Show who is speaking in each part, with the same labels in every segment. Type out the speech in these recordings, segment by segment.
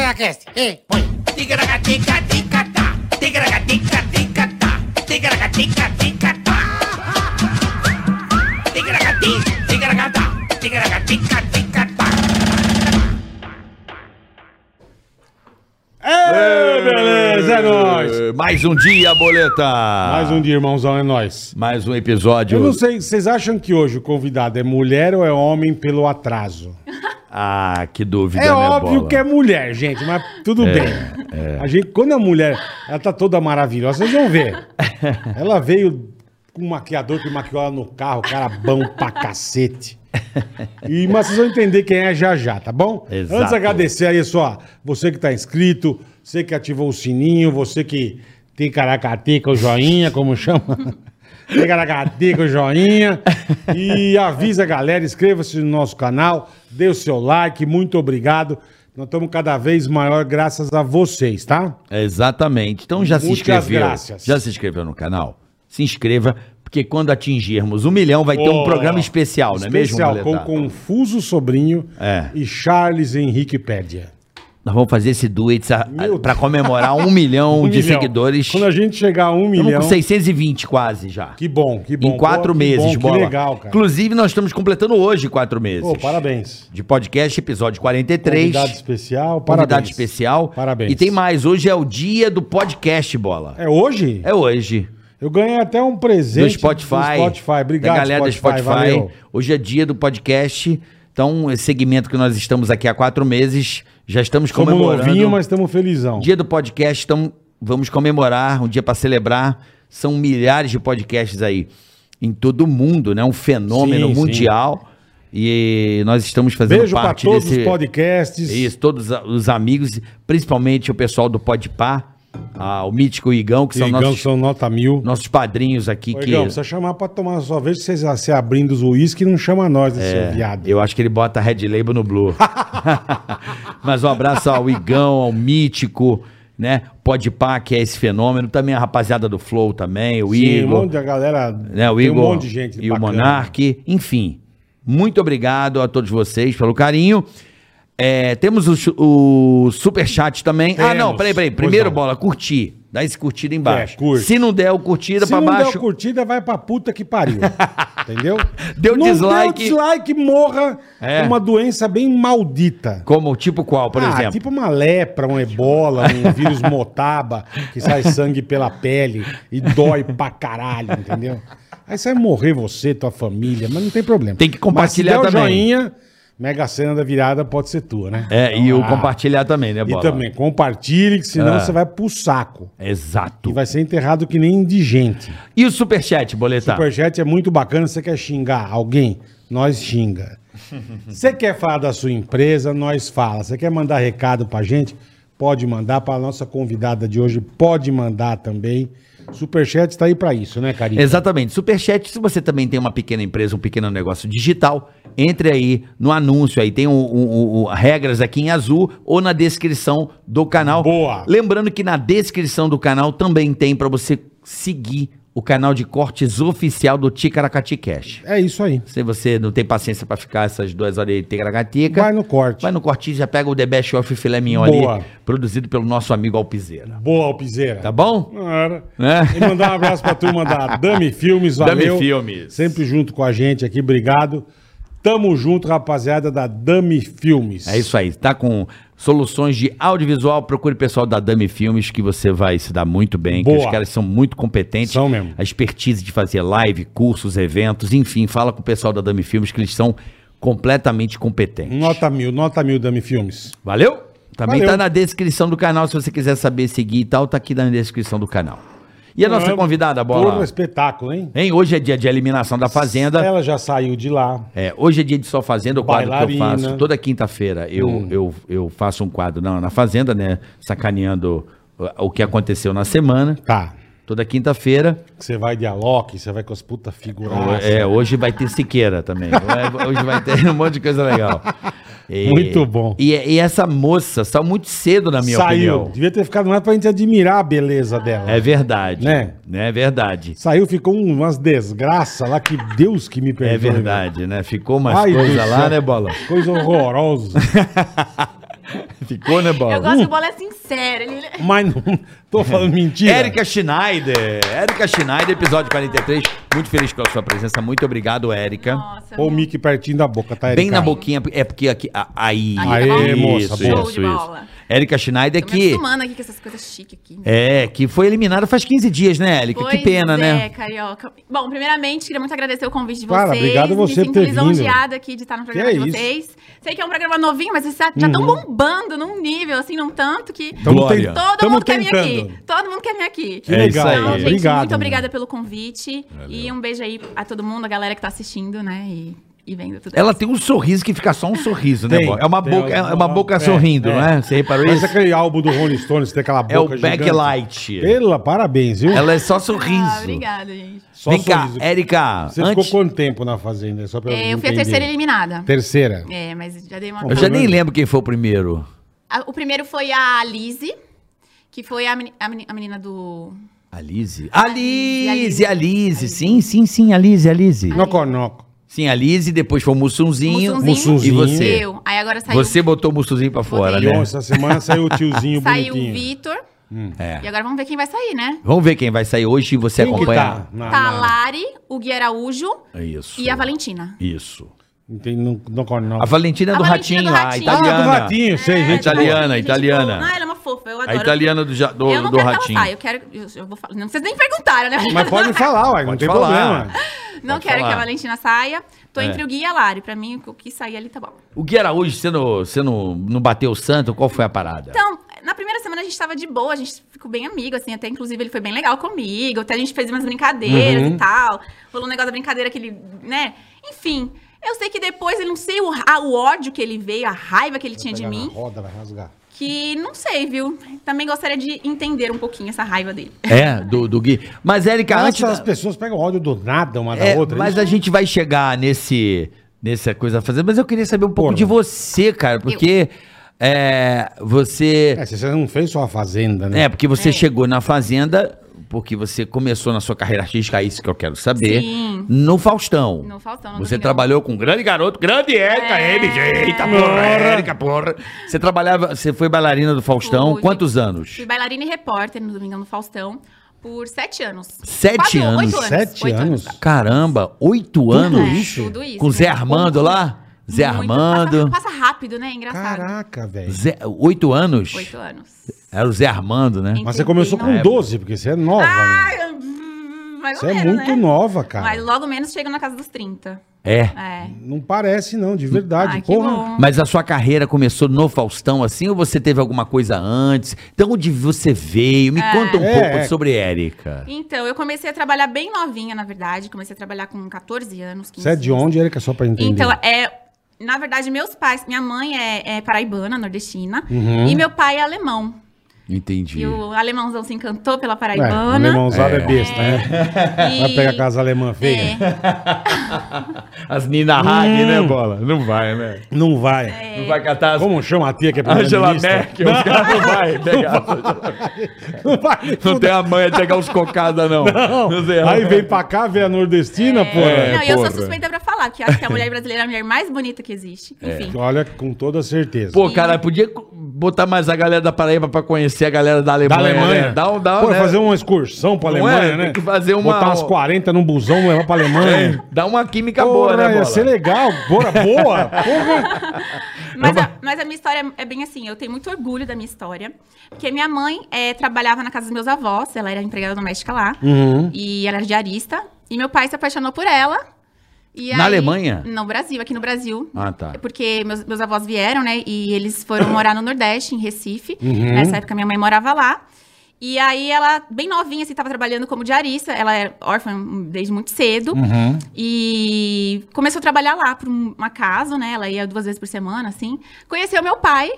Speaker 1: Ticaracast. Ei, põe.
Speaker 2: Ê, beleza, é nóis.
Speaker 3: Eh, Mais um dia, boleta.
Speaker 2: Mais um dia, irmãozão, é nóis.
Speaker 3: Mais um episódio.
Speaker 2: Eu não sei, vocês acham que hoje o convidado é mulher ou é homem pelo atraso?
Speaker 3: Ah, que dúvida,
Speaker 2: É
Speaker 3: né,
Speaker 2: óbvio
Speaker 3: Bola?
Speaker 2: que é mulher, gente, mas tudo bem. A gente, quando a mulher, ela tá toda maravilhosa, vocês vão ver. Ela veio com um maquiador que maquiou ela no carro, cara bom pra cacete. E, mas vocês vão entender quem é já já, tá bom?
Speaker 3: Exato.
Speaker 2: Antes agradecer aí só você que tá inscrito, você que ativou o sininho, você que tem caracateca, o joinha, como chama? Tem caracateca, o joinha. E avisa a galera, inscreva-se no nosso canal, dê o seu like, muito obrigado. Nós estamos cada vez maior graças a vocês, tá?
Speaker 3: É Exatamente. Então já se
Speaker 2: Muitas
Speaker 3: inscreveu.
Speaker 2: graças.
Speaker 3: Já se inscreveu no canal? Se inscreva, porque quando atingirmos um milhão vai ter um
Speaker 2: Oh,
Speaker 3: programa especial, não é mesmo,
Speaker 2: Especial com
Speaker 3: Boletar?
Speaker 2: Confuso Sobrinho
Speaker 3: É.
Speaker 2: e Charles Henrique Pédia.
Speaker 3: Nós vamos fazer esse duet a- a-
Speaker 2: Meu
Speaker 3: pra
Speaker 2: Deus.
Speaker 3: comemorar um milhão
Speaker 2: Um
Speaker 3: de
Speaker 2: milhão.
Speaker 3: seguidores.
Speaker 2: Quando a gente chegar a um
Speaker 3: Estamos
Speaker 2: milhão.
Speaker 3: com 620 quase já.
Speaker 2: Que bom, que bom.
Speaker 3: em quatro
Speaker 2: Pô, que
Speaker 3: meses,
Speaker 2: bom,
Speaker 3: Bola.
Speaker 2: Que legal, cara.
Speaker 3: Inclusive, nós estamos completando hoje quatro meses.
Speaker 2: Pô, parabéns.
Speaker 3: De podcast, episódio 43.
Speaker 2: Convidado especial, parabéns.
Speaker 3: Convidado especial.
Speaker 2: Parabéns.
Speaker 3: E tem mais. Hoje é o dia do podcast, bola.
Speaker 2: É hoje?
Speaker 3: É hoje.
Speaker 2: Eu ganhei até um
Speaker 3: No
Speaker 2: presente.
Speaker 3: Spotify.
Speaker 2: Do Spotify, obrigado.
Speaker 3: Da galera do Spotify.
Speaker 2: valeu.
Speaker 3: Hoje é dia do podcast. Então, esse segmento que nós estamos aqui há quatro meses, já estamos
Speaker 2: Como
Speaker 3: comemorando.
Speaker 2: novinho, mas estamos felizão.
Speaker 3: Dia do podcast, então vamos comemorar, um dia para celebrar. São milhares de podcasts aí em todo o mundo, né? Um fenômeno
Speaker 2: Sim, sim.
Speaker 3: mundial. E nós estamos fazendo
Speaker 2: Beijo pra
Speaker 3: parte
Speaker 2: todos
Speaker 3: desse
Speaker 2: os podcasts.
Speaker 3: É isso, todos a- os amigos, principalmente o pessoal do Podpá, ah, o Mítico e o Igão, que são
Speaker 2: Igão,
Speaker 3: nossos,
Speaker 2: são nota mil.
Speaker 3: nossos padrinhos aqui
Speaker 2: Ô,
Speaker 3: que
Speaker 2: Igão, precisa chamar pra tomar só vez vocês se abrindo os uísque não chama nós desse viado.
Speaker 3: É, Eu acho que ele bota Red Label no Blue. Mas um abraço ao Igão, ao Mítico, né? Podpá, que é esse fenômeno. Também a rapaziada do Flow também, o
Speaker 2: um
Speaker 3: Igor.
Speaker 2: monte de galera.
Speaker 3: né, o
Speaker 2: tem
Speaker 3: Igor
Speaker 2: um monte de gente.
Speaker 3: e o
Speaker 2: bacana.
Speaker 3: Monark, enfim. Muito obrigado a todos vocês pelo carinho. É, temos o, su- o superchat também. Ah,
Speaker 2: Temos.
Speaker 3: não, peraí, peraí.
Speaker 2: Pois
Speaker 3: Primeiro,
Speaker 2: não.
Speaker 3: bola, curtir. Dá esse curtida embaixo.
Speaker 2: É, curte.
Speaker 3: Se não der o curtida
Speaker 2: Se
Speaker 3: pra
Speaker 2: não
Speaker 3: baixo.
Speaker 2: deu curtida, vai pra puta que pariu. Entendeu?
Speaker 3: Deu
Speaker 2: não
Speaker 3: dislike.
Speaker 2: Deu dislike, morra.
Speaker 3: É.
Speaker 2: É uma doença bem maldita.
Speaker 3: Como, tipo qual, por
Speaker 2: ah,
Speaker 3: exemplo?
Speaker 2: tipo uma lepra, um ebola, um vírus motaba, que sai sangue pela pele e dói pra caralho, entendeu? Aí você vai morrer você, tua família, mas não tem problema.
Speaker 3: Tem que compartilhar
Speaker 2: mas se der o
Speaker 3: também.
Speaker 2: joinha, mega cena da virada pode ser tua, né?
Speaker 3: É, e
Speaker 2: Então,
Speaker 3: o
Speaker 2: ah,
Speaker 3: compartilhar também, né, bola?
Speaker 2: E também, compartilhe, que senão
Speaker 3: Ah.
Speaker 2: você vai pro saco.
Speaker 3: Exato.
Speaker 2: E vai ser enterrado que nem indigente.
Speaker 3: E o superchat, boletar?
Speaker 2: Superchat é muito bacana. Você quer xingar alguém? Nós xinga. Você quer falar da sua empresa? Nós fala. Você quer mandar recado pra gente? Pode mandar. Para nossa convidada de hoje, pode mandar também. Superchat está aí pra isso, né, Carinho?
Speaker 3: Exatamente. Superchat, se você também tem uma pequena empresa, um pequeno negócio digital, entre aí no anúncio aí. Tem um, um- um- regras aqui em azul ou na descrição do canal.
Speaker 2: Boa.
Speaker 3: Lembrando que na descrição do canal também tem pra você seguir o canal de cortes oficial do Ticaracati Cash.
Speaker 2: É isso aí.
Speaker 3: Se você não tem paciência pra ficar essas duas horas aí de Ticaracatica,
Speaker 2: Vai no corte.
Speaker 3: vai no corte e já pega o The Best Off Filé Mignon
Speaker 2: Boa.
Speaker 3: ali, produzido pelo nosso amigo Alpizeira.
Speaker 2: Boa, Alpizeira.
Speaker 3: Tá bom?
Speaker 2: Cara.
Speaker 3: Né?
Speaker 2: E mandar um abraço pra turma da Dami Filmes,
Speaker 3: Dami
Speaker 2: valeu.
Speaker 3: Filmes.
Speaker 2: Sempre junto com a gente aqui, obrigado. Tamo junto, rapaziada da Dami Filmes.
Speaker 3: É isso aí, tá com soluções de audiovisual, procure o pessoal da Dami Filmes que você vai se dar muito bem, que
Speaker 2: Boa.
Speaker 3: os caras são muito competentes.
Speaker 2: São mesmo.
Speaker 3: A expertise de fazer live, cursos, eventos, enfim, fala com o pessoal da Dami Filmes que eles são completamente competentes.
Speaker 2: Nota mil, nota mil, Dami Filmes.
Speaker 3: Valeu? Também
Speaker 2: Valeu.
Speaker 3: tá na descrição do canal, se você quiser saber seguir e tal, tá aqui na descrição do canal. E a nossa
Speaker 2: Ah,
Speaker 3: convidada,
Speaker 2: Porra,
Speaker 3: Bola?
Speaker 2: espetáculo, hein?
Speaker 3: Hein? Hoje é dia de eliminação da Fazenda.
Speaker 2: Ela já saiu de lá.
Speaker 3: É, hoje é dia de Só Fazenda, o quadro que eu
Speaker 2: Bailarina. Hum.
Speaker 3: faço. Toda quinta-feira eu, eu, eu faço um quadro na, na Fazenda, né? Sacaneando uh, o que aconteceu na semana.
Speaker 2: Tá.
Speaker 3: Toda quinta-feira.
Speaker 2: Você vai de Alok, você vai com as puta figuras.
Speaker 3: É, hoje vai ter Siqueira também. É, hoje vai ter um monte de coisa legal. E-
Speaker 2: Muito bom.
Speaker 3: E, e essa moça saiu muito cedo, na minha
Speaker 2: saiu.
Speaker 3: opinião.
Speaker 2: Devia ter ficado mais pra gente admirar a beleza dela.
Speaker 3: É verdade.
Speaker 2: Né?
Speaker 3: É verdade.
Speaker 2: Saiu, ficou um- umas desgraças lá que Deus que me perdoe.
Speaker 3: É verdade, né? Ficou umas
Speaker 2: Ai,
Speaker 3: coisas
Speaker 2: Deus
Speaker 3: lá,
Speaker 2: céu.
Speaker 3: né, Bola?
Speaker 2: Coisa horrorosa.
Speaker 3: Ficou, né, Bola?
Speaker 1: Eu
Speaker 2: uh.
Speaker 1: gosto que o Bola é sincero. Ele...
Speaker 2: Mas não tô falando mentira.
Speaker 3: Érica Schneider. Érica Schneider, episódio 43. Muito feliz pela sua presença. Muito obrigado, Érica.
Speaker 1: Nossa,
Speaker 2: Ou o mic pertinho da boca, tá, Érica?
Speaker 3: Bem na boquinha, é porque aqui. a- Aí,
Speaker 1: Aí, Aê,
Speaker 2: moça,
Speaker 3: isso,
Speaker 2: boa.
Speaker 3: isso,
Speaker 1: Show de
Speaker 3: isso.
Speaker 1: bola.
Speaker 3: Érica Schneider
Speaker 1: tô me
Speaker 3: que.
Speaker 1: acostumando aqui com essas coisas chiques aqui. né?
Speaker 3: É, que foi eliminada faz 15 dias, né, Érica?
Speaker 1: Pois
Speaker 3: que pena,
Speaker 1: é,
Speaker 3: né?
Speaker 1: carioca. Bom, primeiramente, queria muito agradecer o convite de vocês.
Speaker 2: Cara, obrigado você
Speaker 1: Me
Speaker 2: por ter
Speaker 1: sinto
Speaker 2: vindo.
Speaker 1: lisonjeada aqui de estar no programa
Speaker 2: é
Speaker 1: de
Speaker 2: isso. Uhum.
Speaker 1: vocês. Sei que é um programa novinho, mas vocês já estão bombando num nível, assim, num tanto que...
Speaker 2: Tamo
Speaker 3: Glória.
Speaker 2: tent-
Speaker 1: Todo
Speaker 2: tamo
Speaker 1: mundo quer vir
Speaker 2: tentando.
Speaker 1: aqui. Todo mundo quer vir aqui.
Speaker 2: Que
Speaker 3: É
Speaker 2: legal.
Speaker 3: isso aí.
Speaker 1: Então, gente,
Speaker 2: obrigado.
Speaker 1: muito obrigada pelo convite. E um beijo aí a todo mundo, a galera que tá assistindo, né? E, e vendo
Speaker 2: É
Speaker 1: tudo.
Speaker 3: Ela tem um sorriso que fica só um sorriso, né,
Speaker 2: Tem,
Speaker 3: Bola? É uma
Speaker 2: tem
Speaker 3: boca, é
Speaker 2: alguma-
Speaker 3: uma boca
Speaker 2: é,
Speaker 3: sorrindo,
Speaker 2: é.
Speaker 3: não é? Você reparou
Speaker 2: Parece
Speaker 3: isso?
Speaker 2: aquele álbum do Rolling Stones, tem aquela boca
Speaker 3: É o
Speaker 2: gigante.
Speaker 3: backlight.
Speaker 2: Pela, parabéns, viu?
Speaker 3: Ela é só sorriso.
Speaker 1: Ah, obrigada, gente.
Speaker 2: Só
Speaker 3: Vem cá,
Speaker 2: sorriso.
Speaker 3: Érica.
Speaker 2: Você
Speaker 3: antes-
Speaker 2: ficou quanto tempo na Fazenda? Só pra
Speaker 1: É, eu fui a
Speaker 2: entender.
Speaker 1: terceira eliminada.
Speaker 2: Terceira.
Speaker 1: É, mas já dei uma...
Speaker 3: Eu já nem lembro quem foi o primeiro.
Speaker 1: A- O primeiro foi a Lizzie, que foi a, meni- a meni- a menina do...
Speaker 3: Alize. Alize,
Speaker 1: Alize,
Speaker 3: Alize. Sim, sim, sim, Alize, Alize.
Speaker 2: Noconoco.
Speaker 3: Sim, Alize, depois foi o Mussunzinho.
Speaker 2: Mussunzinho.
Speaker 3: E você?
Speaker 1: Eu. Aí agora saiu,
Speaker 3: Você botou o Mussunzinho pra fora,
Speaker 1: Botei.
Speaker 2: E
Speaker 3: né?
Speaker 2: essa semana saiu o tiozinho
Speaker 1: saiu o
Speaker 2: bonitinho.
Speaker 1: Vitor.
Speaker 3: É.
Speaker 1: E agora vamos ver quem vai sair, né?
Speaker 3: Vamos ver quem vai sair hoje e você
Speaker 2: Quem que
Speaker 3: acompanha.
Speaker 2: tá na-
Speaker 1: tá a
Speaker 2: na-
Speaker 1: Lari, o Gui Araújo
Speaker 3: Isso.
Speaker 1: tá? e a Valentina.
Speaker 3: Isso.
Speaker 2: Não Tá tem no- Noconoco.
Speaker 3: A Valentina é
Speaker 1: A
Speaker 3: do
Speaker 1: Valentina
Speaker 3: Ratinho
Speaker 1: do
Speaker 3: lá, a
Speaker 1: Ratinho.
Speaker 3: italiana.
Speaker 2: Ah, do Ratinho, sei,
Speaker 3: É,
Speaker 2: gente.
Speaker 1: tá
Speaker 3: italiana,
Speaker 1: bom.
Speaker 3: italiana.
Speaker 1: boa. Ah, ela é uma fofa, eu adoro.
Speaker 3: A italiana do, ja- do,
Speaker 1: eu não
Speaker 3: do
Speaker 1: quero que
Speaker 3: Ratinho.
Speaker 1: ela saia, eu quero... Eu, eu vou falar, não, vocês nem perguntaram, né?
Speaker 2: Mas pode falar, uai, não
Speaker 3: Pode
Speaker 2: tem
Speaker 3: falar.
Speaker 2: problema.
Speaker 1: não
Speaker 3: pode
Speaker 1: quero
Speaker 3: falar.
Speaker 1: que a Valentina saia. Tô
Speaker 3: É.
Speaker 1: entre o Gui e a Lari. Pra mim, o que sair ali tá bom.
Speaker 3: O Gui Araújo, você não, você não, não bateu o santo? Qual foi a parada?
Speaker 1: Então, na primeira semana a gente tava de boa, a gente ficou bem amigo, assim, até inclusive ele foi bem legal comigo, até a gente fez umas brincadeiras
Speaker 3: Uhum.
Speaker 1: e tal. Rolou um negócio da brincadeira que ele, né? Enfim, eu sei que depois, eu não sei o, ra- o ódio que ele veio, a raiva que ele tinha de
Speaker 2: Pegar na
Speaker 1: mim,
Speaker 2: Roda, vai rasgar.
Speaker 1: que não sei, viu? Também gostaria de entender um pouquinho essa raiva dele.
Speaker 3: É, do, do Gui. Mas, Érica,
Speaker 2: Nossa,
Speaker 3: antes. da-
Speaker 2: as pessoas pegam ódio do nada uma da
Speaker 3: É,
Speaker 2: outra.
Speaker 3: mas
Speaker 2: isso
Speaker 3: a gente vai chegar nesse nessa coisa a fazer. Mas eu queria saber um pouco
Speaker 2: Porra.
Speaker 3: de você, cara, porque é, você
Speaker 2: É, se você não fez só a fazenda, né?
Speaker 3: é porque você chegou na fazenda porque você começou na sua carreira artística, é isso que eu quero saber.
Speaker 1: Sim.
Speaker 3: No Faustão.
Speaker 1: No Faustão, no
Speaker 3: Você
Speaker 1: Domingão.
Speaker 3: trabalhou com um grande garoto, grande Érica,
Speaker 1: É.
Speaker 3: MG, eita porra, Érica, porra. Você trabalhava, você foi bailarina do Faustão,
Speaker 1: Fui.
Speaker 3: quantos anos?
Speaker 1: Fui bailarina e repórter no Domingão do Faustão por sete anos.
Speaker 3: Sete
Speaker 1: Quase
Speaker 3: anos.
Speaker 1: Oito anos.
Speaker 2: Sete
Speaker 1: oito
Speaker 2: anos?
Speaker 3: Caramba, oito anos?
Speaker 1: É, tudo isso.
Speaker 3: Com Zé
Speaker 1: Muito
Speaker 3: Armando
Speaker 1: pouco.
Speaker 3: lá? Zé
Speaker 1: Muito.
Speaker 3: Armando.
Speaker 1: Passa, passa rápido, né? Engraçado.
Speaker 2: Caraca, velho.
Speaker 3: Zé- oito anos?
Speaker 1: Oito anos.
Speaker 3: Era o Zé Armando, né?
Speaker 1: Em-
Speaker 2: Mas você começou com
Speaker 1: É.
Speaker 2: 12, porque você é nova. né?
Speaker 1: Ah, hum, mais
Speaker 2: Você
Speaker 1: ou
Speaker 2: é
Speaker 1: menos,
Speaker 2: muito
Speaker 1: né?
Speaker 2: nova, cara.
Speaker 1: Mas logo menos chega na casa dos 30.
Speaker 3: É.
Speaker 1: É.
Speaker 2: Não parece, não, Ah, de verdade.
Speaker 1: Ai, que
Speaker 2: Porra.
Speaker 1: bom.
Speaker 3: Mas a sua carreira começou no Faustão, assim, ou você teve alguma coisa antes? Então, onde você veio? Me conta um
Speaker 2: É,
Speaker 3: pouco
Speaker 2: é.
Speaker 3: sobre Érica.
Speaker 1: Então, eu comecei a trabalhar bem novinha, na verdade. Comecei a trabalhar com 14 anos, 15
Speaker 2: Você é de
Speaker 1: anos.
Speaker 2: onde, Erika? Só pra entender.
Speaker 1: Então, é. Na verdade, meus pais. Minha mãe é, é paraibana, nordestina.
Speaker 2: Uhum.
Speaker 1: E meu pai é alemão.
Speaker 3: Entendi.
Speaker 1: E o alemãozão se encantou pela
Speaker 2: é, o
Speaker 1: paraibana.
Speaker 2: alemãozada é, besta, né?
Speaker 1: e...
Speaker 2: Vai pegar a casa alemã feia?
Speaker 1: É,
Speaker 3: As Nina Hagen, né, Bola? Não vai, né?
Speaker 2: Não
Speaker 1: É.
Speaker 2: vai.
Speaker 3: Não vai catar as...
Speaker 2: Hum. Como chama a tia que é
Speaker 3: Angela
Speaker 2: primeira-ministra?
Speaker 3: Merkel, os caras não vai pegar.
Speaker 2: Não vai.
Speaker 3: Não tem a manha de pegar os cocadas, não. é.
Speaker 2: Não. Aí vem pra cá, vê a nordestina,
Speaker 1: É. não,
Speaker 2: porra.
Speaker 1: e eu sou
Speaker 3: porra.
Speaker 1: suspeita pra falar, que eu acho que a mulher brasileira é a mulher mais bonita que existe.
Speaker 2: É.
Speaker 1: Enfim.
Speaker 2: Olha, com toda certeza.
Speaker 3: Pô, cara, podia botar mais a galera da Paraíba pra conhecer a galera da
Speaker 2: da
Speaker 3: Alemanha.
Speaker 2: Alemanha.
Speaker 3: Né? Dá um, dá um,
Speaker 2: Pô,
Speaker 3: né?
Speaker 2: fazer uma excursão pra
Speaker 3: Não
Speaker 2: Alemanha,
Speaker 3: é?
Speaker 2: né?
Speaker 3: Tem que fazer uma-
Speaker 2: Botar umas 40 num busão, levar pra Alemanha.
Speaker 3: Dá uma química boa,
Speaker 2: Porra,
Speaker 3: né, Bola?
Speaker 2: ia ser legal. Bora, boa. Porra.
Speaker 1: Mas a, mas a minha história é bem assim, eu tenho muito orgulho da minha história. Porque minha mãe eh, trabalhava na casa dos meus avós, ela era empregada doméstica lá.
Speaker 2: Uhum.
Speaker 1: E ela era diarista. E meu pai se apaixonou por ela. E
Speaker 3: Na
Speaker 1: aí-
Speaker 3: Alemanha?
Speaker 1: No Brasil, aqui no Brasil.
Speaker 3: Ah, tá.
Speaker 1: Porque meus, meus avós vieram, né? E eles foram morar no Nordeste, em Recife. Nessa época, minha mãe morava lá. E aí, ela, bem novinha, assim, tava trabalhando como diarista. Ela é órfã desde muito cedo. E começou a trabalhar lá, por um um acaso, né? Ela ia duas vezes por semana, assim. Conheceu meu pai.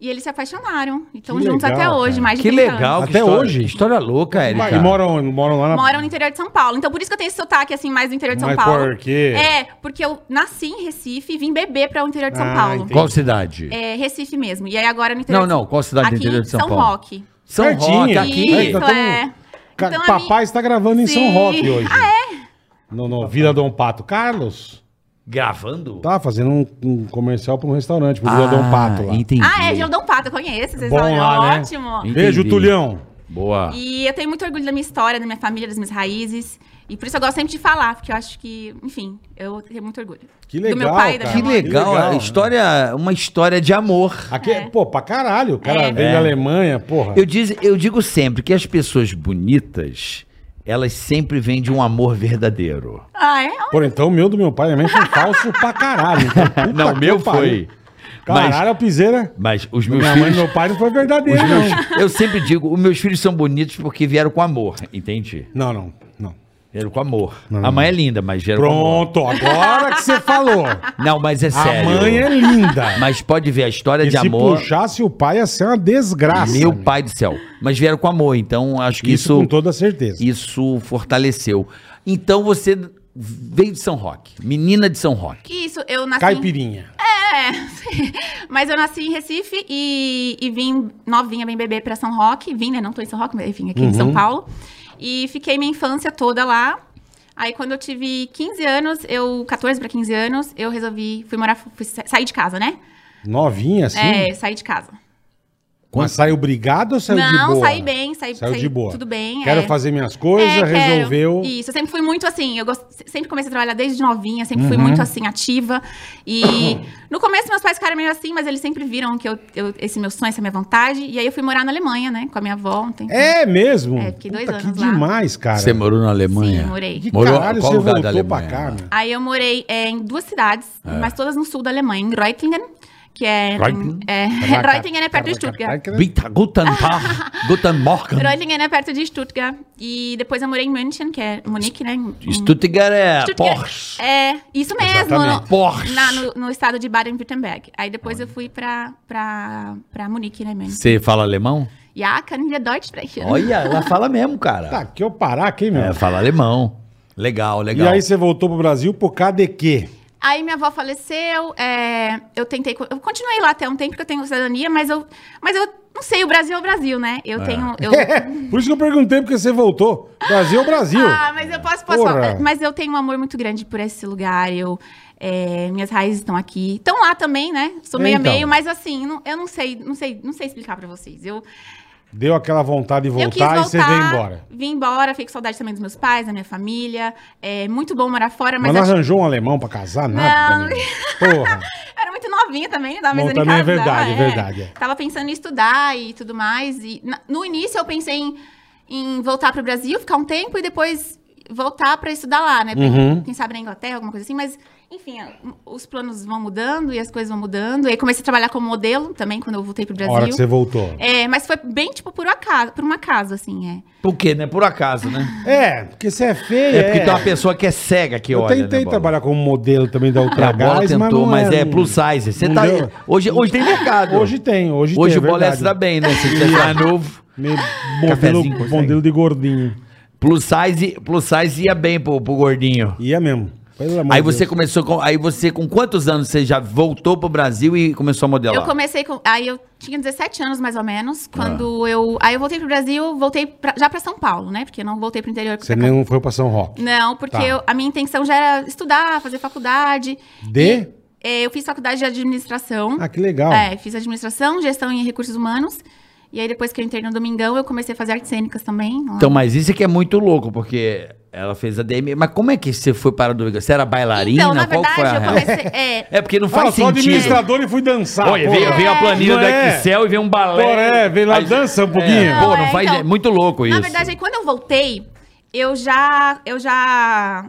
Speaker 1: E eles se apaixonaram. E estão
Speaker 2: Que
Speaker 1: juntos
Speaker 2: legal,
Speaker 1: até hoje,
Speaker 2: cara.
Speaker 1: mais de
Speaker 3: Que
Speaker 1: 30 anos.
Speaker 3: legal. que
Speaker 2: Até
Speaker 3: história-
Speaker 2: hoje.
Speaker 3: que História louca, Érica.
Speaker 2: E moram, moram lá na...
Speaker 1: Moram no interior de São Paulo. Então, por isso que eu tenho esse sotaque, assim, mais do interior de São
Speaker 2: Mas
Speaker 1: Paulo.
Speaker 2: por quê?
Speaker 1: É, porque eu nasci em Recife e vim beber para o interior de São
Speaker 2: Ah,
Speaker 1: Paulo.
Speaker 2: entendi.
Speaker 3: Qual cidade?
Speaker 1: É, Recife mesmo. E aí agora no interior
Speaker 3: Não, não. Qual cidade do
Speaker 1: aqui,
Speaker 3: interior de São, Paulo?
Speaker 1: Roque.
Speaker 3: São
Speaker 2: Pertinho.
Speaker 3: Roque, aqui.
Speaker 1: Isso,
Speaker 2: Nós
Speaker 1: é.
Speaker 2: estamos- Ca-
Speaker 1: Então, a
Speaker 2: Papai
Speaker 1: minha-
Speaker 2: está gravando em São
Speaker 1: Sim.
Speaker 2: Roque hoje. Ah, é? No, no Vila Dom Pato. Carlos?
Speaker 3: Gravando?
Speaker 2: Tá fazendo um, um comercial pra um restaurante, pro
Speaker 3: Ah,
Speaker 2: Gordão Pato lá.
Speaker 3: Entendi.
Speaker 1: Ah, é, Jordão Pato, eu conheço, vocês
Speaker 2: Bom
Speaker 1: sabem, é
Speaker 2: lá, né?
Speaker 1: ótimo.
Speaker 3: Entendi.
Speaker 2: Beijo, Tulhão.
Speaker 3: Boa.
Speaker 1: E eu tenho muito orgulho da minha história, da minha família, das minhas raízes. E por isso eu gosto sempre de falar, porque eu acho que, enfim, eu tenho muito orgulho.
Speaker 2: Que
Speaker 1: Do meu
Speaker 2: legal,
Speaker 1: pai e da
Speaker 2: cara.
Speaker 3: Que
Speaker 1: minha mãe.
Speaker 3: legal,
Speaker 2: legal,
Speaker 3: a
Speaker 2: né?
Speaker 3: história, uma história de amor.
Speaker 2: Aqui, é. Pô, pra caralho. O cara
Speaker 1: É.
Speaker 2: veio da Alemanha, porra.
Speaker 3: Eu, diz, eu digo sempre que as pessoas bonitas, elas sempre vêm de um amor verdadeiro.
Speaker 1: Ah, é?
Speaker 2: Por então, o meu do meu pai também foi falso pra caralho. Então, puta
Speaker 3: Não, o
Speaker 2: que
Speaker 3: meu
Speaker 2: pariu.
Speaker 3: foi.
Speaker 2: Caralho, a piseira.
Speaker 3: Mas os meus
Speaker 2: Minha mãe e
Speaker 3: filhos.
Speaker 2: meu pai não foi verdadeiro,
Speaker 3: os meus-
Speaker 2: não.
Speaker 3: eu sempre digo, os meus filhos são bonitos porque vieram com amor. Entendi.
Speaker 2: Não, não, não.
Speaker 3: Vieram com amor. A mãe é linda, mas vieram com amor.
Speaker 2: Pronto, agora que você falou.
Speaker 3: Não, mas é
Speaker 2: A
Speaker 3: sério.
Speaker 2: mãe é linda.
Speaker 3: Mas pode ver a história
Speaker 2: e
Speaker 3: de
Speaker 2: se
Speaker 3: amor.
Speaker 2: puxasse o pai ia ser uma desgraça.
Speaker 3: Meu
Speaker 2: amigo.
Speaker 3: pai do céu. Mas vieram com amor, então acho que
Speaker 2: Isso
Speaker 3: isso,
Speaker 2: com toda certeza.
Speaker 3: isso fortaleceu. Então você veio de São Roque, menina de São Roque.
Speaker 1: Que isso, eu nasci.
Speaker 2: Caipirinha.
Speaker 1: É, mas eu nasci em Recife e, e vim novinha, bem bebê, pra São Roque. Vim, né? Não tô em São Roque, mas vim aqui em
Speaker 2: Uhum.
Speaker 1: São Paulo. E fiquei minha infância toda lá. Aí quando eu tive 15 anos, eu 14 pra 15 anos, eu resolvi fui morar, fui sa- sair de casa, né?
Speaker 2: Novinha, assim.
Speaker 1: É, saí de casa.
Speaker 2: Mas saiu brigado ou saiu de boa?
Speaker 1: não, saí bem, saí,
Speaker 2: Saiu
Speaker 1: saí
Speaker 2: de boa.
Speaker 1: Tudo bem.
Speaker 2: Quero
Speaker 1: é.
Speaker 2: fazer minhas coisas,
Speaker 1: É, quero.
Speaker 2: resolveu.
Speaker 1: Isso, eu sempre fui muito assim, eu gost- sempre comecei a trabalhar desde novinha, sempre
Speaker 2: Uhum.
Speaker 1: fui muito assim, ativa. E no começo meus pais ficaram meio assim, mas eles sempre viram que eu, eu- esse meu sonho, essa minha vontade. E aí eu fui morar na Alemanha, né, com a minha avó ontem.
Speaker 2: É mesmo?
Speaker 1: É, fiquei dois
Speaker 2: Puta,
Speaker 1: anos
Speaker 2: que
Speaker 1: lá.
Speaker 2: demais, cara.
Speaker 3: Você morou na Alemanha?
Speaker 1: Sim, morei.
Speaker 2: Que
Speaker 3: Morou-
Speaker 2: caralho
Speaker 3: qual
Speaker 2: você
Speaker 3: lugar
Speaker 2: voltou
Speaker 3: da
Speaker 2: pra
Speaker 3: Alemanha?
Speaker 2: cá, né?
Speaker 1: Aí eu morei é, em duas cidades, mas todas no sul da Alemanha, em Reutlingen, que é...
Speaker 3: Reutlingen?
Speaker 1: É, Reutlingen é perto de Stuttgart.
Speaker 3: Vita Guten Tag, Guten Morgen.
Speaker 1: Reutlingen é perto de Stuttgart. E depois eu morei em München, que é Munique, né? em-
Speaker 3: Stuttgart é
Speaker 1: Stuttgart.
Speaker 3: Porsche.
Speaker 1: É, isso mesmo.
Speaker 2: Exatamente.
Speaker 1: no-
Speaker 3: Porsche.
Speaker 1: na- no, no estado de Baden-Württemberg. Aí depois eu fui pra, pra, pra Munique, né, mesmo?
Speaker 3: Você fala alemão?
Speaker 1: Ja, kann wir Deutsch sprechen.
Speaker 3: Olha, ela fala mesmo, cara.
Speaker 2: Tá, que eu parar aqui, meu.
Speaker 3: É, fala alemão. Legal,
Speaker 2: e
Speaker 3: legal.
Speaker 2: aí você voltou pro Brasil por causa de quê?
Speaker 1: Aí minha avó faleceu, é, eu tentei... co- Eu continuei lá até um tempo, que eu tenho cidadania, mas eu... Mas eu não sei, o Brasil é o Brasil, né? Eu tenho... eu-
Speaker 2: Por isso que eu perguntei porque você voltou. Brasil é o Brasil.
Speaker 1: Ah, mas eu posso, posso
Speaker 2: Porra.
Speaker 1: falar. Mas eu tenho um amor muito grande por esse lugar. Eu, é, minhas raízes estão aqui. Estão lá também, né? Sou meio a
Speaker 2: Então.
Speaker 1: meio, mas assim, não- eu não sei, não sei, não sei explicar pra vocês. Eu,
Speaker 2: Deu aquela vontade de
Speaker 1: eu quis
Speaker 2: voltar
Speaker 1: voltar,
Speaker 2: e você veio embora.
Speaker 1: vim embora, fiquei com saudade também dos meus pais, da minha família. É muito bom morar fora,
Speaker 2: Mas
Speaker 1: mas,
Speaker 2: não
Speaker 1: acho-
Speaker 2: arranjou um alemão pra casar? Nada.
Speaker 1: Não.
Speaker 2: né? Porra.
Speaker 1: era muito novinha também, né? não tava
Speaker 2: Bom,
Speaker 1: pensando em
Speaker 2: também é
Speaker 1: casar,
Speaker 2: verdade, é verdade, é.
Speaker 1: Tava pensando em estudar e tudo mais. E na- no início eu pensei em, em voltar pro Brasil, ficar um tempo e depois voltar pra estudar lá, né?
Speaker 2: Uhum.
Speaker 1: Quem sabe na Inglaterra, alguma coisa assim, mas enfim, os planos vão mudando e as coisas vão mudando. E aí comecei a trabalhar como modelo também quando eu voltei pro
Speaker 2: A
Speaker 1: Brasil.
Speaker 2: hora que você voltou.
Speaker 1: É, mas foi bem tipo por um acaso, por um acaso assim, é.
Speaker 3: Por quê, né? Por acaso, né?
Speaker 2: É, porque você é feia.
Speaker 3: É porque tem uma pessoa que é cega que
Speaker 2: Eu
Speaker 3: olha,
Speaker 2: tentei
Speaker 3: né, Bola?
Speaker 2: trabalhar como modelo também da
Speaker 3: É, A bola
Speaker 2: Ultragás, mas
Speaker 3: tentou,
Speaker 2: não
Speaker 3: mas, é,
Speaker 2: não-
Speaker 3: plus size. Você
Speaker 2: não
Speaker 3: tá
Speaker 2: deu.
Speaker 3: hoje, hoje tem mercado.
Speaker 2: Hoje tem, hoje,
Speaker 3: Hoje o
Speaker 2: tem, é
Speaker 3: Bolé se dá
Speaker 2: verdade.
Speaker 3: bem, né? Se você mais novo.
Speaker 2: Meio
Speaker 3: Cafezinho,
Speaker 2: modelo,
Speaker 3: consegue?
Speaker 2: modelo de gordinho.
Speaker 3: Plus size, plus size ia bem pro, pro gordinho.
Speaker 2: Ia é mesmo. Pelo amor
Speaker 3: Aí
Speaker 2: de
Speaker 3: você
Speaker 2: Deus.
Speaker 3: começou com. Aí você, com quantos anos você já voltou pro Brasil e começou a
Speaker 2: Tá
Speaker 3: modelar?
Speaker 1: Eu comecei com. Aí eu tinha 17 anos, mais ou
Speaker 2: Ah.
Speaker 1: menos, quando eu. Aí eu voltei pro Brasil, voltei pra- já pra São Paulo, né? Porque eu não voltei pro interior.
Speaker 2: Você
Speaker 1: pra
Speaker 2: nem não foi pra São Roque.
Speaker 1: Não, porque
Speaker 2: Tá.
Speaker 1: eu- a minha intenção já era estudar, fazer faculdade.
Speaker 2: De?
Speaker 1: É, eu fiz faculdade de administração.
Speaker 2: Ah, que legal.
Speaker 1: É, fiz administração, gestão e recursos humanos. E aí, depois que eu entrei no Domingão, eu comecei a fazer artes cênicas também. lá.
Speaker 3: Então, mas isso é que é muito louco, porque ela fez a DM. Mas como é que você foi para o Domingo? Você era bailarina?
Speaker 1: Então, na
Speaker 3: Qual que
Speaker 1: verdade,
Speaker 3: foi a
Speaker 1: eu
Speaker 3: real?
Speaker 1: comecei. é,
Speaker 3: É porque não
Speaker 2: Fala,
Speaker 3: faz
Speaker 2: sou
Speaker 3: sentido.
Speaker 2: administrador e fui dançar.
Speaker 3: Olha,
Speaker 2: porra.
Speaker 3: veio, veio a planilha
Speaker 2: Não
Speaker 3: da
Speaker 2: é?
Speaker 3: Excel e veio um balé.
Speaker 2: Porra, é, veio lá,
Speaker 3: Aí-
Speaker 2: dança um pouquinho.
Speaker 3: É, pô, não
Speaker 1: é,
Speaker 3: faz.
Speaker 1: então,
Speaker 3: é muito louco isso.
Speaker 1: Na verdade, aí, quando eu voltei, eu já. Eu já.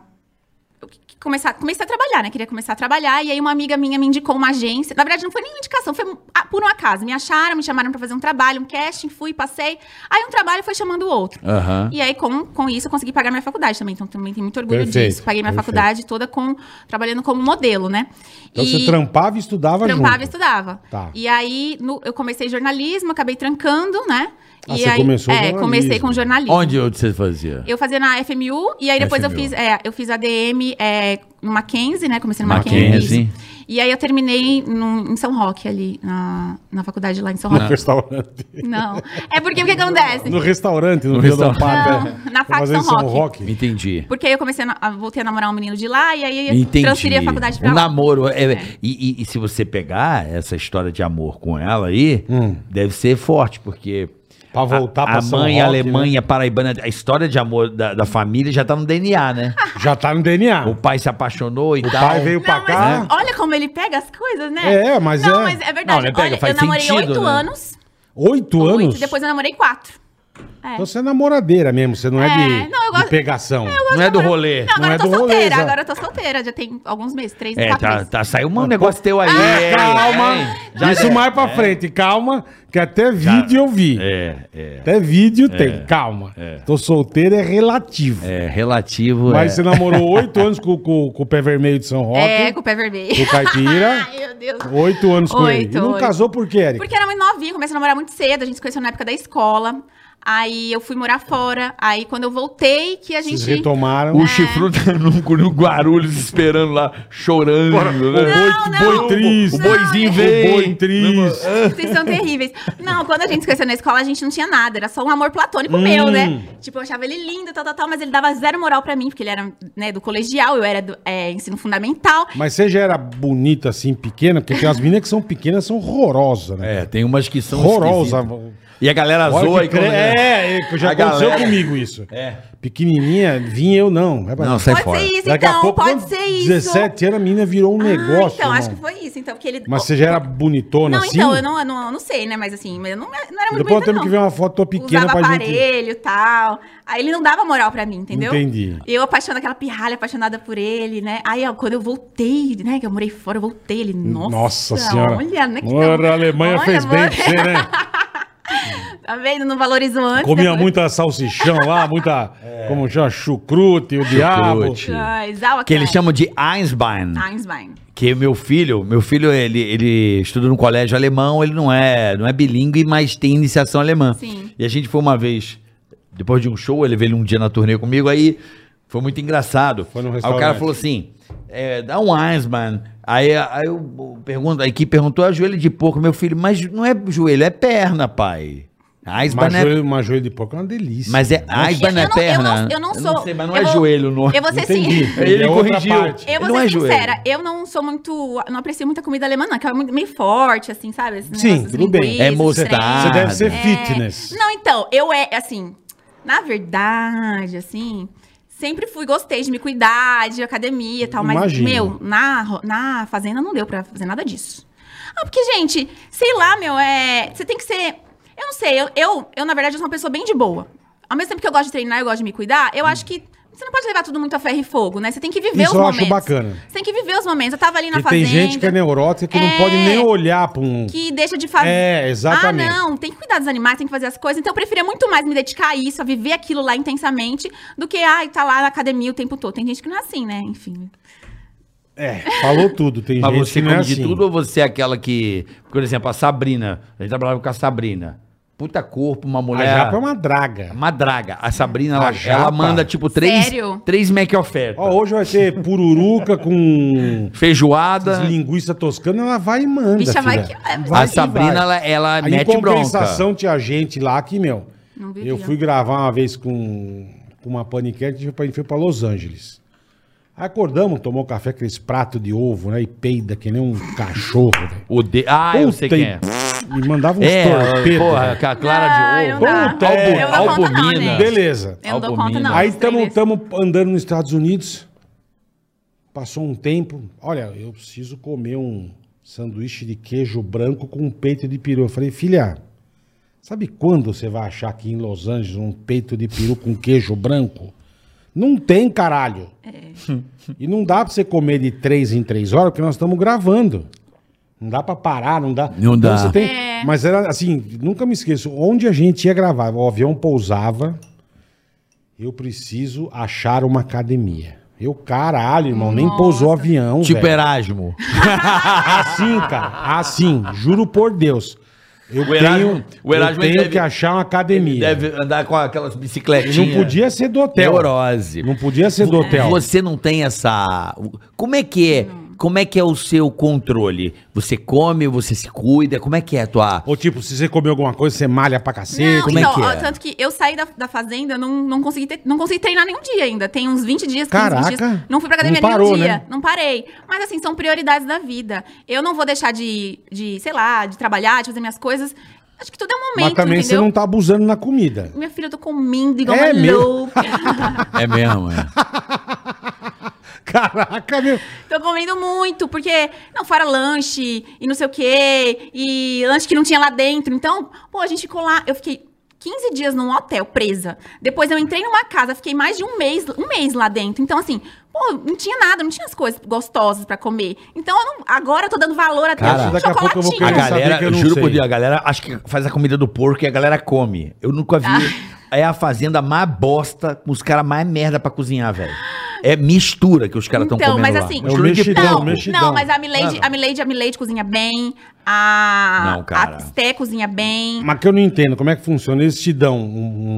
Speaker 1: eu que- que Começar, comecei a trabalhar, né? Queria começar a trabalhar. E aí, uma amiga minha me indicou uma agência. Na verdade, não foi nenhuma indicação, foi um- ah, por um acaso. Me acharam, me chamaram pra fazer um trabalho, um casting, fui, passei. Aí, um trabalho foi chamando o outro.
Speaker 3: Aham.
Speaker 1: E aí, com, com isso, eu consegui pagar minha faculdade também. Então, também tenho muito orgulho
Speaker 2: Perfeito,
Speaker 1: disso. Paguei minha
Speaker 2: perfeito.
Speaker 1: faculdade toda com trabalhando como modelo, né?
Speaker 2: Então você
Speaker 1: E-
Speaker 2: trampava e estudava
Speaker 1: trampava e
Speaker 2: junto.
Speaker 1: estudava.
Speaker 2: Tá.
Speaker 1: E aí, no- eu comecei jornalismo, acabei trancando, né?
Speaker 2: Ah,
Speaker 1: e
Speaker 2: você
Speaker 1: aí,
Speaker 2: começou
Speaker 1: é,
Speaker 2: jornalismo.
Speaker 1: comecei com jornalismo.
Speaker 3: Onde você fazia?
Speaker 1: Eu fazia na FMU e aí depois eu
Speaker 3: FMU.
Speaker 1: fiz, é, eu fiz ADM é, no Mackenzie, né? Comecei no
Speaker 3: Mackenzie.
Speaker 1: Mackenzie. isso. E aí eu terminei num- em São Roque ali, na, na faculdade lá em São Roque.
Speaker 2: Restaurante.
Speaker 1: Não. É porque o que acontece?
Speaker 2: No restaurante, no,
Speaker 3: No
Speaker 2: Dia do
Speaker 3: restaurante.
Speaker 2: Amparo.
Speaker 1: Não, na
Speaker 2: Foi
Speaker 1: Fac
Speaker 2: fazer em
Speaker 1: São
Speaker 2: São
Speaker 1: Roque.
Speaker 2: Roque.
Speaker 3: Entendi.
Speaker 1: Porque aí eu comecei a, na- a- voltei a namorar um menino de lá e aí eu
Speaker 3: Entendi.
Speaker 1: transferi a faculdade pra
Speaker 3: o
Speaker 1: lá.
Speaker 3: namoro. é- E, e- e se você pegar essa história de amor com ela aí, deve ser forte, porque.
Speaker 2: Pra Hum. voltar
Speaker 3: a,
Speaker 2: pra
Speaker 3: a
Speaker 2: São né?
Speaker 3: mãe,
Speaker 2: Roque,
Speaker 3: Alemanha, Paraibana, a história de amor da, da família já tá no DNA, né?
Speaker 2: Já tá no DNA.
Speaker 3: O pai se apaixonou e
Speaker 2: O
Speaker 3: tal.
Speaker 2: pai veio pra
Speaker 1: Não, mas é.
Speaker 2: cá.
Speaker 1: olha como ele pega as coisas, né?
Speaker 2: É, mas
Speaker 1: não,
Speaker 2: é-
Speaker 1: mas é verdade.
Speaker 3: Não, ele pega,
Speaker 1: olha,
Speaker 3: faz
Speaker 1: eu namorei
Speaker 3: sentido,
Speaker 1: oito
Speaker 3: né?
Speaker 1: anos.
Speaker 2: Oito anos?
Speaker 1: Oito, depois eu namorei quatro. É.
Speaker 2: Então você é namoradeira mesmo, você não é,
Speaker 1: É,
Speaker 2: de,
Speaker 1: não, eu
Speaker 2: de
Speaker 1: gosto-
Speaker 2: pegação.
Speaker 1: Eu gosto
Speaker 3: Não é
Speaker 1: de
Speaker 3: do
Speaker 1: namorar-
Speaker 3: rolê.
Speaker 1: Não, agora
Speaker 2: Não é
Speaker 1: eu tô
Speaker 2: do rolê,
Speaker 1: solteira.
Speaker 2: já.
Speaker 1: Agora eu tô solteira. Já tem alguns meses, três,
Speaker 3: É,
Speaker 1: quatro
Speaker 3: tá,
Speaker 1: meses.
Speaker 3: tá, saiu um negócio teu aí.
Speaker 1: Ah,
Speaker 2: É,
Speaker 3: É,
Speaker 2: calma.
Speaker 3: é,
Speaker 1: né?
Speaker 3: já
Speaker 2: Isso
Speaker 3: é.
Speaker 2: mais pra frente, calma, que até vídeo eu vi.
Speaker 3: É, é.
Speaker 2: Até vídeo tem, calma. Tô solteiro é relativo.
Speaker 3: É, relativo.
Speaker 2: Mas
Speaker 3: é.
Speaker 2: você namorou oito anos com, com- com o pé vermelho de São Roque,
Speaker 1: É, com o pé vermelho.
Speaker 2: com o caipira.
Speaker 1: Ai, meu Deus.
Speaker 2: Oito anos com ele.
Speaker 1: Oito,
Speaker 2: E não
Speaker 1: oito.
Speaker 2: casou por quê, Eric?
Speaker 1: Porque era muito novinha, comecei a namorar muito cedo, a gente se conheceu na época da escola. Aí eu fui morar fora. Aí quando eu voltei, que a
Speaker 2: Vocês
Speaker 1: gente. É.
Speaker 2: retomaram.
Speaker 3: O chifrudo tá no, no Guarulhos esperando lá, chorando. né?
Speaker 1: Não, não.
Speaker 2: boi triste.
Speaker 3: O boizinho
Speaker 2: O
Speaker 3: veio.
Speaker 2: boi triste.
Speaker 1: Vocês são terríveis. Não, quando a gente se conheceu na escola, a gente não tinha nada. Era só um amor platônico meu,
Speaker 2: Hum.
Speaker 1: né? Tipo, eu achava ele lindo, tal, tal, tal, mas ele dava zero moral pra mim, porque ele era né, do colegial, eu era do é, ensino fundamental.
Speaker 2: Mas você já era bonita assim, pequena? Porque tem as meninas que são pequenas são horrorosas, né?
Speaker 3: É, tem umas que são.
Speaker 2: Horrorosa.
Speaker 3: esquisitas. E a galera
Speaker 2: Olha
Speaker 3: zoa
Speaker 2: que
Speaker 3: e
Speaker 2: cre-
Speaker 3: quando-
Speaker 2: É, é, que já
Speaker 3: A
Speaker 2: aconteceu
Speaker 3: galera-
Speaker 2: comigo isso.
Speaker 3: É.
Speaker 2: Pequenininha, vinha eu não. É,
Speaker 3: Não,
Speaker 2: mas-
Speaker 3: sai
Speaker 1: pode
Speaker 3: fora.
Speaker 1: ser isso,
Speaker 2: Daqui
Speaker 1: então,
Speaker 2: a pouco,
Speaker 1: pode
Speaker 2: quando
Speaker 1: ser isso.
Speaker 2: 17 anos, a menina virou um
Speaker 1: Ah,
Speaker 2: negócio.
Speaker 1: então, acho que
Speaker 2: irmão.
Speaker 1: foi isso. Então, porque ele.
Speaker 2: Mas você já era bonitona
Speaker 1: Não,
Speaker 2: assim?
Speaker 1: então, eu não, eu não, eu não sei, né? Mas assim, mas eu não, não era
Speaker 2: Depois
Speaker 1: muito bonita,
Speaker 2: temos
Speaker 1: não.
Speaker 2: que ver uma foto tua pequena
Speaker 1: Usava
Speaker 2: pra gente.
Speaker 1: aparelho e tal. Aí ele não dava moral pra mim, entendeu?
Speaker 2: Entendi.
Speaker 1: Eu apaixonada, aquela pirralha apaixonada por ele, né? Aí, ó, quando eu voltei, né? Que eu morei fora, eu voltei. Ele, nossa,
Speaker 2: Hum, Nossa senhora.
Speaker 1: Olha, né? que
Speaker 2: Ora,
Speaker 1: tão-
Speaker 2: a Alemanha
Speaker 1: olha,
Speaker 2: fez bem
Speaker 1: mano.
Speaker 2: pra você, né?
Speaker 1: Tá vendo? Não valorizou antes.
Speaker 2: Comia
Speaker 1: depois-
Speaker 2: muita salsichão lá, muita. Como chama? Chucrute, o diabo.
Speaker 3: É. Chucrute.
Speaker 1: Ah, exala,
Speaker 3: Que eles
Speaker 1: cara.
Speaker 3: chamam de Einsbein.
Speaker 1: Einstein.
Speaker 3: Que meu filho, meu filho, ele, ele estuda no colégio alemão, ele não é, não é bilíngue, mas tem iniciação alemã.
Speaker 1: Sim.
Speaker 3: E a gente foi uma vez, depois de um show, ele veio um dia na turnê comigo, aí foi muito engraçado.
Speaker 2: Foi num
Speaker 3: aí o
Speaker 2: restaurante.
Speaker 3: cara falou assim, é, dá um Einsmann. Aí, aí eu pergunto, a equipe perguntou, é joelho de porco, meu filho, mas não é joelho, é perna, pai.
Speaker 2: Uma
Speaker 3: Einsmann é
Speaker 2: joelho, uma joelho de porco é uma delícia.
Speaker 3: mas é
Speaker 2: Nossa,
Speaker 3: asba na
Speaker 1: Eu- eu não- eu
Speaker 3: perna.
Speaker 1: não- eu não sou-
Speaker 3: sei, mas não
Speaker 1: eu
Speaker 3: é
Speaker 1: vou-
Speaker 3: joelho, não.
Speaker 1: Eu vou ser
Speaker 2: entendi.
Speaker 1: sim.
Speaker 3: Ele
Speaker 2: É outra
Speaker 3: corrigiu.
Speaker 2: parte.
Speaker 1: Eu vou
Speaker 3: Não
Speaker 1: ser
Speaker 3: é joelho.
Speaker 1: sincera, eu não sou muito. Não aprecio muita comida alemã, não, que é muito- meio forte, assim, sabe? Esse
Speaker 2: Sim,
Speaker 1: negócio,
Speaker 2: tudo bem.
Speaker 1: linguiça,
Speaker 3: É
Speaker 1: os
Speaker 3: mostarda.
Speaker 2: Você
Speaker 1: trem.
Speaker 2: deve ser
Speaker 3: É.
Speaker 2: fitness.
Speaker 1: Não, então, eu é assim, na verdade, assim, sempre fui, gostei de me cuidar, de academia e tal, mas,
Speaker 2: Imagino.
Speaker 1: meu, na, ro- na fazenda não deu pra fazer nada disso. Ah, porque, gente, sei lá, meu, é. Você tem que ser. Eu não sei, eu, eu, eu, na verdade, eu sou uma pessoa bem de boa. Ao mesmo tempo que eu gosto de treinar, eu gosto de me cuidar, eu acho que. Você não pode levar tudo muito a ferro e fogo, né? Você tem que viver
Speaker 2: Isso
Speaker 1: os
Speaker 2: eu
Speaker 1: momentos.
Speaker 2: acho bacana.
Speaker 1: Você tem que viver os momentos. Eu tava ali na
Speaker 2: Porque
Speaker 1: fazenda.
Speaker 2: tem gente que é neurótica que não
Speaker 1: É.
Speaker 2: pode nem olhar pra um.
Speaker 1: que deixa de fazer.
Speaker 2: É, exatamente.
Speaker 1: Ah, não, tem que cuidar dos animais, tem que fazer as coisas. Então eu preferia muito mais me dedicar a isso, a viver aquilo lá intensamente, do que, ai, tá lá na academia o tempo todo. Tem gente que não é assim, né? Enfim.
Speaker 2: É, falou tudo. Tem
Speaker 3: Mas
Speaker 2: gente
Speaker 3: você
Speaker 2: que não é
Speaker 3: come de
Speaker 2: assim.
Speaker 3: tudo ou você é aquela que. Por exemplo, a Sabrina. A gente trabalhava com a Sabrina. Puta corpo, uma
Speaker 2: A
Speaker 3: mulher.
Speaker 2: japa é uma draga.
Speaker 3: uma draga. A Sabrina,
Speaker 2: A
Speaker 3: ela,
Speaker 2: japa?
Speaker 3: ela manda tipo três.
Speaker 1: Sério?
Speaker 3: Três Mac oferta.
Speaker 2: Ó, hoje vai ter pururuca com
Speaker 3: Feijoada.
Speaker 2: linguiça toscana, ela vai e manda.
Speaker 1: Bicha, vai
Speaker 2: filha.
Speaker 1: que- é,
Speaker 3: A
Speaker 2: que
Speaker 3: Sabrina,
Speaker 2: vai.
Speaker 3: ela, ela
Speaker 2: Aí, em
Speaker 3: mete bronca.
Speaker 2: compensação, tinha gente lá que, meu,
Speaker 1: Não vivia.
Speaker 2: eu fui gravar uma vez com, com uma paniquete, a gente foi pra- foi pra Los Angeles. Aí Acordamos, tomou café, aqueles pratos de ovo, né? E peida que nem um cachorro, velho.
Speaker 3: O de... Ah, eu sei
Speaker 2: Puta, e-
Speaker 3: quem é.
Speaker 2: Me mandava uns
Speaker 3: É,
Speaker 2: torpedos.
Speaker 3: porra,
Speaker 2: velho.
Speaker 3: com a Clara de
Speaker 1: Não,
Speaker 3: Ovo.
Speaker 1: não dá.
Speaker 3: Puta, albu-
Speaker 1: É, Eu não dou conta não,
Speaker 3: albumina.
Speaker 1: gente.
Speaker 2: Beleza.
Speaker 1: Eu não dou conta,
Speaker 3: Albumina.
Speaker 1: não.
Speaker 2: Aí
Speaker 1: dos três.
Speaker 2: estamos andando nos Estados Unidos. Passou um tempo. Olha, eu preciso comer um sanduíche de queijo branco com um peito de peru. Eu falei, filha, sabe quando você vai achar aqui em Los Angeles um peito de peru com queijo branco? Não tem, caralho.
Speaker 1: É.
Speaker 2: E não dá pra você comer de três em três horas, porque nós estamos gravando. Não dá pra parar, não dá. Então
Speaker 3: Não dá.
Speaker 2: você tem-
Speaker 1: É.
Speaker 2: Mas era assim, nunca me esqueço. Onde a gente ia gravar, o avião pousava, eu preciso achar uma academia. Eu, caralho, irmão, nem
Speaker 1: Nossa.
Speaker 2: pousou o avião,
Speaker 3: Tipo
Speaker 2: velho.
Speaker 3: Erasmo.
Speaker 2: Assim, cara, assim, juro por Deus. Eu
Speaker 3: O Erasmo-
Speaker 2: tenho,
Speaker 3: o Erasmo,
Speaker 2: eu
Speaker 3: ele
Speaker 2: tenho
Speaker 3: deve-
Speaker 2: que achar uma academia.
Speaker 3: Deve andar com aquelas bicicletinhas.
Speaker 2: Não podia ser do hotel.
Speaker 3: Neurose.
Speaker 2: Não podia ser do hotel.
Speaker 3: Você não tem essa. Como é que é? como é que é o seu controle? Você come, você se cuida? Como é que é a tua...
Speaker 2: Ou tipo, se você comer alguma coisa, você malha pra cacete.
Speaker 3: como é que
Speaker 1: então, ó,
Speaker 3: é?
Speaker 1: tanto que eu saí da, da fazenda, não, não, consegui ter- não consegui treinar nenhum dia ainda. Tem uns 20 dias, 15
Speaker 2: Caraca.
Speaker 1: dias. Não fui pra
Speaker 2: Não
Speaker 1: academia
Speaker 2: parou,
Speaker 1: nenhum dia.
Speaker 2: né?
Speaker 1: Não parei. Mas assim, são prioridades da vida. Eu não vou deixar de, de sei lá, de trabalhar, de fazer minhas coisas. Acho que tudo é um momento,
Speaker 2: Mas também você
Speaker 1: entendeu?
Speaker 2: não tá abusando na comida.
Speaker 1: Minha filha, eu tô comendo igual
Speaker 2: É
Speaker 1: uma
Speaker 2: mesmo?
Speaker 1: louca.
Speaker 3: É mesmo, é.
Speaker 2: Caraca, meu.
Speaker 1: tô comendo muito, porque não fora lanche e não sei o quê, e lanche que não tinha lá dentro. Então, pô, a gente ficou lá, eu fiquei 15 dias num hotel presa. Depois eu entrei numa casa, fiquei mais de um mês, um mês lá dentro. Então, assim, pô, não tinha nada, não tinha as coisas gostosas pra comer. Então, eu não- agora eu tô dando valor até
Speaker 3: Cara,
Speaker 1: um
Speaker 2: daqui a pouco eu vou
Speaker 3: A
Speaker 2: querer
Speaker 1: chocolatinho.
Speaker 2: saber
Speaker 3: galera,
Speaker 2: que eu
Speaker 3: eu
Speaker 2: não
Speaker 3: juro
Speaker 2: sei.
Speaker 3: por Deus, a galera acha que faz a comida do porco e a galera come. Eu nunca vi.
Speaker 1: Ah.
Speaker 3: É a fazenda mais bosta, com os caras mais merda pra cozinhar, velho. É mistura que os caras estão
Speaker 1: Então,
Speaker 3: comendo
Speaker 1: mas
Speaker 3: lá.
Speaker 1: assim-
Speaker 3: Mistura
Speaker 2: É o
Speaker 3: de
Speaker 2: mexidão,
Speaker 3: porco.
Speaker 1: Não,
Speaker 2: mexidão.
Speaker 1: não, mas a Milady, a Milady, a Milady cozinha bem, a,
Speaker 3: Não, cara.
Speaker 1: a Sté cozinha bem.
Speaker 2: Mas que eu não entendo, como é que funciona? Eles te dão um-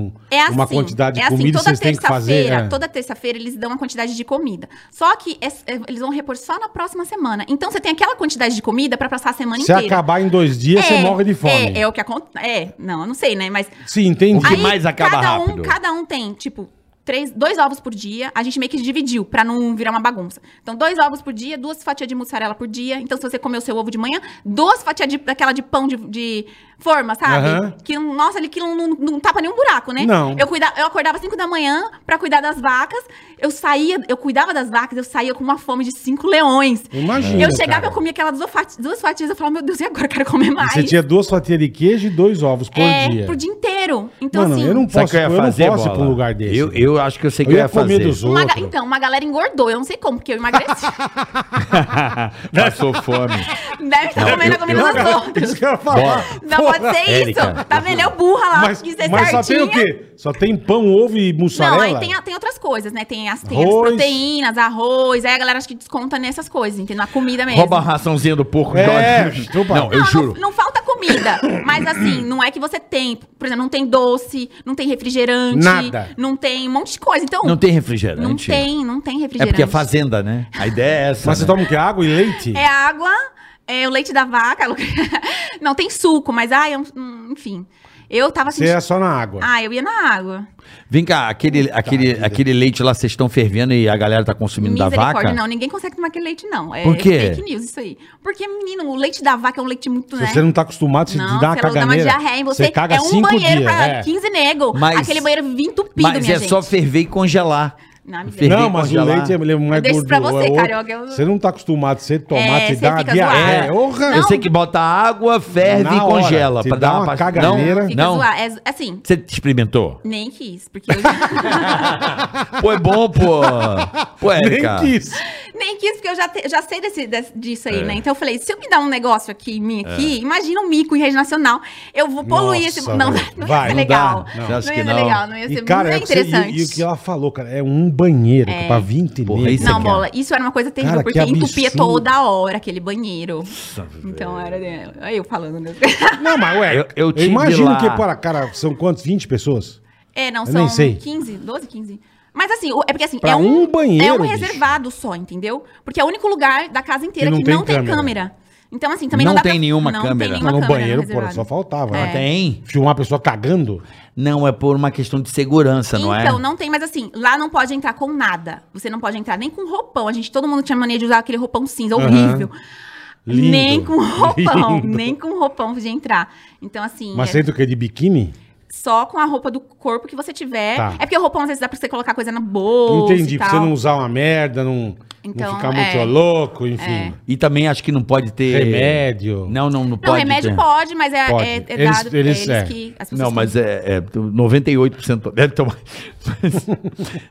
Speaker 2: um-
Speaker 1: É assim,
Speaker 2: uma quantidade de
Speaker 1: é assim,
Speaker 2: comida e
Speaker 1: toda
Speaker 2: vocês têm que fazer.
Speaker 1: terça-feira,
Speaker 2: é.
Speaker 1: Toda terça-feira eles dão uma quantidade de comida. Só que es- eh, eles vão repor só na próxima semana. Então você tem aquela quantidade de comida pra passar a semana
Speaker 2: Se
Speaker 1: inteira.
Speaker 2: acabar em dois dias, você
Speaker 1: É,
Speaker 2: morre de fome.
Speaker 1: É, é o que acontece. É, não, eu não sei, né? Mas.
Speaker 2: Sim, entendi.
Speaker 3: que Ai, mais acaba
Speaker 1: cada um,
Speaker 3: rápido?
Speaker 1: Cada um tem, tipo, três, dois ovos por dia. A gente meio que dividiu pra não virar uma bagunça. Então, dois ovos por dia, duas fatias de mussarela por dia. Então, se você comer o seu ovo de manhã, duas fatias de- daquela de pão de, de forma, sabe?
Speaker 2: Aham.
Speaker 1: Que, nossa, ele que não, não, não tapa nenhum buraco, né?
Speaker 2: Não.
Speaker 1: Eu, cuida, eu acordava 5 da manhã pra cuidar das vacas. Eu saía, eu cuidava das vacas, eu saía com uma fome de cinco leões.
Speaker 2: Imagina,
Speaker 1: eu chegava,
Speaker 2: cara.
Speaker 1: eu comia aquelas duas fatias, duas fatias, eu falava, meu Deus, e agora eu quero comer mais?
Speaker 2: Você tinha duas fatias de queijo e dois ovos por
Speaker 1: é,
Speaker 2: dia.
Speaker 1: pro dia inteiro. Então,
Speaker 2: Mano,
Speaker 1: assim.
Speaker 2: eu não
Speaker 3: Sabe o
Speaker 2: posso,
Speaker 3: que eu ia
Speaker 2: eu não
Speaker 3: fazer,
Speaker 2: posso ir pra
Speaker 3: Bola?
Speaker 2: um lugar desse.
Speaker 3: Eu, eu acho que eu sei
Speaker 2: Eu
Speaker 3: que eu
Speaker 2: ia
Speaker 3: ia
Speaker 2: comer
Speaker 3: fazer.
Speaker 2: dos
Speaker 1: Uma ga-
Speaker 2: outros.
Speaker 1: Então, uma galera engordou. Eu não sei como, porque eu emagreci.
Speaker 3: Passou fome.
Speaker 1: Deve estar
Speaker 3: Não,
Speaker 1: comendo
Speaker 3: eu-
Speaker 1: a comida dos outros.
Speaker 2: Isso que eu ia falar.
Speaker 1: Não pode ser
Speaker 3: Érica,
Speaker 1: isso. Tá vendo? É o burra lá.
Speaker 2: Mas,
Speaker 1: quis ser
Speaker 2: mas só tem
Speaker 1: sardinha.
Speaker 2: o quê? Só tem pão, ovo e
Speaker 1: Não,
Speaker 2: mussarela?
Speaker 1: aí tem, a- tem outras coisas, né? Tem as, tem as
Speaker 2: Arroz.
Speaker 1: proteínas, arroz. Aí a galera acho que desconta nessas coisas, entendeu? Na comida mesmo.
Speaker 3: Rouba a raçãozinha do porco.
Speaker 2: É,
Speaker 3: joga-
Speaker 2: chupa.
Speaker 3: Não, eu
Speaker 1: não,
Speaker 3: juro.
Speaker 1: Não, não falta comida. Mas assim, não é que você tem. Por exemplo, não tem doce, não tem refrigerante.
Speaker 2: Nada.
Speaker 1: Não tem um monte de coisa. Então,
Speaker 3: Não tem refrigerante.
Speaker 1: não tem, não tem
Speaker 3: É
Speaker 1: refrigerante.
Speaker 3: porque é fazenda, né? A ideia é essa.
Speaker 2: Mas então- você toma
Speaker 3: né?
Speaker 2: o quê? Água e leite?
Speaker 1: É água, é o leite da vaca. Não, tem suco, mas ai, eu- hum, enfim. Eu tava
Speaker 2: Você é só na água.
Speaker 1: Ah, eu ia na água.
Speaker 3: Vem cá, aquele, aquele,
Speaker 2: Tá, vida.
Speaker 3: aquele leite lá vocês estão fervendo e a galera tá consumindo da vaca?
Speaker 1: não. Ninguém consegue tomar aquele leite, não. É
Speaker 3: Por quê?
Speaker 1: fake news isso aí. Porque, menino, o leite da vaca é um leite muito,
Speaker 2: Se
Speaker 1: né?
Speaker 2: você não tá acostumado, você
Speaker 1: Não,
Speaker 2: dá uma
Speaker 1: você dá uma
Speaker 2: caganeira.
Speaker 1: diarreia em você.
Speaker 2: caga
Speaker 1: é um
Speaker 2: cinco
Speaker 1: banheiro
Speaker 2: dias.
Speaker 1: pra
Speaker 2: é.
Speaker 1: 15 nego.
Speaker 3: Mas-
Speaker 1: Aquele banheiro vinha entupido,
Speaker 3: Mas
Speaker 1: minha
Speaker 3: é
Speaker 1: gente.
Speaker 3: só ferver e congelar.
Speaker 1: Não, amiga.
Speaker 3: Ferver
Speaker 2: Não,
Speaker 3: e
Speaker 2: mas o
Speaker 3: congelar.
Speaker 2: leite é, ele é mais
Speaker 1: deixo pra
Speaker 2: gorduroso,
Speaker 1: você,
Speaker 2: é outro.
Speaker 1: carioca, eu-
Speaker 2: Você não tá acostumado, você tomar,
Speaker 1: É,
Speaker 2: você
Speaker 1: você
Speaker 2: dá uma É,
Speaker 1: fica
Speaker 2: diarreia.
Speaker 1: zoado.
Speaker 2: Orra.
Speaker 3: Eu sei que bota água, ferve
Speaker 2: Na
Speaker 3: e
Speaker 2: hora,
Speaker 3: congela.
Speaker 2: se
Speaker 3: Pra
Speaker 2: dá
Speaker 3: dar uma,
Speaker 2: uma
Speaker 3: pas-
Speaker 2: caganeira-
Speaker 1: Fica
Speaker 3: Não, não.
Speaker 1: zoar. É, assim,
Speaker 3: Você experimentou?
Speaker 1: nem quis. Porque eu...
Speaker 3: Pô, é bom, pô. Pô,
Speaker 2: Nem
Speaker 3: é Érica.
Speaker 2: quis.
Speaker 1: Nem quis, porque eu já, te- já sei desse, desse- disso
Speaker 2: É.
Speaker 1: aí, né? Então eu falei, se eu me dar um negócio aqui, em mim aqui, imagina um mico em rede nacional. Eu vou poluir
Speaker 2: Nossa,
Speaker 1: esse... Não, não
Speaker 2: velho.
Speaker 1: ia
Speaker 2: Vai,
Speaker 1: ser
Speaker 2: não
Speaker 1: legal.
Speaker 2: dá, não.
Speaker 1: Não,
Speaker 3: Você
Speaker 1: ia
Speaker 3: acha
Speaker 1: ser
Speaker 3: que não?
Speaker 1: legal, não ia ser
Speaker 2: E, cara, é
Speaker 1: muito
Speaker 2: o que você- e-
Speaker 1: interessante.
Speaker 2: e, o que ela falou, cara, é um banheiro que pra 20
Speaker 3: Porra, é
Speaker 2: negros,
Speaker 3: isso
Speaker 1: Não,
Speaker 3: você
Speaker 2: cara.
Speaker 1: bola, isso era uma coisa terrível,
Speaker 2: Cara,
Speaker 1: porque
Speaker 2: que
Speaker 1: entupia
Speaker 2: absurdo.
Speaker 1: toda hora aquele banheiro. então era. Aí eu falando, né?
Speaker 2: Não, mas ué,
Speaker 3: um- Eu-
Speaker 2: eu,
Speaker 3: eu tive
Speaker 2: imagino
Speaker 3: lá-
Speaker 2: que, para cara, são quantos? 20 pessoas?
Speaker 1: É, não,
Speaker 2: Eu nem
Speaker 1: são
Speaker 2: sei.
Speaker 1: 15, 12, 15. Mas assim, o- é porque assim,
Speaker 2: Pra
Speaker 1: é
Speaker 2: um banheiro,
Speaker 1: é um
Speaker 2: bicho.
Speaker 1: reservado só, entendeu? Porque é o único lugar da casa inteira
Speaker 2: Que não
Speaker 1: que
Speaker 2: tem
Speaker 1: não tem
Speaker 2: câmera.
Speaker 1: câmera. Então assim, também
Speaker 3: Não
Speaker 1: não, dá
Speaker 3: tem
Speaker 1: pra-
Speaker 3: nenhuma câmera.
Speaker 2: Não, Tá no banheiro,
Speaker 1: no
Speaker 2: pô, só
Speaker 1: reservado.
Speaker 2: faltava.
Speaker 1: É.
Speaker 2: né?
Speaker 3: Ah, Tem?
Speaker 2: Filmar a pessoa cagando?
Speaker 3: Não, é por uma questão de segurança, não é?
Speaker 1: Então, não tem, mas assim, lá não pode entrar com nada. Você não pode entrar nem com roupão. A gente, todo mundo tinha mania de usar aquele roupão cinza,
Speaker 2: Aham.
Speaker 1: horrível.
Speaker 2: Lindo.
Speaker 1: Nem com roupão,
Speaker 2: Lindo.
Speaker 1: nem com roupão de entrar. Então, assim,
Speaker 2: Mas
Speaker 1: é
Speaker 2: sendo que de biquíni?
Speaker 1: só com a roupa do corpo que você tiver.
Speaker 2: Tá.
Speaker 1: É porque o roupão às vezes dá pra você colocar coisa na bolsa.
Speaker 2: Entendi,
Speaker 1: e
Speaker 2: pra
Speaker 1: tal.
Speaker 2: você não usar uma merda, não,
Speaker 1: Então,
Speaker 2: não ficar muito
Speaker 1: é.
Speaker 2: louco, enfim.
Speaker 3: E também acho que não pode ter...
Speaker 2: Remédio.
Speaker 3: Não, não, não
Speaker 1: Não,
Speaker 3: pode
Speaker 1: remédio
Speaker 3: ter.
Speaker 1: pode, mas é,
Speaker 2: Pode.
Speaker 1: é- é
Speaker 2: Eles-
Speaker 1: dado pra
Speaker 2: eles-
Speaker 1: eles,
Speaker 2: é.
Speaker 1: que as pessoas.
Speaker 3: Não, mas é, é 98% deve tomar. Mas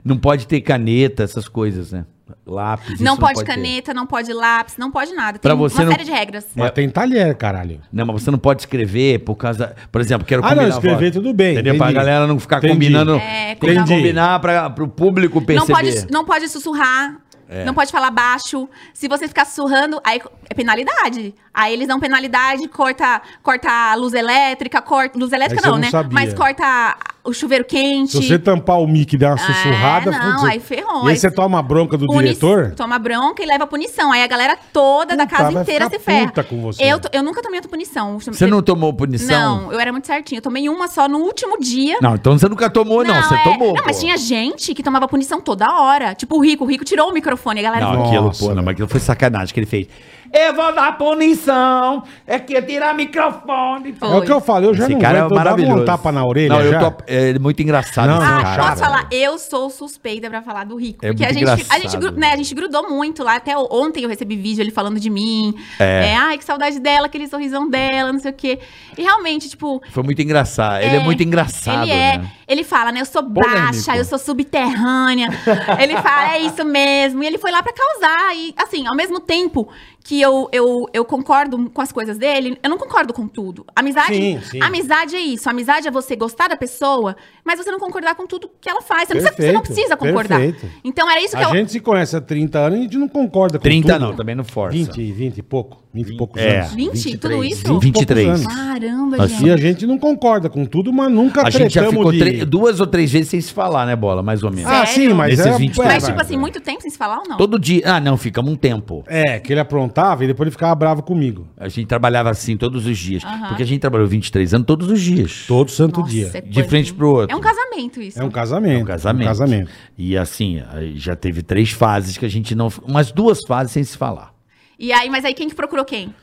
Speaker 3: não pode ter caneta, essas coisas, né? Lápis.
Speaker 1: Não
Speaker 3: isso
Speaker 1: pode,
Speaker 3: ter.
Speaker 1: caneta, não pode lápis, não pode nada. Tem
Speaker 3: Pra você
Speaker 1: uma
Speaker 3: não-
Speaker 1: série de regras.
Speaker 2: Mas tem talher, caralho.
Speaker 3: Não, mas você não pode escrever por causa. Por exemplo, quero
Speaker 2: Ah, não,
Speaker 3: combinar.
Speaker 2: escrever
Speaker 3: voto.
Speaker 2: tudo bem,
Speaker 3: Entendeu? Pra
Speaker 2: entendi.
Speaker 3: galera não ficar
Speaker 2: Entendi.
Speaker 3: combinando.
Speaker 1: É,
Speaker 3: tem que
Speaker 1: entendi.
Speaker 3: combinar pra, pro público
Speaker 1: Não
Speaker 3: perceber.
Speaker 1: pode, não pode sussurrar,
Speaker 2: É.
Speaker 1: não pode falar baixo. Se você ficar sussurrando, aí é penalidade. Aí eles dão penalidade, corta, corta a luz elétrica, corta. Luz elétrica
Speaker 2: Essa eu
Speaker 1: não,
Speaker 2: não
Speaker 1: né?
Speaker 2: sabia.
Speaker 1: Mas corta o chuveiro quente.
Speaker 2: Se você tá tampar o mic e dar uma sussurrada,
Speaker 1: É, não,
Speaker 2: fudeu.
Speaker 1: aí ferrou,
Speaker 2: E aí
Speaker 1: aí
Speaker 2: você
Speaker 1: você-
Speaker 2: toma a bronca do
Speaker 1: Puni-
Speaker 2: diretor?
Speaker 1: Toma bronca e leva punição. Aí a galera toda da
Speaker 2: Puta,
Speaker 1: casa
Speaker 2: vai
Speaker 1: inteira
Speaker 2: ficar
Speaker 1: se ferra.
Speaker 2: puta com você.
Speaker 1: Eu, to- eu nunca tomei outra punição.
Speaker 3: Você não tomou punição?
Speaker 1: Não, eu era muito certinha. Eu tomei uma só no último dia.
Speaker 3: Não, então você nunca tomou, não. Você
Speaker 1: é-
Speaker 3: tomou.
Speaker 1: Não, mas
Speaker 3: pô.
Speaker 1: tinha gente que tomava punição toda hora. Tipo o Rico. O Rico tirou o microfone. A galera...
Speaker 3: Não,
Speaker 2: Nossa,
Speaker 3: aquilo, pô, não,
Speaker 2: velho.
Speaker 3: mas aquilo foi sacanagem que ele fez. Eu vou dar punição, é que eu tirar microfone.
Speaker 1: Foi.
Speaker 2: É o que eu falo, eu já
Speaker 3: Esse
Speaker 2: não
Speaker 3: cara
Speaker 2: aguento,
Speaker 3: é
Speaker 2: eu dava
Speaker 3: maravilhoso.
Speaker 2: um tapa na orelha
Speaker 3: Não,
Speaker 2: já.
Speaker 3: eu tô. É muito engraçado
Speaker 2: Não,
Speaker 3: esse
Speaker 2: não,
Speaker 1: Ah,
Speaker 3: cara.
Speaker 1: posso falar? Eu sou suspeita pra falar do Rico.
Speaker 3: É
Speaker 1: porque a
Speaker 3: muito
Speaker 1: gente, a, gente,
Speaker 3: engraçado,
Speaker 1: gru- né, a gente grudou muito lá. Até o- ontem eu recebi vídeo ele falando de mim.
Speaker 3: É.
Speaker 1: É, Ai, que saudade dela, aquele sorrisão dela, não sei o quê. E realmente, tipo,
Speaker 3: Foi muito engraçado. Ele é muito engraçado,
Speaker 1: Ele é.
Speaker 3: né?
Speaker 1: Ele fala, né? Eu sou
Speaker 3: Polêmico.
Speaker 1: baixa, eu sou subterrânea. ele fala, é isso mesmo. E ele foi lá pra causar. E, assim, ao mesmo tempo que eu, eu, eu concordo com as coisas dele, eu não concordo com tudo. Amizade,
Speaker 2: Sim, sim.
Speaker 1: amizade é isso. Amizade é você gostar da pessoa, mas você não concordar com tudo que ela faz. Você não, precisa, você não
Speaker 2: Perfeito,
Speaker 1: precisa concordar.
Speaker 2: perfeito.
Speaker 1: Então era isso que
Speaker 2: A
Speaker 1: eu.
Speaker 2: gente se conhece há 30 anos e a gente não concorda com
Speaker 3: 30
Speaker 2: tudo.
Speaker 3: não, também não força.
Speaker 2: 20, 20 e pouco. 20 e poucos
Speaker 3: É.
Speaker 2: anos.
Speaker 1: 20, tudo
Speaker 3: 23,
Speaker 1: isso? Ah,
Speaker 3: 23.
Speaker 2: Poucos
Speaker 1: Caramba,
Speaker 3: Nós
Speaker 2: E
Speaker 1: gente.
Speaker 2: a gente não concorda com tudo, mas nunca
Speaker 3: A gente já ficou
Speaker 2: de...
Speaker 3: tre- duas ou três vezes sem se falar, né, Bola? Mais ou menos.
Speaker 2: Ah,
Speaker 1: Sério?
Speaker 2: sim, mas...
Speaker 3: Nesses
Speaker 2: era-
Speaker 3: 20
Speaker 2: é,
Speaker 1: Mas,
Speaker 3: vai,
Speaker 1: tipo
Speaker 3: vai.
Speaker 1: assim, muito tempo sem se falar ou não?
Speaker 3: Todo dia. Ah, não, ficamos um tempo.
Speaker 2: É, que ele aprontava e depois ele ficava bravo comigo.
Speaker 3: A gente trabalhava assim todos os dias.
Speaker 1: Aham.
Speaker 3: Porque a gente trabalhou 23 anos todos os dias.
Speaker 2: Todo santo
Speaker 1: Nossa,
Speaker 2: dia.
Speaker 1: é
Speaker 3: De
Speaker 1: coisa,
Speaker 3: frente
Speaker 1: hein?
Speaker 3: pro outro.
Speaker 1: É um casamento isso.
Speaker 2: É um casamento.
Speaker 3: É um casamento.
Speaker 2: um casamento.
Speaker 3: E assim, aí já teve três fases que a gente não. Umas duas fases sem se falar.
Speaker 1: E aí, mas aí quem que procurou quem?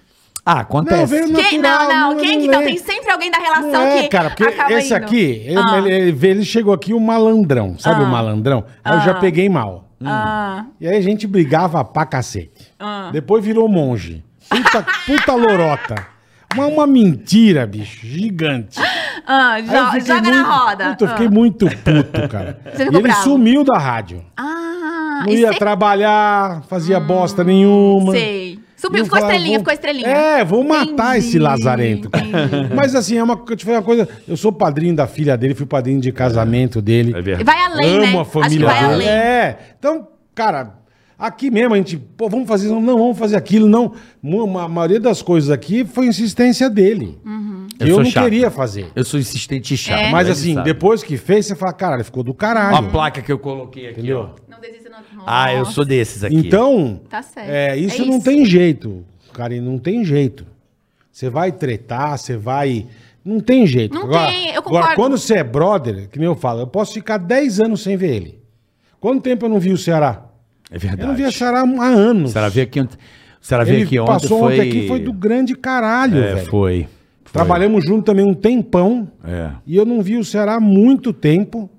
Speaker 3: Ah, acontece.
Speaker 2: Não, veio
Speaker 1: Quem?
Speaker 2: Natural,
Speaker 1: não,
Speaker 2: não,
Speaker 1: não. Quem
Speaker 2: não
Speaker 1: que não?
Speaker 2: é.
Speaker 1: Tem sempre alguém da relação
Speaker 2: Não é,
Speaker 1: que.
Speaker 2: cara, porque
Speaker 1: acaba
Speaker 2: esse
Speaker 1: indo.
Speaker 2: aqui, ele,
Speaker 1: Ah.
Speaker 2: ele- ele veio- ele chegou aqui o malandrão. Sabe o malandrão? Aí eu já peguei mal.
Speaker 1: Ah,
Speaker 2: E aí a gente brigava pra cacete.
Speaker 1: Ah.
Speaker 2: Depois virou monge. Puta, puta lorota. Uma, uma mentira, bicho. Gigante.
Speaker 1: ah,
Speaker 2: Aí eu
Speaker 1: jo-
Speaker 2: fiquei
Speaker 1: joga
Speaker 2: muito-
Speaker 1: na roda.
Speaker 2: Puta, eu fiquei
Speaker 1: Ah.
Speaker 2: muito puto, cara.
Speaker 1: Você
Speaker 2: E
Speaker 1: ficou
Speaker 2: ele
Speaker 1: bravo.
Speaker 2: sumiu da rádio.
Speaker 1: Ah,
Speaker 2: Não
Speaker 1: e
Speaker 2: ia
Speaker 1: sei-
Speaker 2: trabalhar, fazia bosta nenhuma.
Speaker 1: sei.
Speaker 2: E eu
Speaker 1: Subiu, ficou
Speaker 2: falava,
Speaker 1: estrelinha,
Speaker 2: vou-
Speaker 1: ficou estrelinha.
Speaker 2: É, vou matar
Speaker 1: Entendi,
Speaker 2: esse lazarento.
Speaker 1: entendi.
Speaker 2: Mas assim, é uma, eu te falei uma coisa. Eu sou padrinho da filha dele, fui padrinho de casamento dele.
Speaker 3: É verdade.
Speaker 1: Vai além,
Speaker 2: Amo
Speaker 1: né?
Speaker 2: a família
Speaker 1: Acho que vai
Speaker 2: dele.
Speaker 1: além.
Speaker 2: É. Então, cara, aqui mesmo a gente, pô, vamos fazer isso, não, vamos fazer aquilo, não. Mu- ma- A maioria das coisas aqui foi insistência dele.
Speaker 3: Eu
Speaker 2: Eu,
Speaker 3: sou
Speaker 2: não
Speaker 3: chato.
Speaker 2: queria fazer.
Speaker 3: Eu sou insistente e chato.
Speaker 1: É.
Speaker 2: Mas
Speaker 3: ele
Speaker 2: assim,
Speaker 3: sabe.
Speaker 2: depois que fez, você fala, cara, ele ficou do
Speaker 3: Ó
Speaker 2: caralho.
Speaker 3: a placa que eu coloquei aqui,
Speaker 2: Entendeu?
Speaker 3: ó.
Speaker 1: Não desista, não.
Speaker 3: Ah, eu sou desses aqui.
Speaker 2: Então,
Speaker 1: Tá certo.
Speaker 2: é, isso
Speaker 1: É
Speaker 2: não
Speaker 1: isso.
Speaker 2: tem jeito, cara, e não tem jeito. Você vai tretar, você vai. Não tem jeito.
Speaker 1: Não tem, eu
Speaker 2: Agora,
Speaker 1: concordo.
Speaker 2: quando você é brother, que nem eu falo, eu posso ficar 10 anos sem ver ele. Quanto tempo eu não vi o Ceará?
Speaker 3: É
Speaker 2: Eu não
Speaker 3: verdade.
Speaker 2: vi o Ceará há anos.
Speaker 3: Será veio aqui ontem. Será
Speaker 2: Ele
Speaker 3: veio aqui ontem
Speaker 2: passou
Speaker 3: foi...
Speaker 2: ontem aqui, foi do grande caralho,
Speaker 3: É,
Speaker 2: velho.
Speaker 3: foi. Foi.
Speaker 2: Trabalhamos junto também um tempão.
Speaker 3: É.
Speaker 2: E eu não vi o Ceará há muito tempo.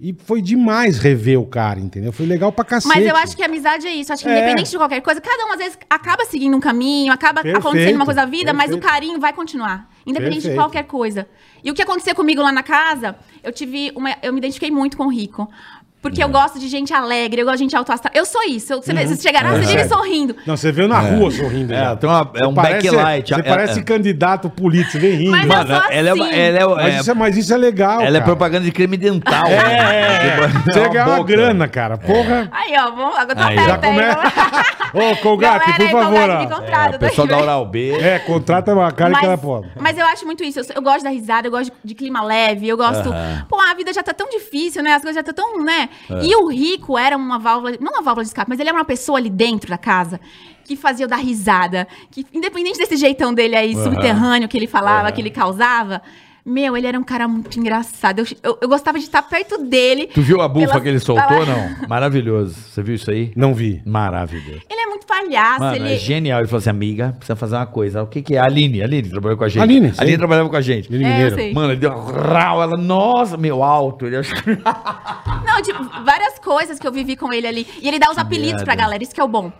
Speaker 2: E foi demais rever o cara, entendeu? Foi legal pra cacete.
Speaker 1: Mas eu acho que a amizade é isso. Acho que
Speaker 2: É.
Speaker 1: independente de qualquer coisa, cada um às vezes acaba seguindo um caminho, acaba
Speaker 2: Perfeito,
Speaker 1: acontecendo uma coisa da vida, mas o
Speaker 2: perfeito.
Speaker 1: carinho vai continuar. Independente de
Speaker 2: Perfeito.
Speaker 1: qualquer coisa. E o que aconteceu comigo lá na casa, eu tive uma. Eu me identifiquei muito com o Rico. Porque
Speaker 2: É.
Speaker 1: eu gosto de gente alegre, eu gosto de gente autoastral. Eu sou isso. Eu, você vê- Vocês chegaram,
Speaker 2: É.
Speaker 1: você vive
Speaker 2: Certo.
Speaker 1: sorrindo.
Speaker 2: Não, você veio na rua sorrindo.
Speaker 3: É,
Speaker 2: já.
Speaker 3: tem uma- é
Speaker 2: Você
Speaker 3: um
Speaker 2: parece-
Speaker 3: backlight.
Speaker 2: Você
Speaker 3: É-
Speaker 2: parece
Speaker 3: é-
Speaker 2: candidato político, você vem rindo.
Speaker 1: Mas
Speaker 2: Mas,
Speaker 1: eu sou
Speaker 3: ela é, uma-
Speaker 1: assim.
Speaker 3: ela é, é-
Speaker 2: isso, é, mas isso é legal,
Speaker 3: ela é
Speaker 2: cara.
Speaker 3: propaganda de crime dental. É,
Speaker 2: Você ganha uma grana, cara. Porra.
Speaker 1: Aí, ó, vamos, agora tá
Speaker 3: Aí,
Speaker 1: perto
Speaker 3: já
Speaker 1: aí.
Speaker 2: começa-
Speaker 1: vamos-
Speaker 2: Ô, Colgate,
Speaker 1: Galera
Speaker 2: por
Speaker 1: aí,
Speaker 2: favor.
Speaker 1: Colgate, me
Speaker 2: ó.
Speaker 1: contrata,
Speaker 3: É, O pessoal
Speaker 1: tá
Speaker 3: da
Speaker 1: aí.
Speaker 3: Oral B.
Speaker 2: É, contrata uma cara que ela é pode.
Speaker 1: mas eu acho muito isso. Eu, sou- eu gosto da risada, eu gosto de clima leve, eu gosto. Pô, a vida já tá tão difícil, né? As coisas já tá tão, né? E o rico era uma válvula, não uma válvula de escape, mas ele era uma pessoa ali dentro da casa que fazia eu dar risada. Que, independente desse jeitão dele aí, subterrâneo que ele falava, que ele causava. Meu, ele era um cara muito engraçado. Eu, eu, eu gostava de estar perto dele.
Speaker 3: Tu viu a bufa
Speaker 1: Pelas-
Speaker 3: que ele soltou,
Speaker 1: pela-
Speaker 3: não? Maravilhoso. Você viu isso aí?
Speaker 2: Não vi.
Speaker 3: Maravilhoso.
Speaker 1: Ele é muito palhaço.
Speaker 3: Mano,
Speaker 1: ele...
Speaker 3: é genial. Ele falou assim, amiga, precisa fazer uma coisa. O que que é? A Aline, a Aline trabalhou com a gente.
Speaker 2: Aline,
Speaker 3: Aline
Speaker 2: sim.
Speaker 3: trabalhava com a gente.
Speaker 2: Ele
Speaker 1: É, eu
Speaker 2: mineiro.
Speaker 1: sei.
Speaker 3: Mano, ele deu uma rau, ela, nossa, meu alto. Ele achou...
Speaker 1: Não, tipo, várias coisas que eu vivi com ele ali. E ele dá os apelidos
Speaker 3: merda.
Speaker 1: pra galera, isso que é o bom.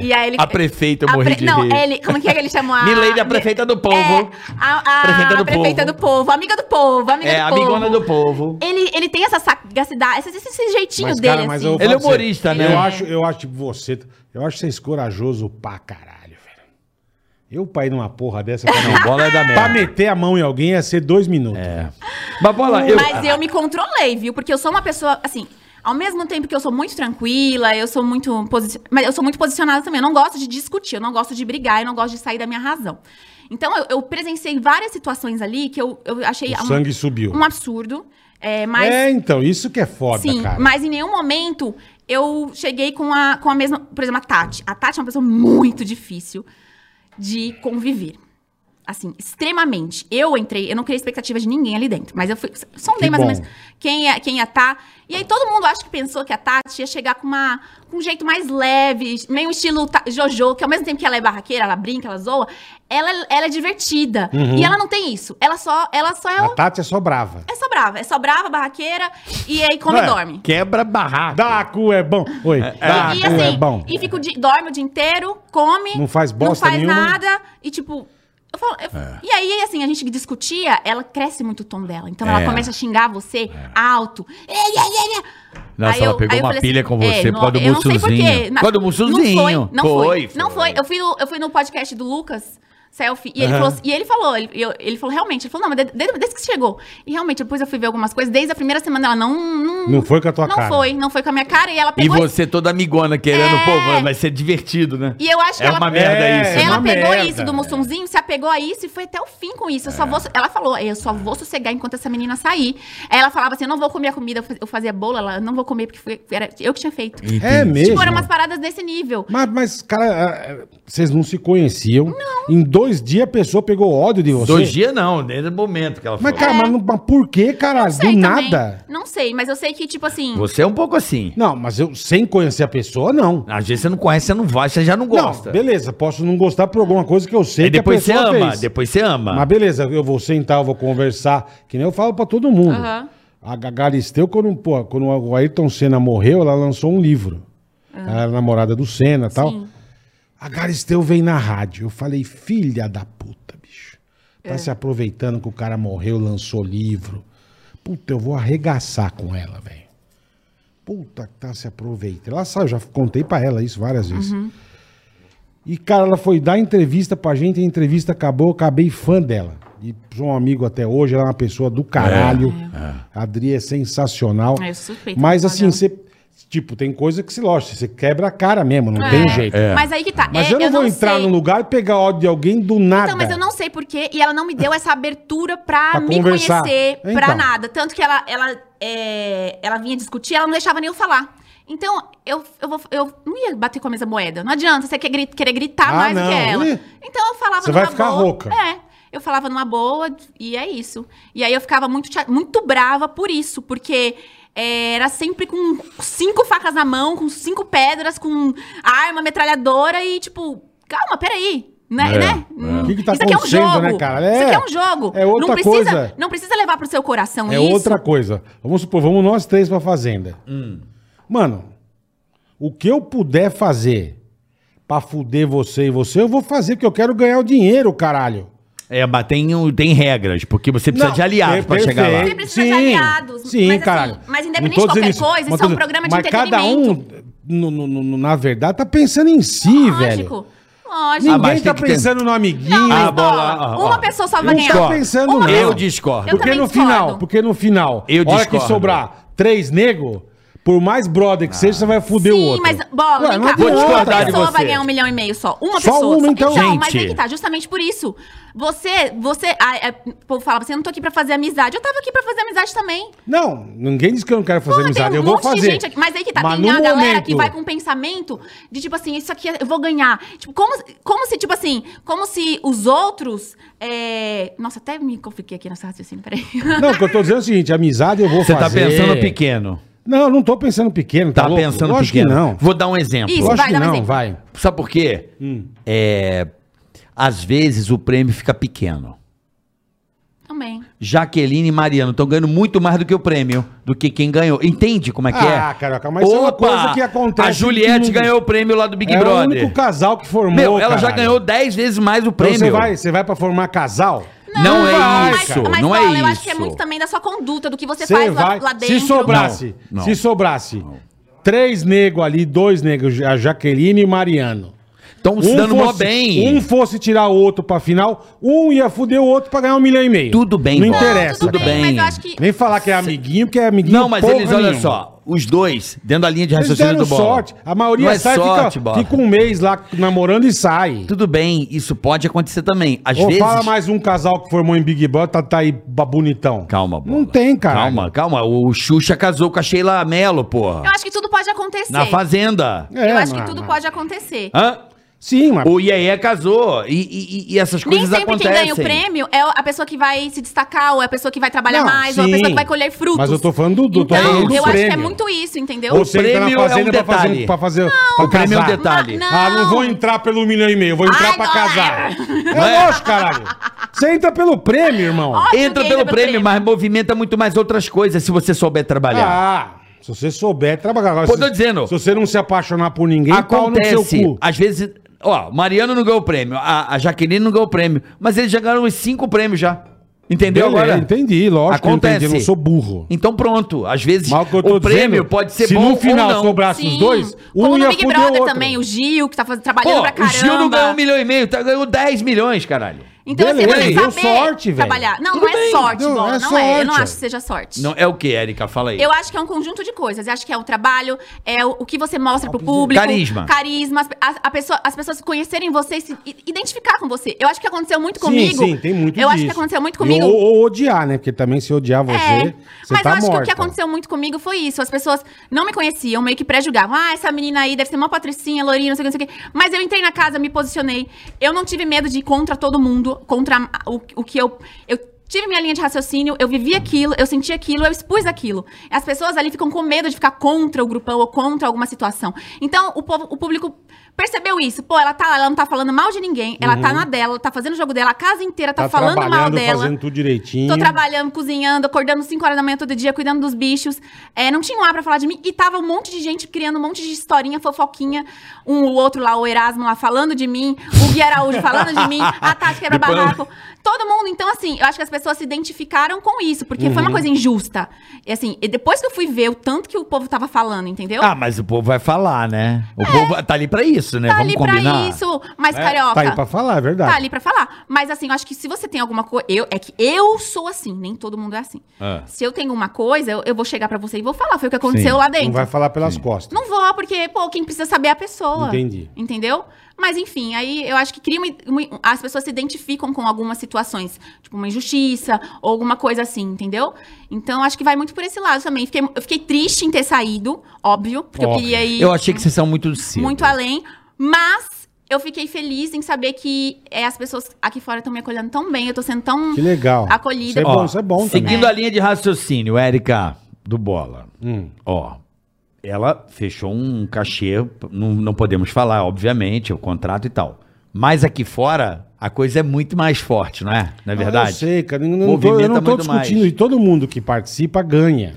Speaker 1: E aí ele,
Speaker 3: A prefeita, eu
Speaker 1: A
Speaker 3: morri de
Speaker 1: Não,
Speaker 3: rir.
Speaker 1: ele, como que é que ele chamou a...
Speaker 3: Milady, a prefeita do povo.
Speaker 1: É, a, a
Speaker 3: Prefeita
Speaker 1: prefeita,
Speaker 3: do
Speaker 1: do,
Speaker 3: povo.
Speaker 1: povo, amiga do povo, amiga
Speaker 3: É,
Speaker 1: do povo.
Speaker 3: amigona do povo.
Speaker 1: Ele, ele tem essa sagacidade, esse, esse- esse jeitinho
Speaker 2: Mas,
Speaker 1: dele,
Speaker 2: cara, mas eu
Speaker 1: assim.
Speaker 2: vou
Speaker 3: Ele
Speaker 2: falar pra
Speaker 3: é
Speaker 2: você,
Speaker 3: humorista, né?
Speaker 2: Eu acho, eu acho tipo, você. Eu acho vocês corajoso pra caralho, velho. Eu pra ir numa porra dessa. Pra,
Speaker 3: Não, bola é
Speaker 2: pra
Speaker 3: da merda.
Speaker 2: meter a mão em alguém ia ser dois minutos.
Speaker 3: É. Mas bola, eu...
Speaker 1: Mas eu me controlei, viu? Porque eu sou uma pessoa, assim, ao mesmo tempo que eu sou muito tranquila, eu sou muito posi- mas eu sou muito posicionada também. Eu não gosto de discutir, eu não gosto de brigar, eu não gosto de sair da minha razão. Então, eu, eu presenciei várias situações ali que eu, eu achei
Speaker 2: O
Speaker 1: um-
Speaker 2: sangue subiu.
Speaker 1: um absurdo. É, mas
Speaker 2: É, então, isso que é foda,
Speaker 1: Sim,
Speaker 2: cara.
Speaker 1: mas em nenhum momento eu cheguei com a, com a mesma. Por exemplo, a Tati. A Tati é uma pessoa muito difícil de conviver. Assim, extremamente. Eu entrei, eu não criei expectativa de ninguém ali dentro, mas eu fui. Sondei
Speaker 2: Que
Speaker 1: mais ou
Speaker 2: bom.
Speaker 1: menos quem ia, quem ia tá. E aí todo mundo acho que pensou que a Tati ia chegar com, uma, com um jeito mais leve, meio estilo Ta- Jojo, que ao mesmo tempo que ela é barraqueira, ela brinca, ela zoa, ela, ela é divertida. E ela não tem isso. Ela só, ela só é,
Speaker 2: Uhum. A
Speaker 1: o-
Speaker 2: Tati é só brava.
Speaker 1: é só brava. É só brava, barraqueira, e aí come e
Speaker 3: Ué,
Speaker 1: dorme.
Speaker 3: é, Quebra barraco.
Speaker 2: Dá cu é bom. Oi, dá
Speaker 1: E, e
Speaker 2: cu
Speaker 1: assim,
Speaker 2: é bom.
Speaker 1: e fica o dia- dorme o dia inteiro, come.
Speaker 2: Não faz bosta
Speaker 1: Não faz
Speaker 2: nenhuma.
Speaker 1: nada. E tipo. eu falo- eu-
Speaker 3: É.
Speaker 1: E aí, assim, a gente que discutia, ela cresce muito o tom dela. Então
Speaker 3: É.
Speaker 1: ela começa a xingar você alto. Ei, ei, ei, ei.
Speaker 3: Nossa,
Speaker 1: Aí
Speaker 3: ela
Speaker 1: eu-
Speaker 3: pegou
Speaker 1: aí eu
Speaker 3: uma
Speaker 1: falei assim,
Speaker 3: pilha com
Speaker 1: é,
Speaker 3: você por causa do
Speaker 1: eu não sei por quê.
Speaker 3: Mussuzinho. Por
Speaker 1: Na-
Speaker 3: causa do Mussuzinho.
Speaker 1: Não foi, não foi.
Speaker 3: Foi,
Speaker 1: Não
Speaker 3: foi.
Speaker 1: foi. Eu, fui no, eu fui no podcast do Lucas Selfie e
Speaker 2: Aham.
Speaker 1: ele falou, assim- e ele falou, ele, eu- ele falou realmente, ele falou, não, mas de- desde, desde que você chegou. E realmente, depois eu fui ver algumas coisas, desde a primeira semana ela não... Não,
Speaker 2: Não foi com a tua
Speaker 1: não
Speaker 2: cara.
Speaker 1: foi, não foi com a minha cara. E ela
Speaker 3: E
Speaker 1: pegou e
Speaker 3: você toda amigona querendo,
Speaker 1: É.
Speaker 3: pô, vai- vai ser divertido, né?
Speaker 1: E eu acho que
Speaker 3: é
Speaker 1: ela-
Speaker 3: uma merda
Speaker 2: É,
Speaker 3: isso. né?
Speaker 2: uma
Speaker 1: Ela pegou
Speaker 2: merda.
Speaker 1: isso do Mussunzinho, se apegou a isso e foi até o fim com isso. Eu
Speaker 2: É.
Speaker 1: só vou, ela falou, eu só vou sossegar enquanto essa menina sair. Aí ela falava assim, eu não vou comer a comida, eu faz- eu fazia bolo, ela, eu não vou comer porque foi- era eu que tinha feito.
Speaker 2: É
Speaker 3: Tipo,
Speaker 2: mesmo.
Speaker 1: Foram umas paradas desse nível.
Speaker 2: Mas, mas, cara, ah, vocês não se conheciam. Em dois dias a pessoa pegou ódio de você.
Speaker 3: Dois dias não, desde o momento que ela
Speaker 2: Mas,
Speaker 3: falou.
Speaker 2: cara, mas, não- mas por que, cara? Do
Speaker 1: Sei também,
Speaker 2: nada?
Speaker 1: Não sei, mas eu sei que, tipo assim,
Speaker 3: Você é um pouco assim.
Speaker 2: Não, mas eu sem conhecer a pessoa, não.
Speaker 3: Às vezes você não conhece, você não vai, você já não gosta.
Speaker 2: Não, beleza, posso não gostar por alguma coisa que eu sei
Speaker 3: Aí
Speaker 2: que a
Speaker 3: depois você
Speaker 2: pessoa
Speaker 3: ama,
Speaker 2: fez.
Speaker 3: depois você ama.
Speaker 2: Mas beleza, eu vou sentar, eu vou conversar, que nem eu falo pra todo mundo.
Speaker 1: Aham.
Speaker 2: A Ga- Galisteu, quando, pô, quando o Ayrton Senna morreu, ela lançou um livro.
Speaker 3: Ah.
Speaker 2: Ela era namorada do Senna e tal.
Speaker 1: Sim.
Speaker 2: A Galisteu vem na rádio. Eu falei, filha da puta, bicho.
Speaker 3: É.
Speaker 2: Tá se aproveitando que o cara morreu, lançou livro. Puta, eu vou arregaçar com ela, velho. Puta que tá se aproveitando. Ela sabe, eu já contei pra ela isso várias vezes. E, cara, ela foi dar entrevista pra gente, a entrevista acabou, eu acabei fã dela. E sou um amigo até hoje, ela é uma pessoa do caralho. A Adri é sensacional.
Speaker 1: É, eu suspeito
Speaker 2: Mas
Speaker 1: que
Speaker 2: assim,
Speaker 1: ela-
Speaker 2: você. Tipo, tem coisa que se lógico, você quebra a cara mesmo, não
Speaker 1: é.
Speaker 2: tem jeito.
Speaker 1: Mas aí que tá.
Speaker 2: Mas
Speaker 1: é,
Speaker 2: eu não vou entrar
Speaker 1: sei.
Speaker 2: num lugar e pegar ódio de alguém do nada.
Speaker 1: Então, mas eu não sei porquê. E ela não me deu essa abertura pra,
Speaker 2: Pra
Speaker 1: me
Speaker 2: conversar.
Speaker 1: conhecer,
Speaker 2: Então.
Speaker 1: pra nada. Tanto que ela, ela, é, ela vinha discutir, ela não deixava nem eu falar. Então, eu, eu, vou- eu não ia bater com a mesma moeda. Não adianta, você quer gri- querer gritar
Speaker 2: Ah,
Speaker 1: mais
Speaker 2: não.
Speaker 1: do que ela.
Speaker 2: Ih.
Speaker 1: Então, eu falava
Speaker 2: Você vai ficar
Speaker 1: boa.
Speaker 2: rouca.
Speaker 1: É. Eu falava numa boa e é isso. E aí eu ficava muito, chate- muito brava por isso, porque é, era sempre com cinco facas na mão, com cinco pedras, com arma, metralhadora e tipo, calma, peraí. Né?
Speaker 3: É,
Speaker 1: né?
Speaker 3: é.
Speaker 1: Hum,
Speaker 2: O que que tá
Speaker 1: isso aqui é um
Speaker 2: acontecendo,
Speaker 1: jogo.
Speaker 2: né, cara? É.
Speaker 1: isso aqui é um jogo.
Speaker 2: É outra
Speaker 1: não precisa,
Speaker 2: coisa.
Speaker 1: Não precisa levar pro seu coração
Speaker 2: É
Speaker 1: isso.
Speaker 2: outra coisa. Vamos supor, vamos nós três pra fazenda.
Speaker 3: Hum.
Speaker 2: Mano, o que eu puder fazer pra fuder você e você, eu vou fazer, porque eu quero ganhar o dinheiro, caralho.
Speaker 3: É, mas tem, um- tem regras, porque você precisa
Speaker 2: Não,
Speaker 3: de
Speaker 2: per-
Speaker 3: aliados pra chegar lá.
Speaker 1: Você
Speaker 2: perfeito.
Speaker 1: precisa de aliados,
Speaker 2: Sim,
Speaker 1: mas assim,
Speaker 2: caralho.
Speaker 1: mas independente
Speaker 2: Não tô
Speaker 1: de qualquer
Speaker 2: dizendo
Speaker 1: coisa,
Speaker 2: mas
Speaker 1: isso é um
Speaker 2: tô-
Speaker 1: programa de
Speaker 2: mas cada um, no- no- no- na verdade, tá pensando em si, velho.
Speaker 1: Lógico. Lógico.
Speaker 3: Ah,
Speaker 2: Ninguém
Speaker 3: mas
Speaker 2: tá
Speaker 3: tem que ter-
Speaker 2: pensando no amiguinho.
Speaker 1: Não, mas
Speaker 3: Ah, bola,
Speaker 1: bola,
Speaker 3: ó, ó.
Speaker 1: uma pessoa só vai
Speaker 2: Não
Speaker 1: ganhar.
Speaker 2: tá pensando
Speaker 1: uma
Speaker 2: nela.
Speaker 3: Eu
Speaker 1: pessoa-
Speaker 3: discordo.
Speaker 1: Eu
Speaker 2: Porque
Speaker 1: também
Speaker 2: no
Speaker 1: discordo.
Speaker 2: final, porque no final,
Speaker 3: Eu
Speaker 2: hora
Speaker 3: discordo.
Speaker 2: que sobrar três negros, por mais brother que seja, você vai foder o
Speaker 1: Sim,
Speaker 2: outro.
Speaker 1: mas bola,
Speaker 2: Ué,
Speaker 1: vem
Speaker 2: não
Speaker 1: cá.
Speaker 2: tem
Speaker 3: vou
Speaker 1: Uma
Speaker 3: discordar de
Speaker 1: pessoa
Speaker 3: você.
Speaker 1: vai ganhar um milhão e meio só. Uma
Speaker 2: Só
Speaker 1: pessoa.
Speaker 2: uma, então.
Speaker 1: mas
Speaker 3: Gente.
Speaker 1: aí que tá, justamente por isso. Você, você, ah, é, o povo fala, você não tô aqui pra fazer amizade. Eu tava aqui pra fazer amizade também.
Speaker 2: Não, ninguém disse que eu não quero fazer
Speaker 1: Porra,
Speaker 2: amizade.
Speaker 1: tem
Speaker 2: eu
Speaker 1: um
Speaker 2: vou
Speaker 1: monte
Speaker 2: fazer.
Speaker 1: de gente aqui. Mas aí que tá,
Speaker 2: Mas no
Speaker 1: tem a galera
Speaker 2: momento-
Speaker 1: que vai com um pensamento de tipo assim, isso aqui eu vou ganhar. Tipo, como, como se, tipo assim, como se os outros. é, Nossa, até me compliquei aqui nessa raciocínio, peraí.
Speaker 2: Não, o que eu tô dizendo é o seguinte: amizade eu vou
Speaker 3: Você tá
Speaker 2: fazer.
Speaker 3: pensando pequeno.
Speaker 2: Não, eu não tô pensando pequeno.
Speaker 3: Tá
Speaker 2: louco?
Speaker 3: pensando
Speaker 2: Lógico
Speaker 3: pequeno.
Speaker 2: que não.
Speaker 3: Vou dar um exemplo.
Speaker 1: Isso,
Speaker 2: Lógico
Speaker 1: vai,
Speaker 2: que
Speaker 1: dá um
Speaker 2: não,
Speaker 1: exemplo.
Speaker 2: vai.
Speaker 3: Sabe por quê?
Speaker 2: Hum.
Speaker 3: É, às vezes o prêmio fica pequeno.
Speaker 1: Também.
Speaker 3: Jaqueline e Mariano estão ganhando muito mais do que o prêmio, do que quem ganhou. Entende como é que é?
Speaker 2: Ah, Carioca, mas isso é uma coisa que acontece
Speaker 3: A Juliette
Speaker 2: no-
Speaker 3: ganhou o prêmio lá do Big
Speaker 2: é o
Speaker 3: Brother.
Speaker 2: único casal que formou.
Speaker 3: Meu, ela já
Speaker 2: caralho.
Speaker 3: ganhou 10 vezes mais o
Speaker 2: Então
Speaker 3: prêmio.
Speaker 2: Você vai, você vai pra formar casal?
Speaker 3: Não, é isso. não é isso.
Speaker 1: eu acho que é muito também da sua conduta, do que você
Speaker 2: Você
Speaker 1: faz lá-
Speaker 2: vai.
Speaker 1: lá, dentro.
Speaker 2: Se sobrasse,
Speaker 3: Não, não.
Speaker 2: se sobrasse três negros ali, dois negros, a Jaqueline e Mariano. Um
Speaker 3: Estão se dando mó
Speaker 2: fosse-
Speaker 3: bem.
Speaker 2: Um fosse tirar o outro pra final, um ia fuder o outro pra ganhar um milhão e meio.
Speaker 3: Tudo bem,
Speaker 2: Não
Speaker 3: Bob.
Speaker 2: interessa.
Speaker 3: tudo bem.
Speaker 1: Mas eu acho que.
Speaker 2: Nem falar que é amiguinho, porque é amiguinho
Speaker 3: Não, mas
Speaker 2: porra
Speaker 3: eles, olha
Speaker 2: nenhuma.
Speaker 3: só, os dois, dentro da linha de
Speaker 2: Eles
Speaker 3: raciocínio
Speaker 2: deram
Speaker 3: do bola.
Speaker 2: sorte. A maioria
Speaker 3: Não é
Speaker 2: sai,
Speaker 3: sorte,
Speaker 2: fica,
Speaker 3: bola.
Speaker 2: fica um mês lá namorando e sai.
Speaker 3: Tudo bem, isso pode acontecer também. Às
Speaker 2: Ou
Speaker 3: vezes.
Speaker 2: fala mais um casal que formou em Big Brother, tá, tá aí ba- bonitão.
Speaker 3: Calma, bola.
Speaker 2: Não tem, cara.
Speaker 3: Calma, calma. O Xuxa casou com a Sheila Mello, porra.
Speaker 1: Eu acho que tudo pode acontecer.
Speaker 3: Na Fazenda.
Speaker 2: É,
Speaker 1: eu acho
Speaker 2: mas-
Speaker 1: que tudo pode acontecer.
Speaker 3: Hã?
Speaker 2: Sim, mas...
Speaker 3: O Iê casou e, e- e essas
Speaker 1: Nem
Speaker 3: coisas
Speaker 1: sempre
Speaker 3: acontecem.
Speaker 1: quem ganha o prêmio é a pessoa que vai se destacar, ou é a pessoa que vai trabalhar
Speaker 2: Não,
Speaker 1: mais, ou é a
Speaker 2: sim.
Speaker 1: pessoa que vai colher frutos.
Speaker 2: Mas eu tô falando do- do- tô
Speaker 1: Então,
Speaker 2: falando do
Speaker 1: eu acho que é
Speaker 2: prêmio.
Speaker 1: muito isso, entendeu?
Speaker 2: Você
Speaker 3: O
Speaker 2: entra
Speaker 3: prêmio
Speaker 2: tá na
Speaker 3: é um
Speaker 2: fazenda pra
Speaker 3: detalhe.
Speaker 2: fazer. Pra fazer pra
Speaker 3: O prêmio é um
Speaker 2: casar.
Speaker 3: detalhe.
Speaker 1: Não.
Speaker 2: Ah, não vou entrar pelo milhão e meio, vou entrar
Speaker 1: Ai,
Speaker 2: pra
Speaker 1: não,
Speaker 2: casar.
Speaker 3: Não
Speaker 2: É
Speaker 3: é?
Speaker 2: lógico, caralho. Você entra pelo prêmio, irmão.
Speaker 1: Óbvio que
Speaker 3: Entra pelo prêmio, mas movimenta muito mais outras coisas se você souber trabalhar.
Speaker 2: Ah, se você souber trabalhar. Agora,
Speaker 3: Pô,
Speaker 2: se-
Speaker 3: tô dizendo.
Speaker 2: Se você não se apaixonar por ninguém, pau Ah, no
Speaker 3: Acontece, Ah,
Speaker 2: seu cu.
Speaker 3: às vezes. Ó, Mariano não ganhou o prêmio, a, a Jaqueline não ganhou o prêmio, mas eles já ganharam uns cinco prêmios já. Entendeu
Speaker 2: Beleza,
Speaker 3: agora?
Speaker 2: Entendi, lógico. que eu
Speaker 3: Acontece.
Speaker 2: Entendi, eu não sou burro.
Speaker 3: Então pronto, às vezes
Speaker 2: Mas que eu tô
Speaker 3: o prêmio
Speaker 2: dizendo,
Speaker 3: pode ser
Speaker 2: se
Speaker 3: bom
Speaker 2: no final
Speaker 3: ou não.
Speaker 2: sobrasse os dois, um ia
Speaker 1: no Big
Speaker 2: fuder o
Speaker 1: Brother
Speaker 2: outro.
Speaker 1: também, o Gil, que tá faz- trabalhando pra
Speaker 3: Pô, o
Speaker 1: caramba.
Speaker 3: Gil não ganhou um milhão e meio, tá, ganhou 10 milhões, caralho.
Speaker 1: Então, assim,
Speaker 2: Beleza,
Speaker 1: você
Speaker 2: deu
Speaker 1: tem que saber
Speaker 2: sorte, velho.
Speaker 1: trabalhar. Não,
Speaker 3: Tudo
Speaker 1: não é
Speaker 3: bem,
Speaker 1: sorte,
Speaker 2: deu-
Speaker 1: bola,
Speaker 2: é
Speaker 1: não é. Eu não
Speaker 2: sorte.
Speaker 1: acho que seja sorte.
Speaker 3: Não, é o que, Érica? Fala aí.
Speaker 1: Eu acho que é um conjunto de coisas. Eu acho que é o trabalho, é o, o que você mostra pro público.
Speaker 3: né? Carisma.
Speaker 1: Carisma. As, a- a pessoa- as pessoas conhecerem você e se i- identificar com você. Eu acho que aconteceu muito comigo.
Speaker 2: Sim, sim, tem muito
Speaker 1: Eu
Speaker 3: tá
Speaker 1: acho que
Speaker 2: disso.
Speaker 1: aconteceu muito
Speaker 2: E
Speaker 1: comigo.
Speaker 2: Ou, ou odiar, né? Porque também se odiar você,
Speaker 1: É,
Speaker 2: você
Speaker 1: mas
Speaker 2: tá
Speaker 1: eu acho que o que
Speaker 2: morta.
Speaker 1: aconteceu muito comigo foi isso. As pessoas não me conheciam, meio que pré-julgavam. Ah, essa menina aí deve ser uma patricinha, lourinha, não sei o que, não sei o que. Mas eu entrei na casa, me posicionei. Eu não tive medo de ir contra todo mundo, contra o, o que eu... eu Tive minha linha de raciocínio, eu vivi aquilo, eu senti aquilo, eu expus aquilo. As pessoas ali ficam com medo de ficar contra o grupão ou contra alguma situação. Então, o, povo- o público percebeu isso. Pô, ela, tá, ela não tá falando mal de ninguém, ela tá na dela, tá fazendo o jogo dela, a casa inteira tá,
Speaker 2: Uhum. Tá
Speaker 1: falando mal
Speaker 2: trabalhando,
Speaker 1: dela.
Speaker 2: fazendo tudo direitinho.
Speaker 1: Tô trabalhando, cozinhando, acordando 5 horas da manhã todo dia, cuidando dos bichos. É, não tinha um ar pra falar de mim. E tava um monte de gente criando um monte de historinha, fofoquinha. Um, o outro lá, o Erasmo lá, falando de mim. O Gui Araújo falando de mim. A Tati quebra barraco. Todo mundo. Então, assim, eu acho que as pessoas se identificaram com isso. Porque foi uma
Speaker 2: Uhum.
Speaker 1: coisa injusta. E assim, e depois que eu fui ver o tanto que o povo tava falando, entendeu?
Speaker 3: Ah, mas o povo vai falar, né? O povo tá ali pra isso, né?
Speaker 1: É. tá
Speaker 3: Vamos
Speaker 1: ali
Speaker 3: combinar.
Speaker 1: pra isso. Mas,
Speaker 2: É,
Speaker 1: Carioca...
Speaker 2: Tá aí pra falar, é verdade.
Speaker 1: Tá ali pra falar. Mas assim, eu acho que se você tem alguma coisa. Eu, é que eu sou assim, nem todo mundo é assim.
Speaker 3: É.
Speaker 1: Se eu tenho uma coisa, eu, eu vou chegar pra você e vou falar. Foi o que aconteceu
Speaker 3: Sim,
Speaker 1: lá
Speaker 2: Não
Speaker 1: dentro.
Speaker 2: vai falar pelas costas.
Speaker 1: Não vou, porque, pô, quem precisa saber é a pessoa.
Speaker 2: Entendi.
Speaker 1: Entendeu? Mas enfim, aí eu acho que cria uma- uma- as pessoas se identificam com algumas situações, tipo uma injustiça ou alguma coisa assim, entendeu? Então acho que vai muito por esse lado também. Fiquei, eu fiquei triste em ter saído, óbvio, porque
Speaker 2: Óbvio.
Speaker 1: eu queria ir
Speaker 3: Eu achei que vocês são muito cedo.
Speaker 1: muito além, mas eu fiquei feliz em saber que é, as pessoas aqui fora estão me acolhendo tão bem, eu tô sendo tão
Speaker 2: Que legal. Isso
Speaker 1: acolhida.
Speaker 2: é
Speaker 3: Ó,
Speaker 2: bom, isso é bom
Speaker 3: Seguindo
Speaker 2: também.
Speaker 3: a linha de raciocínio, Érica do Bola.
Speaker 2: Hum.
Speaker 3: Ó, ela fechou um cachê, não, não podemos falar, obviamente, o contrato e tal. Mas aqui fora, a coisa é muito mais forte, não é? Não é verdade?
Speaker 2: Ah, eu sei, cara. Eu não tô,
Speaker 3: Movimenta
Speaker 2: eu não tô
Speaker 3: muito
Speaker 2: discutindo.
Speaker 3: mais.
Speaker 2: E todo mundo que participa ganha.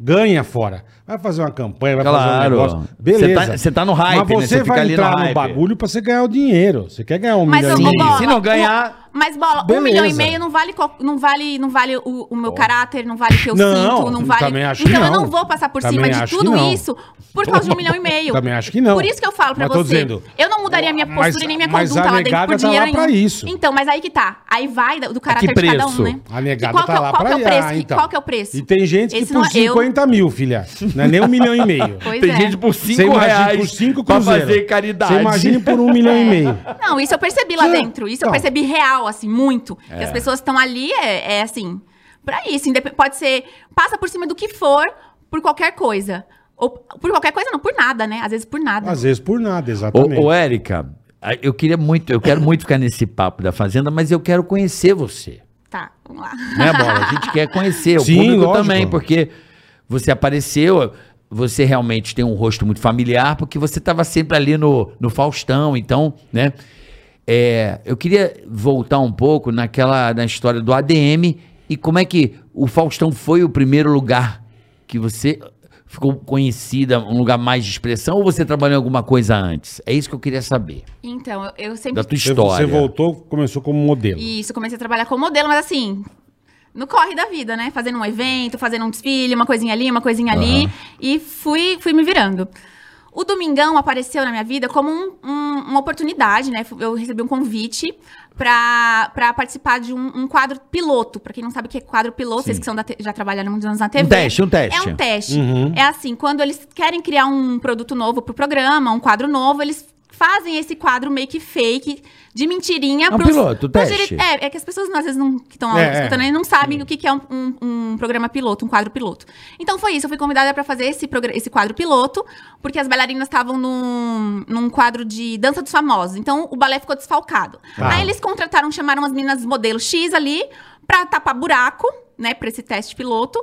Speaker 2: Ganha fora. Vai fazer uma campanha, vai fazer um
Speaker 3: Claro.
Speaker 2: negócio.
Speaker 3: Você tá-
Speaker 2: Beleza.
Speaker 3: você tá no hype, né?
Speaker 2: Mas
Speaker 3: Você
Speaker 2: você
Speaker 3: fica
Speaker 2: vai
Speaker 3: ali no
Speaker 2: entrar no,
Speaker 3: hype.
Speaker 2: bagulho pra você ganhar o dinheiro. Você quer ganhar um
Speaker 1: Mas
Speaker 2: milhão e
Speaker 1: eu
Speaker 3: Sim,
Speaker 1: vou
Speaker 2: meio.
Speaker 1: bola.
Speaker 3: se não ganhar,
Speaker 1: um- mas bola,
Speaker 2: beleza.
Speaker 1: um milhão e meio não vale, qual- não vale, não vale o, o meu caráter, não vale o que eu
Speaker 2: Não,
Speaker 1: sinto, não vale.
Speaker 2: também acho que
Speaker 1: então eu
Speaker 2: não.
Speaker 1: não vou passar por
Speaker 2: Também
Speaker 1: cima de
Speaker 2: acho que
Speaker 1: tudo
Speaker 2: não.
Speaker 1: isso por causa de um milhão e meio.
Speaker 2: Também acho que não.
Speaker 1: Por isso que eu falo pra
Speaker 2: Mas tô
Speaker 1: você.
Speaker 2: dizendo,
Speaker 1: eu não mudaria minha
Speaker 2: mas-
Speaker 1: postura e nem minha
Speaker 2: mas a
Speaker 1: conduta lá dentro
Speaker 2: negada
Speaker 1: por
Speaker 2: tá
Speaker 1: dinheiro
Speaker 2: lá pra
Speaker 1: nenhum.
Speaker 2: isso.
Speaker 1: Então, mas aí que tá. Aí vai do do caráter de cada um,
Speaker 3: preço?
Speaker 1: né?
Speaker 2: A
Speaker 1: E
Speaker 2: negada
Speaker 1: qual que é-
Speaker 2: tá lá
Speaker 1: qual
Speaker 2: pra
Speaker 1: que é o preço?
Speaker 2: lá,
Speaker 1: Que-
Speaker 2: então.
Speaker 1: Qual que é o preço?
Speaker 2: E tem gente que
Speaker 1: Esse não
Speaker 2: por
Speaker 1: é- eu-
Speaker 2: 50 mil, filha. Não é nem um milhão e meio.
Speaker 1: Pois
Speaker 3: tem
Speaker 1: é.
Speaker 3: gente por
Speaker 2: Você
Speaker 3: 5
Speaker 2: imagina
Speaker 3: reais
Speaker 2: por cinco
Speaker 3: pra
Speaker 2: cruzeiros.
Speaker 3: fazer caridade.
Speaker 2: Você imagina por um milhão e meio.
Speaker 1: Não, isso eu percebi lá
Speaker 2: Sim.
Speaker 1: dentro. Isso
Speaker 2: Então.
Speaker 1: eu percebi real, assim, muito. Que as pessoas estão ali, é, é assim, pra isso. Indep- Pode ser, passa por cima do que for, por qualquer coisa. Ou por qualquer coisa, não, por nada, né? Às vezes por nada.
Speaker 2: Às vezes por nada, exatamente.
Speaker 3: Ô, ô, Érica, a- eu queria muito, eu quero muito ficar nesse papo da Fazenda, mas eu quero conhecer você.
Speaker 1: Tá, vamos lá.
Speaker 3: Né, Bola? A gente quer conhecer, o
Speaker 2: Sim,
Speaker 3: público
Speaker 2: lógico.
Speaker 3: também, porque você apareceu, você realmente tem um rosto muito familiar, porque você estava sempre ali no, no Faustão, então, né? É, eu queria voltar um pouco naquela na história do ADM e como é que o Faustão foi o primeiro lugar que você ficou conhecida, um lugar mais de expressão, ou você trabalhou em alguma coisa antes? É isso que eu queria saber,
Speaker 1: Então, eu, eu sempre.
Speaker 3: da tua
Speaker 2: Você-
Speaker 3: história.
Speaker 2: Você voltou, começou como modelo.
Speaker 1: Isso, comecei a trabalhar como modelo, mas assim, no corre da vida, né? Fazendo um evento, fazendo um desfile, uma coisinha ali, uma coisinha ali. E fui, fui me virando. O Domingão apareceu na minha vida como um- um- uma oportunidade, né? Eu recebi um convite para participar de um, um quadro piloto. Para quem não sabe o que é quadro piloto, vocês que são da te- já trabalharam muitos anos na TV.
Speaker 3: Um teste, um teste. Uhum.
Speaker 1: É um teste. É assim, quando eles querem criar um produto novo pro programa, um quadro novo, eles fazem esse quadro meio que fake, de mentirinha.
Speaker 3: É um piloto, teste.
Speaker 1: dire- É, é que as pessoas às vezes não, que estão
Speaker 2: É,
Speaker 1: escutando
Speaker 2: é.
Speaker 1: aí não sabem o que, que é um, um- um programa piloto, um quadro piloto. Então foi isso, eu fui convidada pra fazer esse, progra- esse quadro piloto, porque as bailarinas estavam num, num quadro de dança dos famosos. Então o balé ficou desfalcado.
Speaker 2: Tá.
Speaker 1: Aí eles contrataram, chamaram as meninas modelo X ali pra tapar buraco, né, pra esse teste piloto.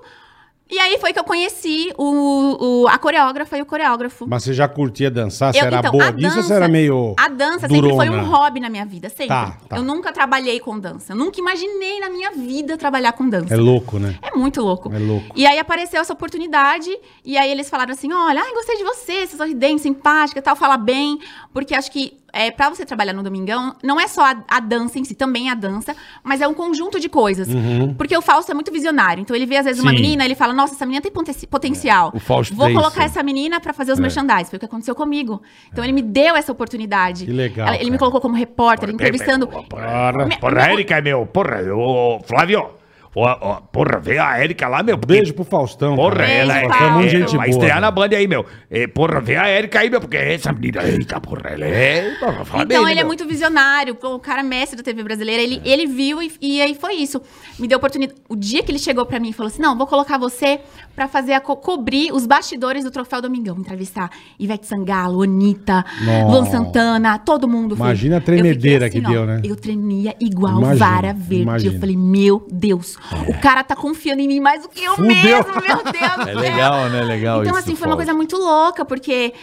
Speaker 1: E aí foi que eu conheci o, o- a coreógrafa e o coreógrafo.
Speaker 2: Mas você já curtia dançar? Você
Speaker 1: Eu-
Speaker 2: era
Speaker 1: então,
Speaker 2: boa
Speaker 1: a
Speaker 2: disso ou você
Speaker 1: dança-
Speaker 2: era meio.
Speaker 1: A dança sempre
Speaker 2: durona?
Speaker 1: foi um hobby na minha vida, sempre.
Speaker 2: Tá, tá.
Speaker 1: Eu nunca trabalhei com dança. Eu nunca imaginei na minha vida trabalhar com dança.
Speaker 2: É louco, né?
Speaker 1: É muito louco.
Speaker 2: É louco.
Speaker 1: E aí apareceu essa oportunidade, e aí eles falaram assim: olha, ai, gostei de você, você é sorridente, simpática, tal, fala bem. Porque acho que é, para você trabalhar no Domingão, não é só a, a dança em si, também é a dança, mas é um conjunto de coisas. Porque o Fausto é muito visionário. Então ele vê, às vezes, uma
Speaker 2: Sim.
Speaker 1: menina, ele fala: nossa, essa menina tem poten- potencial.
Speaker 3: O Fausto
Speaker 1: Vou
Speaker 3: é
Speaker 1: colocar
Speaker 3: isso.
Speaker 1: essa menina pra fazer os merchandise. Foi o que aconteceu comigo. Então ele me deu essa oportunidade.
Speaker 2: Que legal,
Speaker 1: Ela- Ele me
Speaker 2: cara.
Speaker 1: colocou como repórter, entrevistando.
Speaker 4: Porra,
Speaker 1: Me-
Speaker 4: porra, a Erika, meu. Porra, ô, Flávio. Ó, ó, porra, vê a Erika lá, meu. porque-
Speaker 2: Beijo pro Faustão.
Speaker 4: Porra,
Speaker 2: cara.
Speaker 1: Beijo,
Speaker 4: ela é,
Speaker 1: Paulo.
Speaker 4: é
Speaker 2: muito gente boa,
Speaker 4: vai estrear
Speaker 2: né?
Speaker 4: na Band aí, meu. É, porra, vê a Erika aí, meu, porque essa menina, eita, porra, ela é. Porra, fala bem,
Speaker 1: Então
Speaker 4: né,
Speaker 1: ele é
Speaker 4: meu?
Speaker 1: muito visionário, pô, o cara mestre da TV brasileira, ele, ele viu e, e aí foi isso. Me deu oportunidade. O dia que ele chegou pra mim e falou assim: "Não, vou colocar você pra fazer a co- cobrir os bastidores do Troféu Domingão, entrevistar Ivete Sangalo, Anitta,
Speaker 2: Nossa.
Speaker 1: Luan Santana, todo mundo". Eu falei-
Speaker 2: Imagina a
Speaker 1: eu fiquei assim,
Speaker 2: tremedeira que deu,
Speaker 1: ó,
Speaker 2: né?
Speaker 1: Eu tremia igual
Speaker 2: Imagina,
Speaker 1: vara verde.
Speaker 2: imagina. É.
Speaker 1: Eu falei: "Meu Deus, o cara tá confiando em mim mais do que eu
Speaker 2: Fudeu.
Speaker 1: mesmo, meu Deus". do
Speaker 3: É
Speaker 1: céu.
Speaker 3: legal, né? Legal
Speaker 1: Então,
Speaker 3: isso,
Speaker 1: assim, foi
Speaker 3: Paulo.
Speaker 1: uma coisa muito louca, porque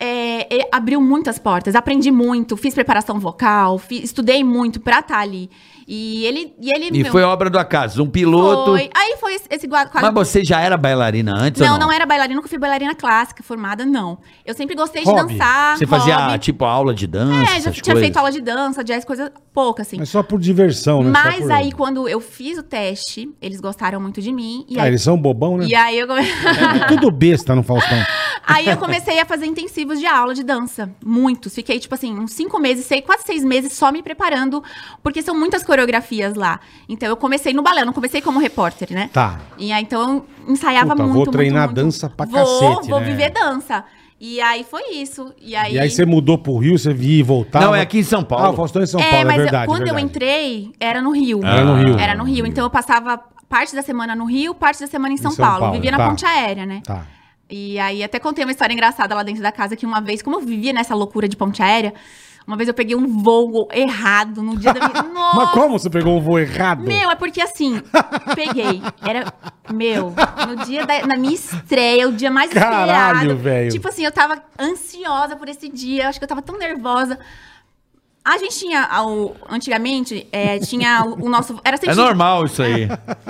Speaker 1: é, é, abriu muitas portas. Aprendi muito, fiz preparação vocal, fi- estudei muito pra estar ali. E ele. E, ele,
Speaker 3: E
Speaker 1: meu,
Speaker 3: foi obra do acaso, um piloto.
Speaker 1: foi. Aí foi esse- esse gua- quadro.
Speaker 3: Mas você já era bailarina antes
Speaker 1: não,
Speaker 3: ou não?
Speaker 1: não era bailarina, nunca fui bailarina clássica, formada, não. Eu sempre gostei
Speaker 2: Hobby.
Speaker 1: de dançar.
Speaker 3: Você fazia,
Speaker 1: hobby.
Speaker 3: tipo, aula de dança,
Speaker 1: É, já
Speaker 3: essas
Speaker 1: tinha
Speaker 3: coisas?
Speaker 1: feito aula de dança, jazz, coisa pouca, assim.
Speaker 2: Mas só por diversão, né? Só
Speaker 1: Mas
Speaker 2: por-
Speaker 1: aí, quando eu fiz o teste, eles gostaram muito de mim. E
Speaker 2: Ah,
Speaker 1: aí,
Speaker 2: eles são bobão, né?
Speaker 1: e aí eu comecei.
Speaker 2: Tudo- Tudo besta no Faustão.
Speaker 1: Aí eu comecei a fazer intensivos de aula de dança. Muitos. Fiquei, tipo assim, uns cinco meses, sei, quase seis meses só me preparando, porque são muitas coreografias lá. Então eu comecei no balé, eu não comecei como repórter, né?
Speaker 2: Tá.
Speaker 1: E aí então eu ensaiava
Speaker 2: Puta,
Speaker 1: muito.
Speaker 2: vou
Speaker 1: muito,
Speaker 2: treinar
Speaker 1: muito.
Speaker 2: dança pra
Speaker 1: vou,
Speaker 2: cacete,
Speaker 1: Vou
Speaker 2: né?
Speaker 1: viver dança. E aí foi isso. E aí.
Speaker 2: E aí você mudou pro Rio, você via e voltava.
Speaker 3: Não, é aqui em São Paulo.
Speaker 2: Ah, o Faustão é em São
Speaker 1: é,
Speaker 2: Paulo,
Speaker 1: mas
Speaker 2: é
Speaker 1: eu-
Speaker 2: verdade.
Speaker 1: quando
Speaker 2: verdade.
Speaker 1: eu entrei, era no Rio.
Speaker 2: Era no Rio.
Speaker 1: Era no Rio. Então eu passava parte da semana no Rio, parte da semana em São,
Speaker 2: São
Speaker 1: Paulo.
Speaker 2: Paulo,
Speaker 1: Vivia
Speaker 2: tá.
Speaker 1: na ponte aérea, né?
Speaker 2: Tá.
Speaker 1: E aí até contei uma história engraçada lá dentro da casa que uma vez, como eu vivia nessa loucura de ponte aérea, uma vez eu peguei um voo errado no dia da minha. Nossa!
Speaker 2: Mas como você pegou um voo errado?
Speaker 1: Meu, é porque assim, peguei. Era. Meu, no dia da na minha estreia, o dia mais
Speaker 2: Caralho,
Speaker 1: esperado.
Speaker 2: velho.
Speaker 1: Tipo assim, eu tava ansiosa por esse dia, eu acho que eu tava tão nervosa. A gente tinha, ao- antigamente, é, tinha o, o nosso. Era
Speaker 3: É
Speaker 1: sentido.
Speaker 3: normal isso aí.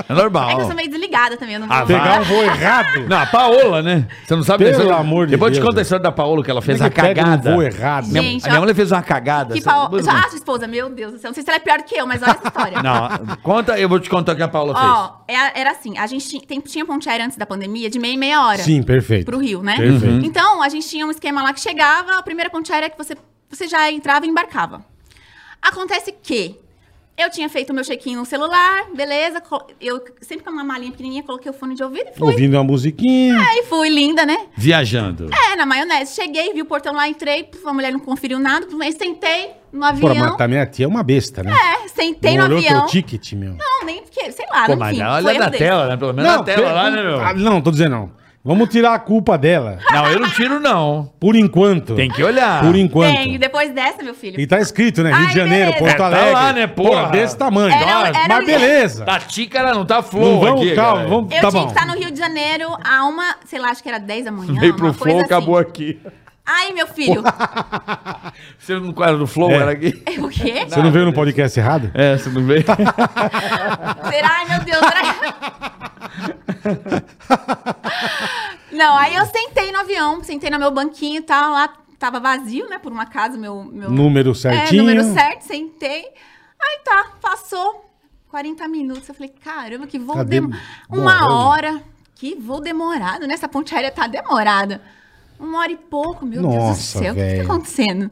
Speaker 3: É normal.
Speaker 1: É que eu sou meio desligada também, eu não
Speaker 3: Ah,
Speaker 1: vou-
Speaker 2: Pegar um voo errado?
Speaker 3: Não, a Paola, né? Você não sabe
Speaker 2: Pelo
Speaker 3: dessa-
Speaker 2: amor de
Speaker 3: Depois eu te
Speaker 2: Deus.
Speaker 3: conto a história da Paola, que ela fez
Speaker 2: Como é
Speaker 3: a
Speaker 2: que pega
Speaker 3: cagada.
Speaker 2: Um voo errado.
Speaker 1: Gente,
Speaker 3: A minha mulher fez uma cagada.
Speaker 1: Que
Speaker 3: sabe?
Speaker 1: Paola. Ah, sua esposa, meu Deus do céu. Não sei se ela é pior que eu, mas olha essa história.
Speaker 3: Não, conta, eu vou te contar o que a Paola fez.
Speaker 1: Ó, é- era assim, a gente tinha, tem- tinha ponte aérea antes da pandemia de meia e meia hora.
Speaker 2: Sim, perfeito.
Speaker 1: Pro Rio, né?
Speaker 2: Perfeito.
Speaker 1: Então, a gente tinha um esquema lá que chegava, a primeira ponte aérea que você, você já entrava e embarcava. Acontece que eu tinha feito meu check-in no celular, beleza. co- Eu sempre com uma malinha pequenininha, coloquei o fone de ouvido e fui.
Speaker 2: Ouvindo uma musiquinha.
Speaker 1: Aí fui, linda, né?
Speaker 3: Viajando.
Speaker 1: É, na maionese. Cheguei, vi o portão lá, entrei, puf, a mulher não conferiu nada, mas sentei no avião.
Speaker 2: Porra, mas também a tia é uma besta, né?
Speaker 1: É, sentei
Speaker 2: Não
Speaker 1: no
Speaker 2: olhou
Speaker 1: avião.
Speaker 2: teu ticket, meu.
Speaker 1: Não, nem porque, sei lá,
Speaker 3: Pô,
Speaker 1: não
Speaker 3: mas
Speaker 1: enfim.
Speaker 3: olha
Speaker 1: foi erro
Speaker 3: na
Speaker 1: dele.
Speaker 3: tela, né? Pelo menos na tela
Speaker 2: pe-
Speaker 3: lá, né, meu?
Speaker 2: Ah, não, tô dizendo não. Vamos tirar a culpa dela.
Speaker 3: Não, eu não tiro, não.
Speaker 2: Por enquanto.
Speaker 3: Tem que olhar.
Speaker 2: Por enquanto.
Speaker 1: Tem, depois dessa, meu filho.
Speaker 2: E tá escrito, né? Rio
Speaker 1: Ai,
Speaker 2: de Janeiro,
Speaker 1: beleza.
Speaker 2: Porto
Speaker 3: É, tá
Speaker 2: Alegre.
Speaker 3: lá, né, porra?
Speaker 2: desse tamanho.
Speaker 1: Era- era-
Speaker 2: Mas beleza.
Speaker 3: Tá tícara, não tá flor
Speaker 2: Não vamos,
Speaker 3: aqui,
Speaker 2: calma,
Speaker 3: cara.
Speaker 2: vamos.
Speaker 1: Eu
Speaker 2: tá
Speaker 1: tinha
Speaker 2: bom.
Speaker 1: que estar no Rio de Janeiro a uma, sei lá, acho que era 10 da manhã.
Speaker 3: Veio
Speaker 1: uma
Speaker 3: pro
Speaker 1: coisa
Speaker 3: flow,
Speaker 1: assim.
Speaker 3: acabou aqui.
Speaker 1: Ai, meu filho.
Speaker 3: Você não era do flow,
Speaker 2: É.
Speaker 3: era aqui?
Speaker 1: o quê?
Speaker 2: Você
Speaker 3: tá,
Speaker 2: não veio no podcast errado?
Speaker 3: É, você não veio?
Speaker 1: Será? Ai, meu Deus. Será que... Não, aí eu sentei no avião, sentei no meu banquinho e tal, lá tava vazio, né, por um acaso, meu... meu...
Speaker 2: Número certinho.
Speaker 1: É, número certo, sentei. Aí tá, passou 40 minutos. Eu falei, caramba, que vou
Speaker 2: Tá
Speaker 1: demorar.
Speaker 2: demorando.
Speaker 1: Uma hora. Que vou demorado, né? Essa ponte aérea tá demorada. Uma hora e pouco, meu Deus do
Speaker 2: Nossa,
Speaker 1: céu, o que que tá
Speaker 2: velho.
Speaker 1: acontecendo?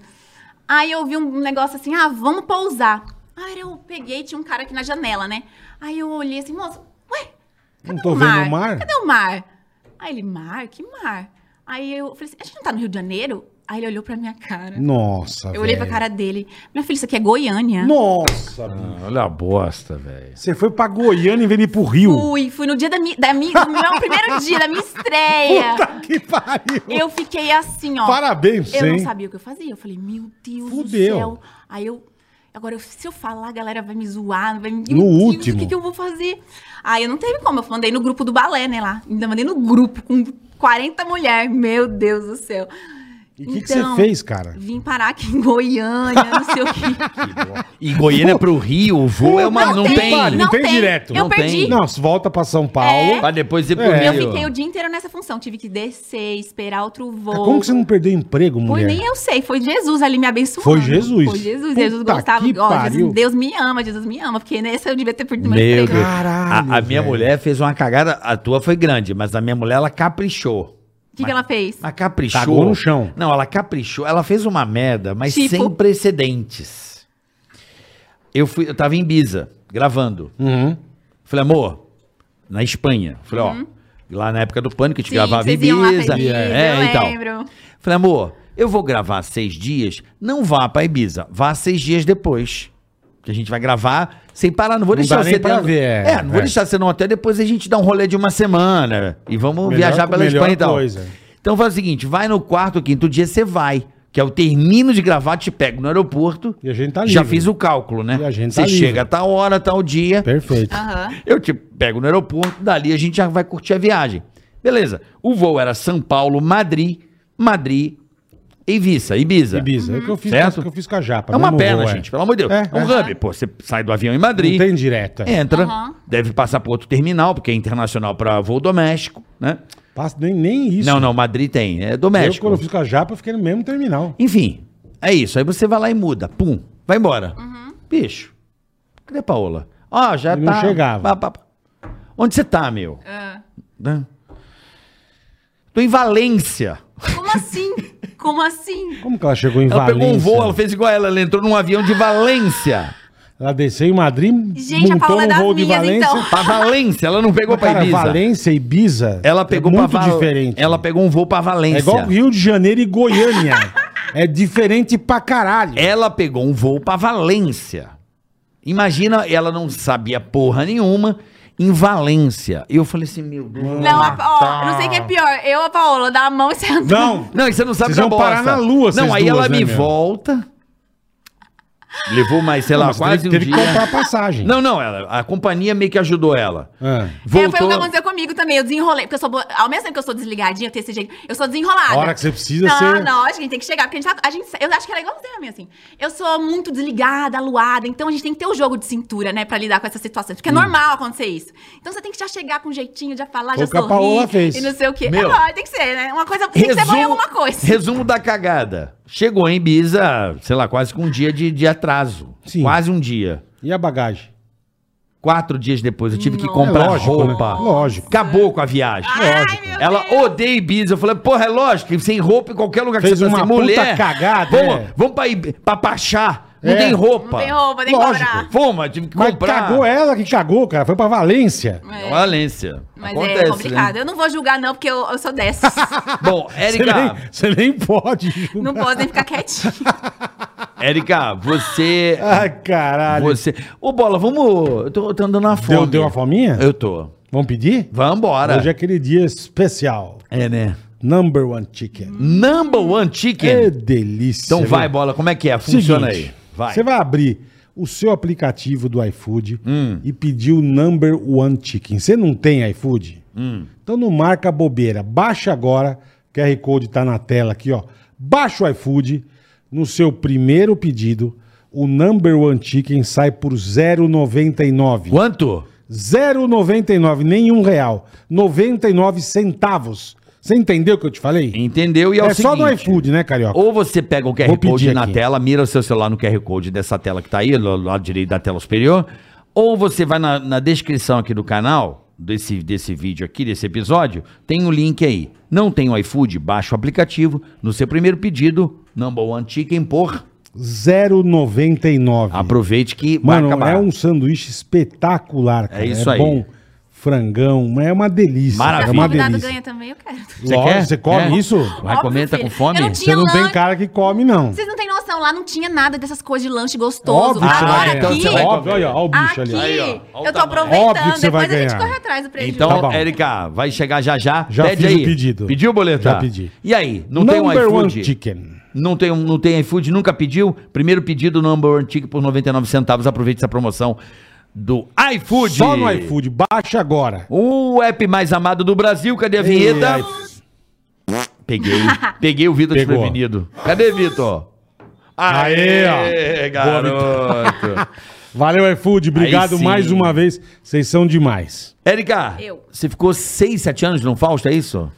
Speaker 1: Aí eu vi um negócio assim, ah, vamos pousar. Aí eu peguei, tinha um cara aqui na janela, né? Aí eu olhei assim, moço, ué,
Speaker 2: Não
Speaker 1: cadê
Speaker 2: tô
Speaker 1: o
Speaker 2: vendo
Speaker 1: mar?
Speaker 2: o mar?
Speaker 1: Cadê o mar? Aí ele, mar? Que mar? Aí eu falei assim, a gente não tá no Rio de Janeiro? Aí ele olhou pra minha cara.
Speaker 2: Nossa,
Speaker 1: eu olhei pra cara dele. Minha filha, isso aqui é Goiânia.
Speaker 2: Nossa, bicho.
Speaker 3: Olha a bosta, velho.
Speaker 2: Você foi pra Goiânia em vez de ir pro Rio.
Speaker 1: Fui, fui no dia da minha, da mi- do meu primeiro dia, da minha estreia.
Speaker 2: Puta que pariu.
Speaker 1: Eu fiquei assim, ó.
Speaker 2: Parabéns,
Speaker 1: Eu não
Speaker 2: hein?
Speaker 1: sabia o que eu fazia. Eu falei, meu Deus
Speaker 2: Fudeu.
Speaker 1: do céu. Aí eu. Agora, eu- se eu falar, a galera vai me zoar. Vai me...
Speaker 2: No
Speaker 1: Meu Deus,
Speaker 2: último.
Speaker 1: O que, que eu vou fazer? Aí eu não teve como. Eu mandei no grupo do balé, né? Lá. Ainda mandei no grupo com 40 mulheres. Meu Deus do céu.
Speaker 2: E o que que você
Speaker 1: Então,
Speaker 2: fez, cara?
Speaker 1: Vim parar aqui em Goiânia, não sei o que.
Speaker 3: E Goiânia é pro Rio, o voo é uma. Não,
Speaker 2: tem,
Speaker 3: tem.
Speaker 2: vale. não tem direto.
Speaker 1: Eu
Speaker 3: Não tem.
Speaker 1: perdi.
Speaker 2: Não, se volta pra São Paulo.
Speaker 3: Pra depois ir pro
Speaker 2: É.
Speaker 1: Eu
Speaker 3: Rio.
Speaker 1: fiquei o dia inteiro nessa função. Tive que descer, esperar outro voo.
Speaker 2: Como que você não perdeu emprego,
Speaker 1: Foi
Speaker 2: mulher?
Speaker 1: nem eu sei, foi Jesus ali me abençoando.
Speaker 2: Foi Jesus?
Speaker 1: Foi Jesus,
Speaker 2: Puta
Speaker 1: Jesus gostava.
Speaker 2: que
Speaker 1: Ó,
Speaker 2: pariu.
Speaker 1: Jesus, Deus me ama, Jesus me ama, porque nesse eu devia ter perdido meu
Speaker 3: Meu
Speaker 1: emprego.
Speaker 3: Deus.
Speaker 2: Caralho,
Speaker 3: a, a minha
Speaker 2: velho.
Speaker 3: mulher fez uma cagada, a tua foi grande, mas a minha mulher, ela caprichou.
Speaker 1: O que, que ela fez?
Speaker 3: Ela caprichou.
Speaker 2: Cagou no chão.
Speaker 3: Não, ela caprichou. Ela fez uma merda, mas
Speaker 1: Tipo?
Speaker 3: sem precedentes. Eu fui, eu tava em Ibiza, gravando.
Speaker 2: Uhum.
Speaker 3: Falei, amor, na Espanha. Falei, ó, lá na época do pânico, a gente
Speaker 1: Uhum. Sim,
Speaker 3: gravava em
Speaker 1: vocês iam lá pra
Speaker 3: Ibiza.
Speaker 1: Ibiza, eu
Speaker 3: é, então.
Speaker 1: lembro.
Speaker 3: Falei, amor, eu vou gravar seis dias, não vá pra Ibiza, vá seis dias depois. Que a gente vai gravar sem parar, não vou
Speaker 2: Não
Speaker 3: deixar
Speaker 2: dá nem pra
Speaker 3: dentro-
Speaker 2: ver,
Speaker 3: É,
Speaker 2: é,
Speaker 3: não vou
Speaker 2: é.
Speaker 3: deixar você no hotel, depois a gente dá um rolê de uma semana e vamos
Speaker 2: Melhor-
Speaker 3: viajar pela
Speaker 2: melhor
Speaker 3: Espanha e tal.
Speaker 2: coisa.
Speaker 3: Então faz o seguinte, vai no quarto, quinto dia você vai, que é o termino de gravar, te pego no aeroporto.
Speaker 2: E a gente tá
Speaker 3: Já
Speaker 2: livre.
Speaker 3: fiz o cálculo, né?
Speaker 2: E a gente
Speaker 3: você
Speaker 2: tá livre.
Speaker 3: chega a tal hora, tal dia.
Speaker 2: Perfeito.
Speaker 1: Aham.
Speaker 3: Eu te pego no aeroporto, dali a gente já vai curtir a viagem. Beleza. O voo era São Paulo, Madrid, Madrid, Ibiza, Ibiza.
Speaker 2: Ibiza. É o que
Speaker 1: uhum.
Speaker 2: eu fiz,
Speaker 3: Certo?
Speaker 2: que eu fiz com a japa.
Speaker 3: É uma
Speaker 2: mesmo
Speaker 3: perna,
Speaker 2: voo, é.
Speaker 3: gente, pelo amor de Deus.
Speaker 2: É,
Speaker 3: É, um
Speaker 2: é.
Speaker 3: hub, pô, você sai do avião em
Speaker 2: Não
Speaker 3: Madrid, É.
Speaker 2: tem direta.
Speaker 3: entra,
Speaker 1: Aham.
Speaker 3: deve passar por outro terminal, porque é internacional para voo doméstico, né?
Speaker 2: Passa- nem, nem isso.
Speaker 3: Não, não, Madrid tem, é
Speaker 2: Eu,
Speaker 3: doméstico.
Speaker 2: quando eu fiz com a japa, eu fiquei no mesmo terminal.
Speaker 3: Enfim, é isso. Aí você vai lá e muda, pum, vai embora. Bicho, cadê a Paola? Ó, já
Speaker 2: E não
Speaker 3: tá...
Speaker 2: chegava.
Speaker 3: pá, pá, pá. Onde você tá, meu?
Speaker 1: Ah.
Speaker 3: né? Tô em Valência.
Speaker 1: Como assim? Como assim?
Speaker 2: Como que ela chegou em
Speaker 3: Ela
Speaker 2: Valência?
Speaker 3: pegou um voo, ela fez igual ela, ela entrou num avião de Valência.
Speaker 2: Ela desceu em Madrid, um
Speaker 1: Gente, a Paula é das minhas, então.
Speaker 3: Pra Valência, ela não pegou pra
Speaker 2: Cara,
Speaker 3: Ibiza.
Speaker 2: Valência e Ibiza
Speaker 3: Ela pegou
Speaker 2: é muito
Speaker 3: pra Val-
Speaker 2: diferente.
Speaker 3: Ela pegou um voo pra Valência.
Speaker 2: É igual Rio de Janeiro e Goiânia. é diferente pra caralho.
Speaker 3: Ela pegou um voo pra Valência. Imagina, ela não sabia porra nenhuma em Valência. E eu falei assim, meu Deus.
Speaker 2: Hum.
Speaker 1: Não, a, ó, não sei o que é pior. Eu, a Paola, dar a mão e sentando.
Speaker 2: Ah, tá. Não,
Speaker 3: Não, e você não sabe
Speaker 2: Vocês vão parar na lua,
Speaker 3: Não,
Speaker 2: vocês
Speaker 3: aí
Speaker 2: duas,
Speaker 3: ela
Speaker 2: né,
Speaker 3: me
Speaker 2: meu?
Speaker 3: volta. Levou mais, sei lá,
Speaker 2: mas
Speaker 3: quase
Speaker 2: teve,
Speaker 3: um
Speaker 2: teve
Speaker 3: dia.
Speaker 2: que comprar passagem.
Speaker 3: Não, não, ela, a companhia meio que ajudou ela.
Speaker 2: Ah.
Speaker 1: É, foi o que aconteceu comigo também. Eu desenrolei, porque eu sou. boa- Ao mesmo tempo que eu sou desligadinha, eu tenho esse jeito. Eu sou desenrolada.
Speaker 2: A hora que você precisa,
Speaker 1: não,
Speaker 2: você-
Speaker 1: Não, acho que a gente tem que chegar. Porque a gente, tá- a gente- Eu acho que ela é igual você, minha assim. Eu sou muito desligada, aluada. Então a gente tem que ter o jogo de cintura, né, pra lidar com essas situações. Porque é normal acontecer isso. Então você tem que já chegar com um jeitinho, já falar,
Speaker 2: Foi
Speaker 1: já
Speaker 2: o que a
Speaker 1: sorrir.
Speaker 2: Paola fez.
Speaker 1: E não sei o quê.
Speaker 3: Meu.
Speaker 1: É lógico, tem que ser, né? Uma coisa. Tem que ser bom em
Speaker 3: Resumo,
Speaker 1: alguma coisa.
Speaker 3: resumo da cagada. Chegou em Ibiza, sei lá, quase com um dia de, de atraso.
Speaker 2: Sim.
Speaker 3: Quase um dia.
Speaker 2: E a bagagem?
Speaker 3: Quatro dias depois eu tive que
Speaker 1: Nossa.
Speaker 3: comprar
Speaker 2: É lógico, né?
Speaker 3: roupa.
Speaker 2: Lógico.
Speaker 3: Acabou com a viagem.
Speaker 1: Ai, meu
Speaker 3: Ela
Speaker 1: Deus.
Speaker 3: odeia Ibiza. Eu falei, porra, é lógico, que sem roupa em qualquer lugar que
Speaker 2: Fez
Speaker 3: você tá
Speaker 2: uma
Speaker 3: sem
Speaker 2: puta
Speaker 3: mulher.
Speaker 2: cagada,
Speaker 3: Vamos,
Speaker 2: é.
Speaker 3: vamos pra, Ibi- pra Pachá. Não
Speaker 2: É.
Speaker 3: tem roupa.
Speaker 1: Não tem roupa, né? tem que
Speaker 2: Lógico.
Speaker 1: cobrar.
Speaker 3: Vamos, eu tive que
Speaker 2: Mas
Speaker 3: comprar.
Speaker 2: cagou é. ela que cagou, cara. Foi pra Valência.
Speaker 1: É.
Speaker 3: Valência.
Speaker 1: Mas
Speaker 3: Acontece,
Speaker 1: é
Speaker 3: né?
Speaker 1: complicado. Eu não vou julgar, não, porque eu, eu sou dessas.
Speaker 3: Bom,
Speaker 2: Você
Speaker 3: Érica,
Speaker 2: nem, você nem pode
Speaker 1: não
Speaker 2: julgar.
Speaker 1: podem ficar quietinha.
Speaker 3: Érica, você.
Speaker 2: Ai, Ah, caralho.
Speaker 3: Você. Ô, Bola, vamos. Eu tô, eu tô andando na fome.
Speaker 2: Deu, deu uma fominha?
Speaker 3: Eu tô.
Speaker 2: Vamos pedir?
Speaker 3: Vambora.
Speaker 2: Hoje é aquele dia especial.
Speaker 3: É, né?
Speaker 2: Number one chicken.
Speaker 3: Number one
Speaker 2: Que
Speaker 3: chicken.
Speaker 2: delícia.
Speaker 3: então vai,
Speaker 2: viu?
Speaker 3: bola. Como é que é?
Speaker 2: Seguinte,
Speaker 3: Funciona aí. Vai.
Speaker 2: Você vai abrir o seu aplicativo do iFood
Speaker 3: Hum.
Speaker 2: e pedir o Number One Chicken. Você não tem iFood?
Speaker 3: Hum.
Speaker 2: Então não marca bobeira. Baixa agora. QR Code tá na tela aqui, ó. Baixa o iFood. No seu primeiro pedido, o Number One Chicken sai por 0,99.
Speaker 3: Quanto?
Speaker 2: 0,99, nenhum real. 99 centavos. Você entendeu o que eu te falei?
Speaker 3: Entendeu? E é,
Speaker 2: é
Speaker 3: o
Speaker 2: só no
Speaker 3: seguinte,
Speaker 2: iFood, né, Carioca?
Speaker 3: Ou você pega o QR
Speaker 2: Vou
Speaker 3: Code
Speaker 2: pedir
Speaker 3: na
Speaker 2: aqui.
Speaker 3: tela, mira o seu celular no QR Code dessa tela que tá aí, do lado direito da tela superior. Ou você vai na, na descrição aqui do canal desse, desse vídeo aqui, desse episódio, tem o link aí. Não tem o iFood? Baixa o aplicativo. No seu primeiro pedido, number one chicken por.
Speaker 2: 0,99.
Speaker 3: Uhum. Aproveite que
Speaker 2: Mano,
Speaker 3: vai acabar. É
Speaker 2: é um sanduíche espetacular, cara. É
Speaker 3: isso aí.
Speaker 2: bom. Frangão, mas é uma delícia. cara,
Speaker 1: Se
Speaker 2: É
Speaker 1: o
Speaker 2: uma
Speaker 1: convidado
Speaker 2: delícia.
Speaker 1: ganha também, eu quero.
Speaker 3: Você
Speaker 2: Lógico,
Speaker 3: quer?
Speaker 2: você come
Speaker 3: É.
Speaker 2: isso?
Speaker 3: Vai,
Speaker 1: Óbvio,
Speaker 3: comenta
Speaker 1: filho.
Speaker 3: com fome?
Speaker 1: Eu não
Speaker 2: Você
Speaker 1: tinha
Speaker 2: não tem
Speaker 1: lanche.
Speaker 2: cara que come, não.
Speaker 1: Vocês não têm noção, lá não tinha nada dessas coisas de lanche gostoso.
Speaker 2: Óbvio que você vai
Speaker 1: Agora
Speaker 2: ganhar.
Speaker 3: então
Speaker 1: aqui,
Speaker 3: você vai-
Speaker 2: Óbvio, olha, olha o bicho
Speaker 1: aqui,
Speaker 2: ali.
Speaker 3: Aí, ó. Olha o
Speaker 1: eu tô
Speaker 3: tamanho.
Speaker 2: Óbvio que
Speaker 1: aproveitando,
Speaker 2: você vai
Speaker 1: depois a gente
Speaker 2: ganhar.
Speaker 1: corre atrás do prejuízo.
Speaker 3: Então,
Speaker 2: Tá bom.
Speaker 3: Érica, vai chegar já já.
Speaker 2: Já
Speaker 3: Pede
Speaker 2: fiz
Speaker 3: aí.
Speaker 2: o pedido.
Speaker 3: Pediu, boleta?
Speaker 2: Já pedi.
Speaker 3: E aí, não tem um
Speaker 2: Number one
Speaker 3: iFood?
Speaker 2: chicken.
Speaker 3: Não tem, um- não tem iFood? Nunca pediu? Primeiro pedido no Number One Ticket por 99 centavos. Aproveite essa promoção do iFood.
Speaker 2: Só no iFood, baixa agora.
Speaker 3: O app mais amado do Brasil. Cadê a vinheta?
Speaker 2: E iFood.
Speaker 3: Peguei. Peguei o Vitor
Speaker 2: Pegou.
Speaker 3: desprevenido. Cadê, Vitor?
Speaker 2: Aê, ó.
Speaker 3: garoto.
Speaker 2: Valeu, iFood. Obrigado
Speaker 3: sim.
Speaker 2: mais uma vez. Vocês são demais.
Speaker 3: Érica,
Speaker 1: Eu.
Speaker 3: você ficou 6, 7 anos no Fausto, é isso?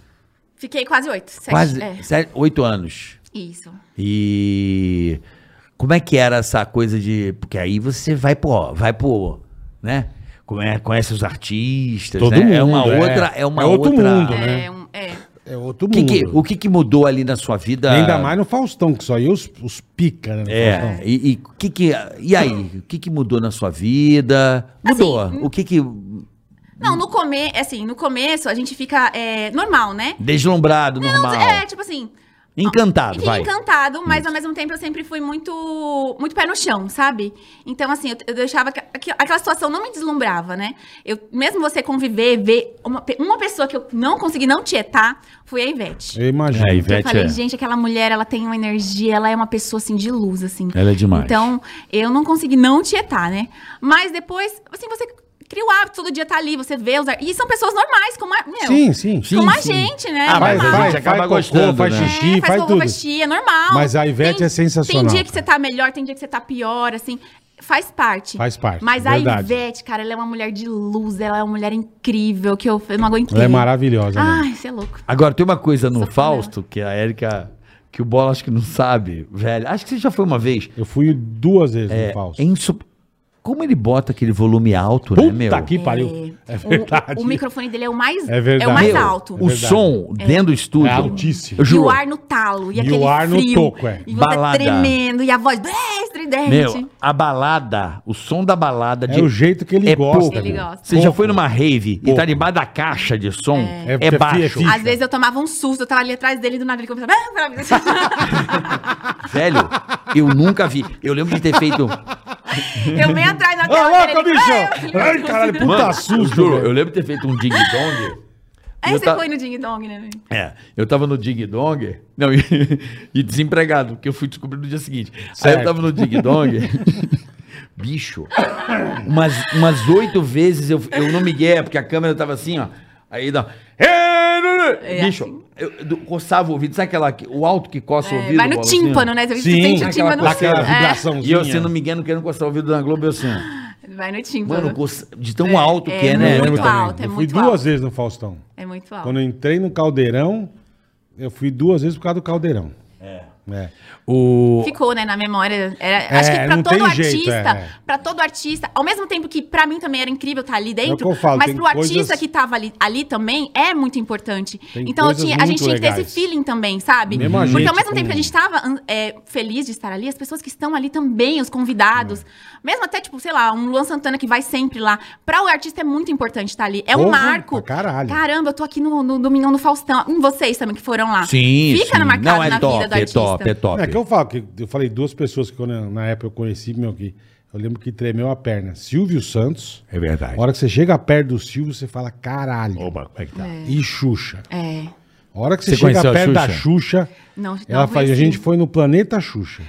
Speaker 1: Fiquei quase oito. sete,
Speaker 3: Quase
Speaker 1: é,
Speaker 3: 8 anos.
Speaker 1: Isso.
Speaker 3: E como é que era essa coisa de. Porque aí você vai pro. Vai pro né? Come- Conhece os artistas.
Speaker 2: Todo
Speaker 3: né?
Speaker 2: mundo.
Speaker 3: é uma outra. É uma
Speaker 2: é outro
Speaker 3: outra.
Speaker 2: mundo, né?
Speaker 1: É, um, é.
Speaker 2: É outro
Speaker 3: O que que-
Speaker 2: mundo.
Speaker 3: o que, que mudou ali na sua vida?
Speaker 2: Ainda mais no Faustão, que só ia os, os pica, né? no
Speaker 3: Ah. É,
Speaker 2: Faustão.
Speaker 3: e, e, que que, e aí? O que, que mudou na sua vida? Mudou.
Speaker 1: Assim,
Speaker 3: o que que.
Speaker 1: Não, no come, assim, no começo a gente fica é, normal, né?
Speaker 3: Deslumbrado, normal.
Speaker 1: É, tipo assim,
Speaker 3: Encantado,
Speaker 1: Fiquei
Speaker 3: vai.
Speaker 1: encantado, mas ao mesmo tempo eu sempre fui muito, muito pé no chão, sabe? Então, assim, eu, eu deixava que, que aquela situação não me deslumbrava, né? Eu, mesmo você conviver, ver uma, pe- uma pessoa que eu não consegui não tietar, foi a Ivete.
Speaker 2: Eu imagino.
Speaker 3: É,
Speaker 1: Que eu
Speaker 3: Ivete
Speaker 1: falei,
Speaker 3: é.
Speaker 1: gente, aquela mulher, ela tem uma energia, ela é uma pessoa, assim, de luz, assim.
Speaker 3: Ela é demais.
Speaker 1: Então, eu não consegui não tietar, né? Mas depois, assim, você cria o hábito, todo dia tá ali, você vê os... ar- E são pessoas normais, como a... Meu,
Speaker 2: Sim, sim. sim.
Speaker 1: como a
Speaker 3: sim.
Speaker 1: gente, né?
Speaker 3: Ah, mas
Speaker 2: Faz,
Speaker 3: a
Speaker 1: Normal.
Speaker 2: faz,
Speaker 3: gente acaba
Speaker 2: faz cocô,
Speaker 3: gostando,
Speaker 2: faz
Speaker 3: né?
Speaker 2: xixi,
Speaker 1: É,
Speaker 2: faz,
Speaker 1: cocô,
Speaker 2: tudo.
Speaker 1: faz xixi, é normal.
Speaker 2: Mas a Ivete é sensacional,
Speaker 1: Tem dia que
Speaker 2: cara.
Speaker 1: você tá melhor, tem dia que você tá pior, assim. Faz parte.
Speaker 2: Faz parte,
Speaker 1: Mas a
Speaker 2: verdade.
Speaker 1: Ivete, cara, ela é uma mulher de luz, ela é uma mulher incrível, que eu, eu não aguentei.
Speaker 2: Ela é maravilhosa, né?
Speaker 1: Ai, você é louco.
Speaker 3: Agora, tem uma coisa no
Speaker 1: Sou fã
Speaker 3: Fausto que a Érica. Que o Bola acho que não sabe, velho. Acho que você já foi uma vez.
Speaker 2: Eu fui duas vezes no
Speaker 3: É
Speaker 2: Fausto.
Speaker 3: insop... Como ele bota aquele volume alto, né, meu?
Speaker 2: Puta que pariu.
Speaker 1: É,
Speaker 2: É
Speaker 1: o-
Speaker 2: verdade.
Speaker 1: O, microfone dele é o mais,
Speaker 2: É
Speaker 1: é
Speaker 2: verdade.
Speaker 1: o mais
Speaker 2: Meu,
Speaker 1: alto.
Speaker 3: O
Speaker 2: É verdade.
Speaker 3: som dentro do estúdio.
Speaker 2: É altíssimo.
Speaker 3: Eu
Speaker 1: E
Speaker 3: juro.
Speaker 1: o ar no talo,
Speaker 2: E
Speaker 1: e,
Speaker 2: o
Speaker 1: aquele
Speaker 2: ar no
Speaker 1: frio,
Speaker 2: toco, é.
Speaker 1: E você
Speaker 3: Balada.
Speaker 1: tremendo, e a voz é, estridente.
Speaker 3: Meu, a balada, o som da balada.
Speaker 2: É o jeito que ele
Speaker 3: é
Speaker 2: gosta,
Speaker 3: pouco.
Speaker 1: Ele gosta.
Speaker 3: Você já
Speaker 2: Pouco.
Speaker 3: foi numa rave e
Speaker 2: Pouco.
Speaker 3: tá debaixo da caixa de som?
Speaker 2: É,
Speaker 3: É,
Speaker 2: porque é
Speaker 3: baixo.
Speaker 2: fica.
Speaker 1: Às vezes eu tomava um susto, eu tava ali atrás dele, do nada ele começava... "Ah,
Speaker 3: Velho, eu nunca vi. Eu lembro de ter feito.
Speaker 1: eu meio atrás na
Speaker 2: Ô, louco,
Speaker 1: ele-
Speaker 2: bicho!
Speaker 1: Ah, eu-
Speaker 2: Ai, caralho, puta
Speaker 3: Mano, eu
Speaker 2: susto,
Speaker 3: juro,
Speaker 2: velho.
Speaker 3: eu lembro de ter feito um ding-dong.
Speaker 1: Aí
Speaker 3: Eu
Speaker 1: você
Speaker 3: ta-
Speaker 1: foi no Ding Dong, né? velho?
Speaker 3: É, eu tava no Ding Dong, não, e, e desempregado, porque eu fui descobrir no dia seguinte. Aí
Speaker 2: Certo.
Speaker 3: eu tava no Ding Dong, bicho, umas, umas oito vezes eu, eu não migué, porque a câmera tava assim, ó. Aí dá.
Speaker 1: É
Speaker 3: bicho,
Speaker 1: assim.
Speaker 3: eu, eu coçava o ouvido, sabe aquela, que- o alto que coça o
Speaker 1: É,
Speaker 3: ouvido?
Speaker 1: vai no
Speaker 3: Bola, assim, ó?
Speaker 1: tímpano, né? Você
Speaker 2: Sim,
Speaker 1: sente o
Speaker 2: aquela
Speaker 1: tímpano.
Speaker 2: daquela
Speaker 1: É,
Speaker 2: vibraçãozinha.
Speaker 3: E eu sendo migué, não querendo coçar o ouvido da Globo, eu assim, ó.
Speaker 1: vai no
Speaker 3: Mano,
Speaker 1: tímpano.
Speaker 3: coça- de tão alto
Speaker 1: Uhum. é
Speaker 3: que é, né?
Speaker 1: muito
Speaker 2: lembro
Speaker 3: Érica?
Speaker 1: alto. é
Speaker 2: Eu fui
Speaker 1: muito
Speaker 2: duas
Speaker 1: alto.
Speaker 2: vezes no Faustão.
Speaker 1: É muito alto.
Speaker 2: Quando eu entrei no Caldeirão, eu fui duas vezes por causa do Caldeirão. É.
Speaker 3: O,
Speaker 1: Ficou, né, na memória. Era,
Speaker 2: É,
Speaker 1: acho que pra
Speaker 2: não
Speaker 1: todo
Speaker 2: tem
Speaker 1: artista,
Speaker 2: jeito, é.
Speaker 1: pra todo artista, ao mesmo tempo que pra mim também era incrível estar ali
Speaker 2: É o que
Speaker 1: dentro,
Speaker 2: eu falo,
Speaker 1: mas
Speaker 2: tem
Speaker 1: pro artista
Speaker 2: coisas-
Speaker 1: que tava ali, ali também é muito importante.
Speaker 2: Tem
Speaker 1: então eu
Speaker 2: coisas
Speaker 1: tinha- a gente
Speaker 2: muito
Speaker 1: tinha que ter
Speaker 2: legais.
Speaker 1: esse feeling também, sabe?
Speaker 2: Mesmo a
Speaker 1: Porque
Speaker 2: gente
Speaker 1: ao mesmo
Speaker 2: com-
Speaker 1: tempo que a gente tava an- é, feliz de estar ali, as pessoas que estão ali também, os
Speaker 2: É.
Speaker 1: convidados, mesmo até, tipo, sei lá, um Luan Santana que vai sempre lá, pra o artista é muito importante estar ali. É um
Speaker 2: Porra,
Speaker 1: marco.
Speaker 2: pra caralho.
Speaker 1: Caramba, eu tô aqui no, no Domingão do Faustão. Hum, vocês também que foram lá.
Speaker 3: Sim,
Speaker 1: Fica
Speaker 3: sim.
Speaker 1: marcado
Speaker 3: Não, é
Speaker 1: na
Speaker 3: top,
Speaker 1: vida do
Speaker 3: é
Speaker 1: artista.
Speaker 3: top, é top.
Speaker 2: É que eu falo, que eu falei duas pessoas que quando eu- na época eu conheci, meu, que eu lembro que tremeu a perna. Silvio Santos.
Speaker 4: É
Speaker 2: A
Speaker 4: verdade.
Speaker 2: hora que você chega perto do Silvio, você fala, caralho.
Speaker 4: Oba, como é que tá?
Speaker 2: E Xuxa.
Speaker 1: É.
Speaker 2: A hora que você,
Speaker 3: Você
Speaker 2: chega
Speaker 3: conheceu a
Speaker 2: perto da
Speaker 3: Xuxa?
Speaker 2: Xuxa,
Speaker 1: Não, não
Speaker 2: ela faz. A
Speaker 1: conheci.
Speaker 2: gente foi no Planeta Xuxa.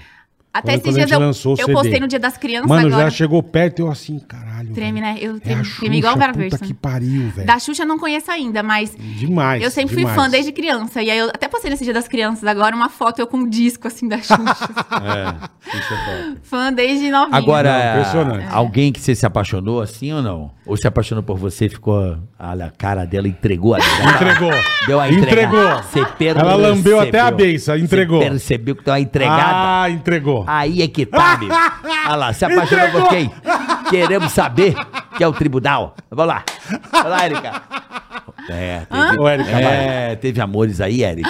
Speaker 1: Até
Speaker 2: Quando- quando
Speaker 1: esses
Speaker 2: a
Speaker 1: dias
Speaker 2: gente
Speaker 1: eu,
Speaker 2: lançou o
Speaker 1: eu
Speaker 2: CD.
Speaker 1: postei no Dia das Crianças
Speaker 2: Mano,
Speaker 1: agora.
Speaker 2: já chegou perto e eu assim, caralho.
Speaker 1: Treme,
Speaker 2: velho.
Speaker 1: né? Eu
Speaker 2: É a
Speaker 1: treme,
Speaker 2: Xuxa,
Speaker 1: treme igual o Vera
Speaker 2: puta
Speaker 1: Versa.
Speaker 2: que pariu, velho.
Speaker 1: Da Xuxa eu não conheço ainda, mas
Speaker 2: Demais.
Speaker 1: eu sempre
Speaker 2: demais.
Speaker 1: fui fã desde criança. E aí eu até postei nesse Dia das Crianças agora uma foto eu com um disco assim da Xuxa.
Speaker 3: É,
Speaker 1: fã desde novinha.
Speaker 3: Agora, é.
Speaker 2: Não, impressionante.
Speaker 3: alguém que você se apaixonou assim ou não? Ou se apaixonou por você e ficou. Olha, a cara dela entregou a
Speaker 2: Entregou.
Speaker 3: Deu a entrega.
Speaker 2: entregou.
Speaker 3: Você percebeu.
Speaker 2: Ela lambeu até a beiça, entregou.
Speaker 3: Você percebeu que deu uma entregada.
Speaker 2: Ah, entregou.
Speaker 3: Aí é que tá, meu. Olha lá, se apaixonou por quem? Queremos saber que é o tribunal. Vamos lá. Olha lá, Érica. É, teve,
Speaker 2: Ô, Érica,
Speaker 3: é, teve amores aí, Érica.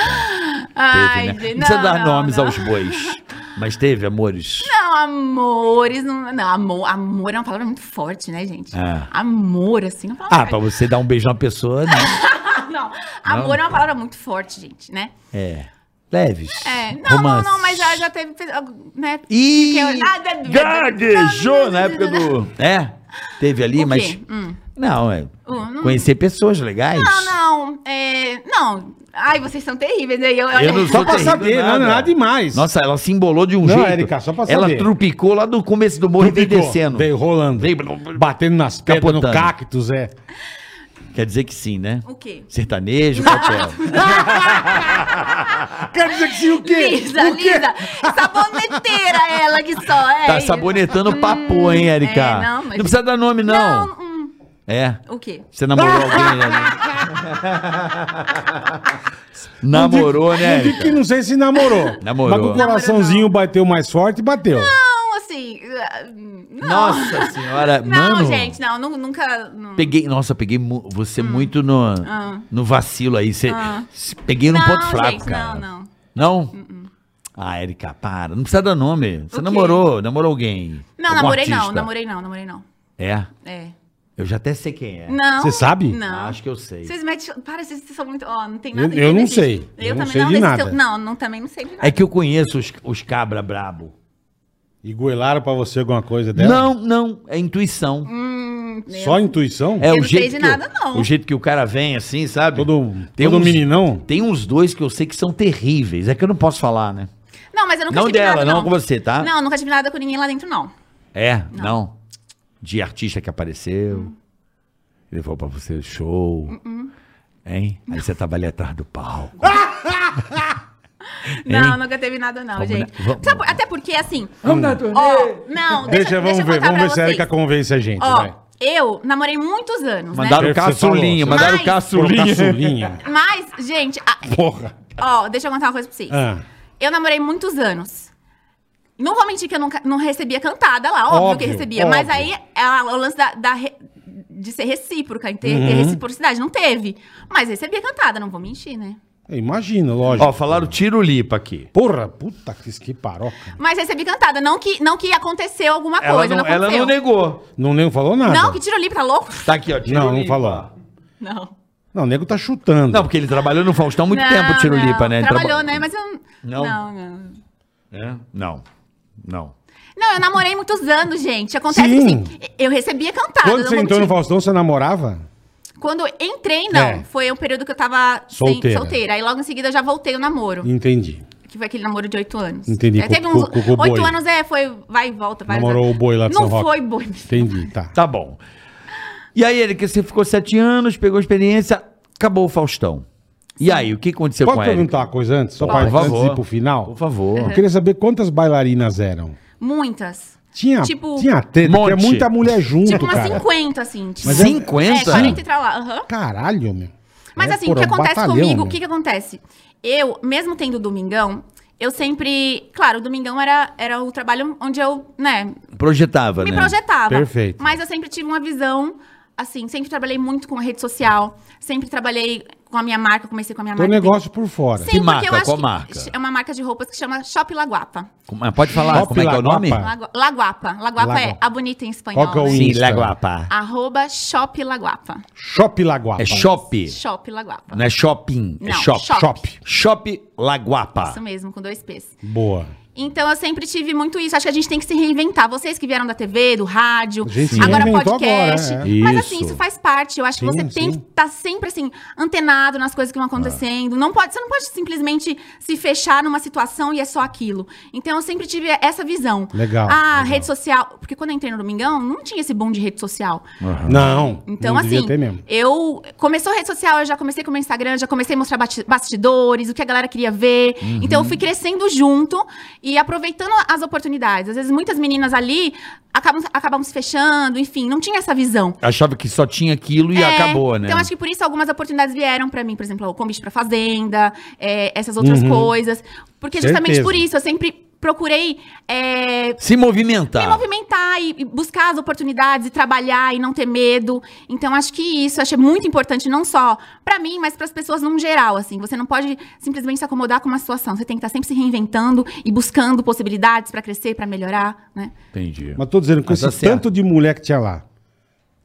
Speaker 1: Ai,
Speaker 3: teve, né?
Speaker 1: gente,
Speaker 3: Não precisa dar
Speaker 1: não,
Speaker 3: nomes
Speaker 1: não.
Speaker 3: aos bois. Mas teve amores.
Speaker 1: Não, amores. Não, não, amor, amor é uma palavra muito forte, né, gente?
Speaker 3: É.
Speaker 1: Amor, assim, é uma
Speaker 3: Ah,
Speaker 1: palavra.
Speaker 3: pra você dar um beijo a uma pessoa, né?
Speaker 1: não, amor é uma palavra muito forte, gente, né?
Speaker 3: É. Leves.
Speaker 1: É, não, não, não, mas já, já teve. Né?
Speaker 3: Ih,
Speaker 1: Fiquei- Ah, da-
Speaker 3: gaguejou na época do... É, teve ali,
Speaker 1: O quê?
Speaker 3: mas...
Speaker 1: Hum.
Speaker 3: Não, é...
Speaker 1: Hum, não-
Speaker 3: Conhecer pessoas legais.
Speaker 1: Não, não. É, não. Ai, vocês são terríveis. né? Eu, eu,
Speaker 3: Eu não
Speaker 2: Só
Speaker 3: sou
Speaker 2: pra
Speaker 3: terrível,
Speaker 2: saber,
Speaker 3: nada.
Speaker 2: não,
Speaker 1: é
Speaker 2: não, nada demais.
Speaker 3: Nossa, ela se embolou de um
Speaker 2: Não,
Speaker 3: jeito.
Speaker 2: Érica, só pra
Speaker 3: Ela
Speaker 2: saber.
Speaker 3: trupicou lá do começo do morro e veio
Speaker 2: Trupicou,
Speaker 3: descendo.
Speaker 2: Veio rolando.
Speaker 3: Veio-
Speaker 2: Batendo nas pedras, no
Speaker 3: Capotando.
Speaker 2: cactus, é.
Speaker 3: Quer dizer que sim, né?
Speaker 1: O quê?
Speaker 3: Sertanejo, papel.
Speaker 2: Quer dizer que sim o quê?
Speaker 1: Lisa,
Speaker 2: o quê?
Speaker 1: Lisa. Saboneteira ela que só é.
Speaker 3: Tá
Speaker 1: isso.
Speaker 3: sabonetando o papo, hein, Érica?
Speaker 1: é,
Speaker 3: não,
Speaker 1: não, mas-
Speaker 3: precisa dar nome, não.
Speaker 1: Não, hum,
Speaker 3: É.
Speaker 1: o quê?
Speaker 3: Você namorou alguém, né? Namorou, né,
Speaker 2: Não digo que
Speaker 3: Érica?
Speaker 2: não sei se namorou.
Speaker 3: Namorou.
Speaker 2: Mas com o coraçãozinho bateu mais forte e bateu.
Speaker 1: Não, assim. ah, Não,
Speaker 3: Nossa senhora,
Speaker 1: não
Speaker 3: mano.
Speaker 1: gente, não. nu- Nunca. não.
Speaker 3: Peguei, nossa, peguei mu- você muito no,
Speaker 1: Ah.
Speaker 3: no vacilo aí. Você,
Speaker 1: Ah.
Speaker 3: se- Peguei num
Speaker 1: Não,
Speaker 3: ponto fraco,
Speaker 1: gente,
Speaker 3: cara.
Speaker 1: não,
Speaker 2: É
Speaker 1: não.
Speaker 3: Não? Ah, Erika, para. Não precisa dar nome. Você
Speaker 1: O quê?
Speaker 3: namorou, namorou alguém.
Speaker 1: Não,
Speaker 2: um
Speaker 3: Algum
Speaker 1: namorei não,
Speaker 3: artista.
Speaker 1: namorei não, namorei não.
Speaker 3: É?
Speaker 1: É.
Speaker 3: Eu já até sei quem é. Ah,
Speaker 1: Não.
Speaker 2: Você sabe? Ah,
Speaker 1: Não.
Speaker 3: Acho que eu sei.
Speaker 1: Vocês metem. Para, vocês são muito. Ó, não tem nada
Speaker 2: Eu- eu não
Speaker 1: inteligente.
Speaker 2: sei. Eu
Speaker 1: Eu,
Speaker 2: não
Speaker 1: também
Speaker 2: sei
Speaker 1: não,
Speaker 2: de
Speaker 1: mas
Speaker 2: nada.
Speaker 1: eu- não, não, também não sei de nada.
Speaker 3: É que eu conheço os, os cabra brabo.
Speaker 2: E goelaram pra você alguma coisa dela?
Speaker 3: Não, não. É intuição.
Speaker 1: Hum, eu-
Speaker 2: Só intuição?
Speaker 3: É
Speaker 1: Eu
Speaker 3: o
Speaker 1: não sei
Speaker 3: jeito
Speaker 1: de
Speaker 3: que eu-
Speaker 1: nada, não.
Speaker 3: O jeito que o cara vem, assim, sabe?
Speaker 2: Todo,
Speaker 3: Tem
Speaker 2: todo
Speaker 3: uns-
Speaker 2: meninão?
Speaker 3: Tem uns dois que eu sei que são terríveis. É que eu não posso falar, né?
Speaker 1: Não, mas eu nunca
Speaker 3: Não
Speaker 1: tive
Speaker 3: dela,
Speaker 1: nada.
Speaker 3: não com você,
Speaker 2: Ah.
Speaker 3: tá?
Speaker 1: Não, nunca tive nada com ninguém lá dentro, não. Hum.
Speaker 3: É, não. De artista que apareceu. Levou pra você show. Hein? Aí você tava ali atrás do palco.
Speaker 1: Não, nunca teve nada, não,
Speaker 3: Vamos
Speaker 1: gente.
Speaker 2: né?
Speaker 3: na- vamos-
Speaker 1: Sabe por- até porque, assim.
Speaker 3: Vamos dar turnê.
Speaker 1: Ó, não, deixa,
Speaker 2: Deixa, vamos
Speaker 1: deixa eu
Speaker 2: ver.
Speaker 1: contar
Speaker 2: Vamos
Speaker 1: pra
Speaker 2: ver se a
Speaker 1: vocês.
Speaker 2: Erika convence a gente. vai.
Speaker 1: Ó, eu namorei muitos anos,
Speaker 3: Mandaram
Speaker 1: né?
Speaker 3: o
Speaker 2: Você falou,
Speaker 3: caçulinha,
Speaker 2: você
Speaker 3: mandaram o
Speaker 1: falou.
Speaker 2: Colocar
Speaker 3: caçulinha.
Speaker 2: caçulinha.
Speaker 1: Mas, gente, a-
Speaker 2: Porra.
Speaker 1: ó, deixa eu contar uma coisa pra vocês.
Speaker 2: Ah.
Speaker 1: Eu namorei muitos anos. Não vou mentir que eu nunca, não recebia cantada lá, óbvio,
Speaker 2: Óbvio,
Speaker 1: que recebia.
Speaker 2: óbvio.
Speaker 1: Mas aí é o lance da, da re- de ser recíproca, ter,
Speaker 2: Uhum.
Speaker 1: ter reciprocidade. Não teve. Mas recebia cantada, não vou mentir, né?
Speaker 2: Imagina, lógico.
Speaker 3: Ó, falaram tiro lipa aqui.
Speaker 2: Porra, puta que, que paroca.
Speaker 1: Mas recebi cantada, não que, não que aconteceu alguma
Speaker 3: Ela,
Speaker 1: coisa.
Speaker 3: não,
Speaker 1: não,
Speaker 3: ela não
Speaker 1: aconteceu.
Speaker 3: negou.
Speaker 2: Não, nem falou nada.
Speaker 1: Não, que tiro livre, tá louco?
Speaker 3: Tá aqui, ó.
Speaker 2: Não, não
Speaker 3: lipa.
Speaker 2: falou.
Speaker 1: Não.
Speaker 2: Não, o nego tá chutando.
Speaker 3: Não, porque ele trabalhou no Faustão muito
Speaker 1: Não,
Speaker 3: tempo, tiro
Speaker 1: não.
Speaker 3: lipa, né? Ele
Speaker 1: Trabalhou,
Speaker 3: traba-
Speaker 1: né? Mas eu.
Speaker 3: Não?
Speaker 1: Não. não, não.
Speaker 3: É? Não. Não.
Speaker 1: eu namorei muitos anos, gente. Acontece
Speaker 2: Sim.
Speaker 1: que assim, eu recebia cantada.
Speaker 2: Quando
Speaker 1: Ah, não
Speaker 2: você
Speaker 1: vou
Speaker 2: entrou no
Speaker 1: mentir.
Speaker 2: Faustão, você namorava?
Speaker 1: Quando eu entrei, não.
Speaker 2: É.
Speaker 1: Foi um período que eu tava sem-
Speaker 2: Solteira.
Speaker 1: solteira. Aí logo em seguida eu já voltei o namoro.
Speaker 2: Entendi.
Speaker 1: Que foi aquele namoro de oito anos.
Speaker 2: Entendi,
Speaker 1: É, teve
Speaker 2: com-
Speaker 1: uns
Speaker 2: com- com o
Speaker 1: oito
Speaker 2: boi.
Speaker 1: anos, é, foi vai e volta. vários
Speaker 2: Namorou
Speaker 1: anos.
Speaker 2: o boi lá de São
Speaker 1: Não
Speaker 2: Roque.
Speaker 1: foi boi.
Speaker 2: Entendi, tá.
Speaker 3: Tá bom. E aí, Erika, você ficou sete anos, pegou experiência, acabou o Faustão. E aí, o que aconteceu
Speaker 2: Pode
Speaker 3: com ela?
Speaker 2: perguntar uma coisa antes? Só
Speaker 3: Por
Speaker 2: pra antes
Speaker 3: favor.
Speaker 2: de ir pro final?
Speaker 3: Por favor.
Speaker 2: Eu queria saber quantas bailarinas eram.
Speaker 1: Muitas.
Speaker 2: Tinha,
Speaker 1: Tipo-
Speaker 2: tinha treta,
Speaker 3: Monte.
Speaker 2: porque é muita mulher junto,
Speaker 1: Tipo umas
Speaker 2: cara.
Speaker 1: 50, assim. Tipo,
Speaker 2: Mas é-
Speaker 3: 50?
Speaker 1: É, 40 e tal lá. aham.
Speaker 2: Caralho, meu.
Speaker 1: Mas
Speaker 2: É,
Speaker 1: assim, o
Speaker 2: porra,
Speaker 1: que
Speaker 2: um
Speaker 1: acontece
Speaker 2: batalhão,
Speaker 1: comigo, o
Speaker 2: meu.
Speaker 1: que, que acontece? Eu, mesmo tendo Domingão, eu sempre. Claro, o Domingão era, era o trabalho onde eu, né,
Speaker 3: Projetava,
Speaker 1: me
Speaker 3: né?
Speaker 1: projetava.
Speaker 2: Perfeito.
Speaker 1: Mas eu sempre tive uma visão, assim, sempre trabalhei muito com a rede social, sempre trabalhei com a minha marca, comecei com a minha
Speaker 2: Teu
Speaker 1: marca.
Speaker 2: um Então, negócio por fora.
Speaker 1: é Sim,
Speaker 3: Que
Speaker 1: porque
Speaker 3: marca?
Speaker 1: eu acho
Speaker 3: Qual
Speaker 1: que
Speaker 3: marca?
Speaker 1: É uma marca de roupas que chama Shop Laguapa.
Speaker 3: Mas Pode falar,
Speaker 2: Top
Speaker 3: como é que é o nome?
Speaker 2: Laguapa.
Speaker 1: Lagu- Laguapa. Laguapa
Speaker 2: Laguapa.
Speaker 1: é a bonita em espanhol.
Speaker 2: Ah. Qual que é o
Speaker 1: né?
Speaker 2: in- Insta.
Speaker 3: Laguapa.
Speaker 1: Arroba Shop Laguapa.
Speaker 2: Shop Laguapa.
Speaker 3: É shop,
Speaker 1: Shop Laguapa.
Speaker 2: Né?
Speaker 3: não é shopping, é
Speaker 1: Não,
Speaker 3: shop.
Speaker 1: shop.
Speaker 3: Shop, Shop Laguapa.
Speaker 1: Isso mesmo, com dois P's.
Speaker 2: Boa.
Speaker 1: Então eu sempre tive muito isso. Acho que a gente tem que se reinventar. Vocês que vieram da TV, do rádio,
Speaker 2: A gente se
Speaker 1: agora
Speaker 2: reinventou
Speaker 1: podcast.
Speaker 2: agora,
Speaker 3: é.
Speaker 1: Mas
Speaker 3: Isso.
Speaker 1: assim, isso faz parte. Eu acho que
Speaker 2: Sim,
Speaker 1: você
Speaker 2: sim.
Speaker 1: tem que estar sempre assim, antenado nas coisas que vão acontecendo. Não pode, você não pode simplesmente se fechar numa situação e é só aquilo. Então eu sempre tive essa visão.
Speaker 2: Legal,
Speaker 1: Ah,
Speaker 2: legal.
Speaker 1: rede social. Porque quando eu entrei no Domingão, não tinha esse boom de rede social.
Speaker 3: Ah.
Speaker 2: Não.
Speaker 1: Então,
Speaker 2: não devia
Speaker 1: assim,
Speaker 2: ter mesmo.
Speaker 1: eu começou a rede social, eu já comecei com o meu Instagram, já comecei a mostrar bati- bastidores, o que a galera queria ver.
Speaker 2: Uhum.
Speaker 1: Então eu fui crescendo junto e aproveitando as oportunidades. Às vezes muitas meninas ali acabam, acabam se fechando, enfim, não tinha essa visão.
Speaker 3: Achava que só tinha aquilo e
Speaker 1: É,
Speaker 3: acabou, né?
Speaker 1: Então acho que por isso algumas oportunidades vieram pra mim, por exemplo, o convite pra fazenda, é, essas outras coisas. Porque justamente
Speaker 2: Uhum. Certeza.
Speaker 1: por isso eu sempre procurei é,
Speaker 3: Se movimentar.
Speaker 1: me movimentar e, e buscar as oportunidades e trabalhar e não ter medo. Então acho que isso eu achei muito importante não só pra mim, mas pras pessoas num geral assim. Você não pode simplesmente se acomodar com uma situação. Você tem que estar sempre se reinventando e buscando possibilidades pra crescer, pra melhorar, né?
Speaker 3: Entendi.
Speaker 2: Mas tô dizendo, com
Speaker 3: Mas
Speaker 2: esse
Speaker 3: tá certo.
Speaker 2: tanto de mulher que tinha lá,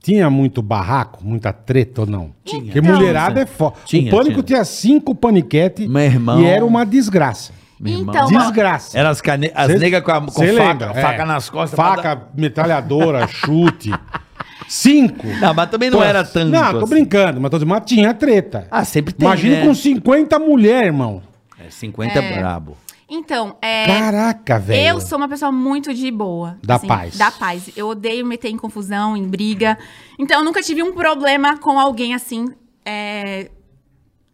Speaker 2: tinha muito barraco, muita treta ou não?
Speaker 1: Tinha.
Speaker 2: Porque
Speaker 1: Então-
Speaker 2: mulherada é foda.
Speaker 3: Tinha,
Speaker 2: O Pânico
Speaker 3: tinha.
Speaker 2: tinha cinco paniquete
Speaker 3: Meu irmão.
Speaker 2: e era uma desgraça.
Speaker 3: Meu irmão.
Speaker 1: Então, ó,
Speaker 2: Desgraça.
Speaker 3: Era as, cane... as
Speaker 2: Cê-
Speaker 3: negas com, a- com
Speaker 2: cê
Speaker 3: faca,
Speaker 2: lembra, é.
Speaker 3: faca nas costas. pra
Speaker 2: Faca, metralhadora, chute. Cinco.
Speaker 3: dar- Não, mas também não
Speaker 2: Pô,
Speaker 3: era tanto.
Speaker 2: Não, tô
Speaker 3: assim.
Speaker 2: brincando, mas tô dizendo, mas tinha treta.
Speaker 3: Ah, sempre tem,
Speaker 2: Imagina
Speaker 3: né?
Speaker 2: com 50 mulheres, irmão.
Speaker 3: É, 50 é brabo.
Speaker 1: Então, é
Speaker 2: Caraca, velho.
Speaker 1: Eu sou uma pessoa muito de boa. assim,
Speaker 2: Da paz.
Speaker 1: Da paz. Eu odeio meter em confusão, em briga. Então, eu nunca tive um problema com alguém assim. é,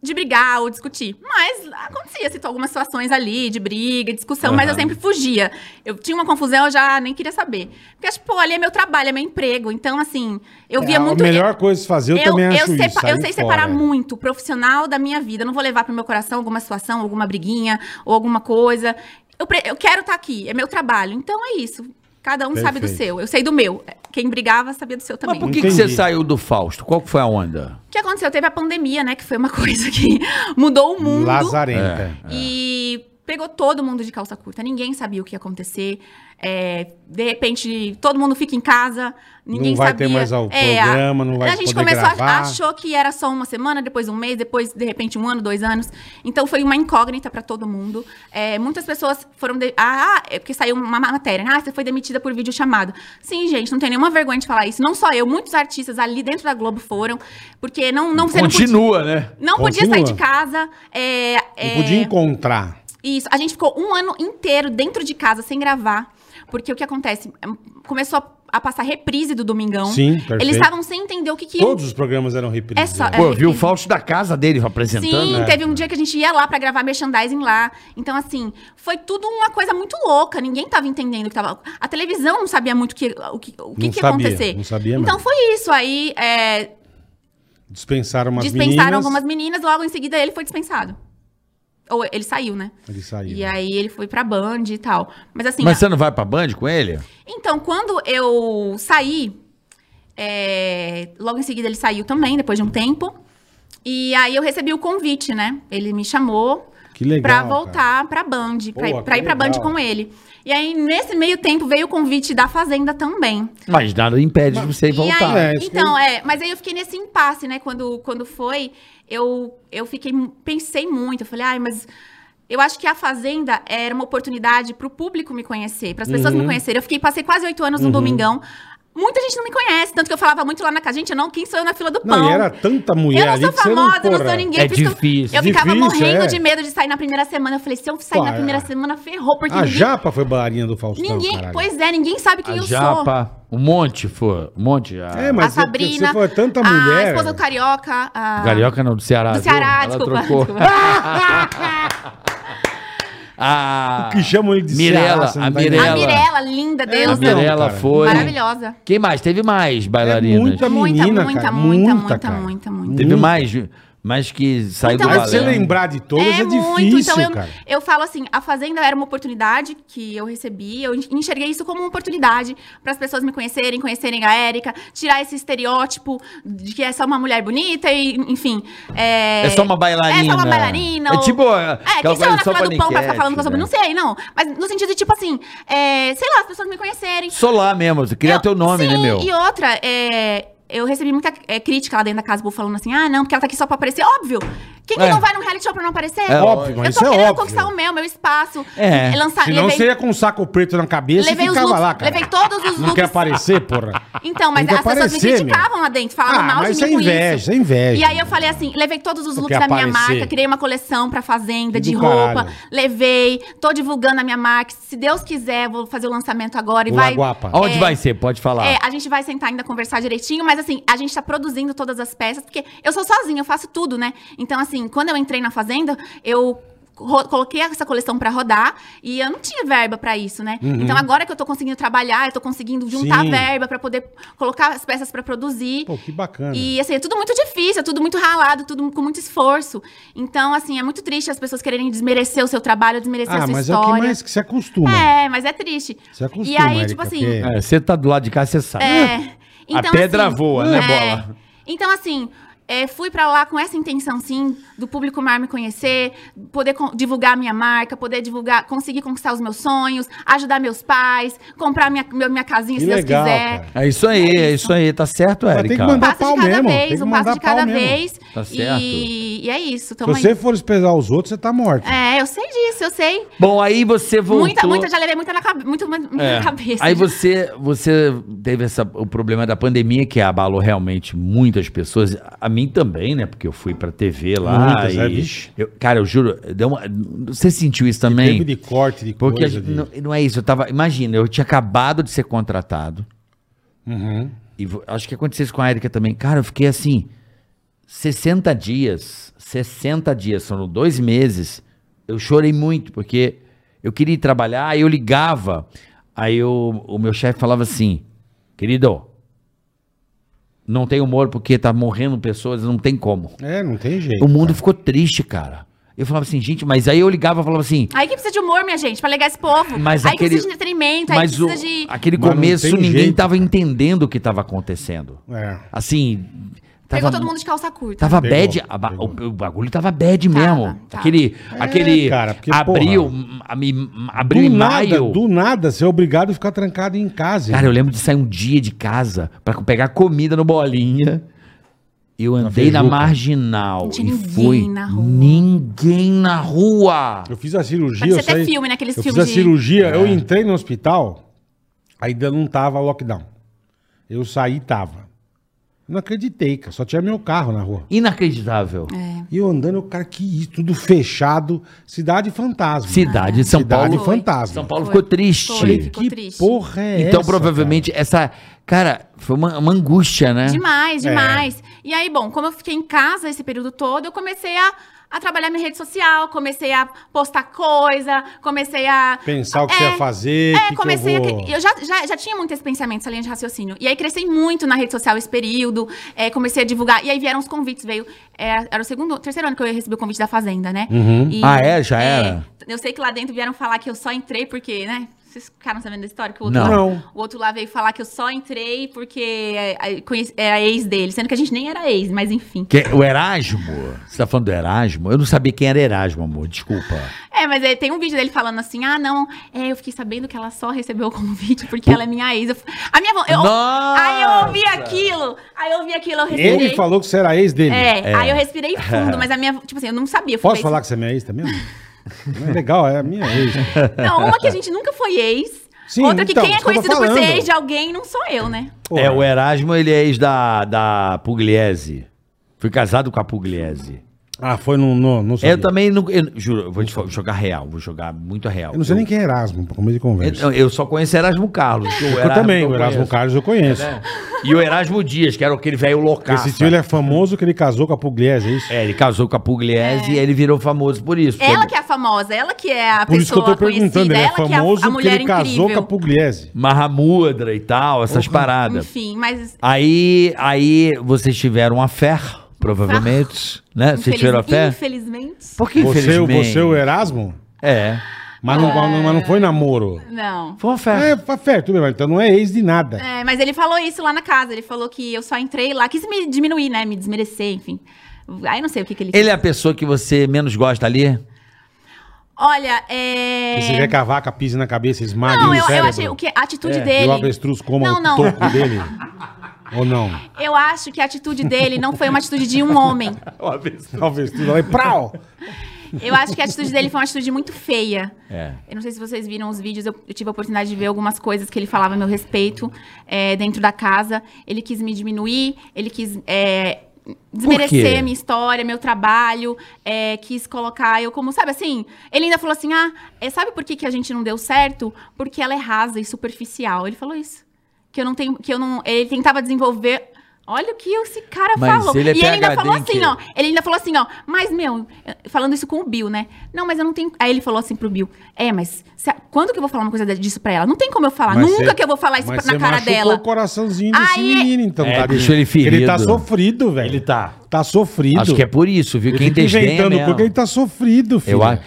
Speaker 1: de brigar ou discutir. Mas acontecia, citou algumas situações ali, de briga, discussão, mas eu
Speaker 3: Aham.
Speaker 1: sempre fugia. Eu tinha uma confusão, eu já nem queria saber. Porque, acho, pô, ali é meu trabalho, é meu emprego. Então, assim, eu via
Speaker 2: É,
Speaker 1: muito.
Speaker 2: A melhor coisa de fazer, eu, também acho
Speaker 1: sepa-
Speaker 2: isso.
Speaker 1: eu
Speaker 2: sair fora.
Speaker 1: sei separar muito o profissional da minha vida. Eu não vou levar pro meu coração alguma situação, alguma briguinha ou alguma coisa. Eu, pre- eu quero estar aqui, é meu trabalho. Então é isso. Cada um sabe do
Speaker 2: Perfeito.
Speaker 1: seu. Eu sei do meu. Quem brigava sabia do seu
Speaker 3: Mas
Speaker 1: também.
Speaker 3: por que, que
Speaker 2: Entendi.
Speaker 3: você saiu do Fausto? Qual que foi a onda?
Speaker 1: O que aconteceu? Teve a pandemia, né? Que foi uma coisa que mudou o mundo.
Speaker 2: Lazarenta.
Speaker 1: E pegou todo mundo de calça curta. Ninguém sabia o que ia acontecer. É, de repente, todo mundo fica em casa. Ninguém
Speaker 2: Não vai
Speaker 1: sabia.
Speaker 2: ter mais ao
Speaker 1: É, a-
Speaker 2: programa, não vai
Speaker 1: A gente
Speaker 2: poder
Speaker 1: começou a-
Speaker 2: gravar.
Speaker 1: achou que era só uma semana, depois um mês, depois, de repente, um ano, dois anos. Então foi uma incógnita para todo mundo. É, muitas pessoas foram. de- Ah, é porque saiu uma ma- matéria. né? Ah, você foi demitida por vídeo chamado. Sim, gente, não tem nenhuma vergonha de falar isso. Não só eu, muitos artistas ali dentro da Globo foram, porque não, não, você não podia-
Speaker 3: Continua, né?
Speaker 1: não podia,
Speaker 2: Continua.
Speaker 1: sair de casa. é,
Speaker 2: Não
Speaker 1: é,
Speaker 2: podia encontrar.
Speaker 1: isso. A gente ficou um ano inteiro dentro de casa sem gravar. Porque o que acontece? Hum, Começou a- a passar reprise do Domingão.
Speaker 2: Sim, perfeito.
Speaker 1: Então, Eles estavam sem entender o que que...
Speaker 2: Todos os programas eram reprisos.
Speaker 1: É só-
Speaker 2: né?
Speaker 3: Pô, eu
Speaker 1: É,
Speaker 3: vi o
Speaker 1: e-
Speaker 3: Fausto da casa dele apresentando.
Speaker 1: Sim,
Speaker 2: né?
Speaker 1: teve um dia que a gente ia lá pra gravar merchandising lá. Então, assim, foi tudo uma coisa muito louca. Ninguém tava entendendo o que tava. A televisão não sabia muito que- o que, o que,
Speaker 2: Não
Speaker 1: que ia
Speaker 2: sabia,
Speaker 1: acontecer.
Speaker 2: não sabia mesmo.
Speaker 1: então, foi isso. Aí, é,
Speaker 2: Dispensaram umas
Speaker 1: dispensaram
Speaker 2: meninas.
Speaker 1: algumas meninas. Logo em seguida, ele foi dispensado. Ou ele saiu, né?
Speaker 2: Ele saiu.
Speaker 1: E aí, ele foi pra Band e tal. Mas, assim,
Speaker 3: Mas
Speaker 1: a-
Speaker 3: você não vai pra Band com ele?
Speaker 1: Então, quando eu saí, é, logo em seguida ele saiu também, depois de um tempo. E aí eu recebi o convite, né? Ele me chamou
Speaker 2: Que legal,
Speaker 1: pra voltar pra Band, pra,
Speaker 2: Pô,
Speaker 1: ir- pra
Speaker 2: que
Speaker 1: ir pra Band
Speaker 2: legal.
Speaker 1: com ele. E aí, nesse meio tempo, veio o convite da Fazenda também.
Speaker 3: Mas nada impede de você ir
Speaker 1: E
Speaker 3: voltar.
Speaker 1: aí,
Speaker 2: É, isso
Speaker 1: então, é, mas aí eu fiquei nesse impasse, né? Quando, quando foi, eu, eu fiquei, pensei muito, eu falei, ai, mas eu acho que a Fazenda era uma oportunidade pro público me conhecer, para as pessoas
Speaker 2: Uhum.
Speaker 1: me conhecerem. Eu fiquei, passei quase oito anos no Domingão. Muita gente não me conhece, tanto que eu falava muito lá na casa, gente, eu não, quem sou eu na fila do pão?
Speaker 2: Não, e era tanta mulher
Speaker 1: Eu não
Speaker 2: ali
Speaker 1: sou
Speaker 2: que você
Speaker 1: famosa, eu não
Speaker 2: porra,
Speaker 1: sou ninguém.
Speaker 3: É
Speaker 1: por isso que eu-
Speaker 3: difícil.
Speaker 1: Eu ficava
Speaker 2: Difícil,
Speaker 1: morrendo
Speaker 2: é.
Speaker 1: de medo de sair na primeira semana. Eu falei, se eu sair
Speaker 2: Pô,
Speaker 1: na primeira
Speaker 2: é.
Speaker 1: semana, ferrou, porque
Speaker 2: A
Speaker 1: ninguém...
Speaker 2: Japa foi bainha do Faustão,
Speaker 1: ninguém
Speaker 2: caralho.
Speaker 1: pois é, ninguém sabe quem
Speaker 3: A
Speaker 1: eu sou.
Speaker 3: Japa, um monte, foi. Um monte. A...
Speaker 2: É, mas
Speaker 1: a Sabrina,
Speaker 2: você foi tanta
Speaker 1: a
Speaker 2: mulher.
Speaker 1: esposa do Carioca, a...
Speaker 3: Carioca não, do Ceará.
Speaker 1: do
Speaker 3: viu?
Speaker 1: Ceará,
Speaker 3: Ela
Speaker 1: desculpa.
Speaker 3: trocou.
Speaker 1: desculpa.
Speaker 3: A...
Speaker 2: que chamam ele de Ceará,
Speaker 3: Mirella,
Speaker 2: você não
Speaker 3: a
Speaker 2: tá entendendo.
Speaker 1: é. A
Speaker 3: Mirella.
Speaker 1: Mirella, é linda,
Speaker 3: Ah, A
Speaker 1: Deus.
Speaker 3: Mirella
Speaker 2: cara.
Speaker 3: foi.
Speaker 1: Maravilhosa.
Speaker 3: Quem mais? Teve mais bailarinas.
Speaker 2: É muita
Speaker 1: Muita,
Speaker 2: menina,
Speaker 1: muita,
Speaker 2: cara,
Speaker 1: muita,
Speaker 2: muita,
Speaker 1: muita,
Speaker 2: cara.
Speaker 1: muita, muita.
Speaker 3: Teve mais, mais que saiu do
Speaker 1: Então,
Speaker 2: Mas
Speaker 1: Valendo.
Speaker 2: pra você
Speaker 3: balé.
Speaker 2: lembrar de todas é, difícil,
Speaker 1: Então eu,
Speaker 2: cara.
Speaker 1: eu falo assim, a Fazenda era uma oportunidade que eu recebi, eu enxerguei isso como uma oportunidade para as pessoas me conhecerem, conhecerem a Érica, tirar esse estereótipo de que é só uma mulher bonita e, enfim. É,
Speaker 3: É só uma bailarina.
Speaker 1: É só uma bailarina.
Speaker 3: É
Speaker 1: ou-
Speaker 3: tipo, é,
Speaker 1: É,
Speaker 3: aquela
Speaker 1: quem sou eu na
Speaker 3: coisa
Speaker 1: fila do pão pra ficar
Speaker 3: paniquete,
Speaker 1: falando coisa sobre.
Speaker 3: né?
Speaker 1: Não sei, não. Mas no sentido de, tipo assim, é, sei lá, as pessoas me conhecerem.
Speaker 3: Solar mesmo, você cria
Speaker 1: Eu-
Speaker 3: teu nome,
Speaker 1: sim,
Speaker 3: né, meu?
Speaker 1: E outra, é, eu recebi muita é, crítica lá dentro da Casa Bull falando assim: ah, não, porque ela tá aqui só pra aparecer. Óbvio! Quem que
Speaker 3: É.
Speaker 1: não vai num reality show pra não aparecer?
Speaker 3: É
Speaker 2: óbvio, mas
Speaker 1: Eu
Speaker 2: isso
Speaker 1: tô
Speaker 2: é
Speaker 1: querendo
Speaker 2: óbvio.
Speaker 1: conquistar o meu, meu espaço.
Speaker 3: É.
Speaker 1: Lançar,
Speaker 2: Senão
Speaker 1: levei,
Speaker 2: você ia com um saco preto na cabeça
Speaker 1: levei
Speaker 2: e
Speaker 1: os
Speaker 2: ficava
Speaker 1: looks,
Speaker 2: lá, cara.
Speaker 1: levei todos os
Speaker 2: Não quer
Speaker 1: looks.
Speaker 2: aparecer, porra?
Speaker 1: Então, mas
Speaker 2: Tem que
Speaker 1: as pessoas me
Speaker 2: aparecer,
Speaker 1: criticavam lá dentro, falavam
Speaker 2: Ah,
Speaker 1: mal
Speaker 2: mas
Speaker 1: de mim
Speaker 2: isso é
Speaker 1: com
Speaker 2: inveja,
Speaker 1: isso.
Speaker 2: isso é inveja.
Speaker 1: E aí eu falei assim, levei todos os
Speaker 2: Não
Speaker 1: looks
Speaker 2: quer
Speaker 1: da minha
Speaker 2: aparecer.
Speaker 1: marca, criei uma coleção pra fazenda
Speaker 2: Que
Speaker 1: de
Speaker 2: do
Speaker 1: roupa,
Speaker 2: caralho.
Speaker 1: levei, tô divulgando a minha marca. Se Deus quiser, vou fazer o lançamento agora e
Speaker 2: O
Speaker 1: vai
Speaker 2: Laguapa.
Speaker 3: Onde
Speaker 1: É.
Speaker 3: vai ser? Pode falar.
Speaker 1: é, a gente vai sentar ainda conversar direitinho, mas assim, a gente tá produzindo todas as peças, porque eu sou sozinha, eu faço tudo, né? Então, assim, quando eu entrei na fazenda, eu ro- coloquei essa coleção pra rodar e eu não tinha verba pra isso, né? Então agora que eu tô conseguindo trabalhar, eu tô conseguindo juntar
Speaker 2: Uhum. Sim.
Speaker 1: verba pra poder colocar as peças pra produzir.
Speaker 2: Pô, que bacana.
Speaker 1: E assim, é tudo muito difícil, é tudo muito ralado, tudo com muito esforço. Então, assim, é muito triste as pessoas quererem desmerecer o seu trabalho, desmerecer a
Speaker 2: Ah,
Speaker 1: sua
Speaker 2: mas é o que
Speaker 1: história.
Speaker 2: mais que se acostuma.
Speaker 1: É, mas é triste.
Speaker 2: Se acostuma,
Speaker 1: e aí,
Speaker 2: Erika,
Speaker 1: tipo assim,
Speaker 2: porque-
Speaker 3: É, você tá do lado de cá, você sabe.
Speaker 1: é. Então,
Speaker 3: a pedra
Speaker 1: assim,
Speaker 3: voa, né,
Speaker 1: é.
Speaker 3: bola?
Speaker 1: Então, assim, é, fui pra lá com essa intenção, sim, do público mais me conhecer, poder con- divulgar minha marca, poder divulgar, conseguir conquistar os meus sonhos, ajudar meus pais, comprar minha, meu- minha casinha,
Speaker 2: Que
Speaker 1: se
Speaker 2: legal,
Speaker 1: Deus quiser.
Speaker 2: cara.
Speaker 3: É isso aí, é isso aí. Tá certo,
Speaker 2: Mas tem que
Speaker 3: Érica?
Speaker 1: Um
Speaker 2: mandar- Dá
Speaker 1: passo
Speaker 2: pau
Speaker 1: de cada
Speaker 2: mesmo, tem
Speaker 1: vez,
Speaker 2: que
Speaker 1: um passo
Speaker 2: mandar
Speaker 1: de cada
Speaker 2: pau mesmo.
Speaker 1: vez.
Speaker 3: Tá certo.
Speaker 1: E, e é isso,
Speaker 2: Se
Speaker 1: tamo aí.
Speaker 2: você for pesar os outros, você tá morto.
Speaker 1: É, eu sei disso, eu sei.
Speaker 3: Bom, aí você voltou...
Speaker 1: Muita, muita, já levei muita na, cabe- muito, muito
Speaker 3: É.
Speaker 1: na cabeça.
Speaker 3: Aí você, você teve essa, o problema da pandemia que abalou realmente muitas pessoas, a mim também, né? Porque eu fui pra TV lá.
Speaker 2: Muitas,
Speaker 3: e
Speaker 2: é, vixe.
Speaker 3: eu- cara, eu juro, deu uma- você sentiu isso também?
Speaker 2: Tempo de corte, de
Speaker 3: Porque a
Speaker 2: coisa.
Speaker 3: gente-
Speaker 2: de-
Speaker 3: não, não é isso, eu tava. Imagina, eu tinha acabado de ser contratado.
Speaker 2: Uhum.
Speaker 3: E vo- acho que aconteceu isso com a Erika também. Cara, eu fiquei assim, 60 dias, 60 dias, foram dois meses. Eu chorei muito, porque eu queria ir trabalhar, aí eu ligava. Aí eu- o meu chefe falava assim, querido, não tem humor porque tá morrendo pessoas, não tem como.
Speaker 2: É, não tem jeito.
Speaker 3: O mundo ficou triste, cara. Eu falava assim, gente, mas aí eu ligava e falava assim,
Speaker 1: Aí que precisa de humor, minha gente, pra ligar esse povo.
Speaker 3: Mas
Speaker 1: aí
Speaker 3: aquele-
Speaker 1: que precisa de entretenimento, então aí que
Speaker 3: mas o-
Speaker 1: precisa de.
Speaker 3: aquele
Speaker 2: Mas não
Speaker 3: começo
Speaker 2: tem
Speaker 3: ninguém
Speaker 2: jeito,
Speaker 3: tava entendendo o que tava acontecendo.
Speaker 2: É.
Speaker 3: Assim, tava
Speaker 1: Pegou todo mundo de calça curta.
Speaker 3: Tava
Speaker 2: Pegou,
Speaker 3: bad, a ba-
Speaker 2: pegou.
Speaker 3: O, o bagulho tava bad mesmo.
Speaker 1: tava. É,
Speaker 3: Aquele, aquele
Speaker 2: cara, porque,
Speaker 3: abril,
Speaker 2: porra,
Speaker 3: m- a- me- abril e
Speaker 2: do nada,
Speaker 3: maio.
Speaker 2: do nada, você é obrigado a ficar trancado em casa.
Speaker 3: Cara, eu lembro de sair um dia de casa pra pegar comida no bolinha. Eu andei na,
Speaker 2: Feijuca.
Speaker 3: marginal
Speaker 1: Não tinha
Speaker 3: e
Speaker 1: ninguém
Speaker 3: fui
Speaker 1: na rua.
Speaker 3: ninguém na rua.
Speaker 2: Eu fiz a cirurgia.
Speaker 1: Parecia
Speaker 2: eu
Speaker 1: até
Speaker 2: saí-
Speaker 1: filme, né? Aqueles
Speaker 2: eu
Speaker 1: filmes
Speaker 2: fiz a
Speaker 1: de-
Speaker 2: cirurgia, eu
Speaker 3: É.
Speaker 2: entrei no hospital, ainda não tava lockdown. Eu saí e tava. Não acreditei, cara. Só tinha meu carro na rua.
Speaker 3: Inacreditável.
Speaker 1: É.
Speaker 2: E eu andando, eu, cara, que isso, tudo fechado. Cidade fantasma.
Speaker 3: Cidade de São
Speaker 2: Cidade
Speaker 3: Paulo.
Speaker 1: Foi.
Speaker 2: fantasma.
Speaker 3: São Paulo
Speaker 1: Foi.
Speaker 3: ficou triste.
Speaker 1: Foi.
Speaker 2: Que
Speaker 1: Ficou triste.
Speaker 2: porra é
Speaker 3: Então,
Speaker 2: essa,
Speaker 3: provavelmente, essa. Cara, foi uma, uma angústia, né?
Speaker 1: Demais,
Speaker 2: É.
Speaker 1: demais. E aí, bom, como eu fiquei em casa esse período todo, eu comecei a, a trabalhar minha rede social, comecei a postar coisa, comecei a.
Speaker 2: Pensar o que você ia fazer,
Speaker 1: É,
Speaker 2: que que
Speaker 1: comecei
Speaker 2: eu
Speaker 1: a.
Speaker 2: vou-
Speaker 1: que- Eu já, já, já tinha muito esse pensamento, essa linha de raciocínio. E aí cresci muito na rede social esse período, é, comecei a divulgar. E aí vieram os convites, veio. Era, era o segundo, terceiro ano que eu recebi o convite da Fazenda, né?
Speaker 2: Uhum.
Speaker 1: E-
Speaker 3: Ah, é? Já era?
Speaker 1: Eu sei que lá dentro vieram falar que eu só entrei porque, né? Vocês ficaram sabendo da história? Que o outro
Speaker 3: Não.
Speaker 1: Lá,
Speaker 2: Não.
Speaker 1: O outro lá veio falar que eu só entrei porque é, é, conheci- era ex dele, sendo que a gente nem era ex, mas enfim.
Speaker 3: Que- o Erasmo? Você tá falando do Erasmo? Eu não sabia quem era Erasmo, amor. Desculpa.
Speaker 1: É, mas é, tem um vídeo dele falando assim: ah, não, é, eu fiquei sabendo que ela só recebeu o convite porque ela é minha ex. Eu f- a minha. vo- Eu,
Speaker 3: Nossa!
Speaker 1: Aí eu ouvi aquilo, aí eu ouvi aquilo, eu respirei.
Speaker 2: Ele falou que você era ex dele.
Speaker 1: É, aí eu respirei fundo, mas a minha. Tipo assim, eu não sabia. eu
Speaker 2: Posso
Speaker 1: falei
Speaker 2: falar que você é minha ex também? Não é legal, é a minha ex.
Speaker 1: assim, Não, uma que a gente nunca foi ex.
Speaker 2: Sim,
Speaker 1: outra que
Speaker 2: então,
Speaker 1: quem é
Speaker 2: isso que eu tô
Speaker 1: conhecido por ser
Speaker 2: falando.
Speaker 1: ex de alguém não sou eu, né?
Speaker 2: Porra.
Speaker 3: É, o Erasmo, ele é ex da, da Pugliese. Fui casado com a Pugliese.
Speaker 2: Ah, foi no. no, no
Speaker 3: Eu também não. eu- juro, eu vou te fa- jogar real, vou jogar muito real.
Speaker 2: Eu não sei nem quem é Erasmo, pra começo de
Speaker 3: Eu,
Speaker 2: conversa.
Speaker 3: eu- eu só conheço Erasmo Carlos. que o
Speaker 2: Eu,
Speaker 3: Erasmo
Speaker 2: também,
Speaker 3: eu
Speaker 2: o Erasmo
Speaker 3: conheço. É, né?
Speaker 2: Carlos eu conheço.
Speaker 3: E o Erasmo Dias, que era aquele velho loucaço.
Speaker 2: Esse tio ele é famoso que ele casou com a Pugliese, é isso?
Speaker 3: É, ele casou com a Pugliese e ele virou famoso por isso.
Speaker 1: É. Ela
Speaker 3: Porque-
Speaker 1: que é a famosa, ela que é a
Speaker 2: Por isso que eu
Speaker 1: pessoa
Speaker 2: tô perguntando,
Speaker 1: conhecida,
Speaker 2: ele é
Speaker 1: ela que é a,
Speaker 2: famoso
Speaker 1: a
Speaker 2: porque
Speaker 1: mulher
Speaker 2: ele casou
Speaker 1: incrível.
Speaker 2: com a Pugliese.
Speaker 3: Marramudra e tal, essas
Speaker 2: Uhum.
Speaker 3: paradas.
Speaker 1: Enfim, mas
Speaker 3: Aí, aí vocês tiveram uma fé, provavelmente, né? Vocês
Speaker 1: infeliz-
Speaker 3: tiveram a fé?
Speaker 1: infelizmente,
Speaker 3: Porque
Speaker 2: Você, você é o Erasmo?
Speaker 3: É.
Speaker 2: Mas não, mas não foi namoro.
Speaker 1: não.
Speaker 3: Foi uma fé.
Speaker 2: É, tá certo, tudo bem, mas então não é ex de nada.
Speaker 1: É, mas ele falou isso lá na casa, ele falou que eu só entrei lá, quis me diminuir, né, me desmerecer, enfim. Aí não sei o que, que ele...
Speaker 3: Ele é a pessoa que você menos gosta ali?
Speaker 1: Olha,
Speaker 2: Que
Speaker 1: é...
Speaker 2: Você quer que a vaca pise na cabeça, esmague
Speaker 1: Não,
Speaker 2: no
Speaker 1: eu, eu
Speaker 2: cérebro?
Speaker 1: achei o que a atitude
Speaker 3: É,
Speaker 2: E
Speaker 1: dele...
Speaker 2: o avestruz coma
Speaker 1: Não,
Speaker 2: o
Speaker 1: não.
Speaker 2: toco dele? Ou não?
Speaker 1: Eu acho que a atitude dele não foi uma atitude de um homem.
Speaker 2: O avestruz vai, prau!
Speaker 1: Eu acho que a atitude dele foi uma atitude muito feia.
Speaker 3: É.
Speaker 1: Eu não sei se vocês viram os vídeos, eu, eu tive a oportunidade de ver algumas coisas que ele falava a meu respeito é, dentro da casa. Ele quis me diminuir, ele quis é,
Speaker 3: Por quê?
Speaker 1: desmerecer minha história, meu trabalho, é, quis colocar eu como, sabe assim? Ele ainda falou assim: ah, é, sabe por que, que a gente não deu certo? Porque ela é rasa e superficial. Ele falou isso. Que eu não tenho. Que eu não. Ele tentava desenvolver. Olha o que esse cara
Speaker 3: Mas
Speaker 1: falou.
Speaker 3: ele é
Speaker 1: e ele ainda
Speaker 3: PhD
Speaker 1: falou
Speaker 3: em quê?
Speaker 1: assim, ó. Ele ainda falou assim, ó. Mas, meu, falando isso com o Bill, né? Não, mas eu não tenho. Aí ele falou assim pro Bill: É, mas se a- quando que eu vou falar uma coisa disso pra ela? Não tem como eu falar.
Speaker 2: Mas
Speaker 1: Nunca
Speaker 2: cê-
Speaker 1: que eu vou falar isso
Speaker 2: mas
Speaker 1: pra-
Speaker 2: cê
Speaker 1: na cara
Speaker 2: machucou
Speaker 1: dela.
Speaker 2: o coraçãozinho desse
Speaker 1: Aí-
Speaker 2: menino, então,
Speaker 3: É,
Speaker 2: tadinho.
Speaker 3: deixou ele ferido.
Speaker 2: Ele tá sofrido, velho.
Speaker 5: Ele tá.
Speaker 2: Tá sofrido.
Speaker 3: Acho que é por isso, viu?
Speaker 2: Ele
Speaker 3: Quem é
Speaker 2: fica
Speaker 3: desdenha
Speaker 2: inventando
Speaker 3: mesmo.
Speaker 2: porque ele tá sofrido, filho.
Speaker 3: Eu acho-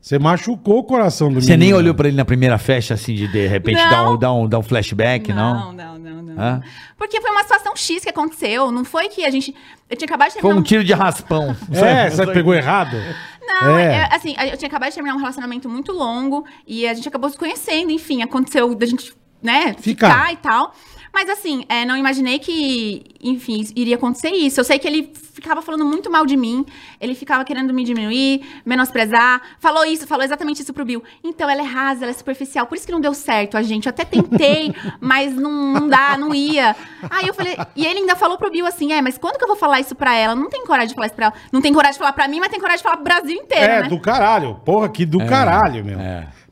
Speaker 2: Você machucou o coração do
Speaker 3: Você nem
Speaker 2: menino. né?
Speaker 3: olhou pra ele na primeira festa, assim, de de repente
Speaker 1: Não.
Speaker 3: dar um, dar um, dar um flashback, não?
Speaker 1: Não, não, não, não.
Speaker 3: Hã?
Speaker 1: Porque foi uma situação X que aconteceu. Não foi que a gente. Eu tinha acabado de
Speaker 3: Foi
Speaker 1: terminar.
Speaker 3: um
Speaker 1: um-
Speaker 3: tiro de raspão.
Speaker 2: É, você pegou errado.
Speaker 1: Não,
Speaker 2: É.
Speaker 1: é, assim, eu tinha acabado de terminar um relacionamento muito longo e a gente acabou se conhecendo, enfim, aconteceu da gente, né,
Speaker 2: Ficar.
Speaker 1: ficar, e tal. Mas assim, é, não imaginei que, enfim, isso- iria acontecer isso. Eu sei que ele ficava falando muito mal de mim, ele ficava querendo me diminuir, menosprezar. Falou isso, falou exatamente isso pro Bill. Então, ela é rasa, ela é superficial, por isso que não deu certo a gente. Eu até tentei, mas não, não dá, não ia. Aí eu falei, e ele ainda falou pro Bill assim: é, mas quando que eu vou falar isso pra ela? Não tem coragem de falar isso pra ela. Não tem coragem de falar pra mim, mas tem coragem de falar pro Brasil inteiro.
Speaker 2: É,
Speaker 1: né?
Speaker 2: do caralho. Porra, que
Speaker 3: É,
Speaker 2: do caralho, meu.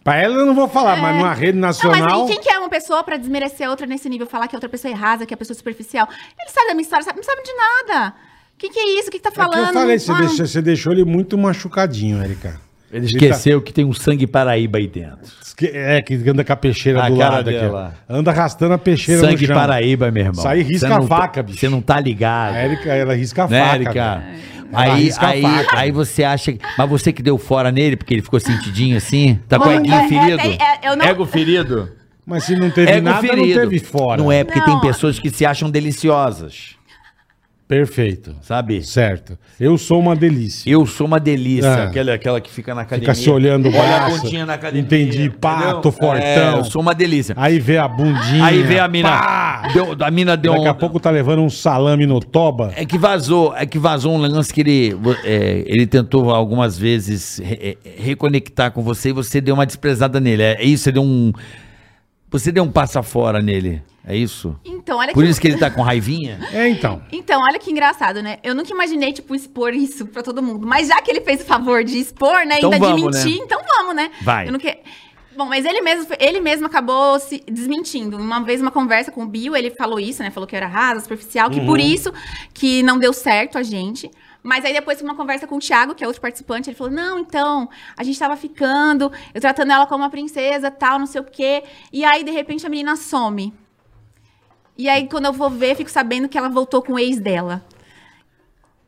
Speaker 2: Pra ela eu não vou falar, mas numa rede
Speaker 1: É. Não, mas
Speaker 2: nacional...
Speaker 1: aí quem que é uma pessoa pra desmerecer a outra nesse nível? Falar que a outra pessoa é rasa, que a pessoa é superficial. Ele sabe da minha história, sabe- não sabe de nada. O que, que é isso? O que, que tá
Speaker 2: É que
Speaker 1: falando?
Speaker 2: eu falei, você
Speaker 1: Ah,
Speaker 2: deixou, você deixou ele muito machucadinho, Erika.
Speaker 3: Ele esqueceu que tem um sangue paraíba aí dentro.
Speaker 2: Esque- É, que anda com a peixeira
Speaker 3: A
Speaker 2: do
Speaker 3: Ah, cara
Speaker 2: lado aqui. ó.
Speaker 3: dela.
Speaker 2: Anda arrastando a peixeira no
Speaker 3: sangue
Speaker 2: chão.
Speaker 3: paraíba, meu irmão.
Speaker 2: Sai e risca
Speaker 3: Você não
Speaker 2: a faca,
Speaker 3: tá-
Speaker 2: bicho.
Speaker 3: Você não tá ligado.
Speaker 2: A Erika, ela risca a
Speaker 3: né,
Speaker 2: faca.
Speaker 3: Erika?
Speaker 2: velho. Ela
Speaker 3: Aí,
Speaker 2: risca a
Speaker 3: aí,
Speaker 2: faca.
Speaker 3: aí você acha. que- Mas você que deu fora nele, porque ele ficou sentidinho assim? Tá com o
Speaker 1: Mano,
Speaker 3: eguinho
Speaker 1: é- é
Speaker 3: ferido?
Speaker 1: até- é- eu não-
Speaker 3: Ego ferido?
Speaker 2: Mas se não teve
Speaker 3: Ego
Speaker 2: nada,
Speaker 3: ferido.
Speaker 2: não teve fora.
Speaker 3: Não é, porque
Speaker 1: Não.
Speaker 3: tem pessoas que se acham deliciosas,
Speaker 2: Perfeito.
Speaker 3: sabe?
Speaker 2: Certo. Eu sou uma delícia.
Speaker 3: Eu sou uma delícia.
Speaker 2: É.
Speaker 3: Aquela, aquela que fica na academia.
Speaker 2: Fica se olhando o
Speaker 3: Olha a
Speaker 2: braço,
Speaker 3: bundinha na academia.
Speaker 2: Entendi. Pá,
Speaker 3: entendeu?
Speaker 2: tô fortão.
Speaker 3: É, eu sou uma delícia.
Speaker 2: Aí vê a bundinha.
Speaker 3: Aí vem a mina.
Speaker 2: pá!
Speaker 3: Deu, a mina deu
Speaker 2: Daqui a
Speaker 3: um-
Speaker 2: pouco tá levando um salame no toba.
Speaker 3: É que vazou, é que vazou um lance que ele, vo- é, ele tentou algumas vezes re- é, reconectar com você e você deu uma desprezada nele. É isso, você deu um. Você deu um passa fora nele. É isso?
Speaker 1: Então, olha
Speaker 3: Por
Speaker 1: que...
Speaker 3: isso que ele tá com raivinha?
Speaker 2: É, então.
Speaker 1: Então, olha que engraçado, né? Eu nunca imaginei, tipo, expor isso pra todo mundo. Mas já que ele fez o favor de expor, né?
Speaker 3: Então
Speaker 1: ainda
Speaker 3: vamos,
Speaker 1: de mentir,
Speaker 3: né?
Speaker 1: então vamos, né?
Speaker 3: Vai.
Speaker 1: Eu não que- Bom, mas ele mesmo, ele mesmo acabou se desmentindo. Uma vez, uma conversa com o Bill, ele falou isso, né? Falou que eu era rasa, superficial, que por isso que não deu certo a gente. Mas aí depois, uma conversa com o Thiago, que é outro participante, ele falou, não, então, a gente tava ficando, eu tratando ela como uma princesa, tal, não sei o quê. E aí, de repente, a menina some. E aí, quando eu vou ver, fico sabendo que ela voltou com o ex dela.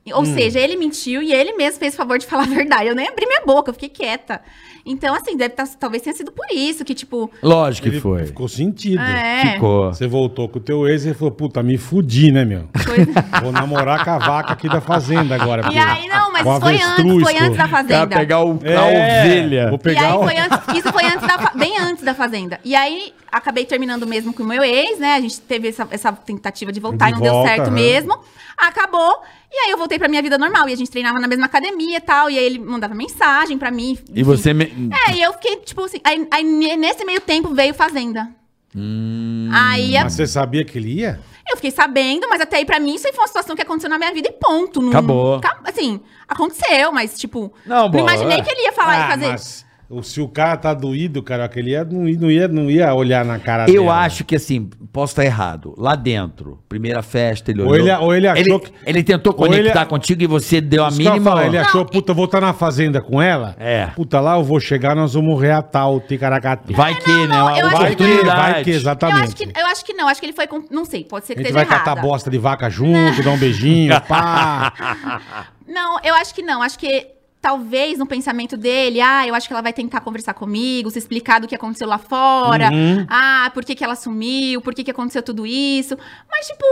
Speaker 2: Hum.
Speaker 1: Ou seja, ele mentiu e ele mesmo fez o favor de falar a verdade. Eu nem abri minha boca, eu fiquei quieta. Então, assim, deve tá, talvez tenha sido por isso que, tipo.
Speaker 3: Lógico que
Speaker 2: Ele
Speaker 3: foi.
Speaker 2: Ficou sentido.
Speaker 1: É,
Speaker 3: Ficou.
Speaker 2: Você voltou com o teu ex e falou, puta, me fudi, né, meu?
Speaker 1: coisa-
Speaker 2: Vou namorar com a vaca aqui da fazenda agora.
Speaker 1: E aí, não, mas
Speaker 2: Com
Speaker 1: isso foi
Speaker 2: avestruz,
Speaker 1: antes, foi
Speaker 2: pô.
Speaker 1: antes
Speaker 3: Pra
Speaker 1: da fazenda.
Speaker 3: pegar o,
Speaker 2: É,
Speaker 3: a ovelha.
Speaker 2: Vou
Speaker 1: E
Speaker 2: pegar um-
Speaker 1: aí
Speaker 2: o...
Speaker 1: foi antes, isso foi antes da, fa- bem antes da fazenda. E aí acabei terminando mesmo com o meu ex, né? A gente teve essa, essa tentativa de voltar
Speaker 2: De
Speaker 1: e não
Speaker 2: volta,
Speaker 1: deu certo
Speaker 2: aham.
Speaker 1: mesmo. Acabou. E aí eu voltei pra minha vida normal. E a gente treinava na mesma academia e tal. E aí ele mandava mensagem pra mim.
Speaker 3: E
Speaker 1: enfim.
Speaker 3: você. me-
Speaker 1: É, e eu fiquei, tipo assim. Aí, aí ne- nesse meio tempo veio Fazenda.
Speaker 3: Hum,
Speaker 1: Aí a-
Speaker 2: Hum, Mas você sabia que ele ia?
Speaker 1: eu fiquei sabendo, mas até aí pra mim isso aí foi uma situação que aconteceu na minha vida e ponto. Não-
Speaker 3: Acabou.
Speaker 1: Acab- Assim, aconteceu, mas tipo.
Speaker 3: Não,
Speaker 1: Não,
Speaker 3: bola,
Speaker 1: imaginei
Speaker 3: é.
Speaker 1: que ele ia falar e
Speaker 2: Ah,
Speaker 1: fazer.
Speaker 2: mas o- se o cara tá doído, cara, que ele ia, não, ia- não ia, não ia olhar na cara
Speaker 3: Eu
Speaker 2: dela.
Speaker 3: acho que assim, posso estar errado. Lá dentro, primeira festa, ele
Speaker 2: Ou
Speaker 3: olhou.
Speaker 2: ele- ou ele achou
Speaker 3: ele,
Speaker 2: que-
Speaker 3: ele tentou
Speaker 2: ou ele-
Speaker 3: conectar contigo e você deu a
Speaker 2: Isso que é eu ia
Speaker 3: mínima.
Speaker 2: falar, ele
Speaker 1: Não,
Speaker 2: achou,
Speaker 1: e-
Speaker 2: puta, eu vou estar na fazenda com ela?
Speaker 3: É.
Speaker 2: Puta, lá eu vou chegar, nós vamos reatar o Ticaracati.
Speaker 3: Vai que, né? Uma
Speaker 1: eu acho que-
Speaker 2: Vai que,
Speaker 3: oportunidade.
Speaker 2: vai que,
Speaker 1: Eu
Speaker 2: exatamente.
Speaker 1: acho, que, eu acho que não, acho que ele foi com. Não sei, pode ser
Speaker 2: tá A
Speaker 1: que
Speaker 2: gente
Speaker 1: esteja
Speaker 2: vai
Speaker 1: errada.
Speaker 2: catar bosta de vaca junto, dar um beijinho, pá.
Speaker 1: Não, eu acho que não. Acho que talvez no pensamento dele, ah, eu acho que ela vai tentar conversar comigo, se explicar do que aconteceu lá fora. Ah, por que, que ela sumiu, por que, que aconteceu tudo isso. Mas, tipo,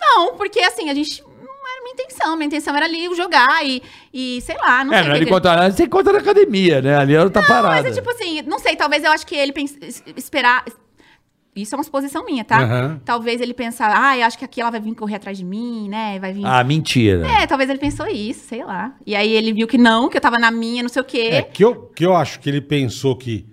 Speaker 1: não, porque assim, a gente. Não era minha intenção. Minha intenção era ali jogar e, e sei lá, não
Speaker 3: é,
Speaker 1: sei.
Speaker 3: não
Speaker 1: o
Speaker 3: é
Speaker 1: que
Speaker 3: de
Speaker 1: que-
Speaker 3: contar nada, você conta na academia, né? Ali ela tá parada.
Speaker 1: Mas é tipo assim, não sei, talvez eu acho que ele pense, es- esperar. Isso é uma suposição minha, tá?
Speaker 2: Aham.
Speaker 1: Talvez ele pensar, ah, eu acho que aqui ela vai vir correr atrás de mim, né? Vai vir.
Speaker 3: Ah, mentira.
Speaker 1: É, talvez ele pensou isso, sei lá. E aí ele viu que não, que eu tava na minha, não sei o quê.
Speaker 2: É que eu, que eu acho que ele pensou que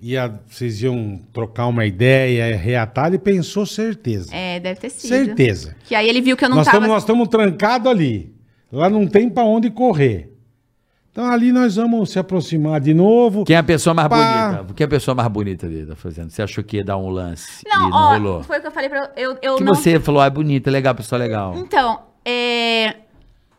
Speaker 2: ia, vocês iam trocar uma ideia, reatar, ele pensou certeza.
Speaker 1: É, deve ter sido.
Speaker 2: certeza.
Speaker 1: Que aí ele viu que eu não
Speaker 2: nós
Speaker 1: tava.
Speaker 2: estamos nós estamos trancados ali. Lá não tem pra onde correr. Então ali nós vamos se aproximar de novo.
Speaker 3: Quem é a pessoa mais
Speaker 2: Pá.
Speaker 3: bonita? Quem é a pessoa mais bonita dele? Tá fazendo? Você achou que ia dar um lance
Speaker 1: assim. Não,
Speaker 3: e não
Speaker 1: ó,
Speaker 3: rolou?
Speaker 1: foi o que eu falei pra eu. Eu, eu
Speaker 3: que
Speaker 1: não.
Speaker 3: você falou, ah, é bonita, legal, pessoa legal.
Speaker 1: Então, é,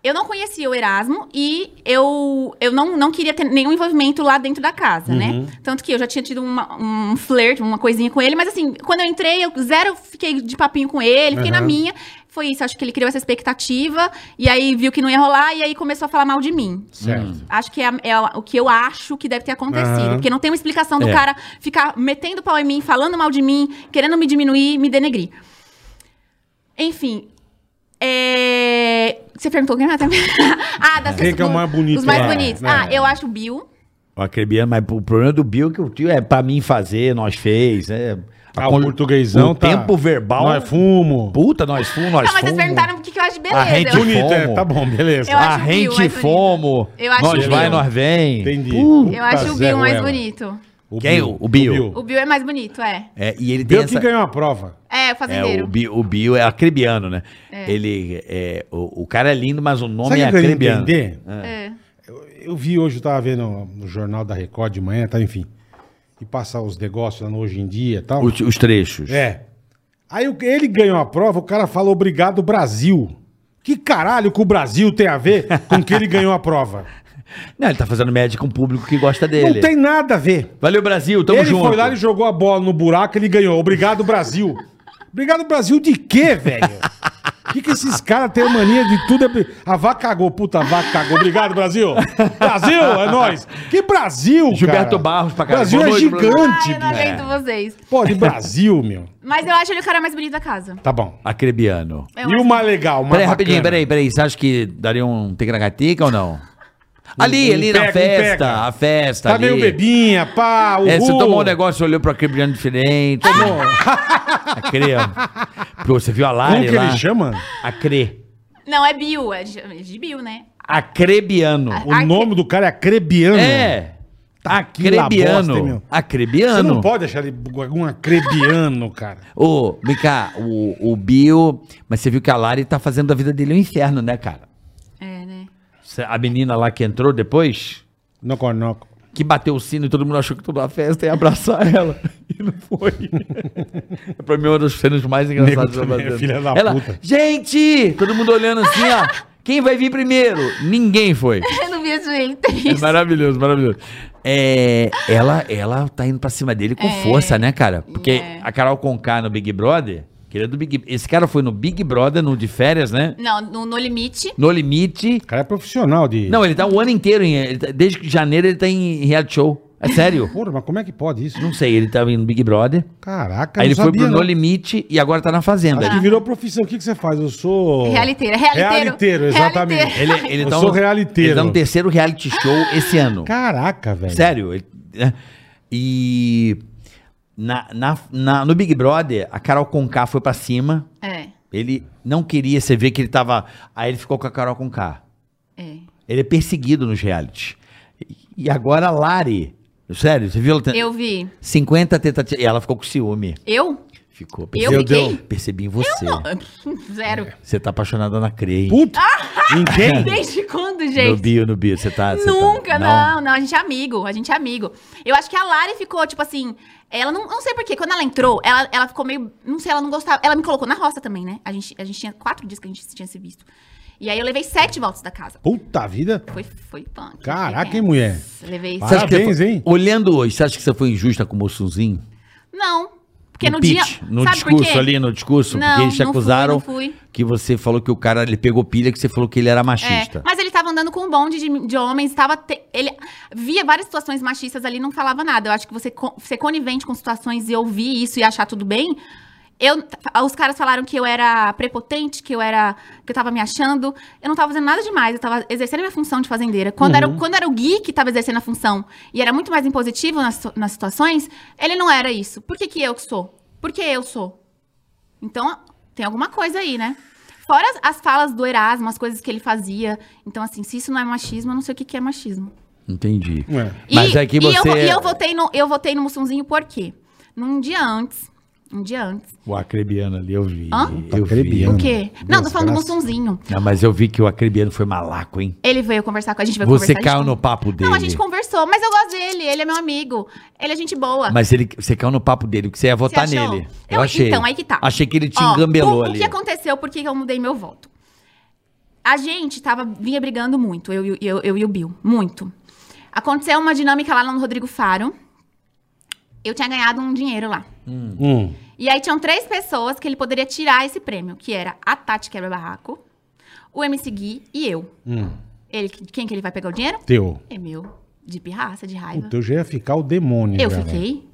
Speaker 1: eu não conhecia o Erasmo e eu, eu não, não queria ter nenhum envolvimento lá dentro da casa, né? Tanto que eu já tinha tido uma- um flirt, uma coisinha com ele, mas assim, quando eu entrei, eu zero fiquei de papinho com ele, fiquei na
Speaker 2: Aham.
Speaker 1: minha. Foi isso, acho que ele criou essa expectativa e aí viu que não ia rolar e aí começou a falar mal de mim.
Speaker 2: Certo.
Speaker 1: Acho que é, a- é a- o que eu acho que deve ter acontecido.
Speaker 2: Hum. Aham.
Speaker 1: Porque não tem uma explicação do
Speaker 3: É.
Speaker 1: cara ficar metendo pau em mim, falando mal de mim, querendo me diminuir, me denegrir. Enfim. é, Você perguntou quem é também? ah, das
Speaker 2: Quem
Speaker 1: pessoas-
Speaker 2: que é o mais bonito
Speaker 1: Os mais
Speaker 2: lá,
Speaker 1: bonitos.
Speaker 2: né?
Speaker 1: Ah, eu acho o Bill.
Speaker 4: Acrebiano, mas o problema do Bill é que o tio é pra mim fazer, nós fez. É,
Speaker 2: Ah, o portuguesão
Speaker 4: o
Speaker 2: tá-
Speaker 4: tempo verbal. é um
Speaker 2: Nós fumo.
Speaker 4: Puta, nós fomos, nós
Speaker 1: Não, mas vocês
Speaker 4: fomos.
Speaker 1: perguntaram o que, que eu acho de
Speaker 4: A
Speaker 1: beleza.
Speaker 4: gente
Speaker 1: Eu-
Speaker 2: Bonito, é,
Speaker 4: Fomo.
Speaker 2: tá bom, beleza.
Speaker 1: Eu acho
Speaker 4: a
Speaker 1: o Bill
Speaker 4: gente
Speaker 1: mais bonito.
Speaker 4: fomos.
Speaker 1: Eu acho
Speaker 4: nós
Speaker 1: o
Speaker 4: vai,
Speaker 1: Bill.
Speaker 4: nós vem.
Speaker 2: Entendi.
Speaker 4: Puta.
Speaker 1: Eu acho o
Speaker 2: Zé
Speaker 1: Bill mais
Speaker 2: Ruela.
Speaker 1: bonito.
Speaker 4: Quem? O Bill.
Speaker 1: O Bill é mais bonito, é.
Speaker 3: É, e ele tem
Speaker 2: Bill que
Speaker 3: essa...
Speaker 2: ganhou a prova.
Speaker 1: É, o
Speaker 4: É, o,
Speaker 1: fazendeiro.
Speaker 4: Bi, o Bill é acrebiano, né? Ele é, o, o cara é lindo, mas o nome
Speaker 2: Sabe
Speaker 4: é
Speaker 2: o que eu queria
Speaker 4: acrebiano.
Speaker 2: entender?
Speaker 1: É.
Speaker 2: Eu vi hoje, eu tava vendo no jornal da Record de manhã, tá, enfim. E passar os negócios lá no hoje em dia e tal.
Speaker 3: Os, os trechos.
Speaker 2: É. Aí o- ele ganhou a prova, o cara falou obrigado Brasil. Que caralho que o Brasil tem a ver com que ele ganhou a prova?
Speaker 3: Não, ele tá fazendo média com o público que gosta dele.
Speaker 2: Não tem nada a ver.
Speaker 3: Valeu, Brasil, tamo
Speaker 2: ele
Speaker 3: junto.
Speaker 2: foi lá, ele jogou a bola no buraco, ele ganhou. Obrigado Brasil. Obrigado Brasil de quê, velho? O que, que esses caras têm mania de tudo? é- A vaca cagou, puta, a vaca cagou. Obrigado, Brasil. Brasil, é nóis. Que Brasil,
Speaker 3: Gilberto
Speaker 2: cara?
Speaker 3: Barros pra caralho.
Speaker 2: Brasil
Speaker 3: Boa
Speaker 2: é
Speaker 3: noite, Bruno.
Speaker 1: Ah,
Speaker 2: gigante,
Speaker 1: eu não
Speaker 2: bicho.
Speaker 1: aguento vocês.
Speaker 2: Pô, de Brasil, meu.
Speaker 1: Mas eu acho ele o cara mais bonito da casa.
Speaker 2: Tá bom.
Speaker 3: Acrebiano.
Speaker 1: Eu
Speaker 2: e
Speaker 1: acho-
Speaker 2: o mais legal, o mais
Speaker 3: Peraí, rapidinho,
Speaker 2: bacana?
Speaker 3: peraí, peraí. Você acha que daria um tegragatica ou não? Ali,
Speaker 2: um
Speaker 3: ali
Speaker 2: pega,
Speaker 3: na
Speaker 2: um
Speaker 3: festa,
Speaker 2: pega.
Speaker 3: a festa
Speaker 2: Tá
Speaker 3: ali.
Speaker 2: meio uh. bebinha, pá, o
Speaker 3: É, você tomou um negócio, olhou pro Acrebiano diferente.
Speaker 2: Ah.
Speaker 3: Tomou. Acre. Pô, você viu a
Speaker 2: Como
Speaker 3: Lari
Speaker 2: que
Speaker 3: lá?
Speaker 2: ele chama?
Speaker 3: Acre.
Speaker 1: Não, é Bill, é de, é de Bill, né?
Speaker 3: Acrebiano.
Speaker 2: O
Speaker 1: Aque-
Speaker 2: nome do cara é Acrebiano.
Speaker 3: É.
Speaker 2: Tá aqui lá bosta, hein, meu? Você
Speaker 3: Acrebiano. Acrebiano.
Speaker 2: não pode achar ele algum acrebiano, cara.
Speaker 3: Ô, vem cá, o, o Bill. Mas você viu que a Lari tá fazendo da vida dele um inferno, né, cara?
Speaker 1: É, né?
Speaker 3: Cê- A menina lá que entrou depois,
Speaker 2: Noco, noco.
Speaker 3: que bateu o sino e todo mundo achou que tudo uma festa ia abraçar ela. E não foi. é pra mim uma das cenas mais engraçadas
Speaker 2: Nego também é
Speaker 3: fazenda.
Speaker 2: filha da
Speaker 3: ela,
Speaker 2: puta.
Speaker 3: Gente! Todo mundo olhando assim, ó. Quem vai vir primeiro? Ninguém foi.
Speaker 1: Eu não vi isso ele
Speaker 3: É
Speaker 1: triste.
Speaker 3: maravilhoso, maravilhoso. É, ela, ela tá indo pra cima dele com
Speaker 1: É.
Speaker 3: força, né, cara? Porque
Speaker 1: É.
Speaker 3: a Carol Conká no Big Brother, querendo do Big Esse cara foi no Big Brother, no de férias, né?
Speaker 1: Não, no, no limite.
Speaker 3: No limite.
Speaker 2: O cara é profissional de.
Speaker 3: Não, ele tá o ano inteiro, em, ele tá- desde que janeiro ele tá em reality show. É sério.
Speaker 2: Porra, mas como é que pode isso?
Speaker 3: Não sei, ele tava indo no Big Brother.
Speaker 2: Caraca, não
Speaker 3: aí ele foi
Speaker 2: sabia,
Speaker 3: pro
Speaker 2: não.
Speaker 3: No Limite e agora tá na Fazenda.
Speaker 2: Acho que virou profissão. O que, que você faz? Eu sou.
Speaker 1: Realiteira, realiteiro.
Speaker 2: Realiteiro, exatamente.
Speaker 1: Realiteiro.
Speaker 3: Ele, ele
Speaker 2: Eu
Speaker 3: tá
Speaker 2: sou
Speaker 3: no-
Speaker 2: realiteiro.
Speaker 3: Ele tá no terceiro reality show esse ano.
Speaker 2: Caraca, velho.
Speaker 3: Sério. ele- né? E na, na- na- no Big Brother, a Carol Conká foi pra cima.
Speaker 1: É,
Speaker 3: Ele não queria, você vê que ele tava... Aí ele ficou com a Carol Conká.
Speaker 1: é.
Speaker 3: Ele é perseguido nos reality. E- E agora a Lari... Sério, você viu? ela ten-
Speaker 1: Eu vi.
Speaker 3: 50 tentativas. E ela ficou com ciúme.
Speaker 1: Eu?
Speaker 3: Ficou.
Speaker 1: Eu
Speaker 3: percebi-
Speaker 1: fiquei?
Speaker 3: Percebi em você.
Speaker 1: Zero.
Speaker 3: Você tá apaixonada na Crei.
Speaker 2: Puta! Em quem?
Speaker 1: Desde quando,
Speaker 3: No
Speaker 1: gente?
Speaker 3: bio, no bio. Você tá. você tá-
Speaker 1: Nunca, não. não, a gente é amigo, a gente é amigo. Eu acho que a Lari ficou, tipo assim, ela não, não sei porquê, quando ela entrou, ela, ela ficou meio, não sei, ela não gostava, ela me colocou na roça também, né? A gente, a gente tinha quatro dias que a gente tinha se visto. E aí eu levei sete voltas da casa.
Speaker 2: Puta vida.
Speaker 1: Foi, foi punk.
Speaker 2: Caraca,
Speaker 1: foi
Speaker 2: hein, mulher?
Speaker 1: tenso. é. Levei
Speaker 3: Você acha que você
Speaker 2: Parabéns,
Speaker 3: foi-
Speaker 2: hein?
Speaker 3: Olhando hoje, você acha que você foi injusta com o Moçunzinho?
Speaker 1: Não. Porque no, dia.
Speaker 3: Um pitch, No
Speaker 1: sabe por
Speaker 3: discurso
Speaker 1: quê?
Speaker 3: ali, no discurso?
Speaker 1: Não,
Speaker 3: porque eles te
Speaker 1: não fui,
Speaker 3: acusaram
Speaker 1: não fui.
Speaker 3: que você falou que o cara ele pegou pilha, que você falou que ele era machista.
Speaker 1: É, mas ele tava andando com um bonde de, de homens, tava te- ele via várias situações machistas ali e não falava nada. Eu acho que você co- ser conivente com situações e ouvir isso e achar tudo bem. Eu, os caras falaram que eu era prepotente, que eu era. que eu tava me achando. Eu não tava fazendo nada demais, eu tava exercendo a minha função de fazendeira. Quando, era, o- quando era o Gui que tava exercendo a função e era muito mais impositivo nas, situ- nas situações, ele não era isso. Por que, que eu que sou? Por que eu sou? Então, tem alguma coisa aí, né? Fora as, as falas do Erasmo, as coisas que ele fazia. Então, assim, se isso não é machismo, eu não sei o que, que é machismo.
Speaker 3: Entendi.
Speaker 2: Ué.
Speaker 1: E-
Speaker 3: Mas é que
Speaker 1: e eu,
Speaker 3: você-
Speaker 1: e eu votei no, eu votei no Mussunzinho por quê? Num dia antes, Um dia antes.
Speaker 3: O acrebiano ali, eu vi.
Speaker 1: Hã?
Speaker 3: Eu vi.
Speaker 2: Acrebiano.
Speaker 1: O quê? Não, tô falando do
Speaker 2: Desgraça.
Speaker 1: Mussumzinho.
Speaker 3: Não, mas eu vi que o acrebiano foi malaco, hein?
Speaker 1: Ele veio conversar com a gente, veio
Speaker 3: Você
Speaker 1: conversar. a gente
Speaker 3: caiu
Speaker 1: con-
Speaker 3: no papo dele.
Speaker 1: Não, a gente conversou, mas eu gosto dele, ele é meu amigo. Ele é gente boa.
Speaker 3: Mas ele, você caiu no papo dele, que você ia votar
Speaker 1: achou?
Speaker 3: tá nele. Eu
Speaker 1: Eu-
Speaker 3: achei.
Speaker 1: então, aí que tá.
Speaker 3: Achei que ele te
Speaker 1: Ó,
Speaker 3: engambelou
Speaker 1: o,
Speaker 3: ali.
Speaker 1: O que aconteceu? Por que eu mudei meu voto? A gente tava, vinha brigando muito, eu, e o- eu, eu e o Bill. Muito. Aconteceu uma dinâmica lá no Rodrigo Faro. Eu tinha ganhado um dinheiro lá.
Speaker 2: Hum.
Speaker 1: E aí tinham três pessoas que ele poderia tirar esse prêmio, que era a Tati Quebra Barraco, o MC Gui e eu. Ele, quem que ele vai pegar o dinheiro?
Speaker 2: hum. Teu.
Speaker 1: É meu, de pirraça, de
Speaker 2: O
Speaker 1: raiva.
Speaker 2: teu já ia ficar o demônio.
Speaker 1: eu
Speaker 2: já, velho.
Speaker 1: fiquei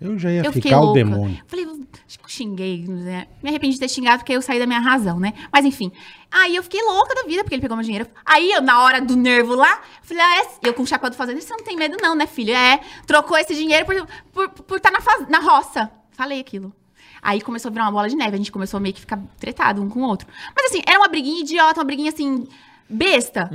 Speaker 2: Eu já ia
Speaker 1: eu fiquei
Speaker 2: ficar
Speaker 1: louca.
Speaker 2: o demônio.
Speaker 1: Falei, "Vou- acho que eu xinguei, né? Me arrependi de ter xingado, porque eu saí da minha razão, né? Mas enfim. Aí eu fiquei louca da vida, porque ele pegou meu dinheiro. Aí, eu, na hora do nervo lá, falei, ah, é- eu com o chapéu do fazendeiro, você não tem medo não, né, filho? É, trocou esse dinheiro por estar por, por tá na, faz- na roça. Falei aquilo. Aí começou a virar uma bola de neve, a gente começou a meio que ficar tretado um com o outro. Mas assim, era uma briguinha idiota, uma briguinha assim, besta.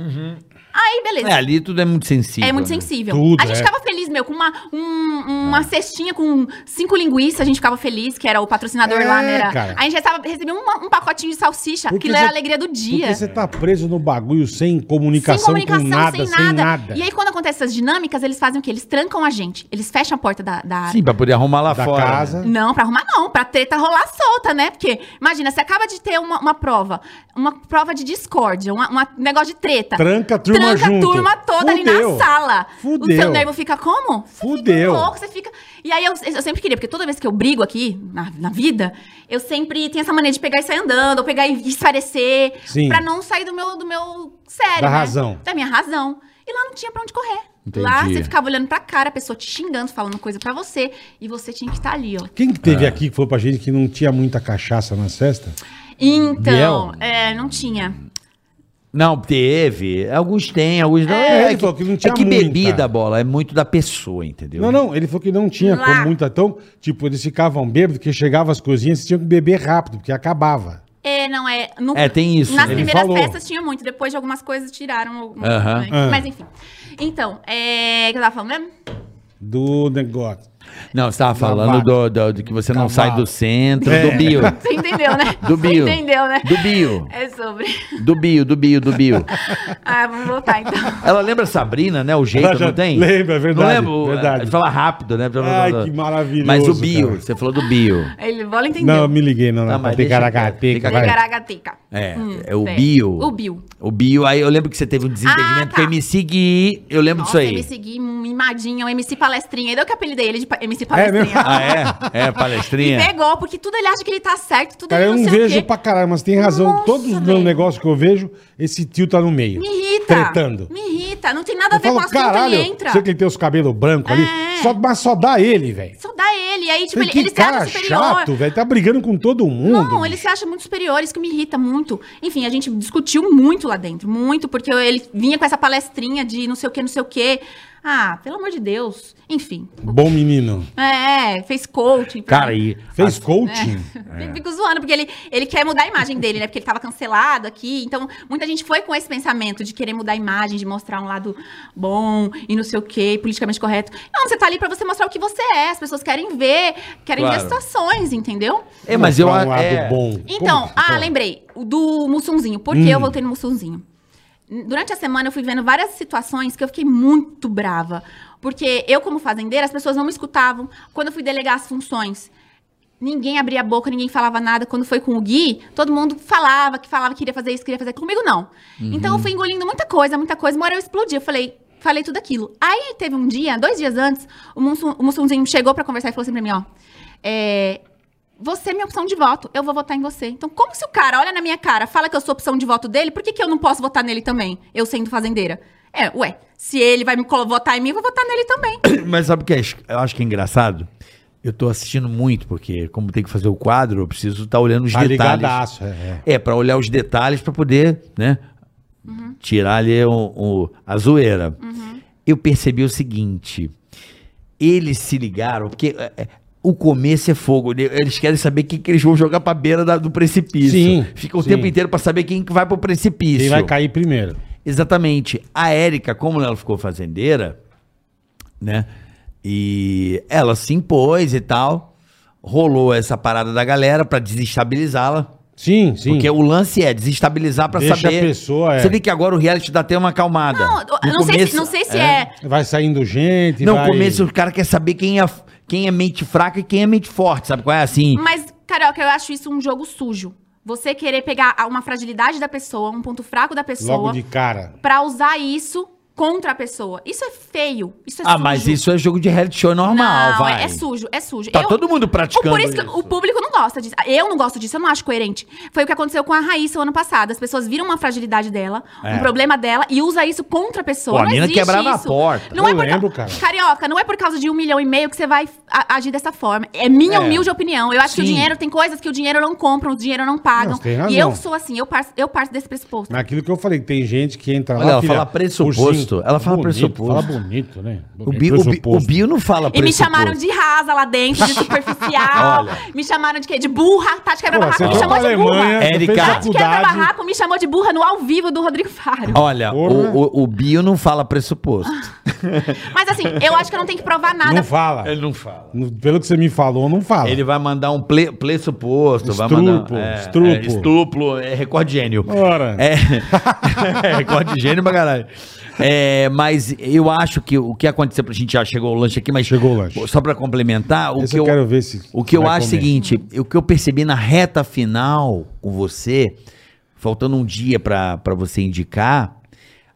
Speaker 1: Aí, beleza.
Speaker 3: É, ali tudo é muito sensível.
Speaker 1: É muito
Speaker 3: né?
Speaker 1: sensível.
Speaker 2: Tudo,
Speaker 1: a gente
Speaker 2: é.
Speaker 1: ficava feliz, meu, com uma, um- uma cestinha com cinco linguiças, a gente ficava feliz, que era o patrocinador
Speaker 2: É,
Speaker 1: lá, né? Era-
Speaker 2: cara.
Speaker 1: A gente recebava- recebia um, um pacotinho de salsicha,
Speaker 2: Porque
Speaker 1: aquilo
Speaker 2: você-
Speaker 1: era a alegria do
Speaker 2: Porque
Speaker 1: dia.
Speaker 2: você tá preso no bagulho sem comunicação, com nada, sem nada.
Speaker 1: E aí, quando acontece essas dinâmicas, eles fazem o quê? Eles trancam a gente. Eles fecham a porta da, da
Speaker 3: Sim, pra poder arrumar lá
Speaker 2: da
Speaker 3: fora. né?
Speaker 2: casa.
Speaker 1: Não, pra arrumar não, pra treta rolar solta, né? Porque, imagina, você acaba de ter uma, uma prova, uma prova de discórdia, uma- uma- um negócio de treta.
Speaker 2: Tranca a turma
Speaker 1: Tranca
Speaker 2: junto.
Speaker 1: a turma toda ali
Speaker 2: Fudeu.
Speaker 1: na sala.
Speaker 2: Fudeu.
Speaker 1: O seu nervo fica como? Você
Speaker 2: Fudeu.
Speaker 1: Fica louco, você fica... E aí, eu, eu sempre queria, porque toda vez que eu brigo aqui, na, na vida, eu sempre tenho essa mania de pegar e sair andando, ou pegar e esparecer,
Speaker 2: Sim.
Speaker 1: pra não sair do meu, do meu sério,
Speaker 2: Da
Speaker 1: né?
Speaker 2: razão.
Speaker 1: Da minha razão. E lá não tinha pra onde correr.
Speaker 3: Entendi.
Speaker 1: Lá você ficava olhando pra cara, a pessoa te xingando, falando coisa pra você, e você tinha que estar ali, ó.
Speaker 2: Quem que
Speaker 3: É.
Speaker 2: teve aqui que foi pra gente que não tinha muita cachaça na cesta?
Speaker 1: Então, é, não tinha.
Speaker 3: Não, teve. Alguns têm, alguns não.
Speaker 2: É, ele
Speaker 3: que,
Speaker 2: falou que não tinha
Speaker 3: é que
Speaker 2: muita.
Speaker 3: bebida, bola, é muito da pessoa, entendeu?
Speaker 2: Não, não, ele falou que não tinha
Speaker 1: Lá.
Speaker 2: como muita. Então, tipo, eles ficavam bêbados, que chegavam as coisinhas, vocês tinham que beber rápido, porque acabava.
Speaker 1: É, não é. no-
Speaker 3: É, tem isso,
Speaker 1: Nas
Speaker 3: né? Ele
Speaker 1: primeiras
Speaker 2: falou.
Speaker 1: festas tinha muito, depois de algumas coisas tiraram algumas,
Speaker 3: Aham.
Speaker 1: né?
Speaker 2: Ah.
Speaker 1: Mas enfim. Então, é. O que eu tava falando mesmo?
Speaker 2: Do negócio.
Speaker 3: Não, você tava falando
Speaker 2: Cavalo.
Speaker 3: do, do- de que você não
Speaker 2: Cavalo. É.
Speaker 3: sai do centro, do bio.
Speaker 1: Você entendeu, né?
Speaker 3: Do bio.
Speaker 1: Você entendeu, né?
Speaker 3: Do bio.
Speaker 1: É sobre.
Speaker 3: Do bio, do bio, do bio.
Speaker 1: Ah, vamos voltar então.
Speaker 3: Ela lembra Sabrina, né? O jeito,
Speaker 2: Ela já
Speaker 3: não tem?
Speaker 2: lembra, é verdade,
Speaker 3: Não lembro.
Speaker 2: verdade.
Speaker 3: Ele fala rápido, né?
Speaker 2: Ai, que maravilhoso,
Speaker 3: Mas o bio,
Speaker 2: cara.
Speaker 3: você falou do bio.
Speaker 1: Ele bola entendeu.
Speaker 2: Não, eu me liguei, não,
Speaker 3: Não,
Speaker 2: não.
Speaker 3: mas
Speaker 2: Tem
Speaker 3: deixa-
Speaker 2: caracateca,
Speaker 3: fica-
Speaker 2: vai.
Speaker 1: Garagateca.
Speaker 3: É, é o
Speaker 1: é.
Speaker 3: bio.
Speaker 1: O bio.
Speaker 3: O bio, aí eu lembro que você teve um desentendimento
Speaker 1: Ah, tá.
Speaker 3: porque me seguir. Eu lembro
Speaker 1: Nossa, um
Speaker 3: disso aí.
Speaker 1: MC Gui, mimadinha, o MC Palestrinha. Ele deu que eu apelidei ele de pa- MC
Speaker 2: É
Speaker 1: Palestrinha.
Speaker 3: Ah, é? É, palestrinha?
Speaker 1: Me pegou, porque tudo ele acha que ele tá certo, tudo
Speaker 2: Cara,
Speaker 1: ele
Speaker 2: eu
Speaker 1: não
Speaker 2: não
Speaker 1: sei o
Speaker 2: vejo
Speaker 1: quê.
Speaker 2: pra caralho, mas tem razão.
Speaker 1: Nossa,
Speaker 2: Todos os
Speaker 1: velho.
Speaker 2: negócios que eu vejo, esse tio tá no meio.
Speaker 1: Me irrita.
Speaker 2: Tretando.
Speaker 1: Me irrita. Não tem nada a
Speaker 2: Eu
Speaker 1: ver com o
Speaker 2: falo,
Speaker 1: assunto, ele
Speaker 2: caralho,
Speaker 1: entra.
Speaker 2: você que ele tem os cabelos brancos ali,
Speaker 1: É.
Speaker 2: só, mas só dá ele, velho.
Speaker 1: Só dá ele. Aí, tipo,
Speaker 2: Falei,
Speaker 1: ele,
Speaker 2: Que
Speaker 1: ele se
Speaker 2: cara
Speaker 1: acha superior.
Speaker 2: chato, velho. Tá brigando com todo mundo.
Speaker 1: Não, ele se acha muito superior, isso que me irrita muito. Enfim, a gente discutiu muito lá dentro, muito, porque ele vinha com essa palestrinha de não sei o que, não sei o que. Ah, pelo amor de Deus. Enfim.
Speaker 2: Bom menino.
Speaker 1: É, fez coaching.
Speaker 3: Cara, e
Speaker 2: Fez
Speaker 1: Ah,
Speaker 2: coaching.
Speaker 1: Eu Fico zoando, porque ele, ele quer mudar a imagem dele, né? Porque ele tava cancelado aqui. Então, muita gente foi com esse pensamento de querer mudar a imagem, de mostrar um lado bom e não sei o quê, politicamente correto. Não, você tá ali pra você mostrar o que você é. As pessoas querem ver, querem ver
Speaker 3: Claro.
Speaker 1: as situações, entendeu?
Speaker 3: É, mas eu
Speaker 2: Mostrar um lado
Speaker 3: é,
Speaker 2: bom.
Speaker 1: Então,
Speaker 2: Como que tá?
Speaker 1: ah,
Speaker 2: fala? Hum.
Speaker 1: lembrei. o Do Mussunzinho. Por que eu voltei no Mussunzinho? Durante a semana eu fui vendo várias situações que eu fiquei muito brava. Porque eu, como fazendeira, as pessoas não me escutavam. Quando eu fui delegar as funções, ninguém abria a boca, ninguém falava nada. Quando foi com o Gui, todo mundo falava, que falava que queria fazer isso, queria fazer aquilo. comigo, não.
Speaker 2: Uhum.
Speaker 1: Então eu fui engolindo muita coisa, muita coisa. Uma hora eu explodi, eu falei, falei tudo aquilo. Aí teve um dia, dois dias antes, o, Mussum, o Mussunzinho chegou pra conversar e falou assim pra mim, ó. É, você é minha opção de voto, eu vou votar em você. Então, como se o cara olha na minha cara, fala que eu sou opção de voto dele, por que, que eu não posso votar nele também, eu sendo fazendeira? É, ué, se ele vai me colo- votar em mim, eu vou votar nele também.
Speaker 3: Mas sabe o que é, es- eu acho que é engraçado? Eu tô assistindo muito, porque como tem que fazer o quadro, eu preciso estar olhando os
Speaker 2: Tá
Speaker 3: detalhes.
Speaker 2: ligadaço, é, é.
Speaker 3: É, pra olhar os detalhes pra poder, né? Tirar ali o, o- a zoeira. Eu percebi o seguinte: eles se ligaram, porque é, é, o começo é fogo. né? Eles querem saber quem que eles vão jogar pra beira da- do precipício.
Speaker 2: Sim,
Speaker 3: Fica o
Speaker 2: sim.
Speaker 3: tempo inteiro pra saber quem que vai pro precipício.
Speaker 2: Quem vai cair primeiro?
Speaker 3: Exatamente. A Érica, como ela ficou fazendeira, né? E ela se impôs e tal. rolou essa parada da galera pra desestabilizá-la.
Speaker 2: Sim, sim.
Speaker 3: Porque o lance é desestabilizar pra
Speaker 2: Deixa
Speaker 3: saber.
Speaker 2: a pessoa, é.
Speaker 3: Você vê que agora o reality dá até uma acalmada.
Speaker 1: Não, eu- eu
Speaker 3: No
Speaker 1: não, sei se,
Speaker 3: começo-
Speaker 1: não sei se é.
Speaker 2: Vai saindo gente,
Speaker 3: Não,
Speaker 2: vai...
Speaker 3: no começo o cara quer saber quem é, quem é mente fraca e quem é mente forte, sabe qual é? Assim,
Speaker 1: Mas, Carioca, eu acho isso um jogo sujo. Você querer pegar a- uma fragilidade da pessoa, um ponto fraco da
Speaker 2: Logo
Speaker 1: pessoa,
Speaker 2: de cara.
Speaker 1: pra usar isso contra a pessoa. Isso é feio. Isso é
Speaker 3: ah,
Speaker 1: sujo.
Speaker 3: mas isso é jogo de reality show
Speaker 1: não,
Speaker 3: normal, vai.
Speaker 1: É, é sujo, é sujo.
Speaker 3: Tá
Speaker 1: Eu-
Speaker 3: todo mundo
Speaker 1: O-
Speaker 3: praticando
Speaker 1: por isso que
Speaker 3: isso.
Speaker 1: o público não gosta disso. Eu não gosto disso, eu não acho coerente. Foi o que aconteceu com a Raíssa o ano passado. As pessoas viram uma fragilidade dela, um problema dela, e usa isso contra a
Speaker 3: É. Pô,
Speaker 1: pessoa.
Speaker 3: a
Speaker 1: não
Speaker 3: mina
Speaker 1: existe
Speaker 3: quebrava a
Speaker 1: isso.
Speaker 3: porta.
Speaker 1: Não
Speaker 2: Eu
Speaker 1: é por ca-
Speaker 2: lembro, cara.
Speaker 1: Carioca, não é por causa de um milhão e meio que você vai a- agir dessa forma. É minha
Speaker 2: É.
Speaker 1: humilde opinião. Eu acho que o
Speaker 3: Sim.
Speaker 1: dinheiro tem coisas que o dinheiro não compra, o dinheiro não paga.
Speaker 2: Não, você tem razão.
Speaker 1: E eu sou assim, eu parto, eu parto desse pressuposto.
Speaker 2: Naquilo que eu falei, tem gente que entra
Speaker 3: Olha,
Speaker 2: lá...
Speaker 3: ela
Speaker 2: filha,
Speaker 3: fala pressuposto,
Speaker 2: ursinho.
Speaker 3: ela fala
Speaker 2: Bonito,
Speaker 3: pressuposto.
Speaker 2: Fala bonito, né?
Speaker 3: O Bi- o Bi- o Bio,
Speaker 2: Pressuposto.
Speaker 3: não fala
Speaker 1: E me
Speaker 3: pressuposto.
Speaker 1: chamaram de rasa lá dentro, de superficial. me chamaram de quê? De burra. Tati quebra
Speaker 2: Pô,
Speaker 1: barraco.
Speaker 2: você
Speaker 1: Me
Speaker 2: foi pra
Speaker 1: chamou de burra.
Speaker 2: Alemanha,
Speaker 3: Érica.
Speaker 2: fez
Speaker 1: Tati quebra
Speaker 2: faculdade...
Speaker 1: barraco me chamou de burra no ao vivo do Rodrigo Faro.
Speaker 3: Olha,
Speaker 2: Porra.
Speaker 3: o, o, o Bio não fala pressuposto.
Speaker 1: Mas assim, eu acho que eu não tenho que provar nada.
Speaker 2: Ah. Não fala.
Speaker 3: não fala.
Speaker 2: No- Pelo que você me falou, não fala.
Speaker 3: Ele vai mandar um ple, pressuposto, vai
Speaker 2: Estrupo,
Speaker 3: mandar... É,
Speaker 2: estrupo. Ah.
Speaker 3: É, estuplo, é recorde gênio.
Speaker 2: Ora.
Speaker 3: É, é recorde de gênio pra caralho. É, mas eu acho que o que aconteceu pra gente já chegou o lanche aqui, mas
Speaker 2: Chegou o lanche.
Speaker 3: Só pra complementar, o
Speaker 2: Esse
Speaker 3: que
Speaker 2: eu
Speaker 3: eu,
Speaker 2: quero ver se
Speaker 3: o que eu
Speaker 2: vai
Speaker 3: acho é o
Speaker 2: comer.
Speaker 3: seguinte, o que eu percebi na reta final com você, faltando um dia pra pra você indicar,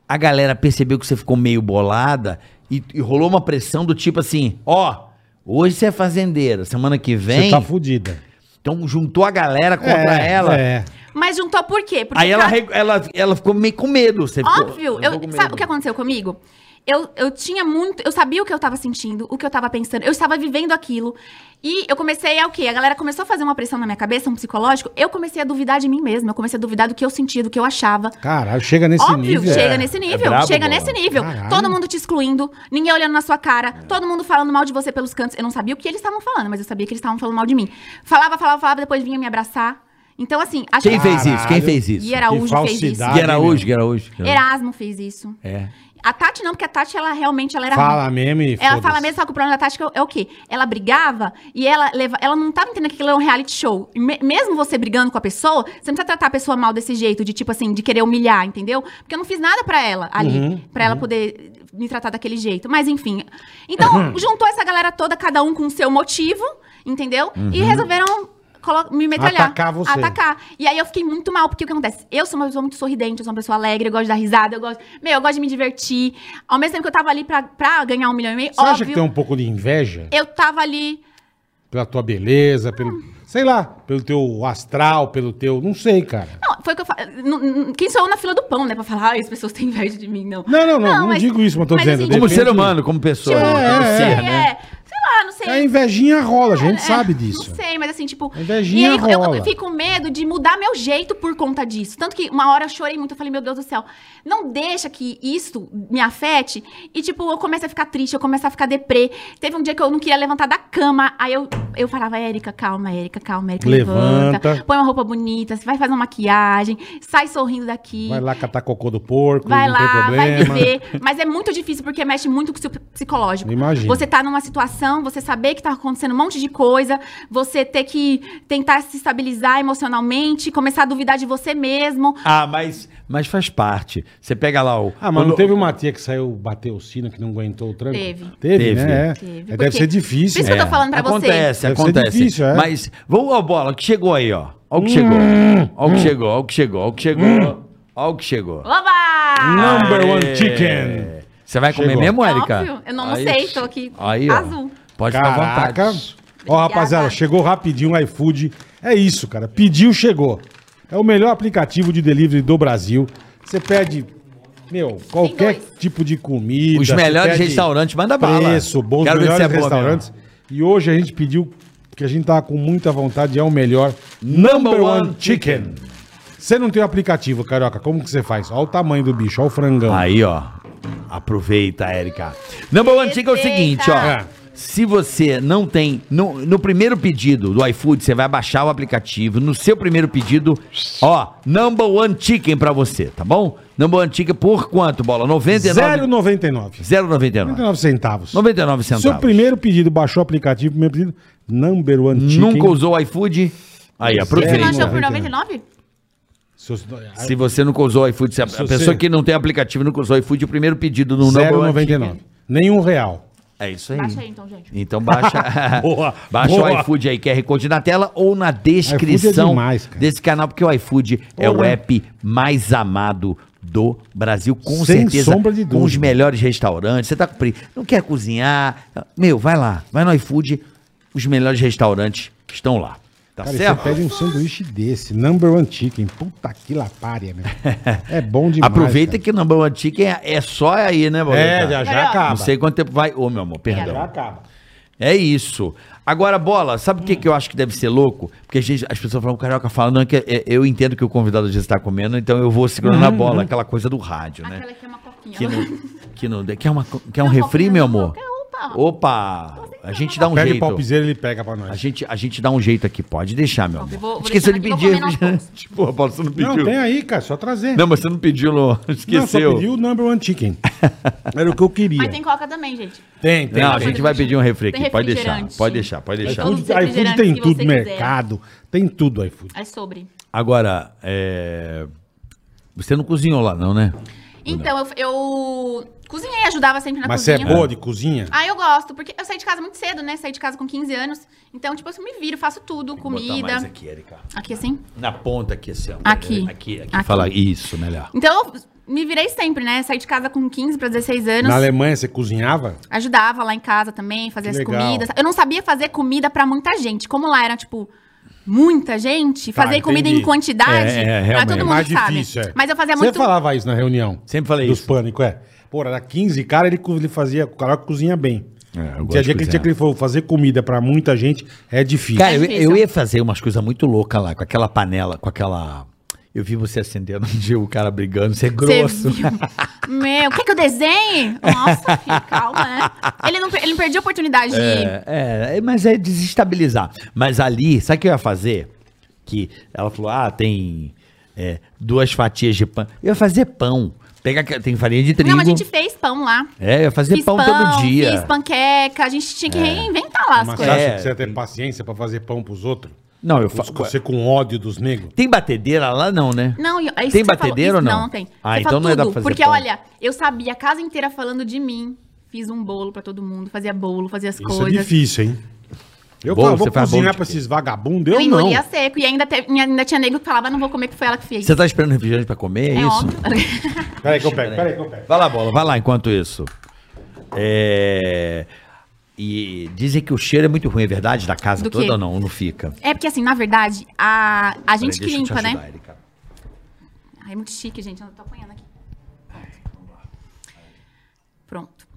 Speaker 3: a galera percebeu que você ficou meio bolada e, e rolou uma pressão do tipo assim, ó, hoje você é fazendeira, semana que
Speaker 2: Você
Speaker 3: vem,
Speaker 2: tá fudida.
Speaker 3: então juntou a galera contra
Speaker 2: É,
Speaker 3: ela.
Speaker 2: É.
Speaker 1: Mas juntou por quê? Porque
Speaker 3: Aí ela,
Speaker 1: cada-
Speaker 3: re- ela, ela ficou meio com medo. Você ficou-
Speaker 1: Óbvio.
Speaker 3: ficou
Speaker 1: Eu,
Speaker 3: com
Speaker 1: sabe
Speaker 3: medo.
Speaker 1: o que aconteceu comigo? Eu, eu tinha muito. Eu sabia o que eu tava sentindo, o que eu tava pensando. Eu estava vivendo aquilo. E eu comecei a o quê? A galera começou a fazer uma pressão na minha cabeça, um psicológico. Eu comecei a duvidar de mim mesma. Eu comecei a duvidar do que eu sentia, do que eu achava.
Speaker 2: Caralho, chega nesse
Speaker 1: Óbvio,
Speaker 2: nível.
Speaker 1: chega
Speaker 2: É.
Speaker 1: nesse nível,
Speaker 3: brabo,
Speaker 1: chega
Speaker 3: mano.
Speaker 1: nesse nível.
Speaker 2: Caralho. É.
Speaker 1: Todo mundo te excluindo, ninguém olhando na sua cara, todo mundo falando mal de você pelos cantos. Eu não sabia o que eles estavam falando, mas eu sabia que eles estavam falando mal de mim. Falava, falava, falava, depois vinha me abraçar. Então, assim, acho
Speaker 3: Quem fez isso? Quem
Speaker 2: Caralho.
Speaker 3: fez isso?
Speaker 1: Gui Araújo
Speaker 2: Que
Speaker 1: fez isso.
Speaker 2: falsidade.
Speaker 3: Guia Araújo, Guia Araújo. Guia Araújo.
Speaker 1: Erasmo fez isso.
Speaker 3: É.
Speaker 1: A Tati não, porque a Tati, ela realmente, ela era
Speaker 2: É. Fala mesmo e
Speaker 1: ela
Speaker 2: foda-se.
Speaker 1: fala mesmo, só que o problema da Tati é o quê? Ela brigava e ela leva, ela não tava entendendo que aquilo é um reality show. E me- mesmo você brigando com a pessoa, você não precisa tratar a pessoa mal desse jeito, de tipo assim, de querer humilhar, entendeu? Porque eu não fiz nada pra ela ali,
Speaker 2: Uhum,
Speaker 1: pra ela poder me tratar daquele jeito. Mas enfim.
Speaker 2: Uhum.
Speaker 1: Então, juntou essa galera toda, cada um com o seu motivo, entendeu? E resolveram colo- me metralhar.
Speaker 2: Uhum. Atacar você.
Speaker 1: Atacar. E aí eu fiquei muito mal, porque o que acontece? Eu sou uma pessoa muito sorridente, eu sou uma pessoa alegre, eu gosto de dar risada, eu gosto. Meu, eu gosto de me divertir. Ao mesmo tempo que eu tava ali pra, pra ganhar um milhão e meio,
Speaker 2: Você acha
Speaker 1: óbvio,
Speaker 2: que tem um pouco de inveja?
Speaker 1: eu tava ali.
Speaker 2: Pela tua beleza, pelo. Sei lá, pelo teu astral, pelo teu. Não sei, cara.
Speaker 1: Não, foi o que eu falei. Quem sou eu na fila do pão, né? Pra falar, ai, as pessoas têm inveja de mim, não.
Speaker 2: Não, não, não, não digo isso, mas tô dizendo,
Speaker 1: assim,
Speaker 3: Como
Speaker 2: Depende-
Speaker 3: ser humano, como pessoa.
Speaker 1: tipo,
Speaker 3: né? Como
Speaker 1: não sei,
Speaker 3: ser,
Speaker 1: é,
Speaker 3: né?
Speaker 1: Sei lá, não sei.
Speaker 2: A invejinha rola, a gente
Speaker 1: É,
Speaker 2: sabe disso.
Speaker 1: Não sei, mas assim, tipo.
Speaker 2: A invejinha
Speaker 1: e aí eu- eu,
Speaker 2: rola.
Speaker 1: fico com medo de mudar meu jeito por conta disso. Tanto que uma hora eu chorei muito, eu falei, meu Deus do céu, não deixa que isso me afete. E, tipo, eu começo a ficar triste, eu começo a ficar deprê. Teve um dia que eu não queria levantar da cama. Aí eu, eu falava, Érica, calma, Érica, calma, Érica, levanta,
Speaker 2: Levanta.
Speaker 1: Põe uma roupa bonita, vai fazer uma maquiagem, sai sorrindo daqui.
Speaker 2: Vai lá catar cocô do porco,
Speaker 1: Vai
Speaker 2: não
Speaker 1: lá,
Speaker 2: tem
Speaker 1: vai
Speaker 2: problema.
Speaker 1: viver. Mas é muito difícil porque mexe muito com o seu psicológico.
Speaker 2: Imagino.
Speaker 1: Você tá numa situação, você saber que tá acontecendo um monte de coisa, você ter que tentar se estabilizar emocionalmente, começar a duvidar de você mesmo.
Speaker 3: Ah, mas, mas faz parte. Você pega lá o.
Speaker 2: Ah, mas não
Speaker 3: quando-
Speaker 2: teve uma tia que saiu, bateu o sino, que não aguentou o tranco?
Speaker 1: Teve.
Speaker 2: Teve,
Speaker 3: Teve.
Speaker 2: né? É.
Speaker 1: Teve,
Speaker 2: É,
Speaker 1: porque-
Speaker 2: Deve ser
Speaker 1: Por
Speaker 2: difícil.
Speaker 1: isso que eu
Speaker 3: É,
Speaker 1: tô falando pra
Speaker 3: acontece,
Speaker 2: Deve ser
Speaker 3: acontece.
Speaker 2: difícil, é.
Speaker 3: Mas vamos ao bola, que chegou aí, ó. Ó o que chegou. Ó o que chegou, ó o que chegou, ó o que chegou. Ó o que chegou.
Speaker 1: você. Oba!
Speaker 2: Hum. Number
Speaker 3: Aê.
Speaker 2: one chicken.
Speaker 3: Você vai comer
Speaker 2: Chegou.
Speaker 3: mesmo, Érica?
Speaker 1: Óbvio, eu não
Speaker 3: Aí,
Speaker 1: almocei, tô aqui
Speaker 3: Aí, ó.
Speaker 1: azul.
Speaker 3: Pode ficar à
Speaker 2: Caraca.
Speaker 3: vontade.
Speaker 2: tá Ó, rapaziada, chegou rapidinho o iFood. É isso, cara. Pediu, chegou. É o melhor aplicativo de delivery do Brasil. Você pede, meu, qualquer
Speaker 1: dois.
Speaker 2: tipo de comida.
Speaker 3: Os
Speaker 2: você
Speaker 3: melhores
Speaker 2: pede
Speaker 3: restaurantes, manda bala.
Speaker 2: Preço, bons
Speaker 3: Quero ver se
Speaker 2: melhores
Speaker 3: é boa
Speaker 2: restaurantes. E hoje a gente pediu, que a gente tava com muita vontade, é o melhor. Number One Chicken. Você não tem o aplicativo, Carioca, como que você faz? Olha o tamanho do bicho, olha o frangão.
Speaker 3: Aí, ó. Aproveita, Érica. Number one dica é o seguinte, ó.
Speaker 1: Aproveita.
Speaker 3: Se você não tem. No, no primeiro pedido do iFood, você vai baixar o aplicativo. No seu primeiro pedido, ó, number one chicken pra você, tá bom? Number one chicken por quanto, bola? 99.
Speaker 2: 0,99.
Speaker 3: 0,99.
Speaker 2: 99 centavos.
Speaker 3: 99 centavos.
Speaker 2: Então, Seu primeiro pedido, baixou o aplicativo, primeiro pedido, number one chicken.
Speaker 3: Nunca usou o iFood? Aí,
Speaker 1: Você não
Speaker 3: aproveita.
Speaker 1: achou por
Speaker 2: 99?
Speaker 1: 99?
Speaker 2: Se você-
Speaker 3: Se você nunca usou o iFood, se a, a
Speaker 2: você-
Speaker 3: pessoa que não tem aplicativo nunca usou o iFood, o primeiro pedido no number one chicken.
Speaker 2: 0,99. Nenhum real.
Speaker 3: É isso aí.
Speaker 1: Baixa aí então, gente.
Speaker 3: Então baixa,
Speaker 2: Boa,
Speaker 3: baixa
Speaker 2: boa.
Speaker 3: o iFood aí, QR Code na tela ou na descrição
Speaker 2: é demais, cara.
Speaker 3: desse canal, porque o iFood é o
Speaker 2: Porra.
Speaker 3: app mais amado do Brasil, com
Speaker 2: Sem
Speaker 3: certeza.
Speaker 2: sombra de
Speaker 3: Com os
Speaker 2: dúvida.
Speaker 3: melhores restaurantes. Você tá com preguiça, não quer cozinhar? Meu, vai lá, vai no iFood, os melhores restaurantes estão lá. Tá
Speaker 2: Cara, e
Speaker 3: certo?
Speaker 2: você pede um sanduíche desse, number one chicken. Puta que lapária, meu. É bom demais.
Speaker 3: Aproveita
Speaker 2: cara.
Speaker 3: que o Number One Chicken é, é só aí, né, Boleta?
Speaker 2: É, já, já
Speaker 1: Não
Speaker 2: acaba.
Speaker 3: Não sei quanto tempo vai. Ô, meu amor, perdão.
Speaker 2: Já acaba.
Speaker 3: É isso. Agora, bola, sabe o que, que eu acho que deve ser louco? Porque a gente, as pessoas falam, o carioca fala, não, é que é- eu entendo que o convidado já está comendo, então eu vou segurando a bola, aquela coisa do rádio, né?
Speaker 1: Uhum. Aquela que é uma coquinha.
Speaker 3: Que não, que não, quer, uma, co- quer um
Speaker 1: Não,
Speaker 3: refri,
Speaker 1: qualquer
Speaker 3: meu
Speaker 1: um,
Speaker 3: amor?
Speaker 1: qualquer um,
Speaker 3: Opa! A gente dá um
Speaker 2: Pega o
Speaker 3: jeito.
Speaker 2: palpizeiro, ele pega pra nós.
Speaker 3: A gente, a gente dá um jeito aqui, pode deixar, meu amor.
Speaker 1: Eu vou- vou
Speaker 3: Esqueceu de
Speaker 1: deixar aqui,
Speaker 3: pedir.
Speaker 1: vou comer aos poucos.
Speaker 3: Tipo, a bola, você não
Speaker 2: Não,
Speaker 3: pediu.
Speaker 2: tem aí, cara, só trazer.
Speaker 3: Não, mas você não pediu, não. Esqueceu.
Speaker 2: Não, só pediu o number one chicken. Era o que eu queria.
Speaker 1: Mas tem coca também, gente.
Speaker 2: tem,
Speaker 3: Não, a gente
Speaker 1: tem.
Speaker 3: vai pedir um refri aqui.
Speaker 1: Tem
Speaker 3: Pode deixar.
Speaker 1: refrigerante.
Speaker 3: Pode deixar, pode deixar.
Speaker 1: Todos os
Speaker 2: iFood, iFood
Speaker 1: refrigerantes
Speaker 2: tem
Speaker 1: que
Speaker 2: tudo,
Speaker 1: você
Speaker 2: mercado, tem tudo iFood.
Speaker 1: É sobre.
Speaker 3: Agora, é... você não cozinhou lá, não, né?
Speaker 1: Então, eu, eu cozinhei, ajudava sempre na
Speaker 2: Mas você
Speaker 1: cozinha.
Speaker 2: é boa de cozinha?
Speaker 1: Ah, eu gosto, porque eu saí de casa muito cedo, né? Saí de casa com 15 anos. Então, tipo, eu me viro, faço tudo,
Speaker 3: Botar
Speaker 1: comida.
Speaker 3: mais aqui,
Speaker 1: Aqui.
Speaker 3: Erika.
Speaker 1: assim?
Speaker 3: Na ponta aqui, assim. ó.
Speaker 1: Aqui.
Speaker 3: Aqui, aqui.
Speaker 1: Aqui.
Speaker 3: Fala isso, melhor.
Speaker 1: Então, eu me virei sempre, né? Saí de casa com 15 pra 16 anos.
Speaker 2: Na Alemanha você cozinhava?
Speaker 1: Ajudava lá em casa também, fazia as
Speaker 2: Legal.
Speaker 1: comidas. Eu não sabia fazer comida pra muita gente. Como lá era, tipo, muita gente,
Speaker 2: Tá,
Speaker 1: fazer comida em
Speaker 2: entendi.
Speaker 1: quantidade,
Speaker 3: É, é,
Speaker 1: pra
Speaker 3: realmente.
Speaker 1: todo
Speaker 2: É
Speaker 1: mundo
Speaker 2: mais
Speaker 1: sabe.
Speaker 2: difícil, é.
Speaker 1: Mas eu fazia
Speaker 2: você
Speaker 1: muito.
Speaker 2: falava isso na reunião.
Speaker 3: Sempre falei
Speaker 2: Dos
Speaker 3: isso.
Speaker 2: pânico, é. Pô, era 15 cara, ele, co- ele fazia, o cara cozinha bem.
Speaker 3: É, eu gosto
Speaker 2: Tinha dia
Speaker 3: de
Speaker 2: que ele tinha
Speaker 3: cozinhar.
Speaker 2: que ele falou, fazer comida pra muita gente é difícil.
Speaker 3: Cara,
Speaker 1: É
Speaker 3: eu,
Speaker 1: difícil.
Speaker 3: eu ia fazer umas coisas muito loucas lá, com aquela panela, com aquela. Eu vi você acendendo um dia o cara brigando, você é grosso.
Speaker 1: Você viu? Meu, quer que eu desenhe? Nossa, filho, calma, né? Ele não, per- ele não perdia a oportunidade de.
Speaker 3: É, é, mas é desestabilizar. Mas ali, sabe o que eu ia fazer? Que ela falou: ah, tem é, duas fatias de pão. Eu ia fazer pão. Pega, aqua- tem farinha de trigo.
Speaker 1: Não, a gente fez pão lá.
Speaker 3: É, eu ia fazer
Speaker 1: Fiz
Speaker 3: pão, todo dia.
Speaker 1: Fiz panqueca, a gente tinha que reinventar lá as
Speaker 2: Mas você
Speaker 1: coisas.
Speaker 2: acha
Speaker 3: É.
Speaker 2: que você ia ter paciência pra fazer pão pros outros?
Speaker 3: Não, eu
Speaker 2: Os-
Speaker 3: faço.
Speaker 2: Você com ódio dos negros?
Speaker 3: Tem batedeira lá, não, né?
Speaker 1: Não, e- é isso
Speaker 3: Tem
Speaker 1: que você falou.
Speaker 3: batedeira
Speaker 1: Isso-
Speaker 3: ou não?
Speaker 1: Não, tem.
Speaker 3: Ah,
Speaker 1: Você
Speaker 3: então
Speaker 1: fala
Speaker 3: não ia dar
Speaker 1: tudo,
Speaker 3: pra fazer
Speaker 1: Porque,
Speaker 3: pão.
Speaker 1: olha, eu sabia a casa inteira falando de mim. Fiz um bolo pra todo mundo, fazia bolo, fazia as
Speaker 2: Isso é
Speaker 1: coisas.
Speaker 2: difícil, hein? Eu
Speaker 3: Bolo,
Speaker 2: falo, vou
Speaker 3: você faz bolo
Speaker 2: cozinhar
Speaker 3: de
Speaker 2: pra
Speaker 3: quê?
Speaker 2: esses vagabundos?
Speaker 1: eu
Speaker 2: Eu não.
Speaker 1: engolia seco. E ainda, teve- ainda tinha nego que falava, não vou comer, que foi ela que fez.
Speaker 3: Você tá esperando refrigerante pra comer? É,
Speaker 1: é
Speaker 3: isso?
Speaker 1: óbvio.
Speaker 2: Peraí que eu pego, peraí que eu pego.
Speaker 3: Vai lá, bola, vai lá enquanto isso. É. E dizem que o cheiro é muito ruim, é verdade? Da casa
Speaker 1: Do
Speaker 3: toda
Speaker 1: quê?
Speaker 3: ou não? Não fica.
Speaker 1: é porque, assim, na verdade, a, a
Speaker 3: Peraí,
Speaker 1: gente que
Speaker 3: deixa eu te
Speaker 1: limpa,
Speaker 3: ajudar,
Speaker 1: né?
Speaker 3: Erika.
Speaker 1: Ai, é muito chique, gente. Eu tô apanhando aqui. Pronto.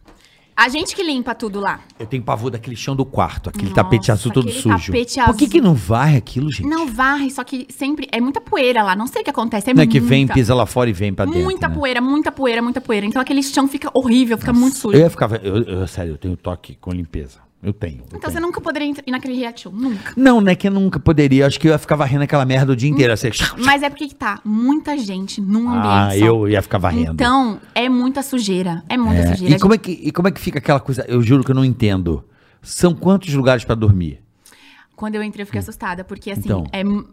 Speaker 1: A gente que limpa tudo lá.
Speaker 3: Eu tenho pavor daquele chão do quarto, aquele
Speaker 1: Nossa,
Speaker 3: tapete azul todo
Speaker 1: aquele
Speaker 3: sujo.
Speaker 1: tapete
Speaker 3: Por que,
Speaker 1: azul.
Speaker 3: que não varre aquilo, gente?
Speaker 1: Não varre, só que sempre. É muita poeira lá. Não sei o que acontece. É
Speaker 3: Não é
Speaker 1: muita,
Speaker 3: que vem, pisa lá fora e vem pra dentro.
Speaker 1: Muita
Speaker 3: né?
Speaker 1: poeira, muita poeira, muita poeira. Então aquele chão fica horrível, fica muito sujo.
Speaker 3: Eu ia ficar. Eu, eu- sério, eu tenho toque com limpeza. Eu tenho. eu
Speaker 1: Então
Speaker 3: tenho.
Speaker 1: você nunca poderia entrar- ir naquele riachão. Nunca.
Speaker 3: Não, né? Que eu nunca poderia. Acho que eu ia ficar varrendo aquela merda o dia inteiro. Assim,
Speaker 1: Mas é porque que tá muita gente num
Speaker 3: ah,
Speaker 1: ambiente. só.
Speaker 3: eu ia ficar varrendo.
Speaker 1: Então, é muita sujeira. É muita
Speaker 3: É,
Speaker 1: sujeira.
Speaker 3: E como, é que, e como é que fica aquela coisa? Eu juro que eu não entendo. São quantos lugares pra dormir?
Speaker 1: Quando eu entrei, eu fiquei assustada, porque assim,
Speaker 3: Hum. Então.
Speaker 1: é, mu-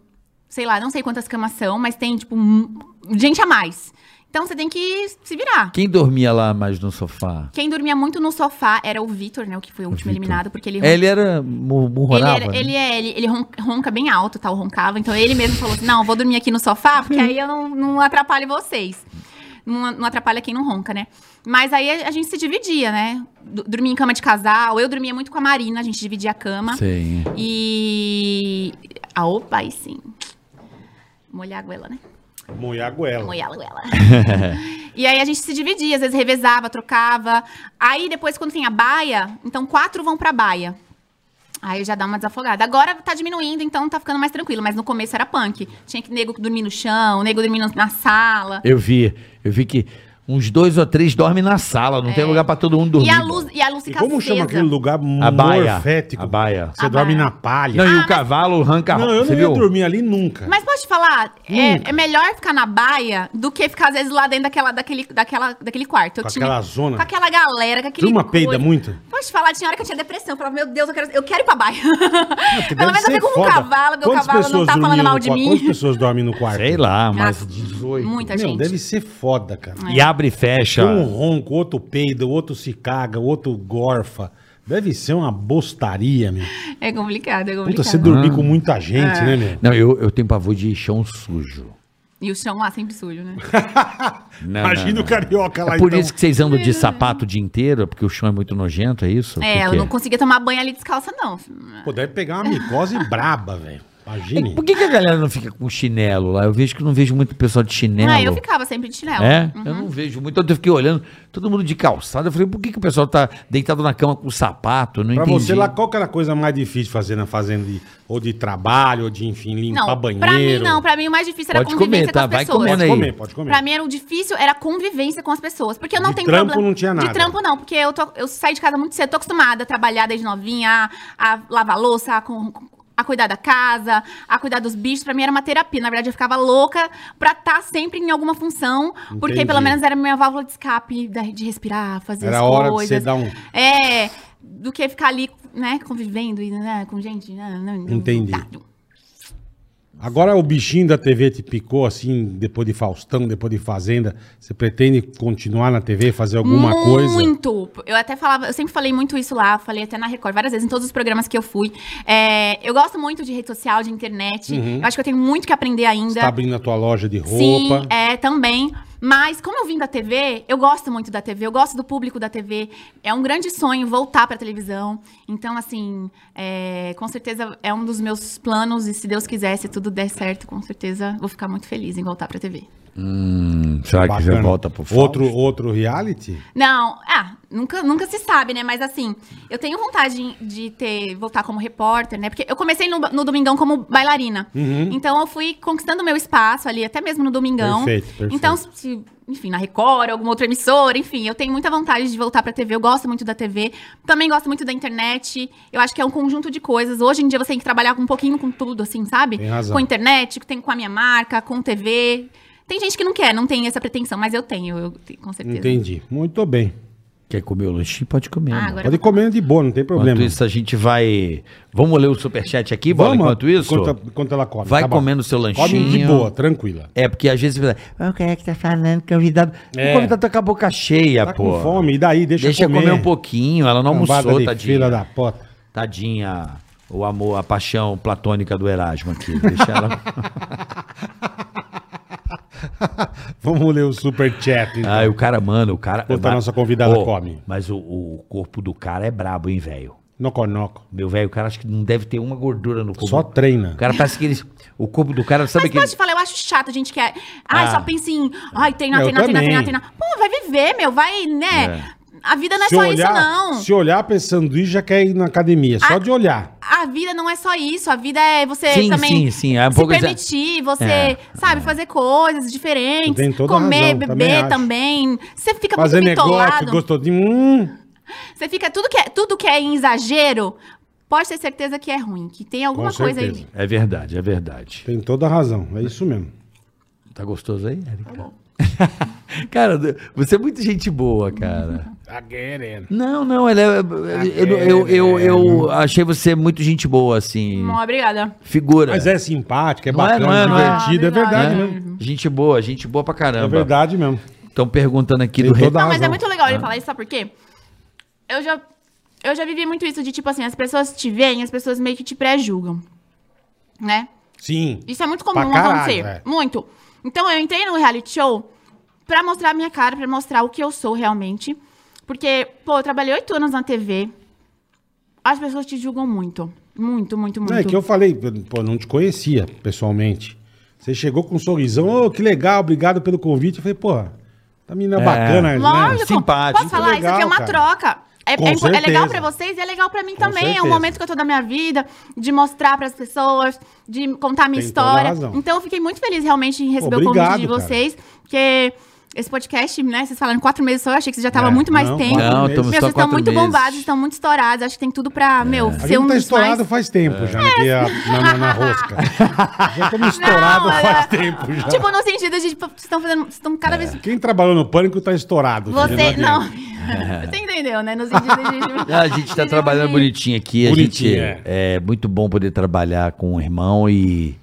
Speaker 1: sei lá, não sei quantas camas são, mas tem, tipo, mu- gente a mais. Então você tem que se virar.
Speaker 3: Quem dormia lá mais no sofá?
Speaker 1: Quem dormia muito no sofá era o Vitor, né? O que foi o último
Speaker 3: Vitor.
Speaker 1: eliminado, porque ele
Speaker 3: É, Ele era mu-
Speaker 1: Ele,
Speaker 3: murmurava.
Speaker 1: era-
Speaker 3: né?
Speaker 1: ele é, ele, ele ron- ronca bem alto, tal, roncava. Então ele mesmo falou assim: não, eu vou dormir aqui no sofá, porque aí eu não, não atrapalho vocês. Não, não atrapalha quem não ronca, né? Mas aí a, a gente se dividia, né? Du- dormia em cama de casal. Eu dormia muito com a Marina, a gente dividia a cama.
Speaker 3: Sim.
Speaker 1: E. Ah, opa, aí sim. Molhar a goela, né?
Speaker 2: Moer a goela.
Speaker 1: Molhar a goela. e aí a gente se dividia, às vezes revezava, trocava. Aí depois, quando tem a baia, então quatro vão pra baia. Aí já dá uma desafogada. Agora tá diminuindo, então tá ficando mais tranquilo. Mas no começo era punk. Tinha que nego dormir no chão, nego dormir no- na sala.
Speaker 3: Eu vi, eu vi que uns dois ou três dormem na sala, não tem lugar pra todo mundo dormir.
Speaker 1: É. E a luz, e a luz
Speaker 2: E
Speaker 1: fica
Speaker 2: como chama
Speaker 1: acesa.
Speaker 2: aquele lugar
Speaker 3: A baia.
Speaker 2: morfético?
Speaker 3: A baia.
Speaker 2: Você
Speaker 1: A
Speaker 2: dorme
Speaker 1: baia.
Speaker 2: na palha. Ah,
Speaker 3: Não, e o cavalo arranca
Speaker 2: Não, eu
Speaker 3: você
Speaker 2: não ia
Speaker 3: viu?
Speaker 2: dormir ali nunca.
Speaker 1: Mas posso te falar,
Speaker 2: Hum.
Speaker 1: é, é melhor ficar na baia do que ficar, às vezes, lá dentro daquela, daquele, daquela, daquele quarto. Eu
Speaker 2: Com aquela zona.
Speaker 1: Com aquela galera, com aquele...
Speaker 2: Turma peida muito?
Speaker 1: Posso te falar, tinha hora que eu tinha depressão. Eu falava, meu Deus, eu quero, eu quero ir pra baia.
Speaker 2: Porque deve
Speaker 1: Pelo menos eu
Speaker 2: ser
Speaker 1: fico com um
Speaker 2: foda.
Speaker 1: cavalo, meu
Speaker 2: Quantas
Speaker 1: cavalo não
Speaker 2: pessoas
Speaker 1: tá falando
Speaker 2: dormiam
Speaker 1: mal
Speaker 2: no
Speaker 1: de
Speaker 2: quarto? Quantas
Speaker 1: mim.
Speaker 2: pessoas dormem no quarto?
Speaker 3: Sei lá, mas.
Speaker 1: Ah,
Speaker 2: 18.
Speaker 1: Muita
Speaker 2: Meu,
Speaker 1: gente. Ah.
Speaker 2: deve ser foda, cara.
Speaker 3: E abre e fecha.
Speaker 2: Tem um ronco, outro peida, outro se caga, outro gorfa. Deve ser uma bostaria, meu.
Speaker 1: É complicado, é
Speaker 2: Puta,
Speaker 1: complicado.
Speaker 2: você dormir com muita gente,
Speaker 1: É.
Speaker 2: né, meu?
Speaker 3: Não, eu, eu tenho pavor de chão sujo.
Speaker 1: E o chão lá sempre sujo, né?
Speaker 3: Não,
Speaker 2: Imagina
Speaker 3: não,
Speaker 2: o carioca lá
Speaker 3: É por
Speaker 2: então.
Speaker 3: isso que vocês andam de sapato o dia inteiro, porque o chão é muito nojento, é isso?
Speaker 1: É,
Speaker 3: por
Speaker 1: eu
Speaker 3: quê?
Speaker 1: não conseguia tomar banho ali descalça, não.
Speaker 2: Pô, deve pegar uma micose braba, velho. Imagine.
Speaker 3: Por que, que a galera não fica com chinelo lá? Eu vejo que eu não vejo muito pessoal de chinelo.
Speaker 1: Ah, eu ficava sempre de chinelo.
Speaker 3: É? Eu
Speaker 1: Uhum.
Speaker 3: não vejo muito. Ontem Eu fiquei olhando, todo mundo de calçada. Eu falei, por que, que o pessoal tá deitado na cama com sapato? Eu Não
Speaker 2: Pra
Speaker 3: entendi.
Speaker 2: você lá, qual que era a coisa mais difícil de fazer na fazenda? De- ou de trabalho, ou de, enfim, limpar
Speaker 1: Não,
Speaker 2: banheiro?
Speaker 1: pra mim não. Pra mim o mais difícil era a
Speaker 3: Pode comer,
Speaker 1: convivência
Speaker 3: tá?
Speaker 1: com as
Speaker 3: Vai
Speaker 1: pessoas.
Speaker 3: comendo
Speaker 2: Pode
Speaker 3: aí.
Speaker 2: comer, pode comer.
Speaker 1: Pra mim era o difícil, era a convivência com as pessoas. Porque eu não
Speaker 2: De
Speaker 1: tenho
Speaker 2: trampo
Speaker 1: problema.
Speaker 2: não tinha nada.
Speaker 1: De trampo não, porque eu, tô, eu saí de casa muito cedo, tô acostumada a trabalhar desde novinha, a, a lavar louça, a, com- a cuidar da casa, a cuidar dos bichos. Pra mim era uma terapia. Na verdade, eu ficava louca pra estar sempre em alguma função, porque
Speaker 2: Entendi.
Speaker 1: pelo menos era minha válvula de escape da- de respirar, fazer
Speaker 2: Era
Speaker 1: as
Speaker 2: a hora de
Speaker 1: coisas.
Speaker 2: você dar um...
Speaker 1: É, do que ficar ali, né, convivendo e, né, com gente. né, não- não-
Speaker 2: Entendi.
Speaker 1: tá.
Speaker 2: Agora o bichinho da TV te picou, assim, depois de Faustão, depois de Fazenda. Você pretende continuar na TV, fazer alguma
Speaker 1: muito.
Speaker 2: coisa?
Speaker 1: Eu até falava, eu sempre falei muito isso lá, falei até na Record, várias vezes, em todos os programas que eu fui. É, eu gosto muito de rede social, de internet. Eu acho que eu tenho muito que aprender ainda.
Speaker 2: Você tá Uhum. abrindo a tua loja de
Speaker 1: Sim,
Speaker 2: roupa.
Speaker 1: é, também. Mas como eu vim da TV, eu gosto muito da TV, eu gosto do público da TV. É um grande sonho voltar pra televisão. Então, assim, é, com certeza é um dos meus planos. E se Deus quiser, se tudo der certo, com certeza vou ficar muito feliz em voltar pra TV.
Speaker 3: Hum, será que você
Speaker 2: Bacana.
Speaker 3: volta pro Fausto?
Speaker 2: outro, outro reality?
Speaker 1: Não, ah, nunca, nunca se sabe, né? Mas assim, eu tenho vontade de- de ter voltar como repórter, né? Porque eu comecei no, no Domingão como bailarina.
Speaker 2: Uhum.
Speaker 1: Então eu fui conquistando meu espaço ali, até mesmo no Domingão.
Speaker 2: Perfeito, perfeito.
Speaker 1: Então, se- enfim, na Record, alguma outra emissora, enfim, eu tenho muita vontade de voltar pra TV, eu gosto muito da TV, também gosto muito da internet. Eu acho que é um conjunto de coisas. Hoje em dia você tem que trabalhar com um pouquinho com tudo, assim, sabe?
Speaker 2: Tem razão.
Speaker 1: Com internet, tem com a minha marca, com TV. Tem gente que não quer, não tem essa pretensão, mas eu tenho, eu tenho, com certeza.
Speaker 2: Entendi. Muito bem.
Speaker 3: Quer comer o lanchinho? Pode comer.
Speaker 1: Ah,
Speaker 3: mano.
Speaker 1: agora-
Speaker 2: Pode comer de boa, não tem problema.
Speaker 3: Enquanto isso, a gente vai. Vamos ler o superchat aqui, Bola, enquanto isso?
Speaker 2: Enquanto, enquanto ela come. Tá
Speaker 3: Vai
Speaker 2: bom.
Speaker 3: comendo seu
Speaker 2: Come de
Speaker 3: lanchinho.
Speaker 2: boa, tranquila.
Speaker 3: É, porque às vezes você fala, "Ah, o cara é que tá falando, convidado.
Speaker 2: É.
Speaker 3: O convidado tá com a boca cheia,
Speaker 2: Tá
Speaker 3: pô.
Speaker 2: com fome, e daí? Deixa,
Speaker 3: Deixa, comer. um pouquinho, ela não
Speaker 2: Cambada
Speaker 3: almoçou,
Speaker 2: de Filha
Speaker 3: tadinha.
Speaker 2: da pota.
Speaker 3: Tadinha, o amor, a paixão platônica do Erasmo aqui. Deixa ela.
Speaker 2: Vamos ler o superchat. então.
Speaker 3: Ah, e o cara, mano, o cara.
Speaker 2: Enquanto a
Speaker 3: Ma-
Speaker 2: nossa convidada
Speaker 3: Ô,
Speaker 2: come.
Speaker 3: Mas o, o corpo do cara é brabo, hein, velho?
Speaker 2: Noconoco.
Speaker 3: Meu velho, o cara acho que não deve ter uma gordura no corpo.
Speaker 2: Só treina.
Speaker 3: O cara parece que ele. O corpo do cara, sabe
Speaker 1: Mas
Speaker 3: aquele.
Speaker 1: pode falar, eu acho chato, gente que é. Ai,
Speaker 3: Ah.
Speaker 1: só pensa em. Ai, treinar,
Speaker 2: Eu
Speaker 1: treinar, treinar,
Speaker 2: também.
Speaker 1: treinar, treinar. Pô, vai viver, meu, vai, né? A vida não é
Speaker 2: se,
Speaker 1: só
Speaker 2: olhar,
Speaker 1: isso, não.
Speaker 2: se olhar pra esse sanduíche, já quer ir na academia. Só
Speaker 1: Ah.
Speaker 2: de olhar.
Speaker 1: A vida não é só isso, a vida é você
Speaker 3: Sim,
Speaker 1: também
Speaker 3: sim, sim, é um
Speaker 1: se
Speaker 3: pouco exa-
Speaker 1: permitir, você,
Speaker 3: É,
Speaker 1: sabe, fazer coisas diferentes,
Speaker 2: Você tem toda a
Speaker 1: comer,
Speaker 2: razão, também
Speaker 1: beber também. Você fica
Speaker 2: Fazer
Speaker 1: muito
Speaker 2: negócio,
Speaker 1: bitolado.
Speaker 2: gostou de... Hum,
Speaker 1: Você fica tudo que é, tudo que é em exagero, pode ter certeza que é ruim, que tem alguma
Speaker 2: Com
Speaker 1: coisa
Speaker 2: certeza.
Speaker 1: aí.
Speaker 3: É verdade, é verdade.
Speaker 2: tem toda a razão. É isso mesmo.
Speaker 3: Tá gostoso aí, Erika? cara, você é muito gente boa, cara.
Speaker 2: Tá querendo.
Speaker 3: Não, não, ele é. Eu, eu, eu,
Speaker 1: É.
Speaker 3: eu achei você muito gente boa, assim.
Speaker 1: Bom, obrigada.
Speaker 3: Figura.
Speaker 2: Mas é simpático, é
Speaker 3: Não é,
Speaker 2: bacana,
Speaker 3: não é, não é.
Speaker 2: divertido. É verdade
Speaker 1: Ah,
Speaker 2: mesmo.
Speaker 3: né? Gente boa, gente boa pra
Speaker 2: É
Speaker 3: caramba.
Speaker 2: verdade mesmo.
Speaker 3: Estão perguntando aqui
Speaker 2: Tem
Speaker 3: do re...
Speaker 2: toda-
Speaker 1: Não, mas
Speaker 2: razão.
Speaker 1: é muito legal ele falar isso, sabe por quê? Eu já, eu já vivi muito isso de, tipo assim, as pessoas te veem, as pessoas meio que te pré-julgam, né?
Speaker 2: Sim.
Speaker 1: Isso é muito
Speaker 2: Pra
Speaker 1: comum
Speaker 2: caralho,
Speaker 1: acontecer,
Speaker 2: é.
Speaker 1: muito. Então, eu entrei no reality show pra mostrar a minha cara, pra mostrar o que eu sou realmente. Porque, pô, eu trabalhei oito anos na TV, as pessoas te julgam muito, muito, muito, muito.
Speaker 2: Não, é que eu falei, pô, não te conhecia pessoalmente. Você chegou com um sorrisão, ô, que legal, obrigado pelo convite. Eu falei, porra, tá menina
Speaker 3: É.
Speaker 2: bacana, né?
Speaker 1: Lógico.
Speaker 3: Simpático.
Speaker 1: Posso falar? isso aqui é
Speaker 2: Legal,
Speaker 1: uma
Speaker 2: cara.
Speaker 1: troca. É,
Speaker 2: Com
Speaker 1: é impo- é
Speaker 2: certeza.
Speaker 1: legal pra vocês e é legal pra mim
Speaker 2: Com
Speaker 1: também. É
Speaker 2: certeza.
Speaker 1: um momento que eu tô da minha vida, de mostrar pras pessoas, de contar a minha
Speaker 2: Tem toda a
Speaker 1: história.
Speaker 2: razão.
Speaker 1: Então eu fiquei muito feliz realmente em receber o
Speaker 2: Obrigado,
Speaker 1: convite de
Speaker 2: cara.
Speaker 1: vocês, porque Esse podcast, né? Vocês falaram quatro meses só, eu achei que você já tava
Speaker 2: É,
Speaker 1: muito mais
Speaker 2: não,
Speaker 1: tempo.
Speaker 2: quatro
Speaker 3: Não,
Speaker 2: meses.
Speaker 3: estamos
Speaker 1: Meu,
Speaker 3: só
Speaker 1: vocês estão
Speaker 3: quatro
Speaker 1: muito
Speaker 3: meses.
Speaker 1: bombados, estão muito estourados. Acho que tem tudo pra, meu,
Speaker 2: A
Speaker 1: ser
Speaker 2: gente tá
Speaker 1: um dos mais...
Speaker 2: estourado faz tempo já, né? que a- na, na- na rosca. já estamos estourados
Speaker 1: Não,
Speaker 2: faz
Speaker 1: é-
Speaker 2: tempo já.
Speaker 1: Tipo, no sentido de, tipo, vocês estão fazendo... Vocês estão
Speaker 3: É.
Speaker 1: cada vez...
Speaker 2: Quem trabalhou no pânico tá estourado.
Speaker 1: Você...
Speaker 2: filho,
Speaker 1: Não.
Speaker 2: adianta.
Speaker 3: É.
Speaker 1: Você entendeu, né? No sentido de...
Speaker 3: Ah, a gente tá
Speaker 1: né?
Speaker 3: trabalhando bonitinho aqui. A
Speaker 2: Bonitinho,
Speaker 3: gente
Speaker 2: é.
Speaker 3: é muito bom poder trabalhar com o irmão e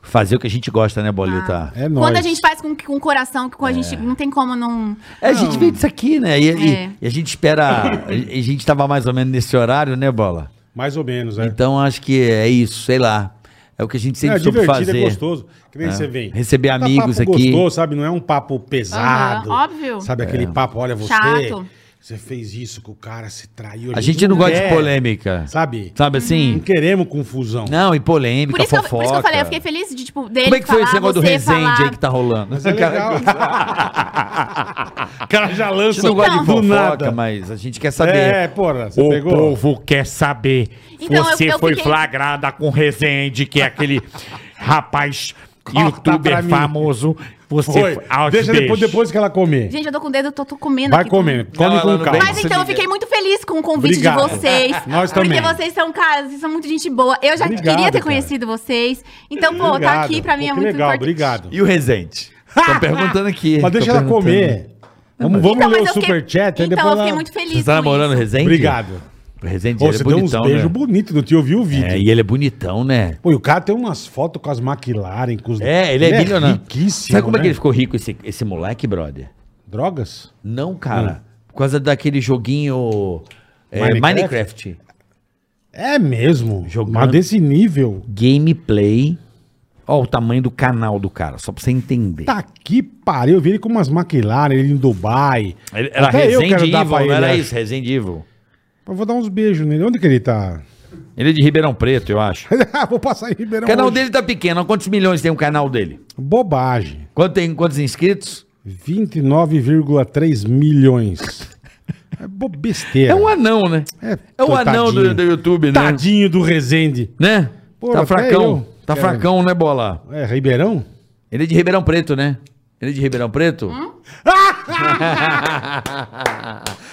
Speaker 3: fazer o que a gente gosta, né, Boleta?
Speaker 2: É nóis. É.
Speaker 1: Quando a gente faz com, com o coração, com a gente... Não tem como não...
Speaker 3: É, a gente vê isso aqui, né? E, e-
Speaker 1: É.
Speaker 3: e a gente espera. e a gente tava mais ou menos nesse horário, né, Bola?
Speaker 2: Mais ou menos, é.
Speaker 3: Então acho que é isso, sei lá. É o que a gente sempre
Speaker 2: é
Speaker 3: soube
Speaker 2: divertido,
Speaker 3: fazer.
Speaker 2: é gostoso. Que nem
Speaker 3: É.
Speaker 2: você vem.
Speaker 3: Receber
Speaker 2: Tá
Speaker 3: amigos
Speaker 2: papo
Speaker 3: aqui. É.
Speaker 2: gostoso, sabe? Não é um papo pesado.
Speaker 1: Aham, óbvio.
Speaker 2: Sabe aquele papo, olha você.
Speaker 1: Chato.
Speaker 2: Você fez isso com o cara, se traiu.
Speaker 3: A gente não gosta de
Speaker 4: É.
Speaker 2: quer,
Speaker 3: polêmica.
Speaker 2: Sabe?
Speaker 3: Sabe
Speaker 2: Não
Speaker 3: assim?
Speaker 2: queremos confusão.
Speaker 3: Não, e polêmica,
Speaker 1: Uhum. Por isso, que eu,
Speaker 3: fofoca.
Speaker 1: por isso que eu falei, eu fiquei feliz de, tipo, dele
Speaker 3: Como é que foi
Speaker 1: falar,
Speaker 3: esse negócio do
Speaker 1: você
Speaker 3: Resende
Speaker 1: falar.
Speaker 3: aí que tá rolando?
Speaker 2: Mas é legal. o cara já
Speaker 3: A gente
Speaker 2: lança
Speaker 3: não gosta de
Speaker 1: Não.
Speaker 3: fofoca,
Speaker 2: do nada.
Speaker 3: mas a gente quer saber.
Speaker 2: É, porra, você
Speaker 4: O
Speaker 2: pegou?
Speaker 4: povo quer saber.
Speaker 1: Então,
Speaker 4: Você
Speaker 1: eu- eu
Speaker 4: foi
Speaker 1: fiquei-
Speaker 4: flagrada com Rezende, que é aquele rapaz
Speaker 2: Corta pra
Speaker 4: youtuber
Speaker 2: mim.
Speaker 4: famoso. Você
Speaker 2: Foi.
Speaker 4: foi
Speaker 3: Ah,
Speaker 4: aos
Speaker 2: Deixa depois,
Speaker 4: beijos.
Speaker 2: depois que ela comer.
Speaker 1: Gente, eu tô com o dedo, eu tô, tô comendo
Speaker 2: Vai
Speaker 1: aqui. tô-
Speaker 2: comendo.
Speaker 3: Não,
Speaker 2: Come
Speaker 3: ela
Speaker 2: com
Speaker 3: não
Speaker 2: calma.
Speaker 3: vem.
Speaker 1: Mas então eu fiquei muito feliz com o convite
Speaker 2: Obrigado.
Speaker 1: de vocês.
Speaker 2: Nós também.
Speaker 1: Porque vocês são caras, vocês são muito gente boa. Eu já
Speaker 2: Obrigado,
Speaker 1: queria ter
Speaker 2: cara.
Speaker 1: conhecido vocês. Então, pô, tá
Speaker 2: Obrigado.
Speaker 1: aqui pra mim
Speaker 2: Pô,
Speaker 1: é
Speaker 2: que
Speaker 1: muito
Speaker 2: legal,
Speaker 1: importante.
Speaker 2: obrigado.
Speaker 3: E o Resende? Estão perguntando aqui.
Speaker 2: Mas deixa
Speaker 3: tão
Speaker 2: ela comer. Vamos, vamos
Speaker 1: Então, mas
Speaker 2: ler o
Speaker 1: eu fiquei-
Speaker 2: superchat. aí
Speaker 1: Então,
Speaker 2: depois
Speaker 1: eu fiquei
Speaker 2: ela-
Speaker 1: muito feliz
Speaker 3: Você tá
Speaker 1: com
Speaker 3: namorando o
Speaker 1: isso.
Speaker 3: Resende?
Speaker 2: Obrigado.
Speaker 3: O Resende,
Speaker 2: Ô,
Speaker 3: ele é
Speaker 2: você deu uns
Speaker 3: bonitão,
Speaker 2: beijos
Speaker 3: né?
Speaker 2: bonitos do tio, eu vi o vídeo.
Speaker 3: É, e ele é bonitão, né?
Speaker 2: Pô, e o cara tem umas fotos com as McLaren, com os...
Speaker 3: É, ele é milionário.
Speaker 2: riquíssimo,
Speaker 3: Sabe como é
Speaker 2: né?
Speaker 3: que ele ficou rico, esse, esse moleque, brother?
Speaker 2: Drogas?
Speaker 3: Não, cara.
Speaker 2: Hum.
Speaker 3: Por causa daquele joguinho... é,
Speaker 2: Minecraft?
Speaker 3: Minecraft.
Speaker 2: É mesmo.
Speaker 3: Jogando.
Speaker 2: Mas desse nível.
Speaker 3: Gameplay. Ó, o tamanho do canal do cara, só pra você entender.
Speaker 2: Tá que pariu. Eu vi ele com umas McLaren, ele em Dubai.
Speaker 3: Ele- Era
Speaker 2: Até eu
Speaker 3: Resende
Speaker 2: quero dar
Speaker 3: Evil,
Speaker 2: pra
Speaker 3: não
Speaker 2: ele,
Speaker 3: era
Speaker 2: acho.
Speaker 3: isso? Resende Evil.
Speaker 2: Eu vou dar uns beijos nele. Onde que ele tá?
Speaker 3: Ele é de Ribeirão Preto, eu acho.
Speaker 2: vou passar em Ribeirão.
Speaker 3: O canal
Speaker 2: hoje.
Speaker 3: dele tá pequeno. Quantos milhões tem o canal dele?
Speaker 2: Bobagem.
Speaker 3: Quanto tem, quantos inscritos?
Speaker 2: 29,3 milhões. É bo- besteira.
Speaker 3: É um anão, né?
Speaker 2: É,
Speaker 3: É o
Speaker 2: tadinho.
Speaker 3: anão do, do YouTube, né?
Speaker 2: Tadinho do Resende.
Speaker 3: Né?
Speaker 2: Pô,
Speaker 3: tá
Speaker 2: até
Speaker 3: fracão.
Speaker 2: eu É.
Speaker 3: Tá
Speaker 2: quero-
Speaker 3: fracão, né, Bola?
Speaker 2: É, Ribeirão?
Speaker 3: Ele é de Ribeirão Preto, né? Ele é de Ribeirão Preto?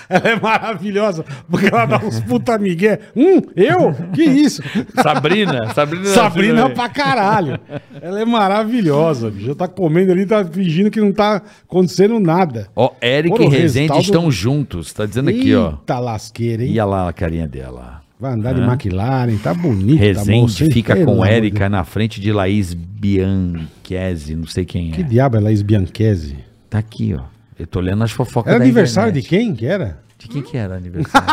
Speaker 2: Ela é maravilhosa, porque ela dá uns puta migué. Hum, eu? Que isso?
Speaker 3: Sabrina. Sabrina, é.
Speaker 2: Sabrina é pra caralho. Ela é maravilhosa, bicho. Ela Tá comendo ali, tá fingindo que não tá acontecendo nada.
Speaker 3: Ó, Eric
Speaker 2: Pô,
Speaker 3: e
Speaker 2: o
Speaker 3: Rezende
Speaker 2: Restaldo-
Speaker 3: estão juntos. Tá dizendo aqui, ó.
Speaker 2: Eita lasqueira, hein?
Speaker 3: E olha lá a carinha dela.
Speaker 2: Vai andar de McLaren, tá bonita. moça,
Speaker 3: Rezende
Speaker 2: hein?
Speaker 3: fica
Speaker 2: Pelo
Speaker 3: com
Speaker 2: amor de
Speaker 3: Érica na frente de Laís Bianchese, não sei quem é.
Speaker 2: Deus. Que diabo é Laís Bianchese?
Speaker 3: Tá aqui, ó. Eu tô lendo as fofocas
Speaker 2: Era
Speaker 3: da
Speaker 2: É aniversário
Speaker 3: internet.
Speaker 2: de quem que era?
Speaker 3: De quem que era aniversário?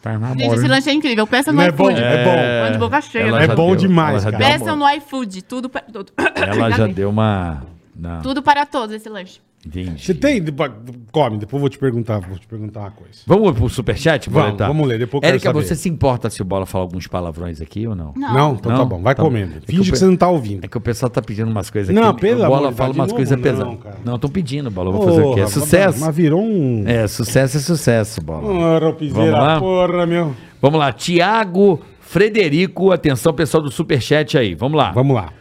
Speaker 4: Tá
Speaker 1: Gente, esse
Speaker 4: namorando.
Speaker 1: lanche é incrível. Peça no
Speaker 2: Não é bom,
Speaker 1: iFood.
Speaker 2: é bom.
Speaker 1: Tô de boca cheia.
Speaker 3: Ela
Speaker 1: né?
Speaker 2: É
Speaker 3: já
Speaker 2: bom demais,
Speaker 3: ela já
Speaker 2: cara.
Speaker 3: deu
Speaker 1: Peçam
Speaker 3: uma-
Speaker 1: no iFood. Tudo para... Tudo.
Speaker 3: Ela já
Speaker 1: Engasguei.
Speaker 3: deu uma... Não,
Speaker 1: Ah. Tudo para todos esse lanche.
Speaker 3: entendi.
Speaker 2: Você tem? Depois- Come, depois eu vou te perguntar, vou te perguntar uma coisa.
Speaker 3: Vamos pro superchat?
Speaker 2: Vamos,
Speaker 3: Boletar?
Speaker 2: vamos ler, depois eu quero
Speaker 3: Érica,
Speaker 2: saber.
Speaker 3: você se importa se o Bola falar alguns palavrões aqui ou não?
Speaker 1: Não.
Speaker 2: Não, então tá
Speaker 3: Não?
Speaker 2: bom, vai
Speaker 3: Tá bom.
Speaker 2: comendo.
Speaker 3: É que
Speaker 2: Finge
Speaker 3: o
Speaker 2: que
Speaker 3: pe-
Speaker 2: você não tá ouvindo.
Speaker 3: É que o pessoal tá pedindo umas coisas aqui.
Speaker 2: Não, pelo
Speaker 3: O Bola
Speaker 2: amor de
Speaker 3: fala
Speaker 2: Deus,
Speaker 3: umas
Speaker 2: de
Speaker 3: coisas
Speaker 2: novo não,
Speaker 3: pesadas.
Speaker 2: cara.
Speaker 3: Não, estão pedindo, Bola. Vou fazer o quê? É
Speaker 2: Porra,
Speaker 3: sucesso.
Speaker 2: Mas virou um...
Speaker 3: É, sucesso é sucesso, Bola.
Speaker 2: Ô, Ropizeira,
Speaker 3: Vamos lá?
Speaker 2: porra, meu.
Speaker 3: Vamos lá, Tiago Frederico. Atenção, pessoal do Superchat aí. Vamos lá.
Speaker 2: Vamos lá.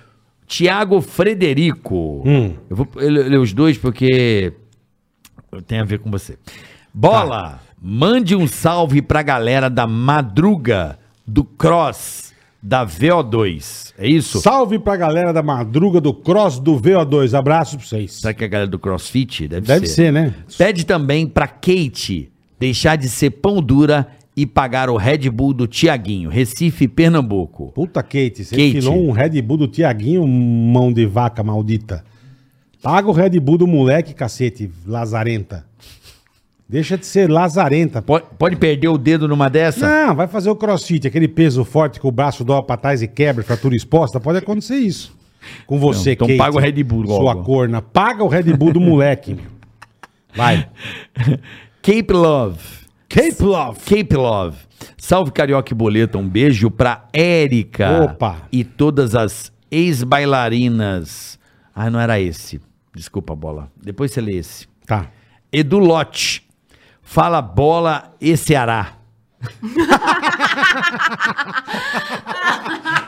Speaker 3: Tiago Frederico.
Speaker 2: Hum.
Speaker 3: Eu vou ler ler os dois porque tem a ver com você. Bola,
Speaker 2: Tá.
Speaker 3: mande um salve pra galera da Madruga, do Cross, da VO2. É isso?
Speaker 2: Salve pra galera da madruga do Cross do VO2. Abraço pra vocês.
Speaker 3: Será que é a galera do CrossFit? Deve,
Speaker 2: Deve ser, né?
Speaker 3: Pede também pra Kate deixar de ser pão dura e pagar o Red Bull do Tiaguinho, Recife, Pernambuco.
Speaker 2: Puta, Kate, você
Speaker 3: Kate.
Speaker 2: tirou um Red Bull do Tiaguinho, mão de vaca maldita. Paga o Red Bull do moleque, cacete, lazarenta. Deixa de ser lazarenta.
Speaker 3: Pode, pode perder o dedo numa dessa?
Speaker 2: Não, vai fazer o crossfit, aquele peso forte que o braço dobra pra trás e quebra, fratura exposta. Pode acontecer isso. Com você,
Speaker 3: Não, então paga o Red Bull
Speaker 2: Sua
Speaker 3: logo.
Speaker 2: corna. Paga o Red Bull do moleque, meu. Vai.
Speaker 3: Cape Love.
Speaker 2: Cape Love.
Speaker 3: Cape Love. Salve Carioca e Boleta, um beijo pra Érica.
Speaker 2: Opa.
Speaker 3: E todas as ex-bailarinas. Ah, não era esse. Desculpa, bola. Depois você lê esse.
Speaker 2: Tá.
Speaker 3: Edu Lote. Fala bola e Ceará.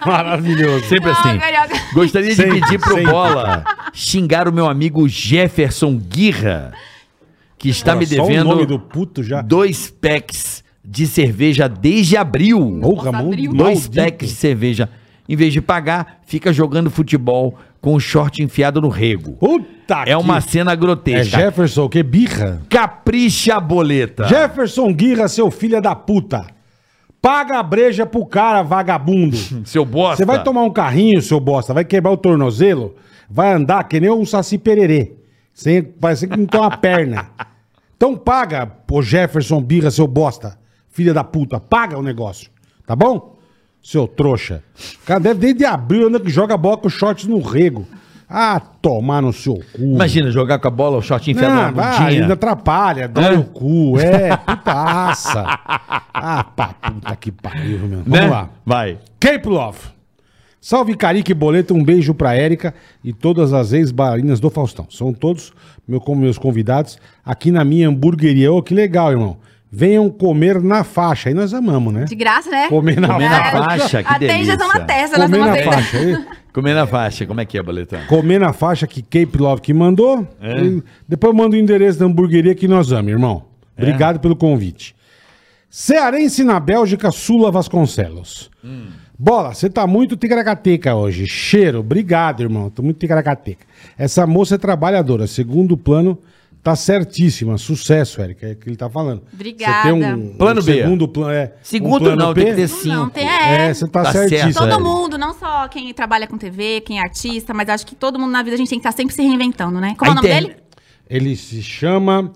Speaker 2: Maravilhoso.
Speaker 3: Sempre
Speaker 1: Ah,
Speaker 3: assim.
Speaker 1: Carioca.
Speaker 3: Gostaria de
Speaker 2: Sempre, assim.
Speaker 3: assim. pedir pro
Speaker 2: sempre,
Speaker 3: Bola xingar o meu amigo Jefferson Guirra, que está Tá me
Speaker 2: Só o nome do
Speaker 3: devendo
Speaker 2: puto já.
Speaker 3: dois packs de cerveja desde abril.
Speaker 2: Porra, mano,
Speaker 1: Abril.
Speaker 3: Dois
Speaker 2: maldito.
Speaker 3: packs de cerveja. Em vez de pagar, fica jogando futebol com o short enfiado no rego.
Speaker 2: Puta
Speaker 3: É uma
Speaker 2: que-
Speaker 3: cena
Speaker 2: É
Speaker 3: grotesca.
Speaker 2: Jefferson, o quê? Birra?
Speaker 3: Capricha a boleta.
Speaker 2: Jefferson Guirra, seu filho da puta. Paga a breja pro cara, vagabundo.
Speaker 3: Seu bosta.
Speaker 2: Você vai tomar um carrinho, seu bosta, vai quebrar o tornozelo, vai andar que nem um saci pererê. Sem, parece que não tem uma perna. Então paga, pô, Jefferson Birra, seu bosta. Filha da puta, paga o negócio. Tá bom? Seu trouxa. O cara deve desde abril anda que joga bola com shorts no rego. Ah, tomar no seu cu.
Speaker 3: Imagina jogar com a bola, o short enfiado na
Speaker 2: Não, vai,
Speaker 3: bundinha.
Speaker 2: ainda tá- atrapalha, dói
Speaker 3: Hã?
Speaker 2: o cu, é, putaça. ah, pá, puta que pariu, meu. Vamos
Speaker 3: Né?
Speaker 2: lá.
Speaker 3: Vai.
Speaker 2: Cape Love. Salve Carica e Boleta, um beijo pra Érica e todas as ex-barinas do Faustão. São todos meu, como meus convidados aqui na minha hamburgueria. Ô, que legal, irmão. Venham comer na faixa. Aí nós amamos, né?
Speaker 1: De graça, né?
Speaker 2: Comer na
Speaker 3: Comer na
Speaker 2: faixa.
Speaker 3: faixa, que
Speaker 1: Até já estão na
Speaker 3: delícia.
Speaker 1: testa, né? nós
Speaker 2: Comer
Speaker 1: estamos
Speaker 2: na
Speaker 1: testa.
Speaker 2: faixa. é aí.
Speaker 3: Comer na faixa, como é que é, boletão?
Speaker 2: Comer na faixa que Cape Love que mandou.
Speaker 3: É.
Speaker 2: E depois manda o endereço da hamburgueria que nós amamos, irmão.
Speaker 3: É.
Speaker 2: Obrigado pelo convite. Cearense na Bélgica, Sula Vasconcelos.
Speaker 3: Hum.
Speaker 2: Bola, você tá muito ticaracateca hoje. Cheiro, obrigado, irmão. Tô muito ticaracateca. Essa moça é trabalhadora. Segundo plano, tá certíssima. Sucesso, Érica. É o que ele tá falando.
Speaker 1: Obrigada.
Speaker 2: Você tem um,
Speaker 3: Plano
Speaker 2: um
Speaker 3: B.
Speaker 2: Segundo plano, é.
Speaker 3: Segundo
Speaker 2: plano
Speaker 3: não,
Speaker 2: B.
Speaker 3: tem que ter cinco.
Speaker 1: Não, tem é.
Speaker 2: É, você tá,
Speaker 3: Tá certo.
Speaker 2: certíssima.
Speaker 1: Todo
Speaker 3: velho.
Speaker 1: mundo, não só quem trabalha com TV, quem é artista, mas acho que todo mundo na vida a gente tem que estar sempre se reinventando, né? Como
Speaker 3: A
Speaker 1: é o nome
Speaker 3: inter-
Speaker 1: dele?
Speaker 2: Ele se chama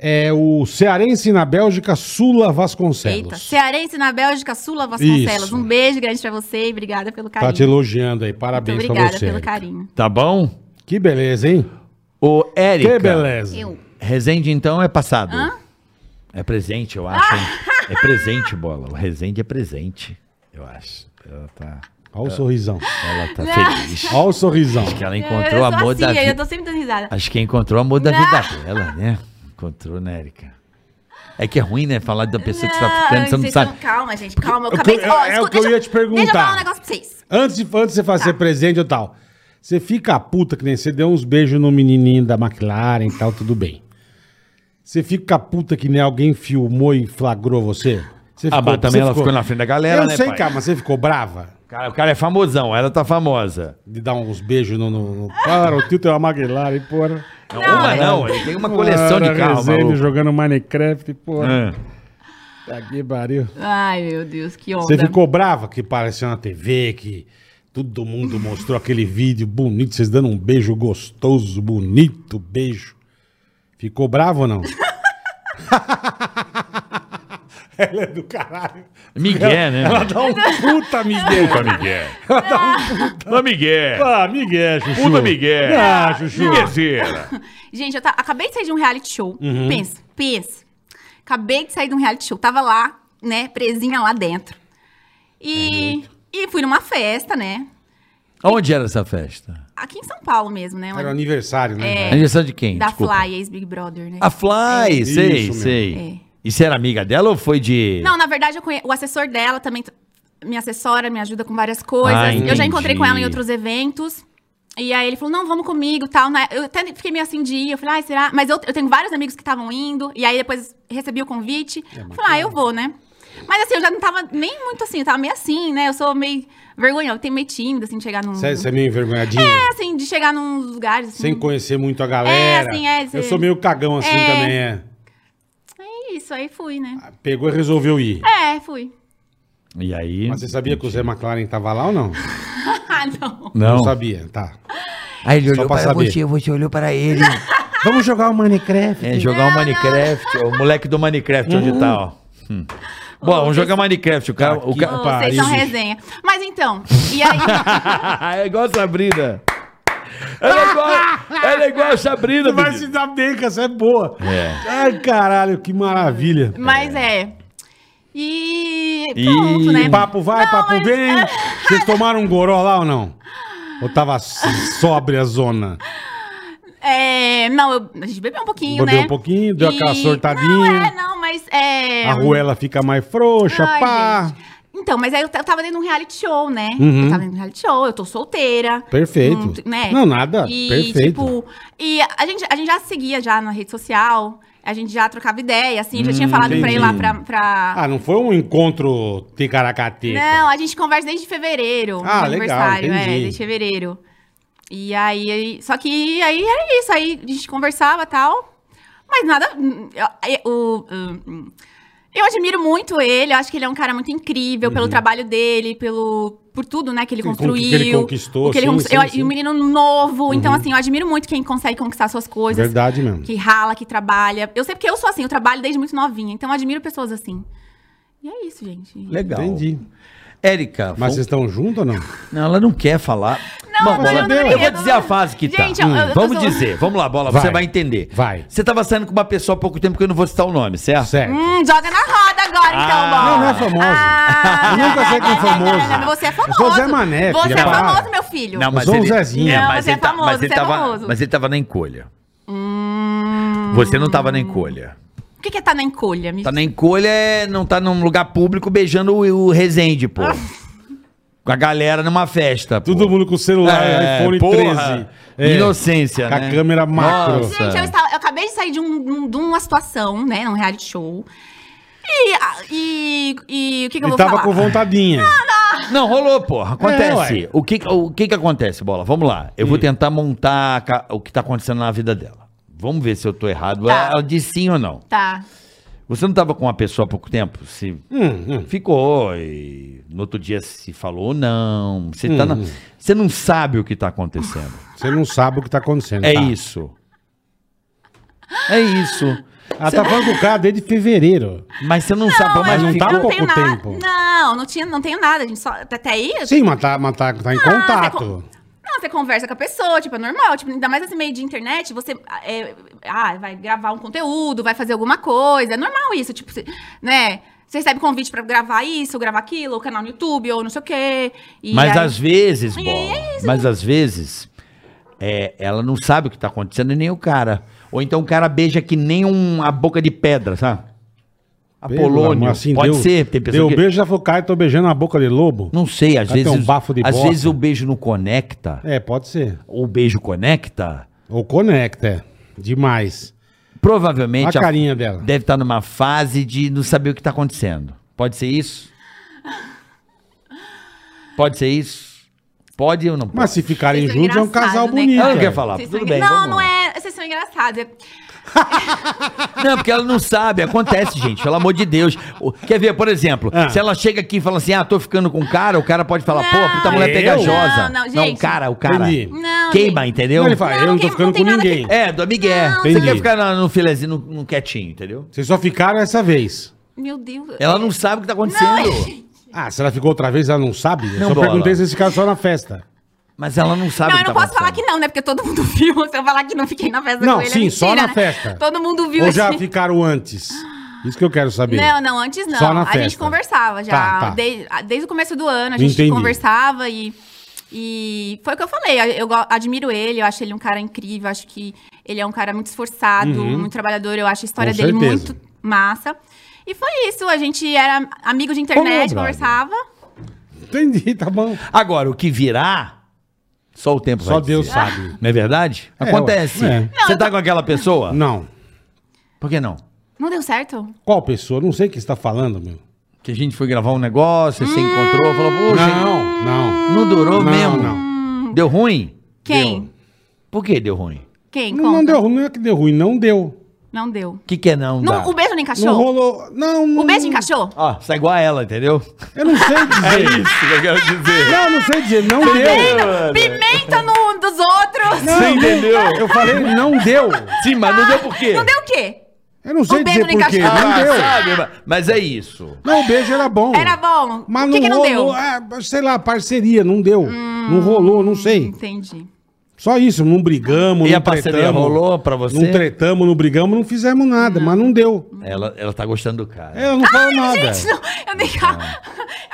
Speaker 2: é, o Cearense na Bélgica, Sula
Speaker 1: Eita,
Speaker 2: Vasconcelos.
Speaker 1: cearense na Bélgica, Sula Vasconcelos.
Speaker 2: Isso.
Speaker 1: Um beijo grande pra você e obrigada pelo
Speaker 2: Tá
Speaker 1: é carinho.
Speaker 2: te elogiando aí,
Speaker 1: Muito
Speaker 2: parabéns pra
Speaker 1: obrigada
Speaker 2: você.
Speaker 1: pelo
Speaker 2: Eric.
Speaker 1: carinho.
Speaker 3: Tá bom?
Speaker 2: Que beleza, hein?
Speaker 3: Ô, Érica.
Speaker 2: Que beleza.
Speaker 1: Eu.
Speaker 3: Resende, então, é passado.
Speaker 1: Hã?
Speaker 3: É presente, eu acho. hein? É presente, bola. O Resende é presente, eu acho. Ela tá,
Speaker 2: Olha o sorrisão.
Speaker 3: ela tá
Speaker 1: Não.
Speaker 3: feliz.
Speaker 2: Olha o sorrisão.
Speaker 3: Acho que ela
Speaker 1: eu
Speaker 3: encontrou o
Speaker 1: sou
Speaker 3: amor
Speaker 1: assim,
Speaker 3: da
Speaker 1: Eu
Speaker 3: vida.
Speaker 1: tô sempre dando risada.
Speaker 3: Acho que encontrou o amor da
Speaker 1: Não.
Speaker 3: vida dela, né? Encontrou, né, Érica? É que é ruim, né? Falar da pessoa que você tá ficando, você não
Speaker 1: Ah, vocês
Speaker 3: sabe.
Speaker 1: estão- Calma, gente, calma. Eu
Speaker 2: É o
Speaker 1: acabei
Speaker 2: que-
Speaker 1: de...
Speaker 2: é-
Speaker 1: ó,
Speaker 2: é
Speaker 1: escuta,
Speaker 2: o que eu
Speaker 1: deixa-
Speaker 2: ia te perguntar.
Speaker 1: Deixa eu falar um negócio pra vocês.
Speaker 2: Antes de, antes de você fazer
Speaker 1: Tá.
Speaker 2: presente ou tal, você fica puta que nem você deu uns beijos no menininho da McLaren e tal, tudo bem. Você fica puta que nem alguém filmou e flagrou você? Você
Speaker 3: Ah, mas
Speaker 2: você
Speaker 3: também ela ficou na frente da galera,
Speaker 2: Eu
Speaker 3: né,
Speaker 2: sei,
Speaker 3: pai?
Speaker 2: cara, mas você ficou brava?
Speaker 3: Cara, o cara é famosão, ela tá famosa.
Speaker 2: De dar uns beijos no... no, no... Para, o tio tem uma McLaren, porra.
Speaker 3: Não, uma não, ele tem uma coleção
Speaker 2: Cara,
Speaker 3: de carro,
Speaker 2: Rezende
Speaker 3: maluco.
Speaker 2: jogando Minecraft, porra.
Speaker 3: É.
Speaker 2: Tá que pariu.
Speaker 1: Ai, meu Deus, que onda.
Speaker 2: Você
Speaker 3: né?
Speaker 2: ficou brava que apareceu na TV, que todo mundo mostrou aquele vídeo bonito, vocês dando um beijo gostoso, bonito beijo. Ficou bravo ou não? Ela é do caralho.
Speaker 3: Miguel, né?
Speaker 2: Ela dá um puta Miguel.
Speaker 4: Puta Miguel.
Speaker 2: tá-
Speaker 4: Puta Miguel.
Speaker 2: Ah, Miguel, Chuchu.
Speaker 4: Puta Miguel.
Speaker 2: Ah, Chuchu.
Speaker 4: Miguelzeira.
Speaker 1: Gente, eu ta- acabei de sair de um reality show. Pensa, pensa. Acabei de sair de um reality show. Tava lá, né, presinha lá dentro. E, e fui numa festa, né?
Speaker 3: Onde era essa festa?
Speaker 1: Aqui em São Paulo mesmo, né? uma-
Speaker 2: Era o aniversário, né?
Speaker 3: Aniversário de quem?
Speaker 1: É. da
Speaker 3: Desculpa.
Speaker 1: Fly, ex-Big Brother, né?
Speaker 3: A Fly, sei,
Speaker 2: mesmo.
Speaker 3: sei.
Speaker 1: É.
Speaker 3: E você era amiga dela ou foi de.
Speaker 1: Não, na verdade, eu conhe... o assessor dela também t- me assessora, me ajuda com várias coisas.
Speaker 3: Ah,
Speaker 1: eu já
Speaker 3: entendi.
Speaker 1: encontrei com ela em outros eventos. E aí ele falou, não, vamos comigo e tal. Na- Eu até fiquei meio assim de ir. Eu falei, ai, será? Mas eu, eu tenho vários amigos que estavam indo. E aí depois recebi o convite.
Speaker 3: É
Speaker 1: falei, ah, eu vou, né? Mas assim, eu já não tava nem muito assim. Eu tava meio assim, né? Eu sou meio vergonhosa. Eu tenho meio tímida, assim, de chegar num...
Speaker 2: Você você é meio envergonhadinha.
Speaker 1: É, assim, de chegar num lugares, assim.
Speaker 2: Sem conhecer muito a galera.
Speaker 1: É, assim, é,
Speaker 2: Eu
Speaker 1: você-
Speaker 2: sou meio cagão assim
Speaker 1: É.
Speaker 2: também, é.
Speaker 1: É isso, aí fui, né?
Speaker 2: Pegou e resolveu ir.
Speaker 1: É, fui.
Speaker 3: E aí?
Speaker 2: Mas você sabia que o Zé McLaren tava lá ou não?
Speaker 1: ah, não.
Speaker 3: Não.
Speaker 2: Não sabia, tá.
Speaker 3: Aí ele
Speaker 2: Só
Speaker 3: olhou
Speaker 2: pra
Speaker 3: para
Speaker 2: saber.
Speaker 3: você, você olhou para ele.
Speaker 2: Vamos jogar o Minecraft?
Speaker 3: É, jogar o Minecraft. O moleque do Minecraft, onde tá, ó. Hum. Bom, vamos jogar Minecraft. O cara. O
Speaker 2: Aqui,
Speaker 3: cara...
Speaker 1: Ô,
Speaker 2: Paris.
Speaker 1: Tá Vocês são resenha. Mas então, e aí...
Speaker 3: é igual a Sabrina. Ela é igual, ela é igual a Sabrina,
Speaker 2: Você vai se
Speaker 3: menino.
Speaker 2: dar bem, que essa é boa.
Speaker 3: É.
Speaker 2: Ai, caralho, que maravilha.
Speaker 1: Mas é. E
Speaker 3: E-
Speaker 1: pronto, né?
Speaker 2: Papo vai,
Speaker 1: Não,
Speaker 2: papo
Speaker 1: mas-
Speaker 2: vem. Vocês tomaram um goró lá ou não? Ou tava s- sobre a zona?
Speaker 1: É, não, eu- a gente bebeu um pouquinho,
Speaker 2: Bebeu
Speaker 1: né?
Speaker 2: um pouquinho, deu aquela sortadinha.
Speaker 1: Não, é, não, mas é...
Speaker 2: A ruela fica mais frouxa,
Speaker 1: né? Ai,
Speaker 2: pá.
Speaker 1: gente. Então, mas aí eu, ta- eu tava dentro de um reality show, né? Eu tava dentro de um reality show, eu tô solteira.
Speaker 2: Uhum. Perfeito.
Speaker 1: Não, t- né?
Speaker 2: Não, nada.
Speaker 1: E,
Speaker 2: Perfeito.
Speaker 1: tipo, e a gente, a gente já se seguia já na rede social, a gente já trocava ideia, assim, eu já tinha falado pra
Speaker 2: entendi.
Speaker 1: ir lá pra... pra-
Speaker 2: Ah, não foi um encontro ticaracateca.
Speaker 1: não, a gente conversa desde fevereiro.
Speaker 2: Ah,
Speaker 1: meu
Speaker 2: legal,
Speaker 1: aniversário, é,
Speaker 2: entendi.
Speaker 1: desde fevereiro. E aí, aí- só que aí era isso, aí a gente conversava e tal. Mas nada. hum, eu- eu- o- hum, hum. eu admiro muito ele, eu acho que ele é um cara muito incrível
Speaker 2: Uhum.
Speaker 1: pelo trabalho dele, pelo por tudo, né, que ele
Speaker 2: Que ele con-
Speaker 1: construiu.
Speaker 2: que ele conquistou,
Speaker 1: o que ele
Speaker 2: sim,
Speaker 1: conquist-
Speaker 2: sim,
Speaker 1: eu-
Speaker 2: sim. Uhum.
Speaker 1: E um menino novo, então assim, eu admiro muito quem consegue conquistar suas coisas.
Speaker 2: Verdade mesmo.
Speaker 1: assim, Que rala, que trabalha. Eu sei porque eu sou assim, eu trabalho desde muito novinha, então eu admiro pessoas assim. E é isso, gente.
Speaker 3: Legal.
Speaker 2: Entendi.
Speaker 3: Érica,
Speaker 2: Mas
Speaker 3: vamos-
Speaker 2: vocês estão juntos ou não?
Speaker 3: não, ela não quer falar.
Speaker 1: Não,
Speaker 3: Bom,
Speaker 1: não,
Speaker 3: bola,
Speaker 1: não, não,
Speaker 3: eu
Speaker 1: não,
Speaker 3: vou
Speaker 1: não,
Speaker 3: dizer
Speaker 1: não.
Speaker 3: a fase que tá.
Speaker 1: Gente, eu- eu tô
Speaker 3: Vamos
Speaker 1: zoando.
Speaker 3: dizer, vamos lá, bola,
Speaker 2: Vai.
Speaker 3: você vai entender.
Speaker 2: Vai.
Speaker 3: Você tava saindo com uma pessoa há pouco tempo que eu não vou citar o nome, certo?
Speaker 2: Certo.
Speaker 1: Hum, joga na roda agora, então,
Speaker 3: Ah,
Speaker 1: bora.
Speaker 2: não, não é famoso.
Speaker 1: Ah,
Speaker 2: Eu nunca sei quem é famoso.
Speaker 1: não, não, Você é
Speaker 2: Eu
Speaker 1: famoso.
Speaker 2: sou Zé Mané,
Speaker 1: Você
Speaker 2: filha,
Speaker 1: é
Speaker 2: para.
Speaker 1: famoso, meu filho.
Speaker 3: Não,
Speaker 2: Eu sou um Zezinho.
Speaker 3: É,
Speaker 1: Não,
Speaker 3: mas,
Speaker 1: você é
Speaker 3: ele tá-
Speaker 1: famoso,
Speaker 3: mas ele
Speaker 1: você é
Speaker 3: tava,
Speaker 1: famoso. Hum.
Speaker 3: mas ele tava na encolha. Você não tava na encolha.
Speaker 1: O que que é tá na encolha? Me...
Speaker 3: Tá na encolha, é não tá num lugar público beijando o, o Resende, pô. com a galera numa festa. pô.
Speaker 2: Todo mundo com o celular,
Speaker 3: É,
Speaker 2: iPhone
Speaker 3: porra,
Speaker 2: 13. É.
Speaker 3: Inocência,
Speaker 2: Com a
Speaker 3: né?
Speaker 2: câmera macro.
Speaker 3: Nossa.
Speaker 1: Gente, eu, estava- eu acabei de sair de, um- um- de uma situação, né, num reality show. E, ah, e, e o que que eu
Speaker 2: E
Speaker 1: vou
Speaker 2: tava
Speaker 1: falar?
Speaker 2: com vontadinha.
Speaker 3: Não, rolou, porra. Acontece.
Speaker 2: É, ué.
Speaker 3: o, que, o que que acontece, Bola? Vamos lá. Eu vou
Speaker 2: Hum.
Speaker 3: tentar montar a ca- o que tá acontecendo na vida dela. Vamos ver se eu tô errado.
Speaker 1: Tá.
Speaker 3: Ela disse sim ou não.
Speaker 1: Tá.
Speaker 3: Você não tava com uma pessoa há pouco tempo? Se
Speaker 2: Hum, hum.
Speaker 3: ficou e no outro dia se falou ou não. Você, tá na-
Speaker 2: Hum.
Speaker 3: você não sabe o que tá acontecendo.
Speaker 2: Você não sabe o que tá acontecendo.
Speaker 3: É
Speaker 2: tá?
Speaker 3: isso. É isso.
Speaker 2: Ela tá falando com o cara desde fevereiro.
Speaker 3: Mas você não, sabe. Mas
Speaker 2: eu
Speaker 3: não
Speaker 2: não
Speaker 3: tá
Speaker 2: tava-
Speaker 3: pouco.
Speaker 1: tenho
Speaker 2: pouco
Speaker 1: nada.
Speaker 2: tempo.
Speaker 1: Não, não, tinha, não tenho nada, gente. Só, até aí, eu
Speaker 2: Sim, mas tá, mas tá, tá
Speaker 1: Ah,
Speaker 2: em
Speaker 1: você
Speaker 2: contato.
Speaker 1: con- Não, você conversa com a pessoa, tipo, é normal. Tipo, ainda mais nesse meio de internet, você é, ah, vai gravar um conteúdo, vai fazer alguma coisa. É normal isso, tipo, você- né? Você recebe convite pra gravar isso, gravar aquilo, ou canal no YouTube, ou não sei o quê. E
Speaker 3: Mas
Speaker 1: aí-
Speaker 3: às vezes,
Speaker 1: E
Speaker 3: bola,
Speaker 1: é
Speaker 3: mas às vezes é, ela não sabe o que tá acontecendo e nem o cara. Ou então o cara beija que nem um, a boca de pedra, sabe?
Speaker 2: Pelo
Speaker 3: Apolônio.
Speaker 2: amor, assim,
Speaker 3: Pode
Speaker 2: deu-
Speaker 3: ser, tem
Speaker 2: Deu
Speaker 3: pessoa que...
Speaker 2: beijo, já falou, cara, tô beijando a boca de lobo.
Speaker 3: Não sei, às
Speaker 2: Cara, tem
Speaker 3: vezes,
Speaker 2: um bafo de
Speaker 3: às
Speaker 2: bosta.
Speaker 3: vezes o beijo não conecta,
Speaker 2: É, pode ser.
Speaker 3: ou o beijo conecta,
Speaker 2: Ou conecta, é. Demais.
Speaker 3: provavelmente
Speaker 2: A carinha dela.
Speaker 3: deve estar numa fase de não saber o que tá acontecendo. Pode ser isso? Pode ser isso? Pode ou não pode?
Speaker 2: Mas se ficarem
Speaker 1: Isso é
Speaker 2: juntos, é um
Speaker 1: engraçado,
Speaker 2: casal
Speaker 1: né,
Speaker 2: bonito.
Speaker 3: Ela não
Speaker 2: é.
Speaker 3: quer falar,
Speaker 1: Vocês
Speaker 3: tudo
Speaker 1: são
Speaker 3: bem.
Speaker 1: engra- Não,
Speaker 3: vamos
Speaker 1: não
Speaker 3: lá.
Speaker 1: é. Vocês são engraçados. é-
Speaker 3: Não, porque ela não sabe, acontece, gente, pelo amor de Deus. O- Quer ver, por exemplo,
Speaker 2: Ah.
Speaker 3: se ela chega aqui e fala assim, ah, tô ficando com um cara, o cara pode falar, pô,
Speaker 1: Não.
Speaker 3: puta mulher
Speaker 2: Eu?
Speaker 3: pegajosa.
Speaker 1: Não, não,
Speaker 3: o
Speaker 1: gente.
Speaker 3: cara, o cara
Speaker 2: Entendi.
Speaker 1: Não,
Speaker 3: queima,
Speaker 1: gente.
Speaker 3: entendeu?
Speaker 2: Não, ele fala, eu não tô
Speaker 1: quem-
Speaker 2: ficando
Speaker 1: tem
Speaker 2: com
Speaker 1: nada que-
Speaker 2: ninguém.
Speaker 3: É, do amigué.
Speaker 1: Não,
Speaker 3: Você
Speaker 2: Entendi.
Speaker 3: quer ficar na- no filezinho, no, no quietinho, entendeu?
Speaker 2: Vocês só ficaram essa vez.
Speaker 1: Meu Deus.
Speaker 3: Ela não sabe o que tá
Speaker 1: Não,
Speaker 3: acontecendo.
Speaker 2: Ah, se ela ficou outra vez, ela não sabe? Eu
Speaker 3: Não,
Speaker 2: só
Speaker 3: bola.
Speaker 2: perguntei se esse cara só na festa.
Speaker 3: Mas ela não sabe
Speaker 1: não,
Speaker 3: o
Speaker 1: eu
Speaker 3: que
Speaker 1: não
Speaker 3: tá
Speaker 1: posso falar que
Speaker 3: acontecendo.
Speaker 1: não, né? Porque todo mundo viu. Se eu falar que não fiquei na festa
Speaker 2: Não,
Speaker 1: com ele,
Speaker 2: sim,
Speaker 1: é
Speaker 2: só
Speaker 1: mentira,
Speaker 2: na
Speaker 1: né?
Speaker 2: festa.
Speaker 1: Todo mundo viu assim.
Speaker 2: Ou já
Speaker 1: esse-
Speaker 2: ficaram antes? Isso que eu quero saber.
Speaker 1: Não, não, antes não.
Speaker 2: Só na
Speaker 1: a gente
Speaker 2: festa.
Speaker 1: conversava já.
Speaker 2: Tá, tá.
Speaker 1: Desde, a- desde o começo do ano, a gente
Speaker 2: Entendi.
Speaker 1: conversava e. E foi o que eu falei. Eu, go- admiro ele, eu acho ele um cara incrível, eu acho que ele é um cara muito esforçado, muito trabalhador, eu acho a história
Speaker 2: Uhum. Com
Speaker 1: dele
Speaker 2: certeza.
Speaker 1: muito massa. E foi isso, a gente era amigo de
Speaker 2: brother.
Speaker 1: internet, conversava.
Speaker 2: Entendi, tá bom.
Speaker 3: Agora, o que virá, só o tempo
Speaker 2: Só
Speaker 3: vai dizer.
Speaker 2: Deus sabe.
Speaker 3: Não é verdade?
Speaker 2: É,
Speaker 3: Acontece.
Speaker 2: ué, é.
Speaker 3: Você tá com aquela pessoa?
Speaker 2: Não.
Speaker 3: Por que não?
Speaker 1: Não deu certo?
Speaker 2: Qual pessoa? Não sei o que você tá falando, meu.
Speaker 3: Que a gente foi gravar um negócio, você encontrou, falou, poxa,
Speaker 2: Não, não.
Speaker 3: Hum. Não durou
Speaker 2: Não,
Speaker 3: mesmo?
Speaker 2: não.
Speaker 3: Deu ruim?
Speaker 1: Quem?
Speaker 2: Deu.
Speaker 3: Por que deu ruim?
Speaker 1: Quem?
Speaker 2: Não,
Speaker 1: Conta.
Speaker 2: não deu ruim, não é que deu ruim, não deu.
Speaker 1: Não deu.
Speaker 3: O que, que é não?
Speaker 1: Não-
Speaker 3: dá?
Speaker 1: o beijo não
Speaker 2: Não
Speaker 1: encaixou?
Speaker 2: rolou. Não, não.
Speaker 1: o beijo encaixou?
Speaker 3: Ó, sai igual a ela, entendeu?
Speaker 2: Eu não sei dizer.
Speaker 3: É que eu quero dizer.
Speaker 2: não, não sei dizer, não deu.
Speaker 1: Pimenta no dos outros!
Speaker 2: Não,
Speaker 3: Você entendeu?
Speaker 2: Eu falei, não deu.
Speaker 3: Sim, mas não deu por quê?
Speaker 1: Não deu o quê?
Speaker 2: Eu não sei
Speaker 1: O
Speaker 2: dizer
Speaker 1: beijo não
Speaker 2: por quê.
Speaker 1: encaixou.
Speaker 2: Não
Speaker 3: Ah,
Speaker 2: deu.
Speaker 3: sabe? Mas- Mas é isso.
Speaker 2: Não, o beijo era bom.
Speaker 1: Era bom.
Speaker 2: Mas
Speaker 1: o
Speaker 2: não,
Speaker 1: que, que não
Speaker 2: rolou.
Speaker 1: deu? Hum.
Speaker 2: ah, sei lá, parceria, não deu. Não rolou, não sei.
Speaker 1: Entendi.
Speaker 2: Só isso, não brigamos,
Speaker 3: E
Speaker 2: não
Speaker 3: a parceria rolou pra você?
Speaker 2: Não tretamos, não brigamos, não fizemos nada, mas não deu.
Speaker 3: Ela, ela tá gostando do cara.
Speaker 2: Ela não falou nada. Tá. Hum.
Speaker 1: Gente, não, eu nem.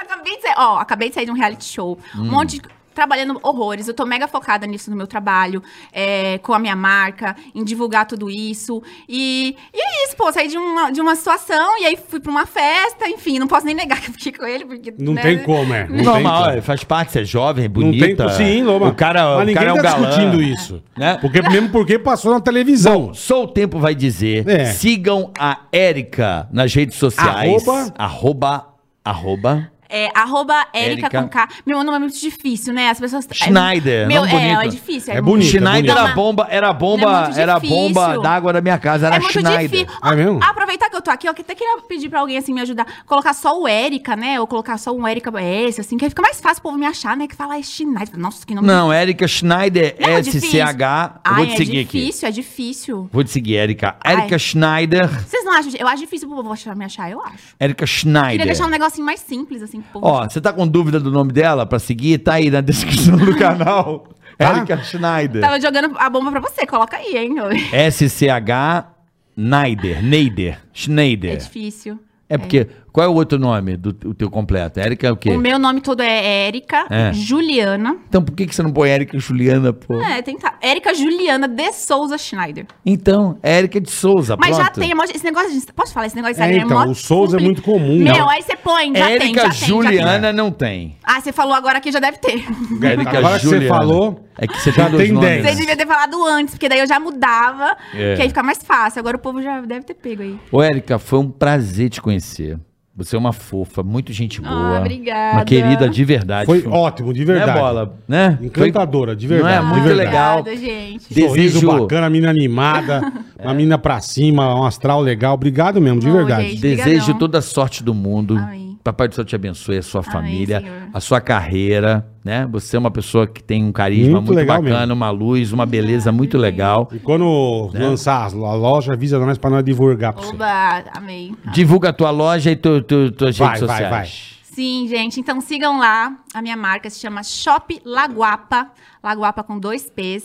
Speaker 1: acabei de sair. Ó, acabei de sair de um reality show. Um monte de. trabalhando horrores. Eu tô mega focada nisso no meu trabalho, é, com a minha marca, em divulgar tudo isso. E, e é isso, pô. Saí de uma, de uma situação e aí fui pra uma festa. Enfim, não posso nem negar que eu fiquei com ele. Porque,
Speaker 2: Não
Speaker 1: né?
Speaker 2: tem como, é. Não tem
Speaker 3: Normal,
Speaker 2: como.
Speaker 3: é, faz parte, você é jovem,
Speaker 2: Não tem
Speaker 3: bonita.
Speaker 2: co- Sim, Loma.
Speaker 3: O cara,
Speaker 2: Mas
Speaker 3: o
Speaker 2: ninguém
Speaker 3: cara é um
Speaker 2: tá
Speaker 3: galã.
Speaker 2: discutindo isso.
Speaker 3: Né?
Speaker 2: Porque, mesmo porque passou na televisão.
Speaker 3: Só o tempo vai dizer.
Speaker 2: É.
Speaker 3: Sigam a Érica nas redes sociais.
Speaker 2: Arroba?
Speaker 3: Arroba. Arroba.
Speaker 1: É, arroba Erika
Speaker 3: Érica.
Speaker 1: com K. Meu nome é muito difícil, né? As pessoas.
Speaker 3: Schneider,
Speaker 1: Meu,
Speaker 3: nome
Speaker 1: é,
Speaker 3: bonito.
Speaker 1: é difícil.
Speaker 2: É bonito.
Speaker 3: Schneider
Speaker 2: bonito.
Speaker 3: era a bomba, era a
Speaker 1: Não é
Speaker 3: bomba,
Speaker 1: muito
Speaker 3: era a
Speaker 1: difícil.
Speaker 3: bomba d'água da minha casa, era
Speaker 1: é muito
Speaker 3: Schneider.
Speaker 1: difícil.
Speaker 2: É mesmo?
Speaker 1: Ah, Aproveitar que eu tô aqui, eu até queria pedir pra alguém assim me ajudar. Colocar só o Érica, né? Ou colocar só um Érica S, assim, que aí fica mais fácil o povo me achar, né? Que fala, é Schneider. Nossa, que nome
Speaker 3: Não, Érica Schneider,
Speaker 1: Não, é
Speaker 3: SCH. Eu
Speaker 1: Ai,
Speaker 3: vou te seguir
Speaker 1: é
Speaker 3: aqui.
Speaker 1: difícil, é difícil.
Speaker 3: Vou te seguir, Érica. Érica
Speaker 1: Ai.
Speaker 3: Schneider.
Speaker 1: Vocês não acham? Eu acho difícil pro povo achar- me achar, eu acho.
Speaker 3: Érica
Speaker 1: Queria
Speaker 3: Schneider.
Speaker 1: deixar um negocinho mais simples, assim, pro povo.
Speaker 3: Ó, você tá com dúvida do nome dela pra seguir? Tá aí na descrição do canal.
Speaker 2: Tá?
Speaker 3: Érica Schneider.
Speaker 1: Tava jogando a bomba pra você, coloca aí, hein?
Speaker 3: SCH Neider, Neider,
Speaker 1: É
Speaker 3: Schneider.
Speaker 1: difícil.
Speaker 3: É porque, qual é o outro nome do o teu completo? Érica é o quê?
Speaker 1: O meu nome todo é Érica
Speaker 3: É.
Speaker 1: Juliana.
Speaker 3: Então por que, que você não põe Érica Juliana, pô?
Speaker 1: É, tentar. Érica Juliana de Souza Schneider.
Speaker 3: Então, Érica de Souza,
Speaker 1: Mas já
Speaker 3: pronto.
Speaker 1: tem, é mó- esse negócio de. Posso falar? Esse negócio de
Speaker 2: É,
Speaker 1: Instagram
Speaker 2: então,
Speaker 1: mó
Speaker 2: o Souza é
Speaker 1: compli-
Speaker 2: muito comum.
Speaker 1: Meu,
Speaker 2: Não.
Speaker 1: aí você põe, já tem, já
Speaker 3: Érica
Speaker 1: tem, já tem.
Speaker 2: É.
Speaker 3: Juliana não tem.
Speaker 1: Ah, você falou agora que já deve ter.
Speaker 3: Érica
Speaker 2: Agora que você falou,
Speaker 3: É que você
Speaker 2: já
Speaker 3: tem dois
Speaker 2: tem
Speaker 3: nomes.
Speaker 2: dez.
Speaker 1: Você devia ter falado antes, porque daí eu já mudava,
Speaker 3: É.
Speaker 1: que aí fica mais fácil. Agora o povo já deve ter pego aí.
Speaker 3: Ô, Érica, foi um prazer te conhecer. Você é uma fofa, muito gente boa.
Speaker 1: Ah, obrigada.
Speaker 3: Uma querida de verdade.
Speaker 2: Foi ótimo, de verdade.
Speaker 3: Né, bola? Né?
Speaker 2: Encantadora, de verdade.
Speaker 3: Não é?
Speaker 2: de
Speaker 3: Muito
Speaker 2: verdade.
Speaker 3: legal.
Speaker 1: Obrigada, gente.
Speaker 3: De-
Speaker 2: Sorriso
Speaker 3: Desejo-
Speaker 2: bacana, mina animada, uma mina pra cima, um astral legal. Obrigado mesmo, de
Speaker 1: Ô,
Speaker 2: verdade.
Speaker 1: gente.
Speaker 3: Desejo
Speaker 1: Obrigadão.
Speaker 3: toda a sorte do mundo.
Speaker 1: Amém.
Speaker 3: Papai do céu te abençoe, a sua
Speaker 1: Amém,
Speaker 3: família,
Speaker 1: Senhor.
Speaker 3: a sua carreira, né? Você é uma pessoa que tem um carisma
Speaker 2: Muito
Speaker 3: muito,
Speaker 2: legal
Speaker 3: bacana,
Speaker 2: mesmo.
Speaker 3: uma luz, uma beleza muito legal.
Speaker 2: E quando lançar a loja, avisa nós pra nós divulgar pra você.
Speaker 1: Oba, amei.
Speaker 3: Divulga a tua loja e tu, tu, tuas
Speaker 2: Vai,
Speaker 3: redes
Speaker 2: vai,
Speaker 3: sociais.
Speaker 1: Sim, gente. Então sigam lá. A minha marca se chama Shop Laguapa. Laguapa com dois P's.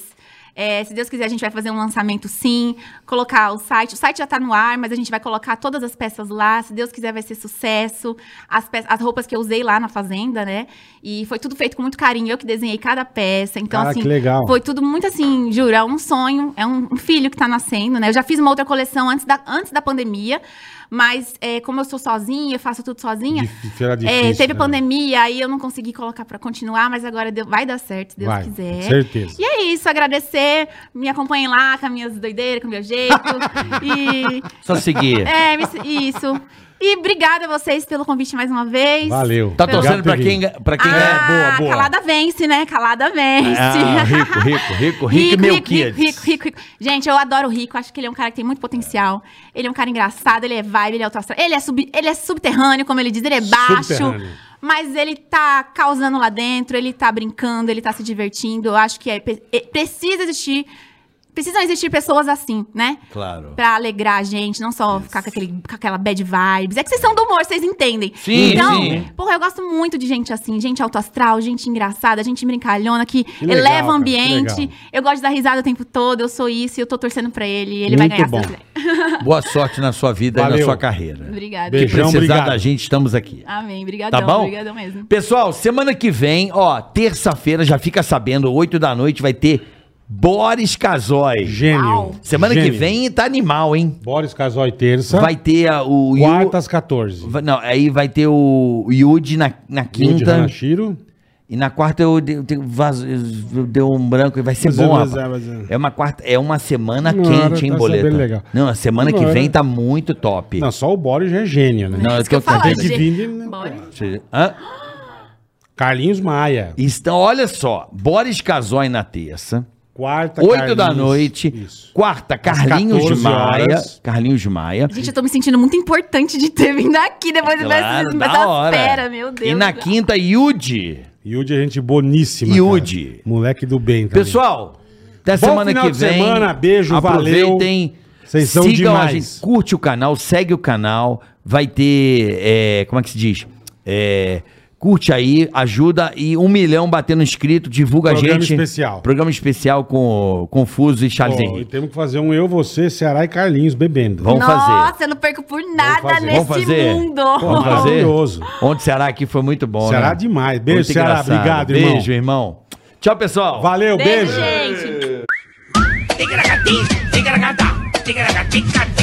Speaker 1: É, se Deus quiser, a gente vai fazer um lançamento sim, colocar o site. O site já tá no ar, mas a gente vai colocar todas as peças lá. Se Deus quiser, vai ser sucesso. As, pe- as roupas que eu usei lá na fazenda, né? E foi tudo feito com muito carinho. Eu que desenhei cada peça. Então,
Speaker 2: Cara,
Speaker 1: assim,
Speaker 2: Ah, que legal.
Speaker 1: foi tudo muito assim, juro, é um sonho, é um um filho que tá nascendo, né? Eu já fiz uma outra coleção antes da, antes da pandemia, mas é, como eu sou sozinha, eu faço tudo sozinha,
Speaker 2: Difí- era
Speaker 1: é,
Speaker 2: difícil,
Speaker 1: teve
Speaker 2: né?
Speaker 1: pandemia, aí eu não consegui colocar pra continuar, mas agora deu- vai dar certo, se Deus
Speaker 2: Vai,
Speaker 1: quiser.
Speaker 2: certeza.
Speaker 1: E é isso, agradecer, me acompanhem lá com as minhas doideiras, com o meu jeito. e
Speaker 3: Só seguir.
Speaker 1: é me- isso. E obrigada a vocês pelo convite mais uma vez.
Speaker 2: Valeu.
Speaker 3: Tá
Speaker 2: Obrigado
Speaker 3: torcendo
Speaker 2: por
Speaker 3: pra
Speaker 2: ter
Speaker 3: quem,
Speaker 2: vindo.
Speaker 3: pra quem
Speaker 1: ah,
Speaker 3: é.
Speaker 2: boa, boa.
Speaker 1: calada vence, né? Calada vence.
Speaker 3: Ah, rico, rico, rico, rico, meu
Speaker 1: rico,
Speaker 3: kids.
Speaker 1: rico, rico, rico, rico. Gente, eu adoro o Rico. Acho que ele é um cara que tem muito potencial. Ele é um cara engraçado, ele é vibe, ele é autoastral. Ele é, sub, ele é subterrâneo, como ele diz, ele é baixo.
Speaker 2: Subterrâneo.
Speaker 1: Mas ele tá causando lá dentro, ele tá brincando, ele tá se divertindo. Eu acho que é, pe- é- precisa existir. Precisam existir pessoas assim, né?
Speaker 3: Claro.
Speaker 1: Pra alegrar a gente, não só ficar com, aquele, com aquela bad vibes. É que vocês são do humor, vocês entendem.
Speaker 3: Sim,
Speaker 1: então,
Speaker 3: sim.
Speaker 1: porra, eu gosto muito de gente assim, gente autoastral, gente engraçada, gente brincalhona, que,
Speaker 2: legal,
Speaker 1: eleva o
Speaker 2: cara, que
Speaker 1: ambiente.
Speaker 2: legal.
Speaker 1: Eu gosto de dar risada o tempo todo, eu sou isso e eu tô torcendo pra ele. Ele vai
Speaker 2: Muito
Speaker 1: ganhar
Speaker 2: bom.
Speaker 1: se Deus quiser.
Speaker 3: Boa sorte na sua vida e
Speaker 2: Valeu.
Speaker 3: na sua carreira.
Speaker 1: Obrigada.
Speaker 2: Beijo.
Speaker 3: Precisar
Speaker 2: obrigado.
Speaker 3: da gente, estamos aqui.
Speaker 1: Amém. Obrigadão.
Speaker 3: Tá bom?
Speaker 1: Obrigadão mesmo.
Speaker 3: Pessoal, semana que vem, ó, terça-feira, já fica sabendo, 8 da noite, vai ter Boris Casoy.
Speaker 2: Gênio.
Speaker 1: Uau.
Speaker 3: Semana
Speaker 2: Gênio.
Speaker 3: que vem tá animal, hein?
Speaker 2: Boris Casoy, terça.
Speaker 3: Vai ter a- o Yu-
Speaker 2: quarta às 14.
Speaker 3: vai- Não, aí vai ter o Yudi na, na
Speaker 2: Yudi
Speaker 3: quinta.
Speaker 2: Hanashiro.
Speaker 3: E na quarta eu dei, eu tenho vaso- eu- deu um branco e vai ser
Speaker 2: Mas é,
Speaker 3: bom,
Speaker 2: mas é,
Speaker 3: rapaz.
Speaker 2: mas
Speaker 3: É uma quarta, é uma semana
Speaker 2: Não,
Speaker 3: quente, hein,
Speaker 2: tá
Speaker 3: boleta.
Speaker 2: sabendo legal.
Speaker 3: Não, a semana que
Speaker 2: Não,
Speaker 3: vem
Speaker 2: é.
Speaker 3: tá muito top.
Speaker 2: Não, só o Boris já é gênio, né?
Speaker 3: Não, eu
Speaker 1: Isso que
Speaker 3: tô
Speaker 1: eu falo,
Speaker 3: tentando-
Speaker 2: Tem que
Speaker 1: gente.
Speaker 2: vir, né?
Speaker 1: Bora.
Speaker 3: Hã?
Speaker 2: Carlinhos Maia.
Speaker 3: Então, olha só, Boris Casoy na terça.
Speaker 2: Quarta,
Speaker 3: 8 da
Speaker 2: Carlinhos.
Speaker 3: noite.
Speaker 2: Isso.
Speaker 3: Quarta, Carlinhos
Speaker 2: 14
Speaker 3: de Maia.
Speaker 2: horas.
Speaker 3: Carlinhos de Maia.
Speaker 1: Gente, eu tô me sentindo muito importante de ter vindo aqui depois
Speaker 3: Claro,
Speaker 1: dessas,
Speaker 3: da
Speaker 1: dessas
Speaker 3: hora.
Speaker 1: tá fera, meu Deus.
Speaker 3: E na quinta, Yudi.
Speaker 2: Yudi é gente boníssima.
Speaker 3: Yudi.
Speaker 2: cara. Moleque do bem. também.
Speaker 3: Pessoal, até
Speaker 2: Bom
Speaker 3: semana
Speaker 2: final
Speaker 3: que
Speaker 2: de
Speaker 3: vem.
Speaker 2: semana, beijo,
Speaker 3: Aproveitem.
Speaker 2: valeu. Vocês são
Speaker 3: sigam a
Speaker 2: demais.
Speaker 3: gente, curte o canal, segue o canal. Vai ter, é, como é que se diz? É, Curte aí, ajuda e um milhão batendo inscrito, divulga a
Speaker 2: Programa
Speaker 3: gente.
Speaker 2: especial.
Speaker 3: Programa especial com o Confuso e Charles
Speaker 2: Ó, e
Speaker 3: Henrique.
Speaker 2: temos que fazer um eu, você, Ceará e Carlinhos bebendo.
Speaker 3: Vamos fazer.
Speaker 1: Nossa, eu não perco por nada
Speaker 2: fazer.
Speaker 1: neste
Speaker 3: Vamos fazer.
Speaker 1: mundo.
Speaker 3: Vamos fazer.
Speaker 2: Maravilhoso.
Speaker 3: Ontem Ceará aqui foi muito bom,
Speaker 2: Ceará
Speaker 3: né?
Speaker 2: demais. Beijo,
Speaker 3: Muito
Speaker 2: Ceará.
Speaker 3: engraçado.
Speaker 2: Obrigado, irmão.
Speaker 3: Beijo, irmão. Tchau, pessoal.
Speaker 2: Valeu,
Speaker 1: Beijo,
Speaker 2: beijo.
Speaker 1: gente.
Speaker 6: Tigra gatinho, tigra gata, tigra gatica,